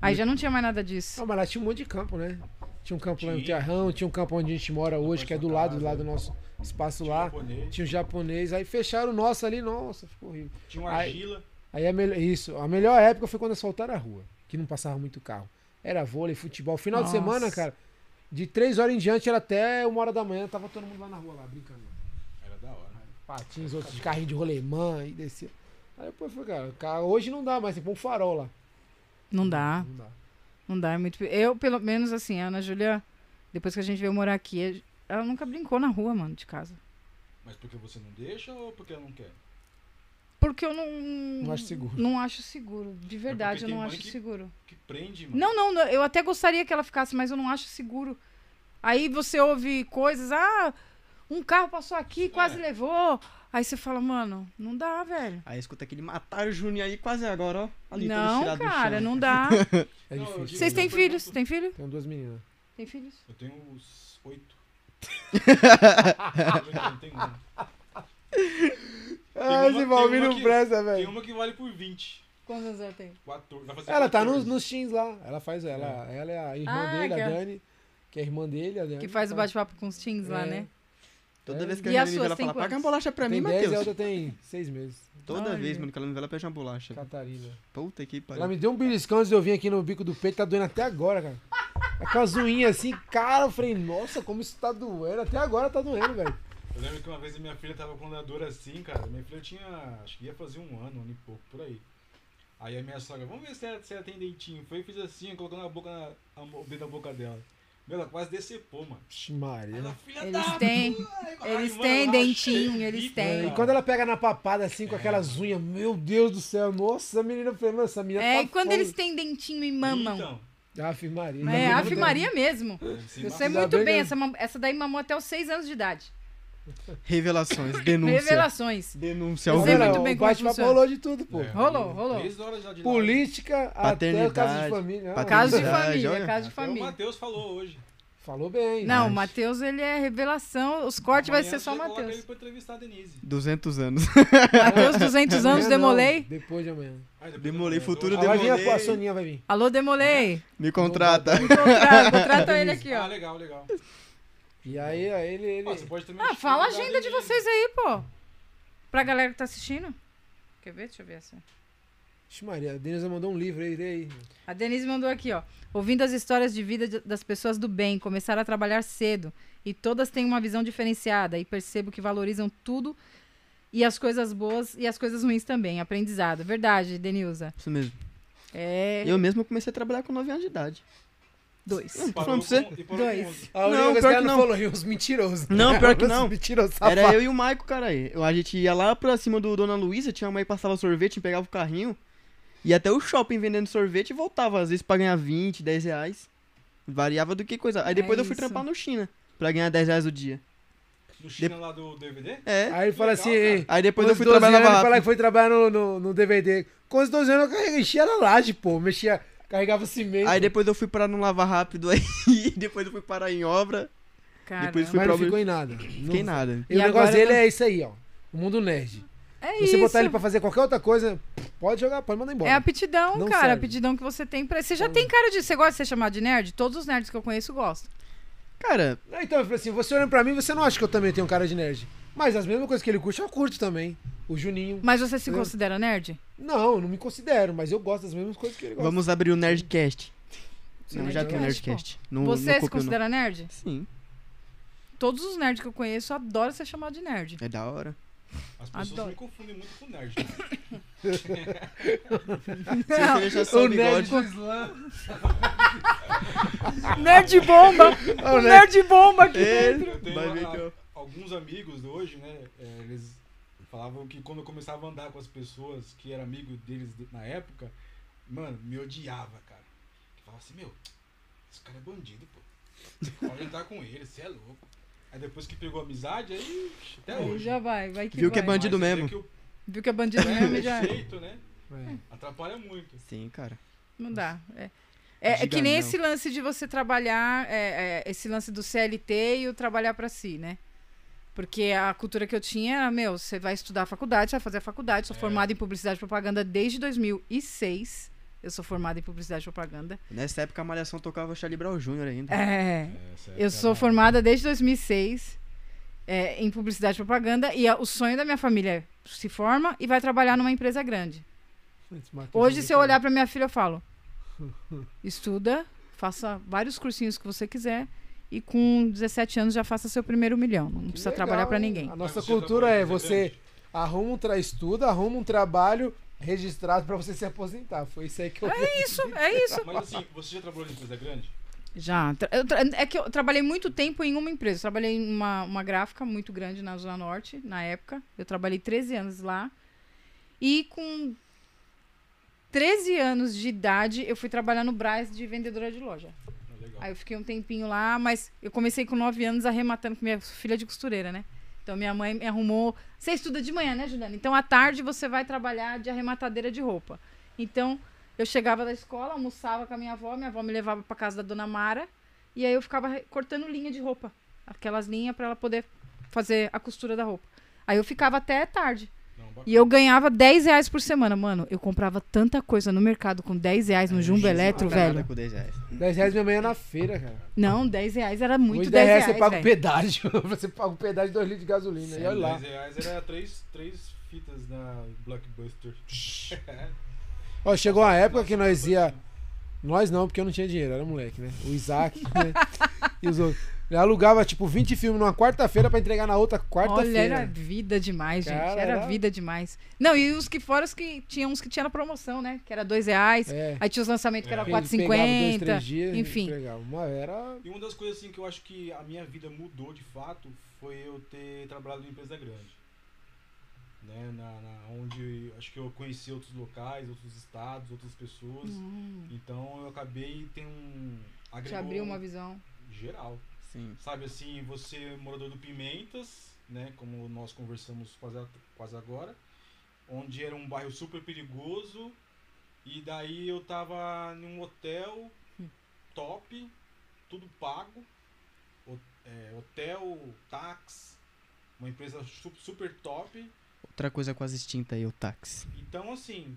Speaker 4: Aí já não tinha mais nada disso.
Speaker 2: Ah, mas lá tinha um monte de campo, né? Tinha um campo lá no
Speaker 3: Tinha.
Speaker 2: Terrão, tinha um campo onde a gente mora hoje, que é do
Speaker 3: sua
Speaker 2: lado,
Speaker 3: casa.
Speaker 2: lá do nosso espaço
Speaker 3: Tinha um
Speaker 2: lá.
Speaker 3: japonês,
Speaker 2: Tinha um japonês, aí fecharam o nosso ali, nossa, ficou horrível.
Speaker 3: Tinha um
Speaker 2: Ai.
Speaker 3: argila.
Speaker 2: Aí a melhor, isso, a melhor época foi quando asfaltaram a rua, que não passava muito carro. Era vôlei, futebol. Final
Speaker 4: Nossa.
Speaker 2: de semana, cara, de três horas em diante era até uma hora da manhã, tava todo mundo lá na rua, lá, brincando.
Speaker 3: Era da hora.
Speaker 2: Patins, outros carrinhos de rolemã, e descia. Aí depois foi, cara, cara, hoje não dá mais, tem que pôr um farol lá.
Speaker 4: Não dá.
Speaker 2: Não dá.
Speaker 4: Não dá, é muito. Eu, pelo menos, assim, a Ana Júlia, depois que a gente veio morar aqui, ela nunca brincou na rua, mano, de casa.
Speaker 3: Mas porque você não deixa ou porque ela não quer?
Speaker 4: Porque eu não.
Speaker 2: Não acho seguro.
Speaker 4: Não acho seguro. De verdade, eu
Speaker 3: tem
Speaker 4: não
Speaker 3: mãe
Speaker 4: acho
Speaker 3: que-
Speaker 4: seguro.
Speaker 3: Que prende, mano.
Speaker 4: Não, não, não, eu até gostaria que ela ficasse, mas eu não acho seguro. Aí você ouve coisas, ah, um carro passou aqui, quase
Speaker 3: É.
Speaker 4: levou. Aí você fala, mano, não dá, velho.
Speaker 1: Aí escuta aquele matar o Juninho aí quase agora, ó. Ali, todo
Speaker 4: não,
Speaker 1: estirado no
Speaker 4: cara,
Speaker 1: chão.
Speaker 4: não dá.
Speaker 2: É
Speaker 3: Não, eu
Speaker 2: difícil.
Speaker 3: digo-
Speaker 4: Vocês têm
Speaker 3: Por
Speaker 4: filhos?
Speaker 3: exemplo-
Speaker 4: Tem filho?
Speaker 2: Tenho duas meninas.
Speaker 4: Tem filhos?
Speaker 3: Eu tenho uns oito.
Speaker 2: Ah,
Speaker 3: Eu não tenho nada. uma-
Speaker 2: Ah, esse
Speaker 3: tem
Speaker 2: Valmir
Speaker 3: uma
Speaker 2: não
Speaker 3: que-
Speaker 2: presta,
Speaker 3: Tem
Speaker 2: velho.
Speaker 3: uma que vale por 20.
Speaker 4: Quantos anos ela tem?
Speaker 3: 14, vai fazer
Speaker 2: Ela tá
Speaker 3: 14.
Speaker 2: nos, nos Teams lá. Ela faz, ela, ela é a irmã
Speaker 4: Ah,
Speaker 2: dele,
Speaker 4: que
Speaker 2: a
Speaker 4: é-
Speaker 2: Dani, que é a irmã dele, a Dani.
Speaker 4: Que faz o bate-papo com os teens lá,
Speaker 2: É.
Speaker 4: né?
Speaker 1: Toda
Speaker 2: É.
Speaker 1: vez que
Speaker 4: E
Speaker 1: a
Speaker 4: as
Speaker 1: Juliana ela
Speaker 4: suas, tem
Speaker 1: fala, paga uma
Speaker 4: quantos?
Speaker 1: bolacha pra
Speaker 2: Tem
Speaker 1: mim,
Speaker 2: 10 e a
Speaker 1: Matheus.
Speaker 2: outra tem 6 meses.
Speaker 1: Toda
Speaker 4: Olha.
Speaker 1: vez, mano, que ela me vê, ela pede uma bolacha.
Speaker 2: Catarina.
Speaker 1: Puta que
Speaker 2: Ela
Speaker 1: pariu.
Speaker 2: me deu um beliscão antes de eu vir aqui no bico do peito, tá doendo até agora, cara. Aquelas unhas assim, cara, eu falei, nossa, como isso tá doendo. Até agora tá doendo, velho.
Speaker 3: Eu lembro que uma vez a minha filha tava com uma dor assim, cara. Minha filha tinha. Acho que ia fazer um ano, um ano e pouco, por aí. Aí a minha sogra, vamos ver se ela, se ela tem dentinho. Foi e fiz assim, colocando a boca na, a, o dedo na boca dela. Meu, ela quase decepou, mano.
Speaker 2: Vixe,
Speaker 3: Aí ela,
Speaker 2: Maria.
Speaker 3: filha
Speaker 4: Eles
Speaker 2: tá.
Speaker 3: da
Speaker 4: têm.
Speaker 3: Ai,
Speaker 4: Eles
Speaker 3: mano,
Speaker 4: têm
Speaker 3: ela-
Speaker 4: dentinho, eles têm.
Speaker 2: E quando ela pega na papada assim, com aquelas unhas, meu Deus do céu, nossa, a menina, eu falei, nossa, a menina
Speaker 4: É,
Speaker 2: tá
Speaker 4: e quando
Speaker 2: foda.
Speaker 4: eles têm dentinho e mamam.
Speaker 3: Então,
Speaker 2: Ave
Speaker 4: é,
Speaker 2: Maria. Ainda
Speaker 4: Ave
Speaker 2: bem que
Speaker 4: Maria mesmo.
Speaker 3: assim,
Speaker 4: Eu
Speaker 3: mas-
Speaker 4: sei
Speaker 2: Ainda
Speaker 4: muito
Speaker 2: bem,
Speaker 4: bem,
Speaker 2: né?
Speaker 4: essa, mam- essa daí mamou até os seis anos de idade.
Speaker 1: Revelações, denúncia.
Speaker 4: Revelações.
Speaker 1: Denúncia
Speaker 4: Eu
Speaker 1: ao
Speaker 4: sei
Speaker 1: vivo.
Speaker 4: muito
Speaker 2: Não,
Speaker 4: bem
Speaker 2: o
Speaker 4: como
Speaker 2: bate-papo
Speaker 4: funciona.
Speaker 2: rolou de tudo, pô.
Speaker 3: É.
Speaker 4: Rolou, rolou.
Speaker 3: Três horas já de É
Speaker 2: Política até o caso de
Speaker 1: Paternidade,
Speaker 2: família. Ah,
Speaker 1: paternidade.
Speaker 4: Caso de
Speaker 1: Verdade,
Speaker 4: família,
Speaker 1: olha.
Speaker 4: caso de
Speaker 3: Até O
Speaker 4: família.
Speaker 3: Matheus falou hoje.
Speaker 2: Falou bem.
Speaker 4: Não, o
Speaker 2: Mas-
Speaker 4: Matheus, ele é revelação. Os cortes vai
Speaker 3: Amanhã
Speaker 4: ser só
Speaker 3: você coloca
Speaker 4: Matheus.
Speaker 3: ele pra entrevistar a Denise.
Speaker 1: 200 anos.
Speaker 4: Matheus, 200 anos,
Speaker 2: Amanhã não,
Speaker 4: demolei.
Speaker 2: Depois de amanhã.
Speaker 3: Ai, depois
Speaker 1: Demolei,
Speaker 3: eu-
Speaker 1: futuro
Speaker 3: eu-
Speaker 2: Ah, vai vir a,
Speaker 1: Demolei.
Speaker 2: a Soninha, vai vir.
Speaker 4: Alô, demolei.
Speaker 1: Me contrata.
Speaker 4: Contrata, contrata ele aqui,
Speaker 3: Ah,
Speaker 4: ó.
Speaker 3: legal, legal.
Speaker 2: E aí, aí ele... ele...
Speaker 3: Ah, você pode também
Speaker 4: Ah, fala a
Speaker 3: convidar
Speaker 4: agenda de
Speaker 3: Denise.
Speaker 4: vocês aí, pô. Pra galera que tá assistindo. Quer ver? Deixa eu ver essa.
Speaker 2: Ixi, Maria, a Denise mandou um livro aí, lê aí.
Speaker 4: A Denise mandou aqui, ó. Ouvindo as histórias de vida de- das pessoas do bem, começaram a trabalhar cedo e todas têm uma visão diferenciada e percebo que valorizam tudo e as coisas boas e as coisas ruins também. Aprendizado. Verdade, Denilza.
Speaker 1: Isso mesmo.
Speaker 4: É.
Speaker 1: Eu mesmo comecei a trabalhar com 9 anos de idade.
Speaker 4: Dois.
Speaker 1: Hum.
Speaker 3: Parou
Speaker 1: Falando pra você.
Speaker 3: com- um e parou
Speaker 4: Dois.
Speaker 3: com onze.
Speaker 2: A
Speaker 1: Não,
Speaker 2: única coisa
Speaker 1: pior
Speaker 2: que ela
Speaker 1: que
Speaker 2: não
Speaker 1: não.
Speaker 2: falou aí, os mentirosos.
Speaker 1: Não, pior que
Speaker 2: Os
Speaker 1: não.
Speaker 2: Mentirosos, safado.
Speaker 1: Era eu e o Maico, cara. aí. Eu- A gente ia lá pra cima do Dona Luísa, tinha uma mãe que passava sorvete, pegava o carrinho, ia até o shopping vendendo sorvete e voltava, às vezes pra ganhar 20, 10 reais. Variava do que coisa. Aí depois
Speaker 4: É
Speaker 1: eu fui
Speaker 4: isso.
Speaker 1: trampar no China pra ganhar 10 reais o dia.
Speaker 3: No China lá do DVD?
Speaker 1: É.
Speaker 2: Aí ele
Speaker 3: Legal,
Speaker 2: fala assim,
Speaker 3: cara.
Speaker 2: ei,
Speaker 1: Aí depois
Speaker 2: com
Speaker 1: eu
Speaker 2: os
Speaker 1: fui
Speaker 2: 12
Speaker 1: trabalhar
Speaker 2: anos,
Speaker 1: na
Speaker 2: Ele fala
Speaker 1: Barra.
Speaker 2: que foi trabalhar no, no, no DVD. Com os 12 anos eu carrega- enchia na laje, pô. Mexia, carregava cimento.
Speaker 1: Aí depois eu fui parar no Lava Rápido aí. depois eu fui parar em obra.
Speaker 4: Caramba.
Speaker 1: Depois fui
Speaker 2: mas não
Speaker 1: pra-
Speaker 2: ficou em nada.
Speaker 1: Fiquei nada.
Speaker 2: E o
Speaker 4: E agora
Speaker 2: negócio dele
Speaker 4: não-
Speaker 2: é isso aí, ó. O mundo nerd.
Speaker 4: É
Speaker 2: Você
Speaker 4: isso.
Speaker 2: botar ele pra fazer qualquer outra coisa, pode jogar, pode mandar embora.
Speaker 4: É aptidão,
Speaker 2: Não
Speaker 4: cara.
Speaker 2: serve.
Speaker 4: A aptidão que você tem pra. Você já tem cara de. Você gosta de ser chamado de nerd? Todos os nerds que eu conheço gostam.
Speaker 1: Cara,
Speaker 2: Não, Então, eu falei assim, você olhando pra mim, você não acha que eu também tenho cara de nerd. Mas as mesmas coisas que ele curte, eu curto também. O Juninho.
Speaker 4: Mas você se
Speaker 2: Eu-
Speaker 4: considera nerd?
Speaker 2: Não, eu não me considero, mas eu gosto das mesmas coisas que ele gosta.
Speaker 1: vamos abrir o Nerdcast. Não, já é tem o
Speaker 4: Nerdcast, pô.
Speaker 1: Nerdcast. Não,
Speaker 4: você
Speaker 1: não
Speaker 4: se
Speaker 1: copio, não.
Speaker 4: considera nerd?
Speaker 1: Sim,
Speaker 4: Todos os nerds que eu conheço adoram ser chamado de nerd.
Speaker 1: é da hora.
Speaker 3: As pessoas
Speaker 4: Adoro.
Speaker 3: me confundem muito com nerd. né?
Speaker 1: Se você deixar é só o bigode,
Speaker 2: Islã.
Speaker 4: Nerd bomba! o
Speaker 2: o
Speaker 4: Um
Speaker 1: né?
Speaker 4: nerd bomba aqui!
Speaker 1: ele
Speaker 3: Eu tenho
Speaker 1: vai
Speaker 3: a-
Speaker 1: ver que eu...
Speaker 3: alguns amigos hoje, né? é, Eles falavam que quando eu começava a andar com as pessoas que era amigo deles de- na época, mano, me odiava, cara. Falava assim, meu, esse cara é bandido, pô. Pode andar com ele, você é louco. Aí depois que pegou amizade, aí ixi, até
Speaker 4: Aí
Speaker 3: hoje.
Speaker 4: já vai, vai que
Speaker 1: Viu
Speaker 4: vai.
Speaker 1: que é bandido
Speaker 3: Mas
Speaker 1: mesmo.
Speaker 3: dizer que
Speaker 4: Viu que é bandido
Speaker 3: o
Speaker 4: mesmo e já
Speaker 3: preconceito, né?
Speaker 2: É.
Speaker 3: Atrapalha muito.
Speaker 1: Sim, cara.
Speaker 4: não dá. É, É- é
Speaker 1: Diga
Speaker 4: que nem
Speaker 1: não.
Speaker 4: esse lance de você trabalhar, é, é, esse lance do CLT e o trabalhar pra si, né? Porque a cultura que eu tinha era, meu, você vai estudar a faculdade, você vai fazer a faculdade. Sou
Speaker 3: É.
Speaker 4: formada em publicidade e propaganda desde 2006. Eu sou formada em publicidade e propaganda.
Speaker 1: Nessa época a Malhação tocava o Charlie Brown Jr. ainda.
Speaker 4: É,
Speaker 3: certo,
Speaker 1: tá
Speaker 4: Eu sou formada desde 2006 é, em publicidade e propaganda e a- o sonho da minha família é se forma e vai trabalhar numa empresa grande.
Speaker 2: Esse Matheus
Speaker 4: Hoje,
Speaker 2: é
Speaker 4: se eu olhar para minha filha, eu falo: estuda, faça vários cursinhos que você quiser e com 17 anos já faça seu primeiro milhão. Não precisa
Speaker 2: legal,
Speaker 4: trabalhar para
Speaker 2: hein?
Speaker 4: ninguém.
Speaker 2: A nossa
Speaker 3: Mas você
Speaker 2: cultura
Speaker 3: trabalha
Speaker 2: é
Speaker 3: com
Speaker 2: você
Speaker 3: grande.
Speaker 2: arruma um tra... estuda, arruma um trabalho registrado pra você se aposentar. Foi isso aí que eu
Speaker 4: É isso, é isso.
Speaker 3: Mas assim, você já trabalhou em empresa grande?
Speaker 4: Já. Tra- eu tra- é que eu trabalhei muito tempo em uma empresa. Eu trabalhei em uma, uma gráfica muito grande na Zona Norte, na época. Eu trabalhei 13 anos lá. E com 13 anos de idade, eu fui trabalhar no Brás de vendedora de loja.
Speaker 3: Ah, legal.
Speaker 4: Aí eu fiquei um tempinho lá, mas eu comecei com 9 anos arrematando com minha filha de costureira, né? Então minha mãe me arrumou. Você estuda de manhã, né, Juliana? Então à tarde você vai trabalhar de arrematadeira de roupa. Então eu chegava da escola, almoçava com a minha avó, minha avó me levava pra casa da dona Mara, e aí eu ficava re- cortando linha de roupa, aquelas linhas pra ela poder fazer a costura da roupa. Aí eu ficava até tarde.
Speaker 3: Não, bacana.
Speaker 4: E eu ganhava 10 reais por semana. Mano, eu comprava tanta coisa no mercado com 10 reais no Jumbo Eletro,
Speaker 1: Não dá nada
Speaker 4: velho.
Speaker 1: com 10 reais.
Speaker 2: 10 reais minha mãe é na feira, cara.
Speaker 4: Não, 10 reais era muito
Speaker 2: Hoje
Speaker 4: 10 reais.
Speaker 2: você paga o
Speaker 4: velho.
Speaker 2: pedágio. você paga o pedágio de 2 litros de gasolina. e olha lá.
Speaker 3: 10 reais é, era três, três fitas da Blockbuster.
Speaker 2: Ó, chegou uma época que nós ia. Nós não, porque eu não tinha dinheiro, era moleque, né? O Isaac, né? E os outros. Eu alugava, tipo, 20 filmes numa quarta-feira pra entregar na outra
Speaker 4: Olha, era
Speaker 2: quarta-feira.
Speaker 4: vida demais, gente.
Speaker 2: Cara,
Speaker 4: era
Speaker 2: era-
Speaker 4: vida demais. Não, e os que fora, os que tinha uns que tinha na promoção, né? Que era dois reais.
Speaker 2: É.
Speaker 4: Aí tinha os lançamentos que era
Speaker 3: É.
Speaker 2: Eles pegavam dois, três
Speaker 4: 4,50.
Speaker 2: dias e
Speaker 4: enfim.
Speaker 2: entregavam. Mas era.
Speaker 3: E uma das coisas assim que eu acho que a minha vida mudou de fato foi eu ter trabalhado em empresa grande. Né? Na, na- onde acho que eu conheci outros locais, outros estados, outras pessoas.
Speaker 4: Hum,
Speaker 3: Então eu acabei tendo um.
Speaker 4: Te
Speaker 3: agregou
Speaker 4: abriu uma visão.
Speaker 3: geral.
Speaker 1: Sim.
Speaker 3: Sabe assim, você morador do Pimentas, né? Como nós conversamos quase, a- quase agora, onde era um bairro super perigoso, e daí eu tava num hotel
Speaker 2: Hum.
Speaker 3: top, tudo pago, ho- é, hotel, táxi, uma empresa su- super top.
Speaker 1: Outra coisa quase extinta aí, o táxi.
Speaker 3: Então assim,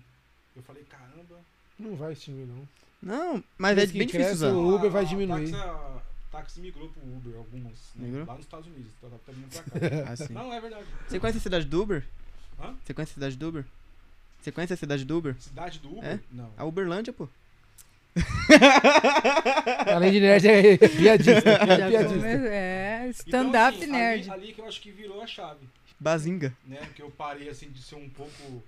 Speaker 3: eu falei, caramba,
Speaker 2: Não vai extinguir, não.
Speaker 1: Não, mas
Speaker 2: Diz
Speaker 1: é
Speaker 2: que
Speaker 1: bem difícil
Speaker 2: cresce
Speaker 1: usar.
Speaker 2: o- Uber vai
Speaker 3: a- a
Speaker 2: diminuir.
Speaker 3: Táxi, a- táxi migrou pro Uber, algumas, né,
Speaker 1: Migrou?
Speaker 3: lá nos Estados Unidos, tá, tá vindo pra cá.
Speaker 1: Ah, sim.
Speaker 3: Não, é verdade.
Speaker 1: Você conhece a cidade do Uber?
Speaker 3: Hã?
Speaker 1: Você conhece a cidade do Uber? Você conhece a cidade do Uber?
Speaker 3: Cidade do Uber?
Speaker 1: É?
Speaker 3: Não.
Speaker 1: A Uberlândia, pô.
Speaker 2: Além de nerd, é piadista. É
Speaker 4: Já
Speaker 2: piadista.
Speaker 4: come- É,
Speaker 3: Então,
Speaker 4: stand-up
Speaker 3: assim,
Speaker 4: nerd.
Speaker 3: Ali, ali que eu acho que virou a chave,
Speaker 1: Bazinga.
Speaker 3: né? Que eu parei assim de ser um pouco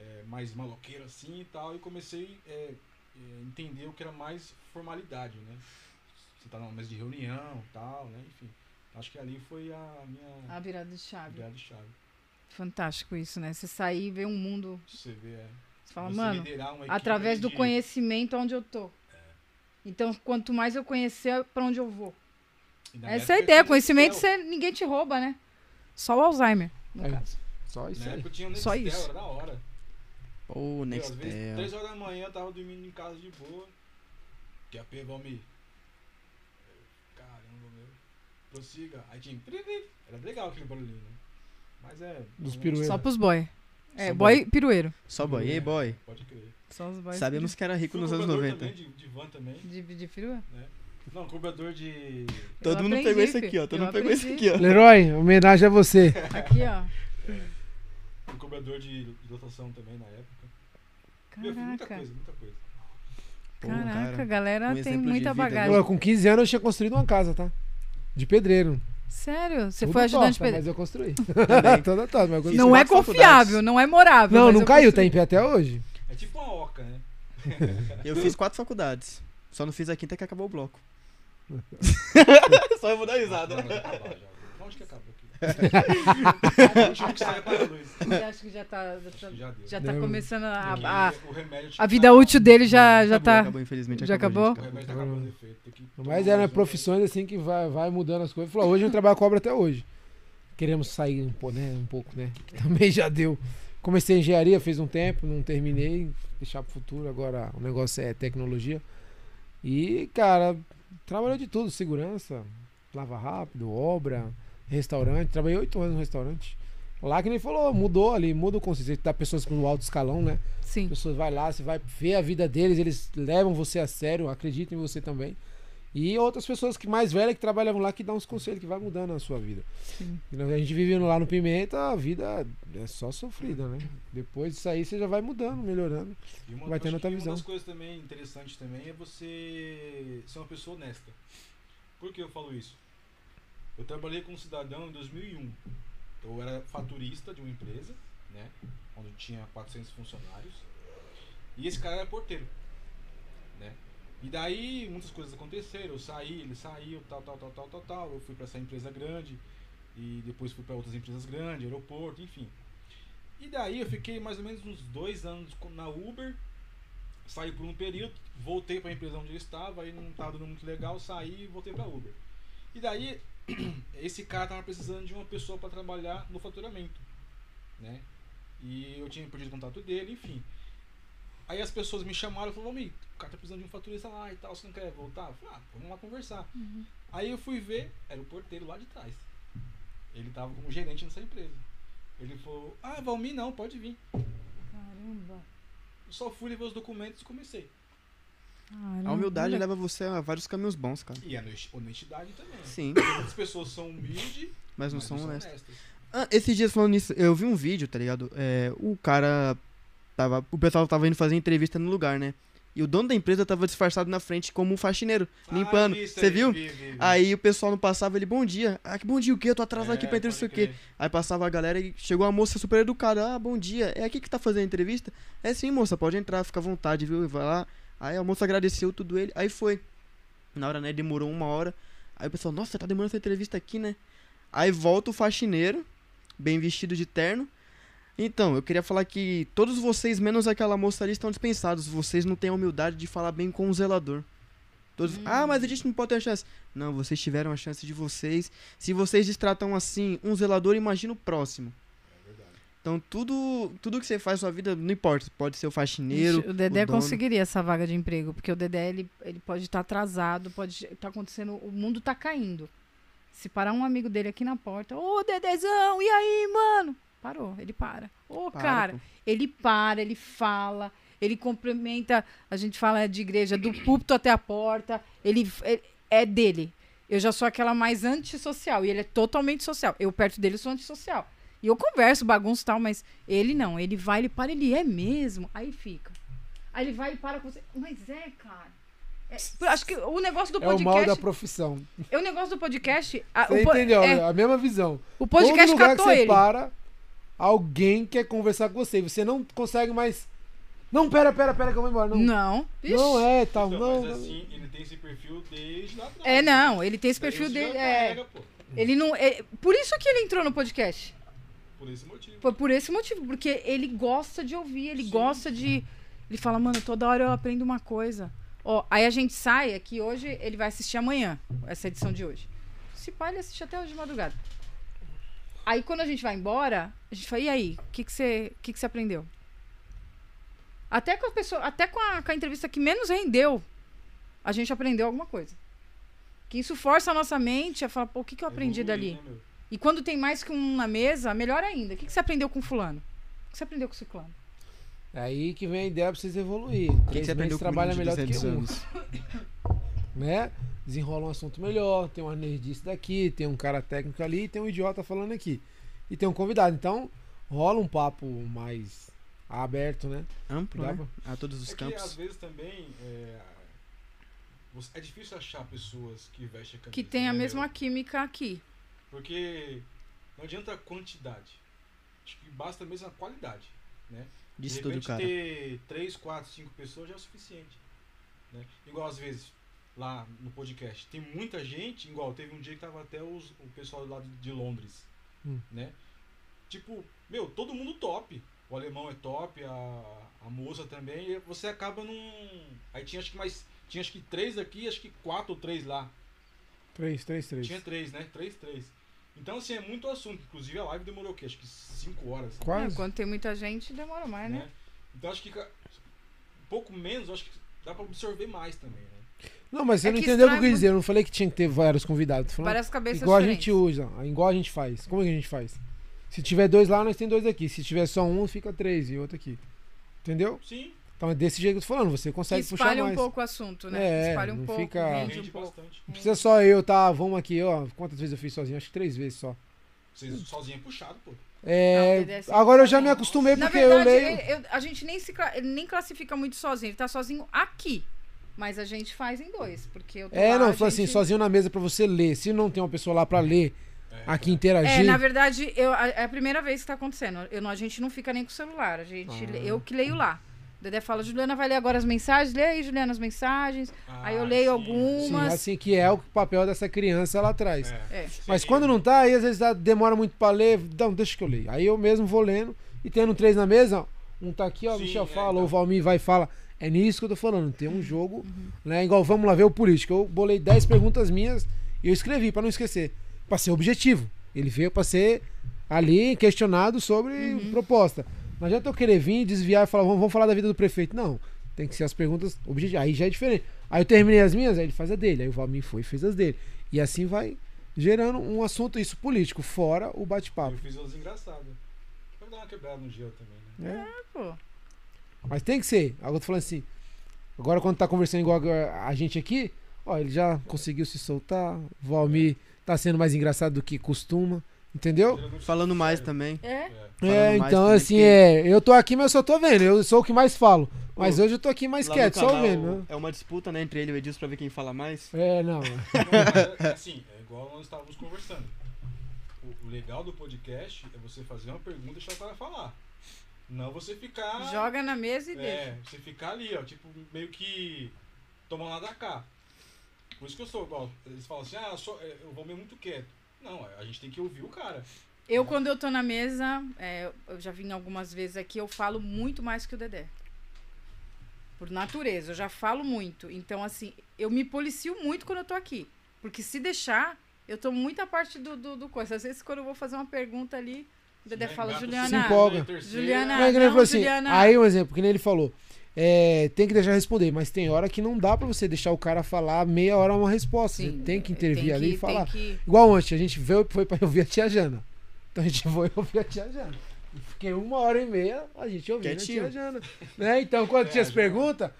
Speaker 3: é, mais maloqueiro assim e tal, e comecei a entender o que era mais formalidade, né? Você tá numa mesa de reunião e tal, né? Enfim. Acho que ali foi a minha
Speaker 4: A virada de chave.
Speaker 3: virada de chave.
Speaker 4: Fantástico isso, né? Você sair e ver um mundo.
Speaker 3: Você vê, é.
Speaker 4: Você fala,
Speaker 3: você
Speaker 4: mano,
Speaker 3: liderar uma equipe
Speaker 4: através
Speaker 3: ali
Speaker 2: né,
Speaker 4: do
Speaker 3: de-
Speaker 4: conhecimento onde eu
Speaker 2: É.
Speaker 4: tô. Então, quanto mais eu conhecer, pra onde eu vou.
Speaker 3: E na
Speaker 4: Essa é a
Speaker 3: época
Speaker 4: ideia.
Speaker 3: tinha um
Speaker 4: Conhecimento
Speaker 3: Nextel,
Speaker 4: você, ninguém te rouba, né? Só o Alzheimer, no
Speaker 2: É.
Speaker 4: caso.
Speaker 2: Só isso
Speaker 3: Na
Speaker 2: aí.
Speaker 3: época tinha um
Speaker 4: Só
Speaker 3: Nextel,
Speaker 4: isso.
Speaker 3: era da hora.
Speaker 1: Ô,
Speaker 3: Eu, Às vezes,
Speaker 1: Nextel.
Speaker 3: 3 horas da manhã, eu tava dormindo em casa de boa. Quer pegar o meio? Caramba, meu. Prossiga. Aí tinha. piriri. Era legal aquele barulhinho, né? Mas é.
Speaker 2: Dos
Speaker 3: não-
Speaker 2: pirueiros.
Speaker 4: Só pros boy. É,
Speaker 1: Só
Speaker 4: boy pirueiro.
Speaker 1: Só boy. Ei, boy.
Speaker 3: Pode crer.
Speaker 4: Só os boys.
Speaker 1: Sabemos que era rico
Speaker 3: Fui
Speaker 1: nos anos
Speaker 3: cobrador
Speaker 1: 90.
Speaker 3: Também, de, de van também.
Speaker 4: De, de perua?
Speaker 3: Não, cobrador de.
Speaker 1: Todo
Speaker 4: Eu
Speaker 1: mundo
Speaker 4: aprendi,
Speaker 1: pegou isso
Speaker 4: fi.
Speaker 1: aqui, ó. Todo
Speaker 4: Eu
Speaker 1: mundo pegou isso
Speaker 4: aprendi.
Speaker 1: aqui, ó.
Speaker 2: Leroy, homenagem a você.
Speaker 4: Aqui, ó.
Speaker 3: Fui cobrador de, de lotação também na época. Meu, eu fiz muita
Speaker 4: Caraca.
Speaker 3: coisa, muita coisa.
Speaker 1: Pô,
Speaker 4: Caraca, a
Speaker 1: cara.
Speaker 4: galera
Speaker 1: um
Speaker 4: tem
Speaker 1: exemplo de
Speaker 4: muita
Speaker 1: vida, né?
Speaker 4: bagagem.
Speaker 2: Pô, com 15 anos eu tinha construído uma casa, tá? De pedreiro.
Speaker 4: Sério? Você
Speaker 2: Tudo
Speaker 4: foi ajudante
Speaker 2: torta,
Speaker 4: pedreiro.
Speaker 2: Mas eu construí.
Speaker 1: Também.
Speaker 2: Toda torta, mas eu construí.
Speaker 4: Não é
Speaker 1: Isso nas
Speaker 4: confiável,
Speaker 1: faculdades.
Speaker 4: não é morável.
Speaker 2: Não,
Speaker 4: mas
Speaker 2: não
Speaker 4: eu
Speaker 2: caiu, tá em
Speaker 4: construí.
Speaker 2: pé até hoje.
Speaker 3: É tipo uma oca, né?
Speaker 1: Eu fiz quatro faculdades. Só não fiz a quinta que acabou o bloco. Só eu vou dar risada.
Speaker 3: Não, vai acabar já. Onde que acabou aqui? o último que sai para a luz.
Speaker 4: Você acha que já tá, já
Speaker 3: Acho
Speaker 4: tá,
Speaker 3: que já deu.
Speaker 4: já tá
Speaker 2: Não.
Speaker 4: começando a,
Speaker 3: Porque
Speaker 4: a,
Speaker 3: o remédio
Speaker 4: a
Speaker 3: tinha que
Speaker 4: vida
Speaker 3: acabar.
Speaker 4: útil dele já, já
Speaker 1: Acabou,
Speaker 4: tá.
Speaker 1: Acabou, infelizmente.
Speaker 4: Já
Speaker 1: acabou?
Speaker 3: O
Speaker 1: gente,
Speaker 3: remédio tá acabando o efeito. Tem que
Speaker 2: Mas
Speaker 3: tomar
Speaker 2: eram
Speaker 3: mais um.
Speaker 2: profissões assim que vai, vai mudando as coisas. Falou, hoje eu trabalho cobra até hoje. Queremos sair um, pô, né, um pouco, né? Que também já deu. Comecei engenharia, fiz um tempo, não terminei. Deixar pro futuro, agora o negócio é tecnologia. E, cara, trabalhou de tudo. Segurança, lava rápido, obra, restaurante. Trabalhei oito anos no restaurante. Lá que nem falou, mudou ali, muda o conceito. Tá pessoas pro alto escalão, né?
Speaker 4: Sim.
Speaker 2: As pessoas vai lá, você vai ver a vida deles, eles levam você a sério, acreditam em você também. E outras pessoas que mais velhas que trabalhavam lá que dão uns conselhos que vai mudando a sua vida.
Speaker 4: Sim.
Speaker 2: E nós- A gente vivendo lá no Pimenta, a vida é só sofrida, né? Depois disso aí você já vai mudando, melhorando.
Speaker 3: E uma,
Speaker 2: Vai tendo
Speaker 3: acho que
Speaker 2: outra visão.
Speaker 3: Uma das coisas também interessantes também é você ser uma pessoa honesta. Por que eu falo isso? Eu trabalhei com um cidadão em 2001. Então, Eu era faturista de uma empresa, né? Onde tinha 400 funcionários. E esse cara era porteiro, né? E daí muitas coisas aconteceram. Eu saí, ele saiu, tal, tal, tal, tal, tal, tal. Eu fui para essa empresa grande e depois fui para outras empresas grandes, aeroporto, enfim. E daí eu fiquei mais ou menos uns dois anos co- na Uber, saí por um período, voltei para a empresa onde eu estava, aí não estava dando muito legal, saí e voltei para Uber. E daí esse cara tava precisando de uma pessoa para trabalhar no faturamento, né? E eu tinha perdido o contato dele, enfim. Aí as pessoas me chamaram e falaram, "Ô, Mi, o cara tá precisando de um faturista lá e tal, você não quer voltar? Eu falei, ah, vamos lá conversar. Aí eu fui ver, era o porteiro lá de trás. Ele tava como gerente nessa empresa. Ele falou, ah, Valmir não, pode vir.
Speaker 4: Caramba.
Speaker 3: Eu só fui levar os documentos e comecei.
Speaker 4: Caramba.
Speaker 1: A humildade leva você a vários caminhos bons, cara.
Speaker 3: E a honest- honestidade também.
Speaker 1: Sim,
Speaker 3: As pessoas são humildes,
Speaker 1: mas
Speaker 3: mas
Speaker 1: não são honestos.
Speaker 3: honestas.
Speaker 1: Ah, esses dias falando nisso, eu vi um vídeo, tá ligado? É, o cara tava. O pessoal tava indo fazer entrevista no lugar, né? E o dono da empresa tava disfarçado na frente como um faxineiro, limpando.
Speaker 3: Ah, isso
Speaker 1: Você
Speaker 3: aí,
Speaker 1: viu?
Speaker 3: vi, vi, vi.
Speaker 1: Aí o pessoal não passava, ele, bom dia. Ah, que bom dia, o quê? Eu tô atrasado aqui
Speaker 3: É,
Speaker 1: pra entrevista, não sei
Speaker 3: pode
Speaker 1: o quê.
Speaker 3: crer.
Speaker 1: Aí passava a galera e chegou uma moça super educada. Ah, bom dia. É aqui que tá fazendo a entrevista? É sim, moça, pode entrar, fica à vontade, viu? Vai lá. Aí a moça agradeceu tudo ele. Aí foi. Na hora, né? Demorou uma hora. Aí o pessoal, nossa, tá demorando essa entrevista aqui, né? Aí volta o faxineiro, bem vestido de terno. Então, eu queria falar que todos vocês, menos aquela moça ali, estão dispensados. Vocês não têm a humildade de falar bem com o zelador.
Speaker 4: Hum.
Speaker 1: Todos, Ah, mas a gente não pode ter a chance. Não, vocês tiveram a chance de vocês. Se vocês destratam assim um zelador, imagina o próximo. Então, tudo, tudo que você faz na sua vida, não importa. Pode ser o faxineiro.
Speaker 4: Gente, o Dedé
Speaker 1: dono.
Speaker 4: conseguiria essa vaga de emprego, porque o Dedé ele, ele pode estar atrasado, pode estar acontecendo, o mundo tá caindo. Se parar um amigo dele aqui na porta, ô Dedezão, e aí, mano? Parou, ele para. Ô,
Speaker 1: Para,
Speaker 4: cara,
Speaker 1: pô.
Speaker 4: ele para, ele fala, ele cumprimenta, a gente fala de igreja, do púlpito até a porta, ele é, é dele. Eu já sou aquela mais antissocial, e ele é totalmente social. Eu perto dele sou antissocial. E eu converso, bagunço e tal, mas ele não. Ele vai, ele para, ele é mesmo. Aí fica. Aí ele vai e para com você. Mas é, cara. É, por- acho que o negócio do
Speaker 2: É o mal
Speaker 4: podcast.
Speaker 2: da profissão.
Speaker 4: É o negócio do podcast. a-
Speaker 2: Você
Speaker 4: o, po-
Speaker 2: entendeu?
Speaker 4: é,
Speaker 2: A mesma visão.
Speaker 4: o
Speaker 2: Todo
Speaker 4: podcast
Speaker 2: lugar
Speaker 4: catou
Speaker 2: que você
Speaker 4: ele.
Speaker 2: para, alguém quer conversar com você. E Você não consegue mais. Não, pera, pera, pera, que eu vou embora. Não,
Speaker 4: Não. Ixi.
Speaker 2: não é tal,
Speaker 3: Então,
Speaker 2: não.
Speaker 3: mas
Speaker 2: não.
Speaker 3: assim, ele tem esse perfil desde lá atrás.
Speaker 4: É, não. Ele tem esse
Speaker 3: Daí
Speaker 4: perfil
Speaker 3: isso
Speaker 4: dele.
Speaker 3: já tá
Speaker 4: É,
Speaker 3: carrega, pô,
Speaker 4: ele não. é- por isso que ele entrou no podcast.
Speaker 3: por esse motivo.
Speaker 4: Foi por esse motivo, porque ele gosta de ouvir, ele
Speaker 3: Sim.
Speaker 4: gosta de. Ele fala, mano, toda hora eu aprendo uma coisa. Ó, aí a gente sai aqui hoje, ele vai assistir amanhã, essa edição de hoje. Se pá, ele assiste até hoje de madrugada. Aí quando a gente vai embora, a gente fala, e aí, o que, que, você, o que, que você aprendeu? Até com a pessoa, até com a, com a entrevista que menos rendeu, a gente aprendeu alguma coisa. Que isso força a nossa mente a falar, pô, o que, que eu aprendi
Speaker 3: Evoluir,
Speaker 4: dali?
Speaker 3: né, meu?
Speaker 4: E quando tem mais que um na mesa, melhor ainda. O que, que você aprendeu com fulano? O que você aprendeu com ciclano?
Speaker 2: Aí que vem a ideia pra vocês evoluir.
Speaker 1: O que, que
Speaker 2: Três
Speaker 1: você aprendeu com
Speaker 2: meses trabalha
Speaker 1: menino
Speaker 2: melhor
Speaker 1: de
Speaker 2: do que
Speaker 1: 17
Speaker 2: um.
Speaker 1: anos?
Speaker 2: né? Desenrola um assunto melhor, tem uma nerdice daqui, tem um cara técnico ali e tem um idiota falando aqui. E tem um convidado. Então, rola um papo mais aberto, né?
Speaker 1: Amplo,
Speaker 2: Dá
Speaker 1: né? A todos os
Speaker 3: É que às
Speaker 1: campos.
Speaker 3: vezes também é, você- é difícil achar pessoas que vestem a camisa.
Speaker 4: Que tem a
Speaker 3: né,
Speaker 4: mesma
Speaker 3: meu?
Speaker 4: química aqui.
Speaker 3: Porque não adianta a quantidade. Acho que basta mesmo a qualidade.
Speaker 1: Disse
Speaker 3: de
Speaker 1: todo o
Speaker 3: repente
Speaker 1: cara.
Speaker 3: ter 3, 4, 5 pessoas já é o suficiente. né? Igual às vezes, lá no podcast, tem muita gente, igual teve um dia que tava até os- o pessoal lá de- de Londres.
Speaker 2: Hum.
Speaker 3: Né? Tipo, meu, todo mundo top. O alemão é top, a, a moça também, e você acaba num. Aí tinha acho que mais. Tinha acho que três aqui, acho que quatro ou três lá.
Speaker 2: Três, três, três.
Speaker 3: Tinha três, né? Três, três. Então, assim, é muito assunto. Inclusive a live demorou o quê? Acho que cinco horas.
Speaker 4: É,
Speaker 2: Quase.
Speaker 4: quando tem muita gente, demora mais, né?
Speaker 3: Né? Então acho que ca- um pouco menos, acho que dá pra absorver mais também, né?
Speaker 2: Não, mas você
Speaker 4: É
Speaker 2: não
Speaker 4: que
Speaker 2: entendeu o que eu
Speaker 4: estraga
Speaker 2: quis dizer. Eu não falei que tinha que ter vários convidados. Tô falando
Speaker 4: Parece cabeça
Speaker 2: igual a gente usa, igual a gente faz. Como é que a gente faz? Se tiver dois lá, nós tem dois aqui. Se tiver só um, fica três e outro aqui. Entendeu?
Speaker 3: Sim,
Speaker 2: Então é desse jeito que eu tô falando. Você
Speaker 4: Que
Speaker 2: consegue puxar
Speaker 4: espalha
Speaker 2: mais.
Speaker 4: um pouco o assunto, né?
Speaker 2: É,
Speaker 4: espalha um
Speaker 2: não
Speaker 4: pouco,
Speaker 2: fica-
Speaker 4: rende um
Speaker 3: rende
Speaker 4: pouco.
Speaker 3: bastante.
Speaker 2: Não precisa só eu, tá? Vamos aqui, ó. Quantas vezes eu fiz sozinho? Acho que três vezes só.
Speaker 3: Você
Speaker 4: Hum.
Speaker 3: sozinho é puxado, pô.
Speaker 4: Não, o
Speaker 2: É,
Speaker 4: DDS
Speaker 2: agora eu já me acostumei
Speaker 4: Na
Speaker 2: É porque
Speaker 4: verdade, é-
Speaker 2: eu leio.
Speaker 4: ele- eu- a gente nem, se, cla- ele nem classifica muito sozinho. Ele tá sozinho aqui. Mas a gente faz em dois, porque eu tô
Speaker 2: É,
Speaker 4: lá,
Speaker 2: não,
Speaker 4: a
Speaker 2: eu falo assim,
Speaker 4: gente-
Speaker 2: sozinho na mesa pra você ler. Se não tem uma pessoa lá pra ler, aqui
Speaker 4: É,
Speaker 2: interagir.
Speaker 4: na verdade, eu, a- é a primeira vez que tá acontecendo. Eu não- a gente não fica nem com o celular. A gente,
Speaker 2: Ah.
Speaker 4: Eu que leio lá. O Dedé fala, Juliana, vai ler agora as mensagens? Lê aí, Juliana, as mensagens. aí eu
Speaker 3: Ah,
Speaker 4: leio
Speaker 3: sim.
Speaker 2: Sim,
Speaker 4: algumas.
Speaker 2: assim que é o papel dessa criança lá atrás.
Speaker 3: É.
Speaker 4: É.
Speaker 2: um, Mas quando não tá, aí às vezes dá- demora muito pra ler, não, deixa que eu leio. Aí eu mesmo vou lendo E tendo três na mesa, um tá aqui, ó, o
Speaker 3: Sim,
Speaker 2: Michel
Speaker 3: é,
Speaker 2: fala,
Speaker 3: então.
Speaker 2: o Valmir vai e fala. É nisso que eu tô falando. Tem um jogo, né? Igual, vamos lá ver o político. Eu bolei 10 perguntas minhas e eu escrevi, pra não esquecer. Pra ser objetivo. Ele veio pra ser ali questionado sobre proposta. Não adianta eu querer vir, desviar e falar, vamos, vamos falar da vida do prefeito. Não. Tem que ser as perguntas objetivas. Aí já é diferente. Aí eu terminei as minhas, aí ele faz a dele. Aí o Valmir foi e fez as dele. E assim vai gerando um assunto, isso político, fora o bate-papo.
Speaker 3: Eu fiz umas engraçadas. Vamos dar uma quebrada no gelo também, né?
Speaker 2: né?
Speaker 4: Pô,
Speaker 2: Mas tem que ser. Agora eu tô falando assim. Agora quando tá conversando igual agora a gente aqui, ó, ele já conseguiu se soltar. O Valmir tá sendo mais engraçado do que costuma. Entendeu?
Speaker 3: Geralmente-
Speaker 1: Falando mais também.
Speaker 4: É?
Speaker 2: É,
Speaker 1: Falando mais
Speaker 2: então
Speaker 1: também,
Speaker 2: assim,
Speaker 1: porque-
Speaker 2: é. Eu tô aqui, mas eu só tô vendo. Eu sou o que mais falo. Mas
Speaker 1: Pô,
Speaker 2: hoje eu tô aqui mais
Speaker 1: Lá no
Speaker 2: quieto, só
Speaker 1: canal
Speaker 2: vendo. né?
Speaker 1: É uma disputa, né, entre ele e o Edilson pra ver quem fala mais.
Speaker 2: É, não.
Speaker 3: Não, mas é assim, é igual nós estávamos conversando. O, o legal do podcast é você fazer uma pergunta e deixar o cara falar. Não você ficar.
Speaker 4: Joga na mesa e deixa.
Speaker 3: É, você ficar ali, ó, tipo, meio que tomando lá da cá. Por isso que eu sou, igual, eles falam assim, ah, eu, sou, é, eu vou meio muito quieto. Não, é, a gente tem que ouvir o cara.
Speaker 4: Eu, quando eu tô na mesa, é, eu já vim algumas vezes aqui, eu falo muito mais que o Dedé. Por natureza, eu já falo muito. Então, assim, eu me policio muito quando eu tô aqui. Porque se deixar, eu tô muito a parte do, do, do coisa. Às vezes, quando eu vou fazer uma pergunta ali, o Dedé
Speaker 3: Né?
Speaker 4: fala,
Speaker 3: Gato
Speaker 4: Juliana.
Speaker 2: Se empolga.
Speaker 3: terceira,
Speaker 4: Juliana-
Speaker 2: Mas que nem ele
Speaker 4: não,
Speaker 2: falou assim,
Speaker 4: Juliana.
Speaker 2: aí um exemplo, que nem ele falou. é, tem que deixar responder, mas tem hora que não dá pra você deixar o cara falar meia hora uma resposta. você tem que intervir
Speaker 4: tem
Speaker 2: ali
Speaker 4: que-
Speaker 2: e falar.
Speaker 4: Tem que...
Speaker 2: Igual ontem, a gente veio, foi pra ouvir a tia Jana. Então a gente foi ouvir a tia Jana. E Fiquei uma hora e meia, a gente ouviu a
Speaker 1: Quietinho.
Speaker 2: tia Jana. Né? Então, quando
Speaker 3: É,
Speaker 2: tinha as
Speaker 3: já-
Speaker 2: perguntas,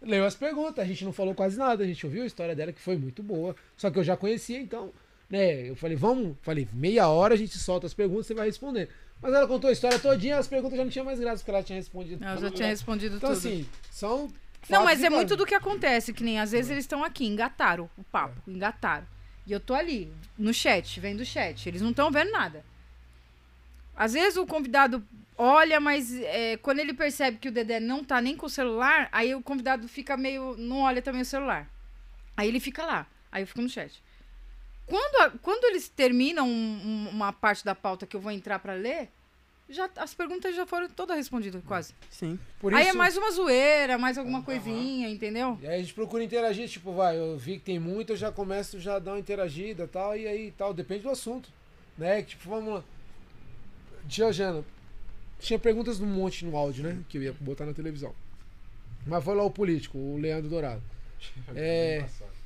Speaker 2: leu as perguntas. A gente não falou quase nada, a gente ouviu a história dela, que foi muito boa. Só que eu já conhecia, então, né? Eu falei, vamos, falei, meia hora a gente solta as perguntas, você vai responder. Mas ela contou a história todinha, as perguntas já não tinham mais graça, porque ela tinha respondido.
Speaker 4: Não, eu já
Speaker 2: tudo,
Speaker 4: tinha
Speaker 2: né?
Speaker 4: respondido
Speaker 2: Então,
Speaker 4: tudo.
Speaker 2: assim, são.
Speaker 4: Não,
Speaker 2: fatos
Speaker 4: mas
Speaker 2: e
Speaker 4: é muito
Speaker 2: fatos.
Speaker 4: do que acontece, que nem às vezes eles estão aqui, engataram o papo, engataram. E eu tô ali, no chat, vendo o chat. Eles não estão vendo nada. Às vezes o convidado olha, mas é, quando ele percebe que o Dedé não tá nem com o celular, aí o convidado fica meio. não olha também o celular. Aí ele fica lá. Aí eu fico no chat. Quando, a- quando eles terminam um- um- uma parte da pauta que eu vou entrar pra ler, já, as perguntas já foram todas respondidas, quase.
Speaker 1: Sim.
Speaker 2: Por
Speaker 4: Aí é
Speaker 2: isso-
Speaker 4: mais uma zoeira, mais alguma coisinha, entendeu?
Speaker 2: E aí a gente procura interagir, tipo, vai, eu vi que tem muito, eu já começo já a dar uma interagida tal, e aí tal, depende do assunto. Né? Que, Tipo, vamos lá. Tia Jana, tinha perguntas um monte no áudio, né? Que eu ia botar na televisão. Mas foi lá o político, o Leandro Dourado. É.
Speaker 3: Engraçado.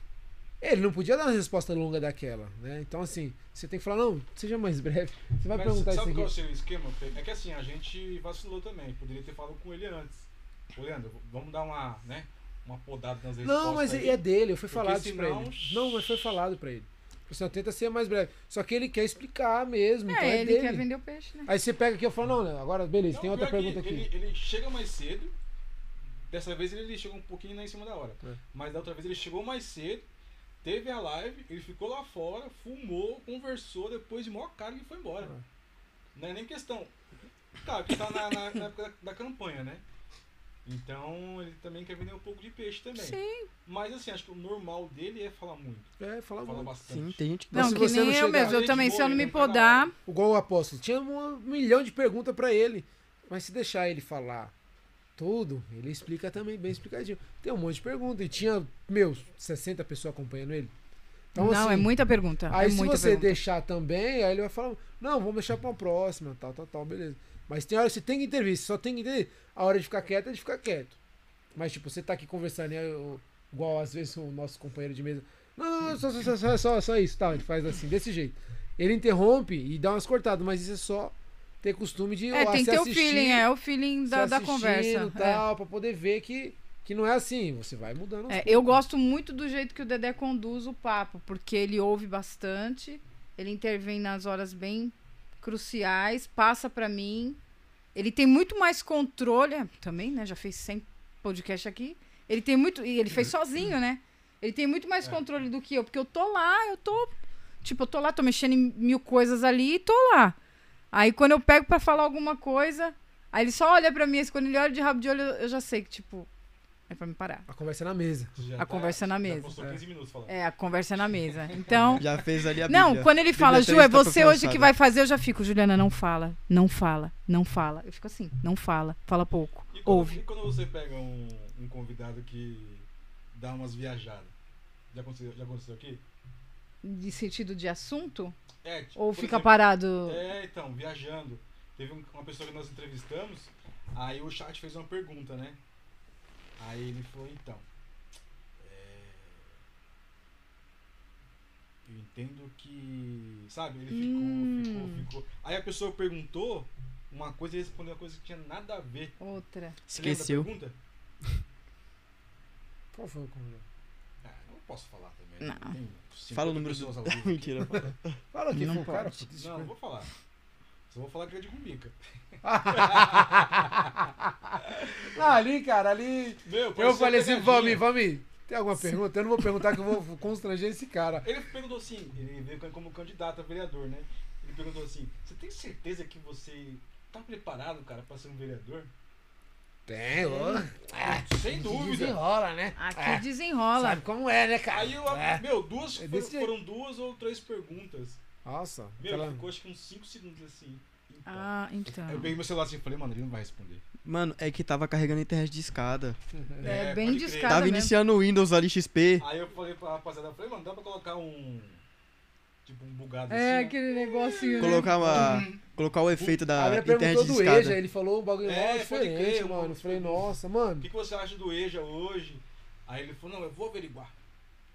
Speaker 2: Ele não podia dar uma resposta longa daquela, né? Então, assim, você tem que falar, não, seja mais breve. Você vai
Speaker 3: Mas
Speaker 2: perguntar isso
Speaker 3: sabe qual
Speaker 2: aqui.
Speaker 3: seria o esquema? Fê? É que assim, a gente vacilou também. Poderia ter falado com ele antes. Ô, Leandro, vamos dar uma, né, uma podada nas respostas.
Speaker 2: Não, mas
Speaker 3: aí.
Speaker 2: é dele, foi falado isso pra
Speaker 3: senão-
Speaker 2: ele. Não, mas foi falado pra ele. Você tenta ser mais breve. Só que ele quer explicar mesmo. então
Speaker 4: É,
Speaker 2: é
Speaker 4: ele
Speaker 2: dele.
Speaker 4: quer vender o peixe, né?
Speaker 2: Aí você pega aqui e fala, não, não, agora beleza,
Speaker 3: Não,
Speaker 2: tem outra
Speaker 3: pior que
Speaker 2: pergunta aqui.
Speaker 3: Ele, ele chega mais cedo. Dessa vez ele chegou um pouquinho lá em cima da hora.
Speaker 2: É.
Speaker 3: Mas da outra vez ele chegou mais cedo, teve a live, ele ficou lá fora, fumou, conversou, depois de maior cara ele foi embora. Não é nem questão. Tá, que tá na, na- na época da, da campanha, né? Então ele também quer vender um pouco de peixe também.
Speaker 4: Sim.
Speaker 3: Mas assim, acho que o normal dele é falar muito.
Speaker 2: É, fala
Speaker 3: Fala
Speaker 2: muito.
Speaker 3: bastante.
Speaker 1: Sim, tem gente que
Speaker 2: Mas
Speaker 4: Não,
Speaker 2: Então, se
Speaker 4: que
Speaker 2: você não
Speaker 4: nem eu
Speaker 2: chegar-
Speaker 4: mesmo. Eu
Speaker 3: Ele
Speaker 4: também,
Speaker 3: de
Speaker 4: se eu não
Speaker 3: boa,
Speaker 4: me
Speaker 3: ele não tá
Speaker 4: podar.
Speaker 2: Igual o apóstolo, tinha um milhão de perguntas pra ele. Mas se deixar ele falar tudo, ele explica também bem explicadinho. Tem um monte de pergunta. E tinha, meu, 60 pessoas acompanhando ele. Então,
Speaker 4: não,
Speaker 2: assim,
Speaker 4: é muita pergunta.
Speaker 2: Aí
Speaker 4: é
Speaker 2: se
Speaker 4: muita
Speaker 2: você
Speaker 4: pergunta.
Speaker 2: deixar também, aí ele vai falar, não, vamos deixar pra uma próxima, tal, tal, tal, beleza. Mas tem hora que você tem que intervir, você só tem que entender. A hora de ficar quieto é de ficar quieto. Mas, tipo, você tá aqui conversando, né, eu- igual às vezes o nosso companheiro de mesa. Não, não, não, só, só, só, só, só, só isso, tal, ele faz assim, desse jeito. Ele interrompe e dá umas cortadas, mas isso é só ter costume de
Speaker 4: É,
Speaker 2: ó,
Speaker 4: tem
Speaker 2: se
Speaker 4: que ter o
Speaker 2: assistir,
Speaker 4: feeling, é o feeling
Speaker 2: se
Speaker 4: da, da
Speaker 2: assistindo, tá?
Speaker 4: conversa. É.
Speaker 2: tal, pra poder ver que, que não é assim, você vai mudando. aos
Speaker 4: É,
Speaker 2: poucos.
Speaker 4: eu gosto muito do jeito que o Dedé conduz o papo, porque ele ouve bastante, ele intervém nas horas bem cruciais, passa pra mim. Ele tem muito mais controle, é, também, né? Já fez 100 podcast aqui. Ele tem muito, e ele fez sozinho, né? Ele tem muito mais controle do que eu, porque eu tô lá, eu tô, tipo, eu tô lá, tô mexendo em mil coisas ali e tô lá. Aí quando eu pego pra falar alguma coisa, aí ele só olha pra mim, assim, quando ele olha de rabo de olho, eu eu já sei que tipo, É pra me parar.
Speaker 2: A conversa é na mesa.
Speaker 3: Já
Speaker 4: A conversa é na mesa.
Speaker 3: Já passou 15 minutos falando.
Speaker 4: É, a conversa é na mesa. Então.
Speaker 1: Já fez ali a
Speaker 4: Não,
Speaker 1: Bíblia.
Speaker 4: quando ele
Speaker 1: Bíblia tá
Speaker 4: fala, Ju,
Speaker 1: texta
Speaker 4: é você hoje
Speaker 1: processada.
Speaker 4: que vai fazer, eu já fico. Juliana, não fala, não fala, não fala. Eu fico assim, não fala, fala pouco.
Speaker 3: E quando,
Speaker 4: Ouve.
Speaker 3: e quando você pega um, um convidado que dá umas viajadas? Já aconteceu, já aconteceu aqui?
Speaker 4: De sentido de assunto?
Speaker 3: É, tipo,
Speaker 4: Ou
Speaker 3: por
Speaker 4: fica
Speaker 3: exemplo,
Speaker 4: parado?
Speaker 3: É, então, viajando. Teve um- uma pessoa que nós entrevistamos, aí o chat fez uma pergunta, né? Aí ele falou, então. é, Eu entendo que. Sabe, ele ficou,
Speaker 4: Hum.
Speaker 3: ficou, ficou. Aí a pessoa perguntou uma coisa e ele respondeu uma coisa que tinha nada a ver.
Speaker 4: Outra.
Speaker 3: Você lembra da
Speaker 1: Esqueceu.
Speaker 3: pergunta?
Speaker 2: Qual foi o convidado?
Speaker 3: Ah, não posso falar também. né?
Speaker 4: Não.
Speaker 3: Tem 50
Speaker 1: Fala o número
Speaker 3: pessoas ao
Speaker 1: do.
Speaker 3: vivo aqui.
Speaker 1: Mentira. fala.
Speaker 2: Fala que
Speaker 1: Não
Speaker 2: foi o cara.
Speaker 1: pode.
Speaker 2: putz,
Speaker 3: Não, não vou falar. Só vou falar que é de cumbica.
Speaker 2: Não, ali, cara, ali.
Speaker 3: Meu,
Speaker 2: Eu
Speaker 3: parecia
Speaker 2: falei assim,
Speaker 3: pegadinha.
Speaker 2: Vami, Vami, tem alguma pergunta? Eu não vou perguntar que eu vou constranger esse cara.
Speaker 3: Ele perguntou assim, ele veio como candidato a vereador, né? Ele perguntou assim, você tem certeza que você tá preparado, cara, pra ser um vereador?
Speaker 2: Tem, ô. É,
Speaker 3: Sem dúvida.
Speaker 2: Desenrola, né?
Speaker 4: Aqui
Speaker 2: É.
Speaker 4: desenrola.
Speaker 2: Sabe como é, né, cara?
Speaker 3: Aí eu,
Speaker 2: É.
Speaker 3: meu, duas
Speaker 2: É
Speaker 3: foram-
Speaker 2: desse jeito.
Speaker 3: foram duas ou três perguntas.
Speaker 2: Nossa,
Speaker 3: Meu,
Speaker 2: aquela-
Speaker 3: ficou acho que uns cinco segundos assim. Então.
Speaker 4: Ah, então.
Speaker 3: Aí Eu peguei meu celular assim e falei, mano, ele não vai responder.
Speaker 1: Mano, é que tava carregando internet de escada.
Speaker 4: É,
Speaker 3: É,
Speaker 4: bem
Speaker 3: pode crer.
Speaker 4: discado
Speaker 1: Tava
Speaker 4: mesmo.
Speaker 1: iniciando o Windows ali XP.
Speaker 3: Aí eu falei pra rapaziada, eu falei, mano, dá pra colocar um. Tipo, um bugado
Speaker 4: É,
Speaker 3: assim. né?
Speaker 4: aquele negocinho. né?
Speaker 1: Colocar uma. Colocar o efeito da
Speaker 2: Aí ele
Speaker 1: internet
Speaker 2: perguntou
Speaker 1: de
Speaker 2: do EJA,
Speaker 1: escada.
Speaker 2: ele falou um bagulho
Speaker 3: É,
Speaker 2: mó
Speaker 3: pode
Speaker 2: diferente,
Speaker 3: crer,
Speaker 2: mano.
Speaker 3: mano.
Speaker 2: Eu falei, nossa,
Speaker 3: O
Speaker 2: mano.
Speaker 3: que, que você acha do EJA hoje? Aí ele falou, não, eu vou averiguar.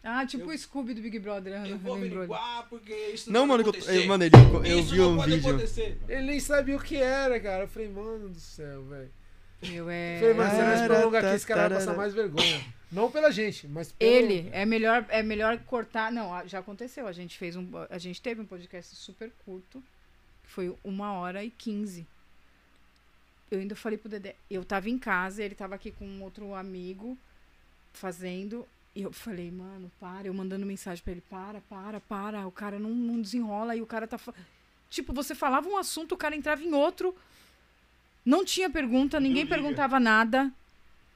Speaker 4: Ah, tipo
Speaker 3: Eu-
Speaker 4: o Scooby do Big Brother. né?
Speaker 3: Eu vou
Speaker 4: Lembrou?
Speaker 3: averiguar porque isso
Speaker 1: Não,
Speaker 3: não,
Speaker 1: mano,
Speaker 3: pode
Speaker 1: que eu,
Speaker 3: acontecer.
Speaker 1: eu- mano, ele- eu
Speaker 3: Isso
Speaker 1: vi
Speaker 3: não
Speaker 1: um
Speaker 3: pode
Speaker 1: vídeo.
Speaker 3: acontecer.
Speaker 2: Ele nem sabia o que era, cara. Eu falei, mano do céu, velho.
Speaker 4: Meu,
Speaker 2: Eu
Speaker 4: é...
Speaker 2: Falei, mano, se nós
Speaker 1: Tarara,
Speaker 2: prolongar aqui, esse cara vai passar
Speaker 1: tarara.
Speaker 2: mais vergonha. Não pela gente, mas pelo...
Speaker 4: Ele é melhor, é melhor cortar. Não, a- já aconteceu. A gente fez um, a gente teve um podcast super curto, que foi uma hora e quinze. Eu ainda falei pro Dedé, eu tava em casa, ele tava aqui com um outro amigo fazendo. E eu falei, mano, para. Eu mandando mensagem pra ele, para, para, para. O cara não, não desenrola e o cara tá. fa- Tipo, você falava um assunto, o cara entrava em outro. Não tinha pergunta, ninguém
Speaker 3: liga.
Speaker 4: perguntava nada.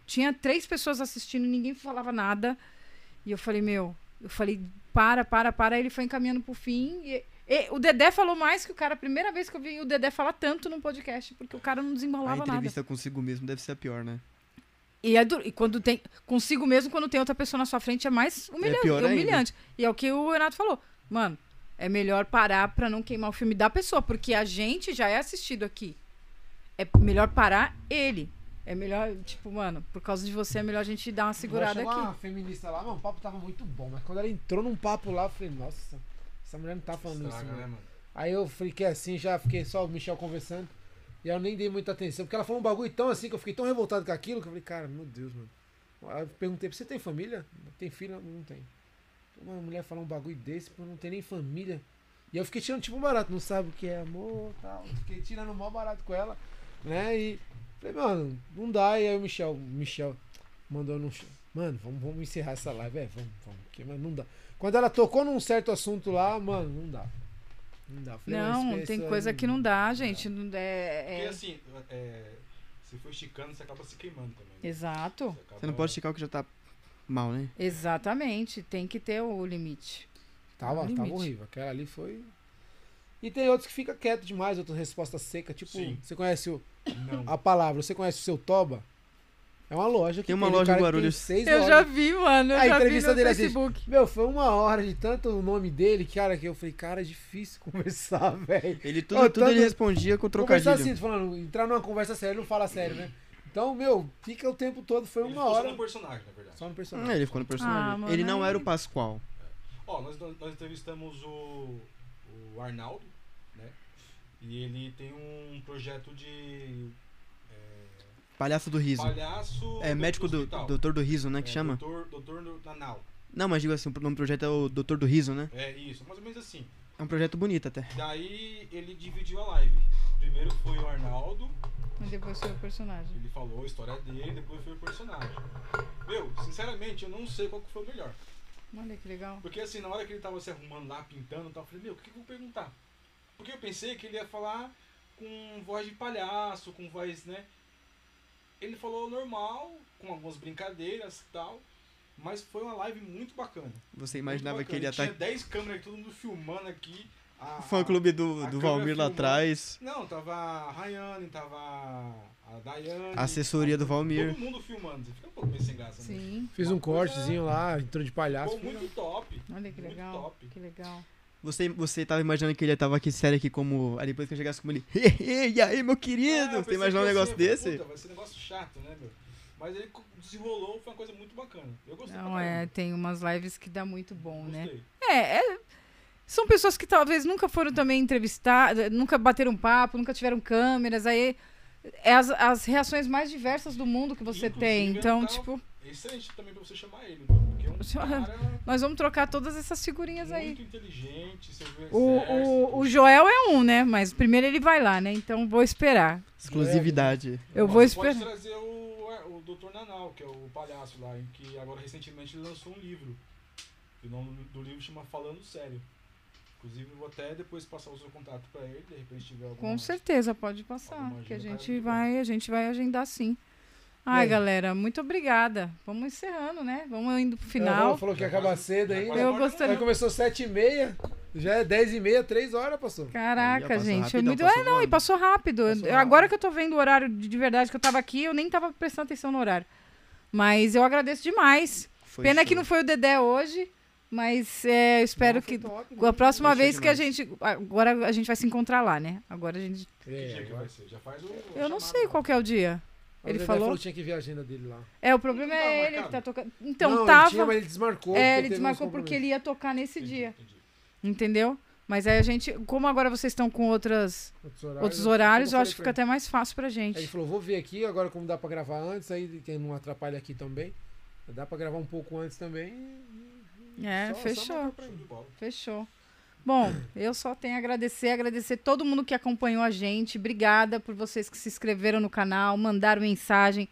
Speaker 4: Tinha três pessoas assistindo, ninguém falava nada. E eu falei, meu, eu falei, para, para, para. Ele foi encaminhando pro fim. E, e o Dedé falou mais que o cara. A primeira vez que eu vi o Dedé falar tanto num podcast, porque o cara não
Speaker 1: A
Speaker 4: desenrolava nada.
Speaker 1: entrevista consigo mesmo deve ser a pior, né?
Speaker 4: E, é du- e quando tem. Consigo mesmo, quando tem outra pessoa na sua frente, é mais humilha-
Speaker 1: É pior ainda.
Speaker 4: humilhante. E é o que o Renato falou. Mano, é melhor parar pra não queimar o filme da pessoa, porque a gente já é assistido aqui. É melhor parar ele. É melhor, tipo, mano, por causa de você é melhor a gente dar uma segurada
Speaker 2: Eu achei
Speaker 4: aqui.
Speaker 2: uma feminista lá, mano, o papo tava muito bom. Mas quando ela entrou num papo lá, eu falei, nossa, essa mulher não tá falando isso,
Speaker 3: Estraga,
Speaker 2: mano.
Speaker 3: né, mano?
Speaker 2: Aí eu fiquei assim, já fiquei só o Michel conversando. E eu nem dei muita atenção, porque ela falou um bagulho tão assim que eu fiquei tão revoltado com aquilo que eu falei, cara, meu Deus, mano. Aí eu perguntei pra você tem família? Tem filha? Não tem. Uma mulher falar um bagulho desse, pô, não tem nem família. E eu fiquei tirando tipo um barato, não sabe o que é amor tal. Fiquei tirando mó barato com ela, né? E falei, mano, não dá. E aí o Michel, o Michel mandou no. Mano, vamos, vamos encerrar essa live, é, vamos, vamos, porque, mano, não dá. Quando ela tocou num certo assunto lá, mano, não dá. Não dá. Eu falei, "Mano,
Speaker 4: Não, tem
Speaker 2: esse pessoal é
Speaker 4: coisa que não dá, gente. Não
Speaker 3: Porque
Speaker 4: é, é...
Speaker 3: assim, é, se for esticando, você acaba se queimando também. né?
Speaker 4: Exato.
Speaker 3: acaba-
Speaker 1: Você não pode esticar o que já tá mal, né?
Speaker 4: Exatamente. Tem que ter o limite.
Speaker 2: Tava,
Speaker 4: No
Speaker 2: tava
Speaker 4: limite.
Speaker 2: horrível. Aquela ali foi. E tem outros que fica quieto demais, outras resposta seca. Tipo,
Speaker 3: Sim.
Speaker 2: você conhece o,
Speaker 3: Não.
Speaker 2: a palavra, você conhece o seu Toba? É uma loja que
Speaker 1: Tem uma
Speaker 2: um
Speaker 1: loja em
Speaker 2: cara que tem
Speaker 1: Guarulhos.
Speaker 2: seis
Speaker 4: Eu
Speaker 2: lojas.
Speaker 4: já vi, mano. Eu
Speaker 2: A
Speaker 4: já vi
Speaker 2: entrevista
Speaker 4: no
Speaker 2: dele é assim,
Speaker 4: Facebook.
Speaker 2: Meu, foi uma hora de tanto o nome dele, cara, que eu falei, cara, é difícil conversar, velho.
Speaker 1: Ele tudo,
Speaker 2: Ó,
Speaker 1: tudo ele
Speaker 2: tanto-
Speaker 1: respondia com
Speaker 2: Conversar
Speaker 1: trocadilho.
Speaker 2: assim, tô falando, entrar numa conversa séria, não fala sério, né? Então, meu, fica o tempo todo, foi
Speaker 3: Ele
Speaker 2: uma
Speaker 3: ficou só
Speaker 2: hora.
Speaker 3: no personagem, na verdade.
Speaker 2: Só no
Speaker 1: Hum,
Speaker 2: personagem.
Speaker 1: ele ficou no personagem.
Speaker 4: Ah, mano,
Speaker 1: ele não
Speaker 4: aí-
Speaker 1: era o Pascoal.
Speaker 3: Ó, nós, nós entrevistamos o, o Arnaldo, né? E ele tem um projeto de é,
Speaker 1: Palhaço do riso.
Speaker 3: palhaço.
Speaker 1: É médico do
Speaker 3: hospital.
Speaker 1: Doutor do Riso, né? Que
Speaker 3: É,
Speaker 1: chama?
Speaker 3: Doutor, doutor no- Nanau.
Speaker 1: Não, mas digo assim, o nome do projeto é o Doutor do Riso, né?
Speaker 3: É isso, mais ou menos assim.
Speaker 1: É um projeto bonito até.
Speaker 3: Daí ele dividiu a live. Primeiro foi o Arnaldo,
Speaker 4: Mas depois foi o personagem.
Speaker 3: Ele falou a história dele, depois foi o personagem. Meu, sinceramente, eu não sei qual que foi o melhor.
Speaker 4: Olha que legal.
Speaker 3: Porque assim, na hora que ele tava se arrumando lá, pintando e tal, eu falei, meu, o que, que eu vou perguntar? Porque eu pensei que ele ia falar com voz de palhaço, com voz, né? ele falou normal, com algumas brincadeiras e tal. Mas foi uma live muito bacana.
Speaker 1: Você imaginava
Speaker 3: muito
Speaker 1: que ele ia
Speaker 3: bacana.
Speaker 1: estar.
Speaker 3: Tinha 10 câmeras, todo mundo filmando aqui. A,
Speaker 1: O fã-clube do,
Speaker 3: a
Speaker 1: do
Speaker 3: câmera
Speaker 1: Valmir lá
Speaker 3: filmou.
Speaker 1: atrás.
Speaker 3: Não, tava a Rayane, tava a Daiane.
Speaker 1: A assessoria do Valmir.
Speaker 3: Todo mundo filmando. Você fica um pouco meio sem graça, né?
Speaker 4: Sim.
Speaker 2: Fiz um cortezinho lá, entrou de palhaço.
Speaker 3: Ficou muito top.
Speaker 4: Olha que
Speaker 3: Muito
Speaker 4: legal.
Speaker 3: top.
Speaker 4: Que legal.
Speaker 1: Você, você tava imaginando que ele tava aqui sério aqui como. Aí depois que eu chegasse como ele. E aí, meu
Speaker 3: Ah,
Speaker 1: querido?
Speaker 3: eu
Speaker 1: você
Speaker 3: pensei
Speaker 1: imaginou um
Speaker 3: que ia
Speaker 1: negócio
Speaker 3: ser,
Speaker 1: desse?
Speaker 3: Puta, vai ser um negócio chato, né, meu? Mas ele co- desenrolou, foi uma coisa muito bacana. Eu gostei.
Speaker 4: Não,
Speaker 3: pra
Speaker 4: é,
Speaker 3: caramba.
Speaker 4: tem umas lives que dá muito bom, né?
Speaker 3: Gostei.
Speaker 4: É, é- são pessoas que talvez nunca foram também entrevistadas, nunca bateram um papo, nunca tiveram câmeras, aí é as, as reações mais diversas do mundo que você tem.
Speaker 3: Inclusive,
Speaker 4: Então,
Speaker 3: eu tava-
Speaker 4: tipo,
Speaker 3: É excelente também pra você chamar ele, meu, porque é um
Speaker 4: Chama-
Speaker 3: cara
Speaker 4: nós vamos trocar todas essas figurinhas
Speaker 3: muito
Speaker 4: aí.
Speaker 3: inteligente, você vê
Speaker 4: O, o, o Joel é um, né? Mas primeiro ele vai lá, né? Então vou esperar.
Speaker 1: Exclusividade.
Speaker 4: Eu vou
Speaker 3: Pode
Speaker 4: esperar.
Speaker 3: trazer o, o Dr. Nanal, que é o palhaço lá, em que agora recentemente ele lançou um livro. E O nome do livro chama Falando Sério. Inclusive, eu vou até depois passar o seu contato pra ele, de repente tiver alguma...
Speaker 4: Com certeza, pode passar.
Speaker 3: Alguma
Speaker 4: Que a
Speaker 3: agenda,
Speaker 4: gente
Speaker 3: cara, muito
Speaker 4: vai, a gente vai agendar sim. Ai,
Speaker 2: Bem.
Speaker 4: galera, muito obrigada. Vamos encerrando, né? Vamos indo pro final.
Speaker 2: Ela falou que ia acabar cedo aí.
Speaker 4: Eu
Speaker 3: um
Speaker 2: né?
Speaker 4: gostaria.
Speaker 2: Aí começou 7h30, já é 10h30, 3 horas passou.
Speaker 1: Aí, ó,
Speaker 4: Caraca,
Speaker 1: passou
Speaker 4: gente, é
Speaker 1: rapidão,
Speaker 4: muito.
Speaker 1: passou
Speaker 4: É, não, e
Speaker 1: voando.
Speaker 4: passou rápido.
Speaker 2: Passou
Speaker 4: Eu-
Speaker 2: rápido.
Speaker 4: Agora que eu tô vendo o horário de de verdade que eu tava aqui, eu nem tava prestando atenção no horário. Mas eu agradeço demais.
Speaker 1: Foi
Speaker 4: Pena
Speaker 1: show.
Speaker 4: que não foi o Dedé hoje, mas é, eu espero
Speaker 2: Nossa,
Speaker 4: que.
Speaker 2: top, né?
Speaker 4: A próxima
Speaker 1: Foi show
Speaker 4: vez que a
Speaker 1: demais.
Speaker 4: gente. Agora a gente vai se encontrar lá, né? Agora a gente.
Speaker 3: Que
Speaker 2: É,
Speaker 3: dia que
Speaker 2: agora-
Speaker 3: vai ser? Já faz o... né?
Speaker 4: Eu não sei qual que é o dia.
Speaker 2: o
Speaker 4: Ele
Speaker 2: Dedé
Speaker 4: falou?
Speaker 2: que tinha que ver a agenda dele lá.
Speaker 4: É, o problema
Speaker 3: Não tava
Speaker 4: é ele
Speaker 3: marcado.
Speaker 4: que tá tocando. Então,
Speaker 2: não,
Speaker 4: tava.
Speaker 2: Ele tinha, mas ele desmarcou.
Speaker 4: é,
Speaker 2: teve
Speaker 4: ele
Speaker 2: uns
Speaker 4: desmarcou porque ele ia tocar nesse
Speaker 3: Entendi,
Speaker 4: dia.
Speaker 3: entendi.
Speaker 4: Entendeu? Mas aí a gente. Como agora vocês estão com outras,
Speaker 2: compromissos, Outros horários,
Speaker 4: outros horários, eu
Speaker 2: falei
Speaker 4: acho que fica
Speaker 2: pra
Speaker 4: até mais fácil pra
Speaker 2: ele. Aí ele
Speaker 4: gente.
Speaker 2: falou, vou ver aqui, agora como dá pra gravar antes, aí quem não atrapalha aqui também. Dá pra gravar um pouco antes também.
Speaker 4: É,
Speaker 2: Só- só
Speaker 4: fechou.
Speaker 2: marcar pra
Speaker 3: Show
Speaker 2: ele.
Speaker 3: de bola.
Speaker 4: Fechou. Bom, eu só tenho a agradecer, agradecer todo mundo que acompanhou a gente. Obrigada por vocês que se inscreveram no canal, mandaram mensagem.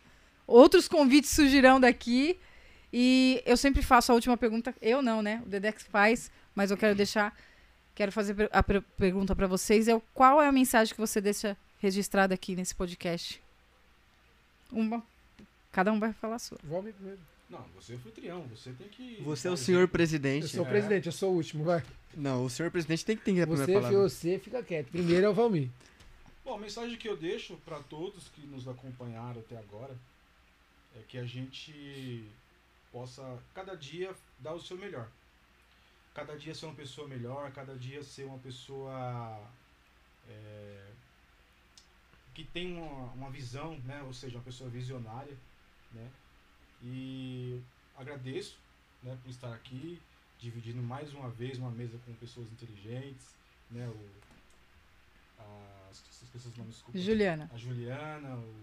Speaker 4: Outros convites surgirão daqui. E eu sempre faço a última pergunta. Eu não, né? O Dedex faz, mas eu quero deixar. Quero fazer per- a per- pergunta para vocês. É o- qual é a mensagem que você deixa registrada aqui nesse podcast? Uma. Cada um vai falar a sua.
Speaker 2: Vou me primeiro.
Speaker 3: Não, você é o anfitrião, você tem que...
Speaker 1: Você é o senhor
Speaker 2: Eu
Speaker 1: presidente.
Speaker 2: sou o
Speaker 3: é.
Speaker 2: presidente, eu sou o último, vai.
Speaker 1: Não, o senhor presidente tem que ter a primeira
Speaker 2: Você, é
Speaker 1: palavra.
Speaker 2: você fica quieto. Primeiro é o Valmir.
Speaker 3: Bom, a mensagem que eu deixo para todos que nos acompanharam até agora é que a gente possa cada dia dar o seu melhor. Cada dia ser uma pessoa melhor, cada dia ser uma pessoa é, que tem uma, uma visão, né? ou seja, uma pessoa visionária. Né? E agradeço né, por estar aqui, dividindo mais uma vez uma mesa com pessoas inteligentes, né? o, a, esqueci- esqueci os nomes, desculpa
Speaker 4: Juliana.
Speaker 3: a Juliana, o,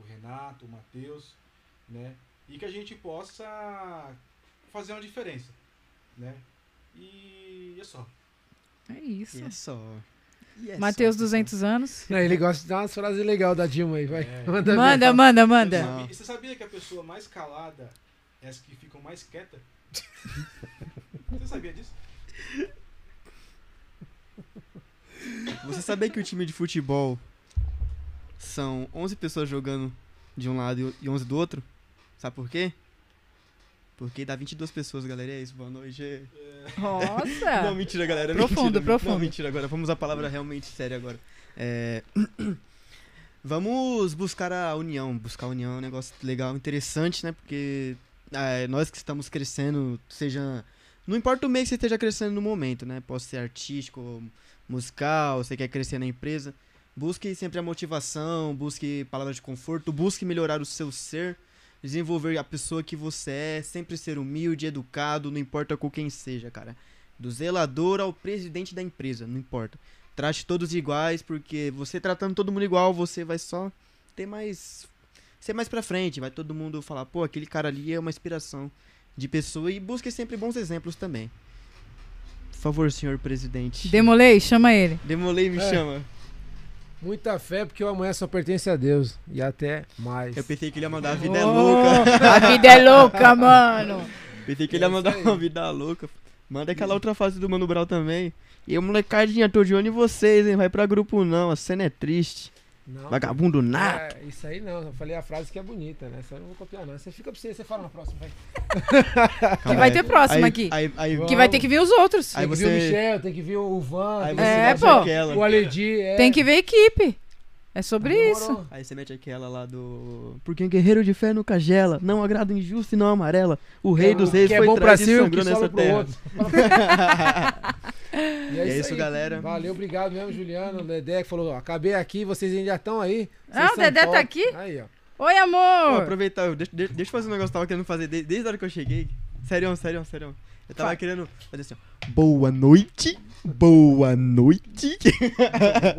Speaker 3: o Renato, o Matheus, né? E que a gente possa fazer uma diferença, né? E é só.
Speaker 4: É isso.
Speaker 1: E é só. E é
Speaker 4: Mateus,
Speaker 1: só, pessoal.
Speaker 4: 200 anos.
Speaker 2: Não, ele gosta de dar umas frases legais da Dilma aí, vai.
Speaker 3: É.
Speaker 2: Manda, ver.
Speaker 4: Manda, manda, manda.
Speaker 3: Você
Speaker 1: Não.
Speaker 3: sabia- Você sabia que a pessoa mais calada é as que ficam mais quieta? Você sabia disso?
Speaker 1: Você sabia que o time de futebol são 11 pessoas jogando de um lado e 11 do outro? Sabe por quê? Porque dá 22 pessoas, galera. É isso. Boa noite.
Speaker 4: Nossa!
Speaker 1: Não, mentira, galera.
Speaker 4: Profundo,
Speaker 1: mentira,
Speaker 4: profundo.
Speaker 1: Não, mentira agora. Vamos à palavra realmente séria agora. É, Vamos buscar a união. Buscar a união é um negócio legal, interessante, né? Porque é, nós que estamos crescendo, seja. Não importa o meio que você esteja crescendo no momento, né? Pode ser artístico, musical, você quer crescer na empresa. Busque sempre a motivação, busque palavras de conforto, busque melhorar o seu ser, desenvolver a pessoa que você é, sempre ser humilde, educado, não importa com quem seja, cara. Do zelador ao presidente da empresa, não importa. Trate todos iguais, porque você tratando todo mundo igual, você vai só ter mais. ser mais pra frente. Vai todo mundo falar, pô, aquele cara ali é uma inspiração de pessoa e busque sempre bons exemplos também. Por favor, senhor presidente.
Speaker 4: Demolei, chama ele.
Speaker 1: Demolei me
Speaker 2: É.
Speaker 1: chama.
Speaker 2: Muita fé, porque o amanhã só pertence a Deus. E até mais.
Speaker 1: Eu pensei que ele ia mandar a vida é
Speaker 4: Oh,
Speaker 1: louca.
Speaker 4: A vida é louca, mano.
Speaker 1: Pensei
Speaker 2: É
Speaker 1: que ele ia mandar uma vida louca. Manda
Speaker 2: Hum.
Speaker 1: aquela outra fase do Mano Brown também. E eu, molecadinha, tô de olho em vocês, hein? Vai pra grupo não, a cena é triste.
Speaker 2: Não.
Speaker 1: Vagabundo nato.
Speaker 2: É, isso aí não, eu falei a frase que é bonita, né? Essa eu não vou copiar, não. Você fica pra você, você fala na próxima, vai. É.
Speaker 1: Calma
Speaker 4: vai
Speaker 1: aí.
Speaker 4: ter próximo
Speaker 1: Aí-
Speaker 4: aqui.
Speaker 1: Aí, aí,
Speaker 4: Que vai ter que vir os outros.
Speaker 1: Aí
Speaker 2: Tem que
Speaker 1: você-
Speaker 2: ver o Michel, tem que ver o Van,
Speaker 1: aí
Speaker 2: tem
Speaker 1: você
Speaker 2: que ver
Speaker 4: É,
Speaker 1: mete
Speaker 4: pô.
Speaker 1: aquela.
Speaker 2: o Aledi. É.
Speaker 4: Tem que ver a equipe. É sobre isso.
Speaker 2: Demorou.
Speaker 1: Aí você mete aquela lá do. Porque um guerreiro de fé nunca gela, não agrada o injusto e não amarela. O rei dos
Speaker 2: Que
Speaker 1: reis
Speaker 2: é
Speaker 1: foi
Speaker 2: bom pra
Speaker 1: traído
Speaker 2: si,
Speaker 1: e
Speaker 2: o que
Speaker 1: sangrou
Speaker 2: sobra
Speaker 1: nessa
Speaker 2: pro
Speaker 1: terra.
Speaker 2: outro. E
Speaker 1: E é isso, galera.
Speaker 2: Valeu, obrigado mesmo, Juliano. O Dedé que falou, ó, acabei aqui, vocês ainda estão aí. Vocês
Speaker 4: Ah, o
Speaker 2: são
Speaker 4: Dedé
Speaker 2: top.
Speaker 4: tá aqui?
Speaker 2: Aí, ó.
Speaker 4: Oi,
Speaker 1: Pô,
Speaker 4: amor.
Speaker 1: aproveitar, eu- deixa, deixa, deixa eu fazer um negócio que eu tava querendo fazer de- desde a hora que eu cheguei. Sério, sério, sério. Eu tava
Speaker 4: Fala.
Speaker 1: querendo fazer assim, ó. Boa noite, boa noite.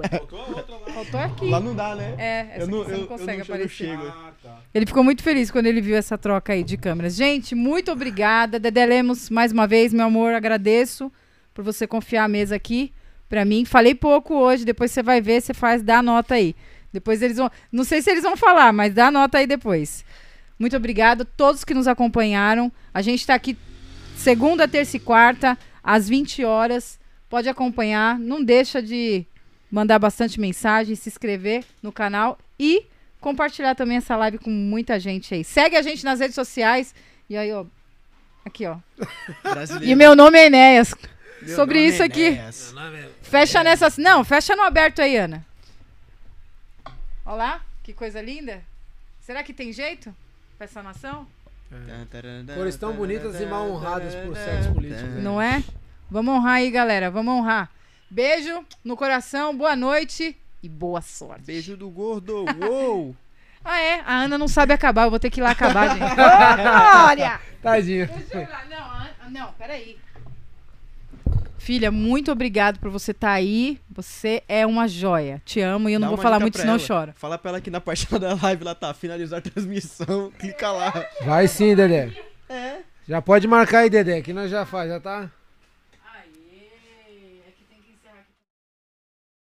Speaker 3: Faltou a outra lá.
Speaker 4: Faltou aqui.
Speaker 1: lá não dá, né?
Speaker 4: É, essa
Speaker 1: eu não,
Speaker 4: aqui você
Speaker 1: eu,
Speaker 4: não consegue
Speaker 1: eu não chego, eu
Speaker 4: aparecer.
Speaker 1: chego.
Speaker 3: Ah, tá.
Speaker 4: Ele ficou muito feliz quando ele viu essa troca aí de câmeras. Gente, muito obrigada. Dedé Lemos, mais uma vez, meu amor, agradeço por você confiar a mesa aqui pra mim. Falei pouco hoje, depois você vai ver, você faz, dá a nota aí. Depois eles vão. Não sei se eles vão falar, mas dá a nota aí depois. Muito obrigado a todos que nos acompanharam. A gente tá aqui segunda, terça e quarta, às 20 horas. Pode acompanhar. Não deixa de mandar bastante mensagem, se inscrever no canal e compartilhar também essa live com muita gente aí. Segue a gente nas redes sociais. E aí, ó. Aqui, ó.
Speaker 1: Brasileiro.
Speaker 4: E meu nome é Enéas.
Speaker 1: Meu
Speaker 4: sobre
Speaker 1: nome
Speaker 4: isso
Speaker 1: é
Speaker 4: aqui.
Speaker 1: Enéas. É.
Speaker 4: Fecha nessa. Não, fecha no aberto aí, Ana. Olha lá, que coisa linda. Será que tem jeito pra essa nação?
Speaker 2: Cores tão bonitas e mal honradas por certos políticos, né?
Speaker 4: Não é? Vamos honrar aí, galera. Vamos honrar. Beijo no coração, boa noite e boa sorte.
Speaker 1: Beijo do gordo. Uou!
Speaker 4: Ah, é? A Ana não sabe acabar, eu vou ter que ir lá acabar, gente. Ô, Glória!
Speaker 2: Tadinho.
Speaker 4: Deixa eu olhar. Não, a- a- não, peraí. Filha, muito obrigado por você estar aí. Você é uma joia. Te amo e eu não
Speaker 1: Dá
Speaker 4: vou
Speaker 1: uma
Speaker 4: falar
Speaker 1: dica
Speaker 4: muito,
Speaker 1: pra
Speaker 4: senão eu
Speaker 1: ela.
Speaker 4: choro.
Speaker 1: Fala pra ela que na parte da live lá tá finalizar a transmissão. Clica lá.
Speaker 2: Vai sim, Dedé. Já pode marcar aí, Dedé, que nós já faz, já tá?
Speaker 4: é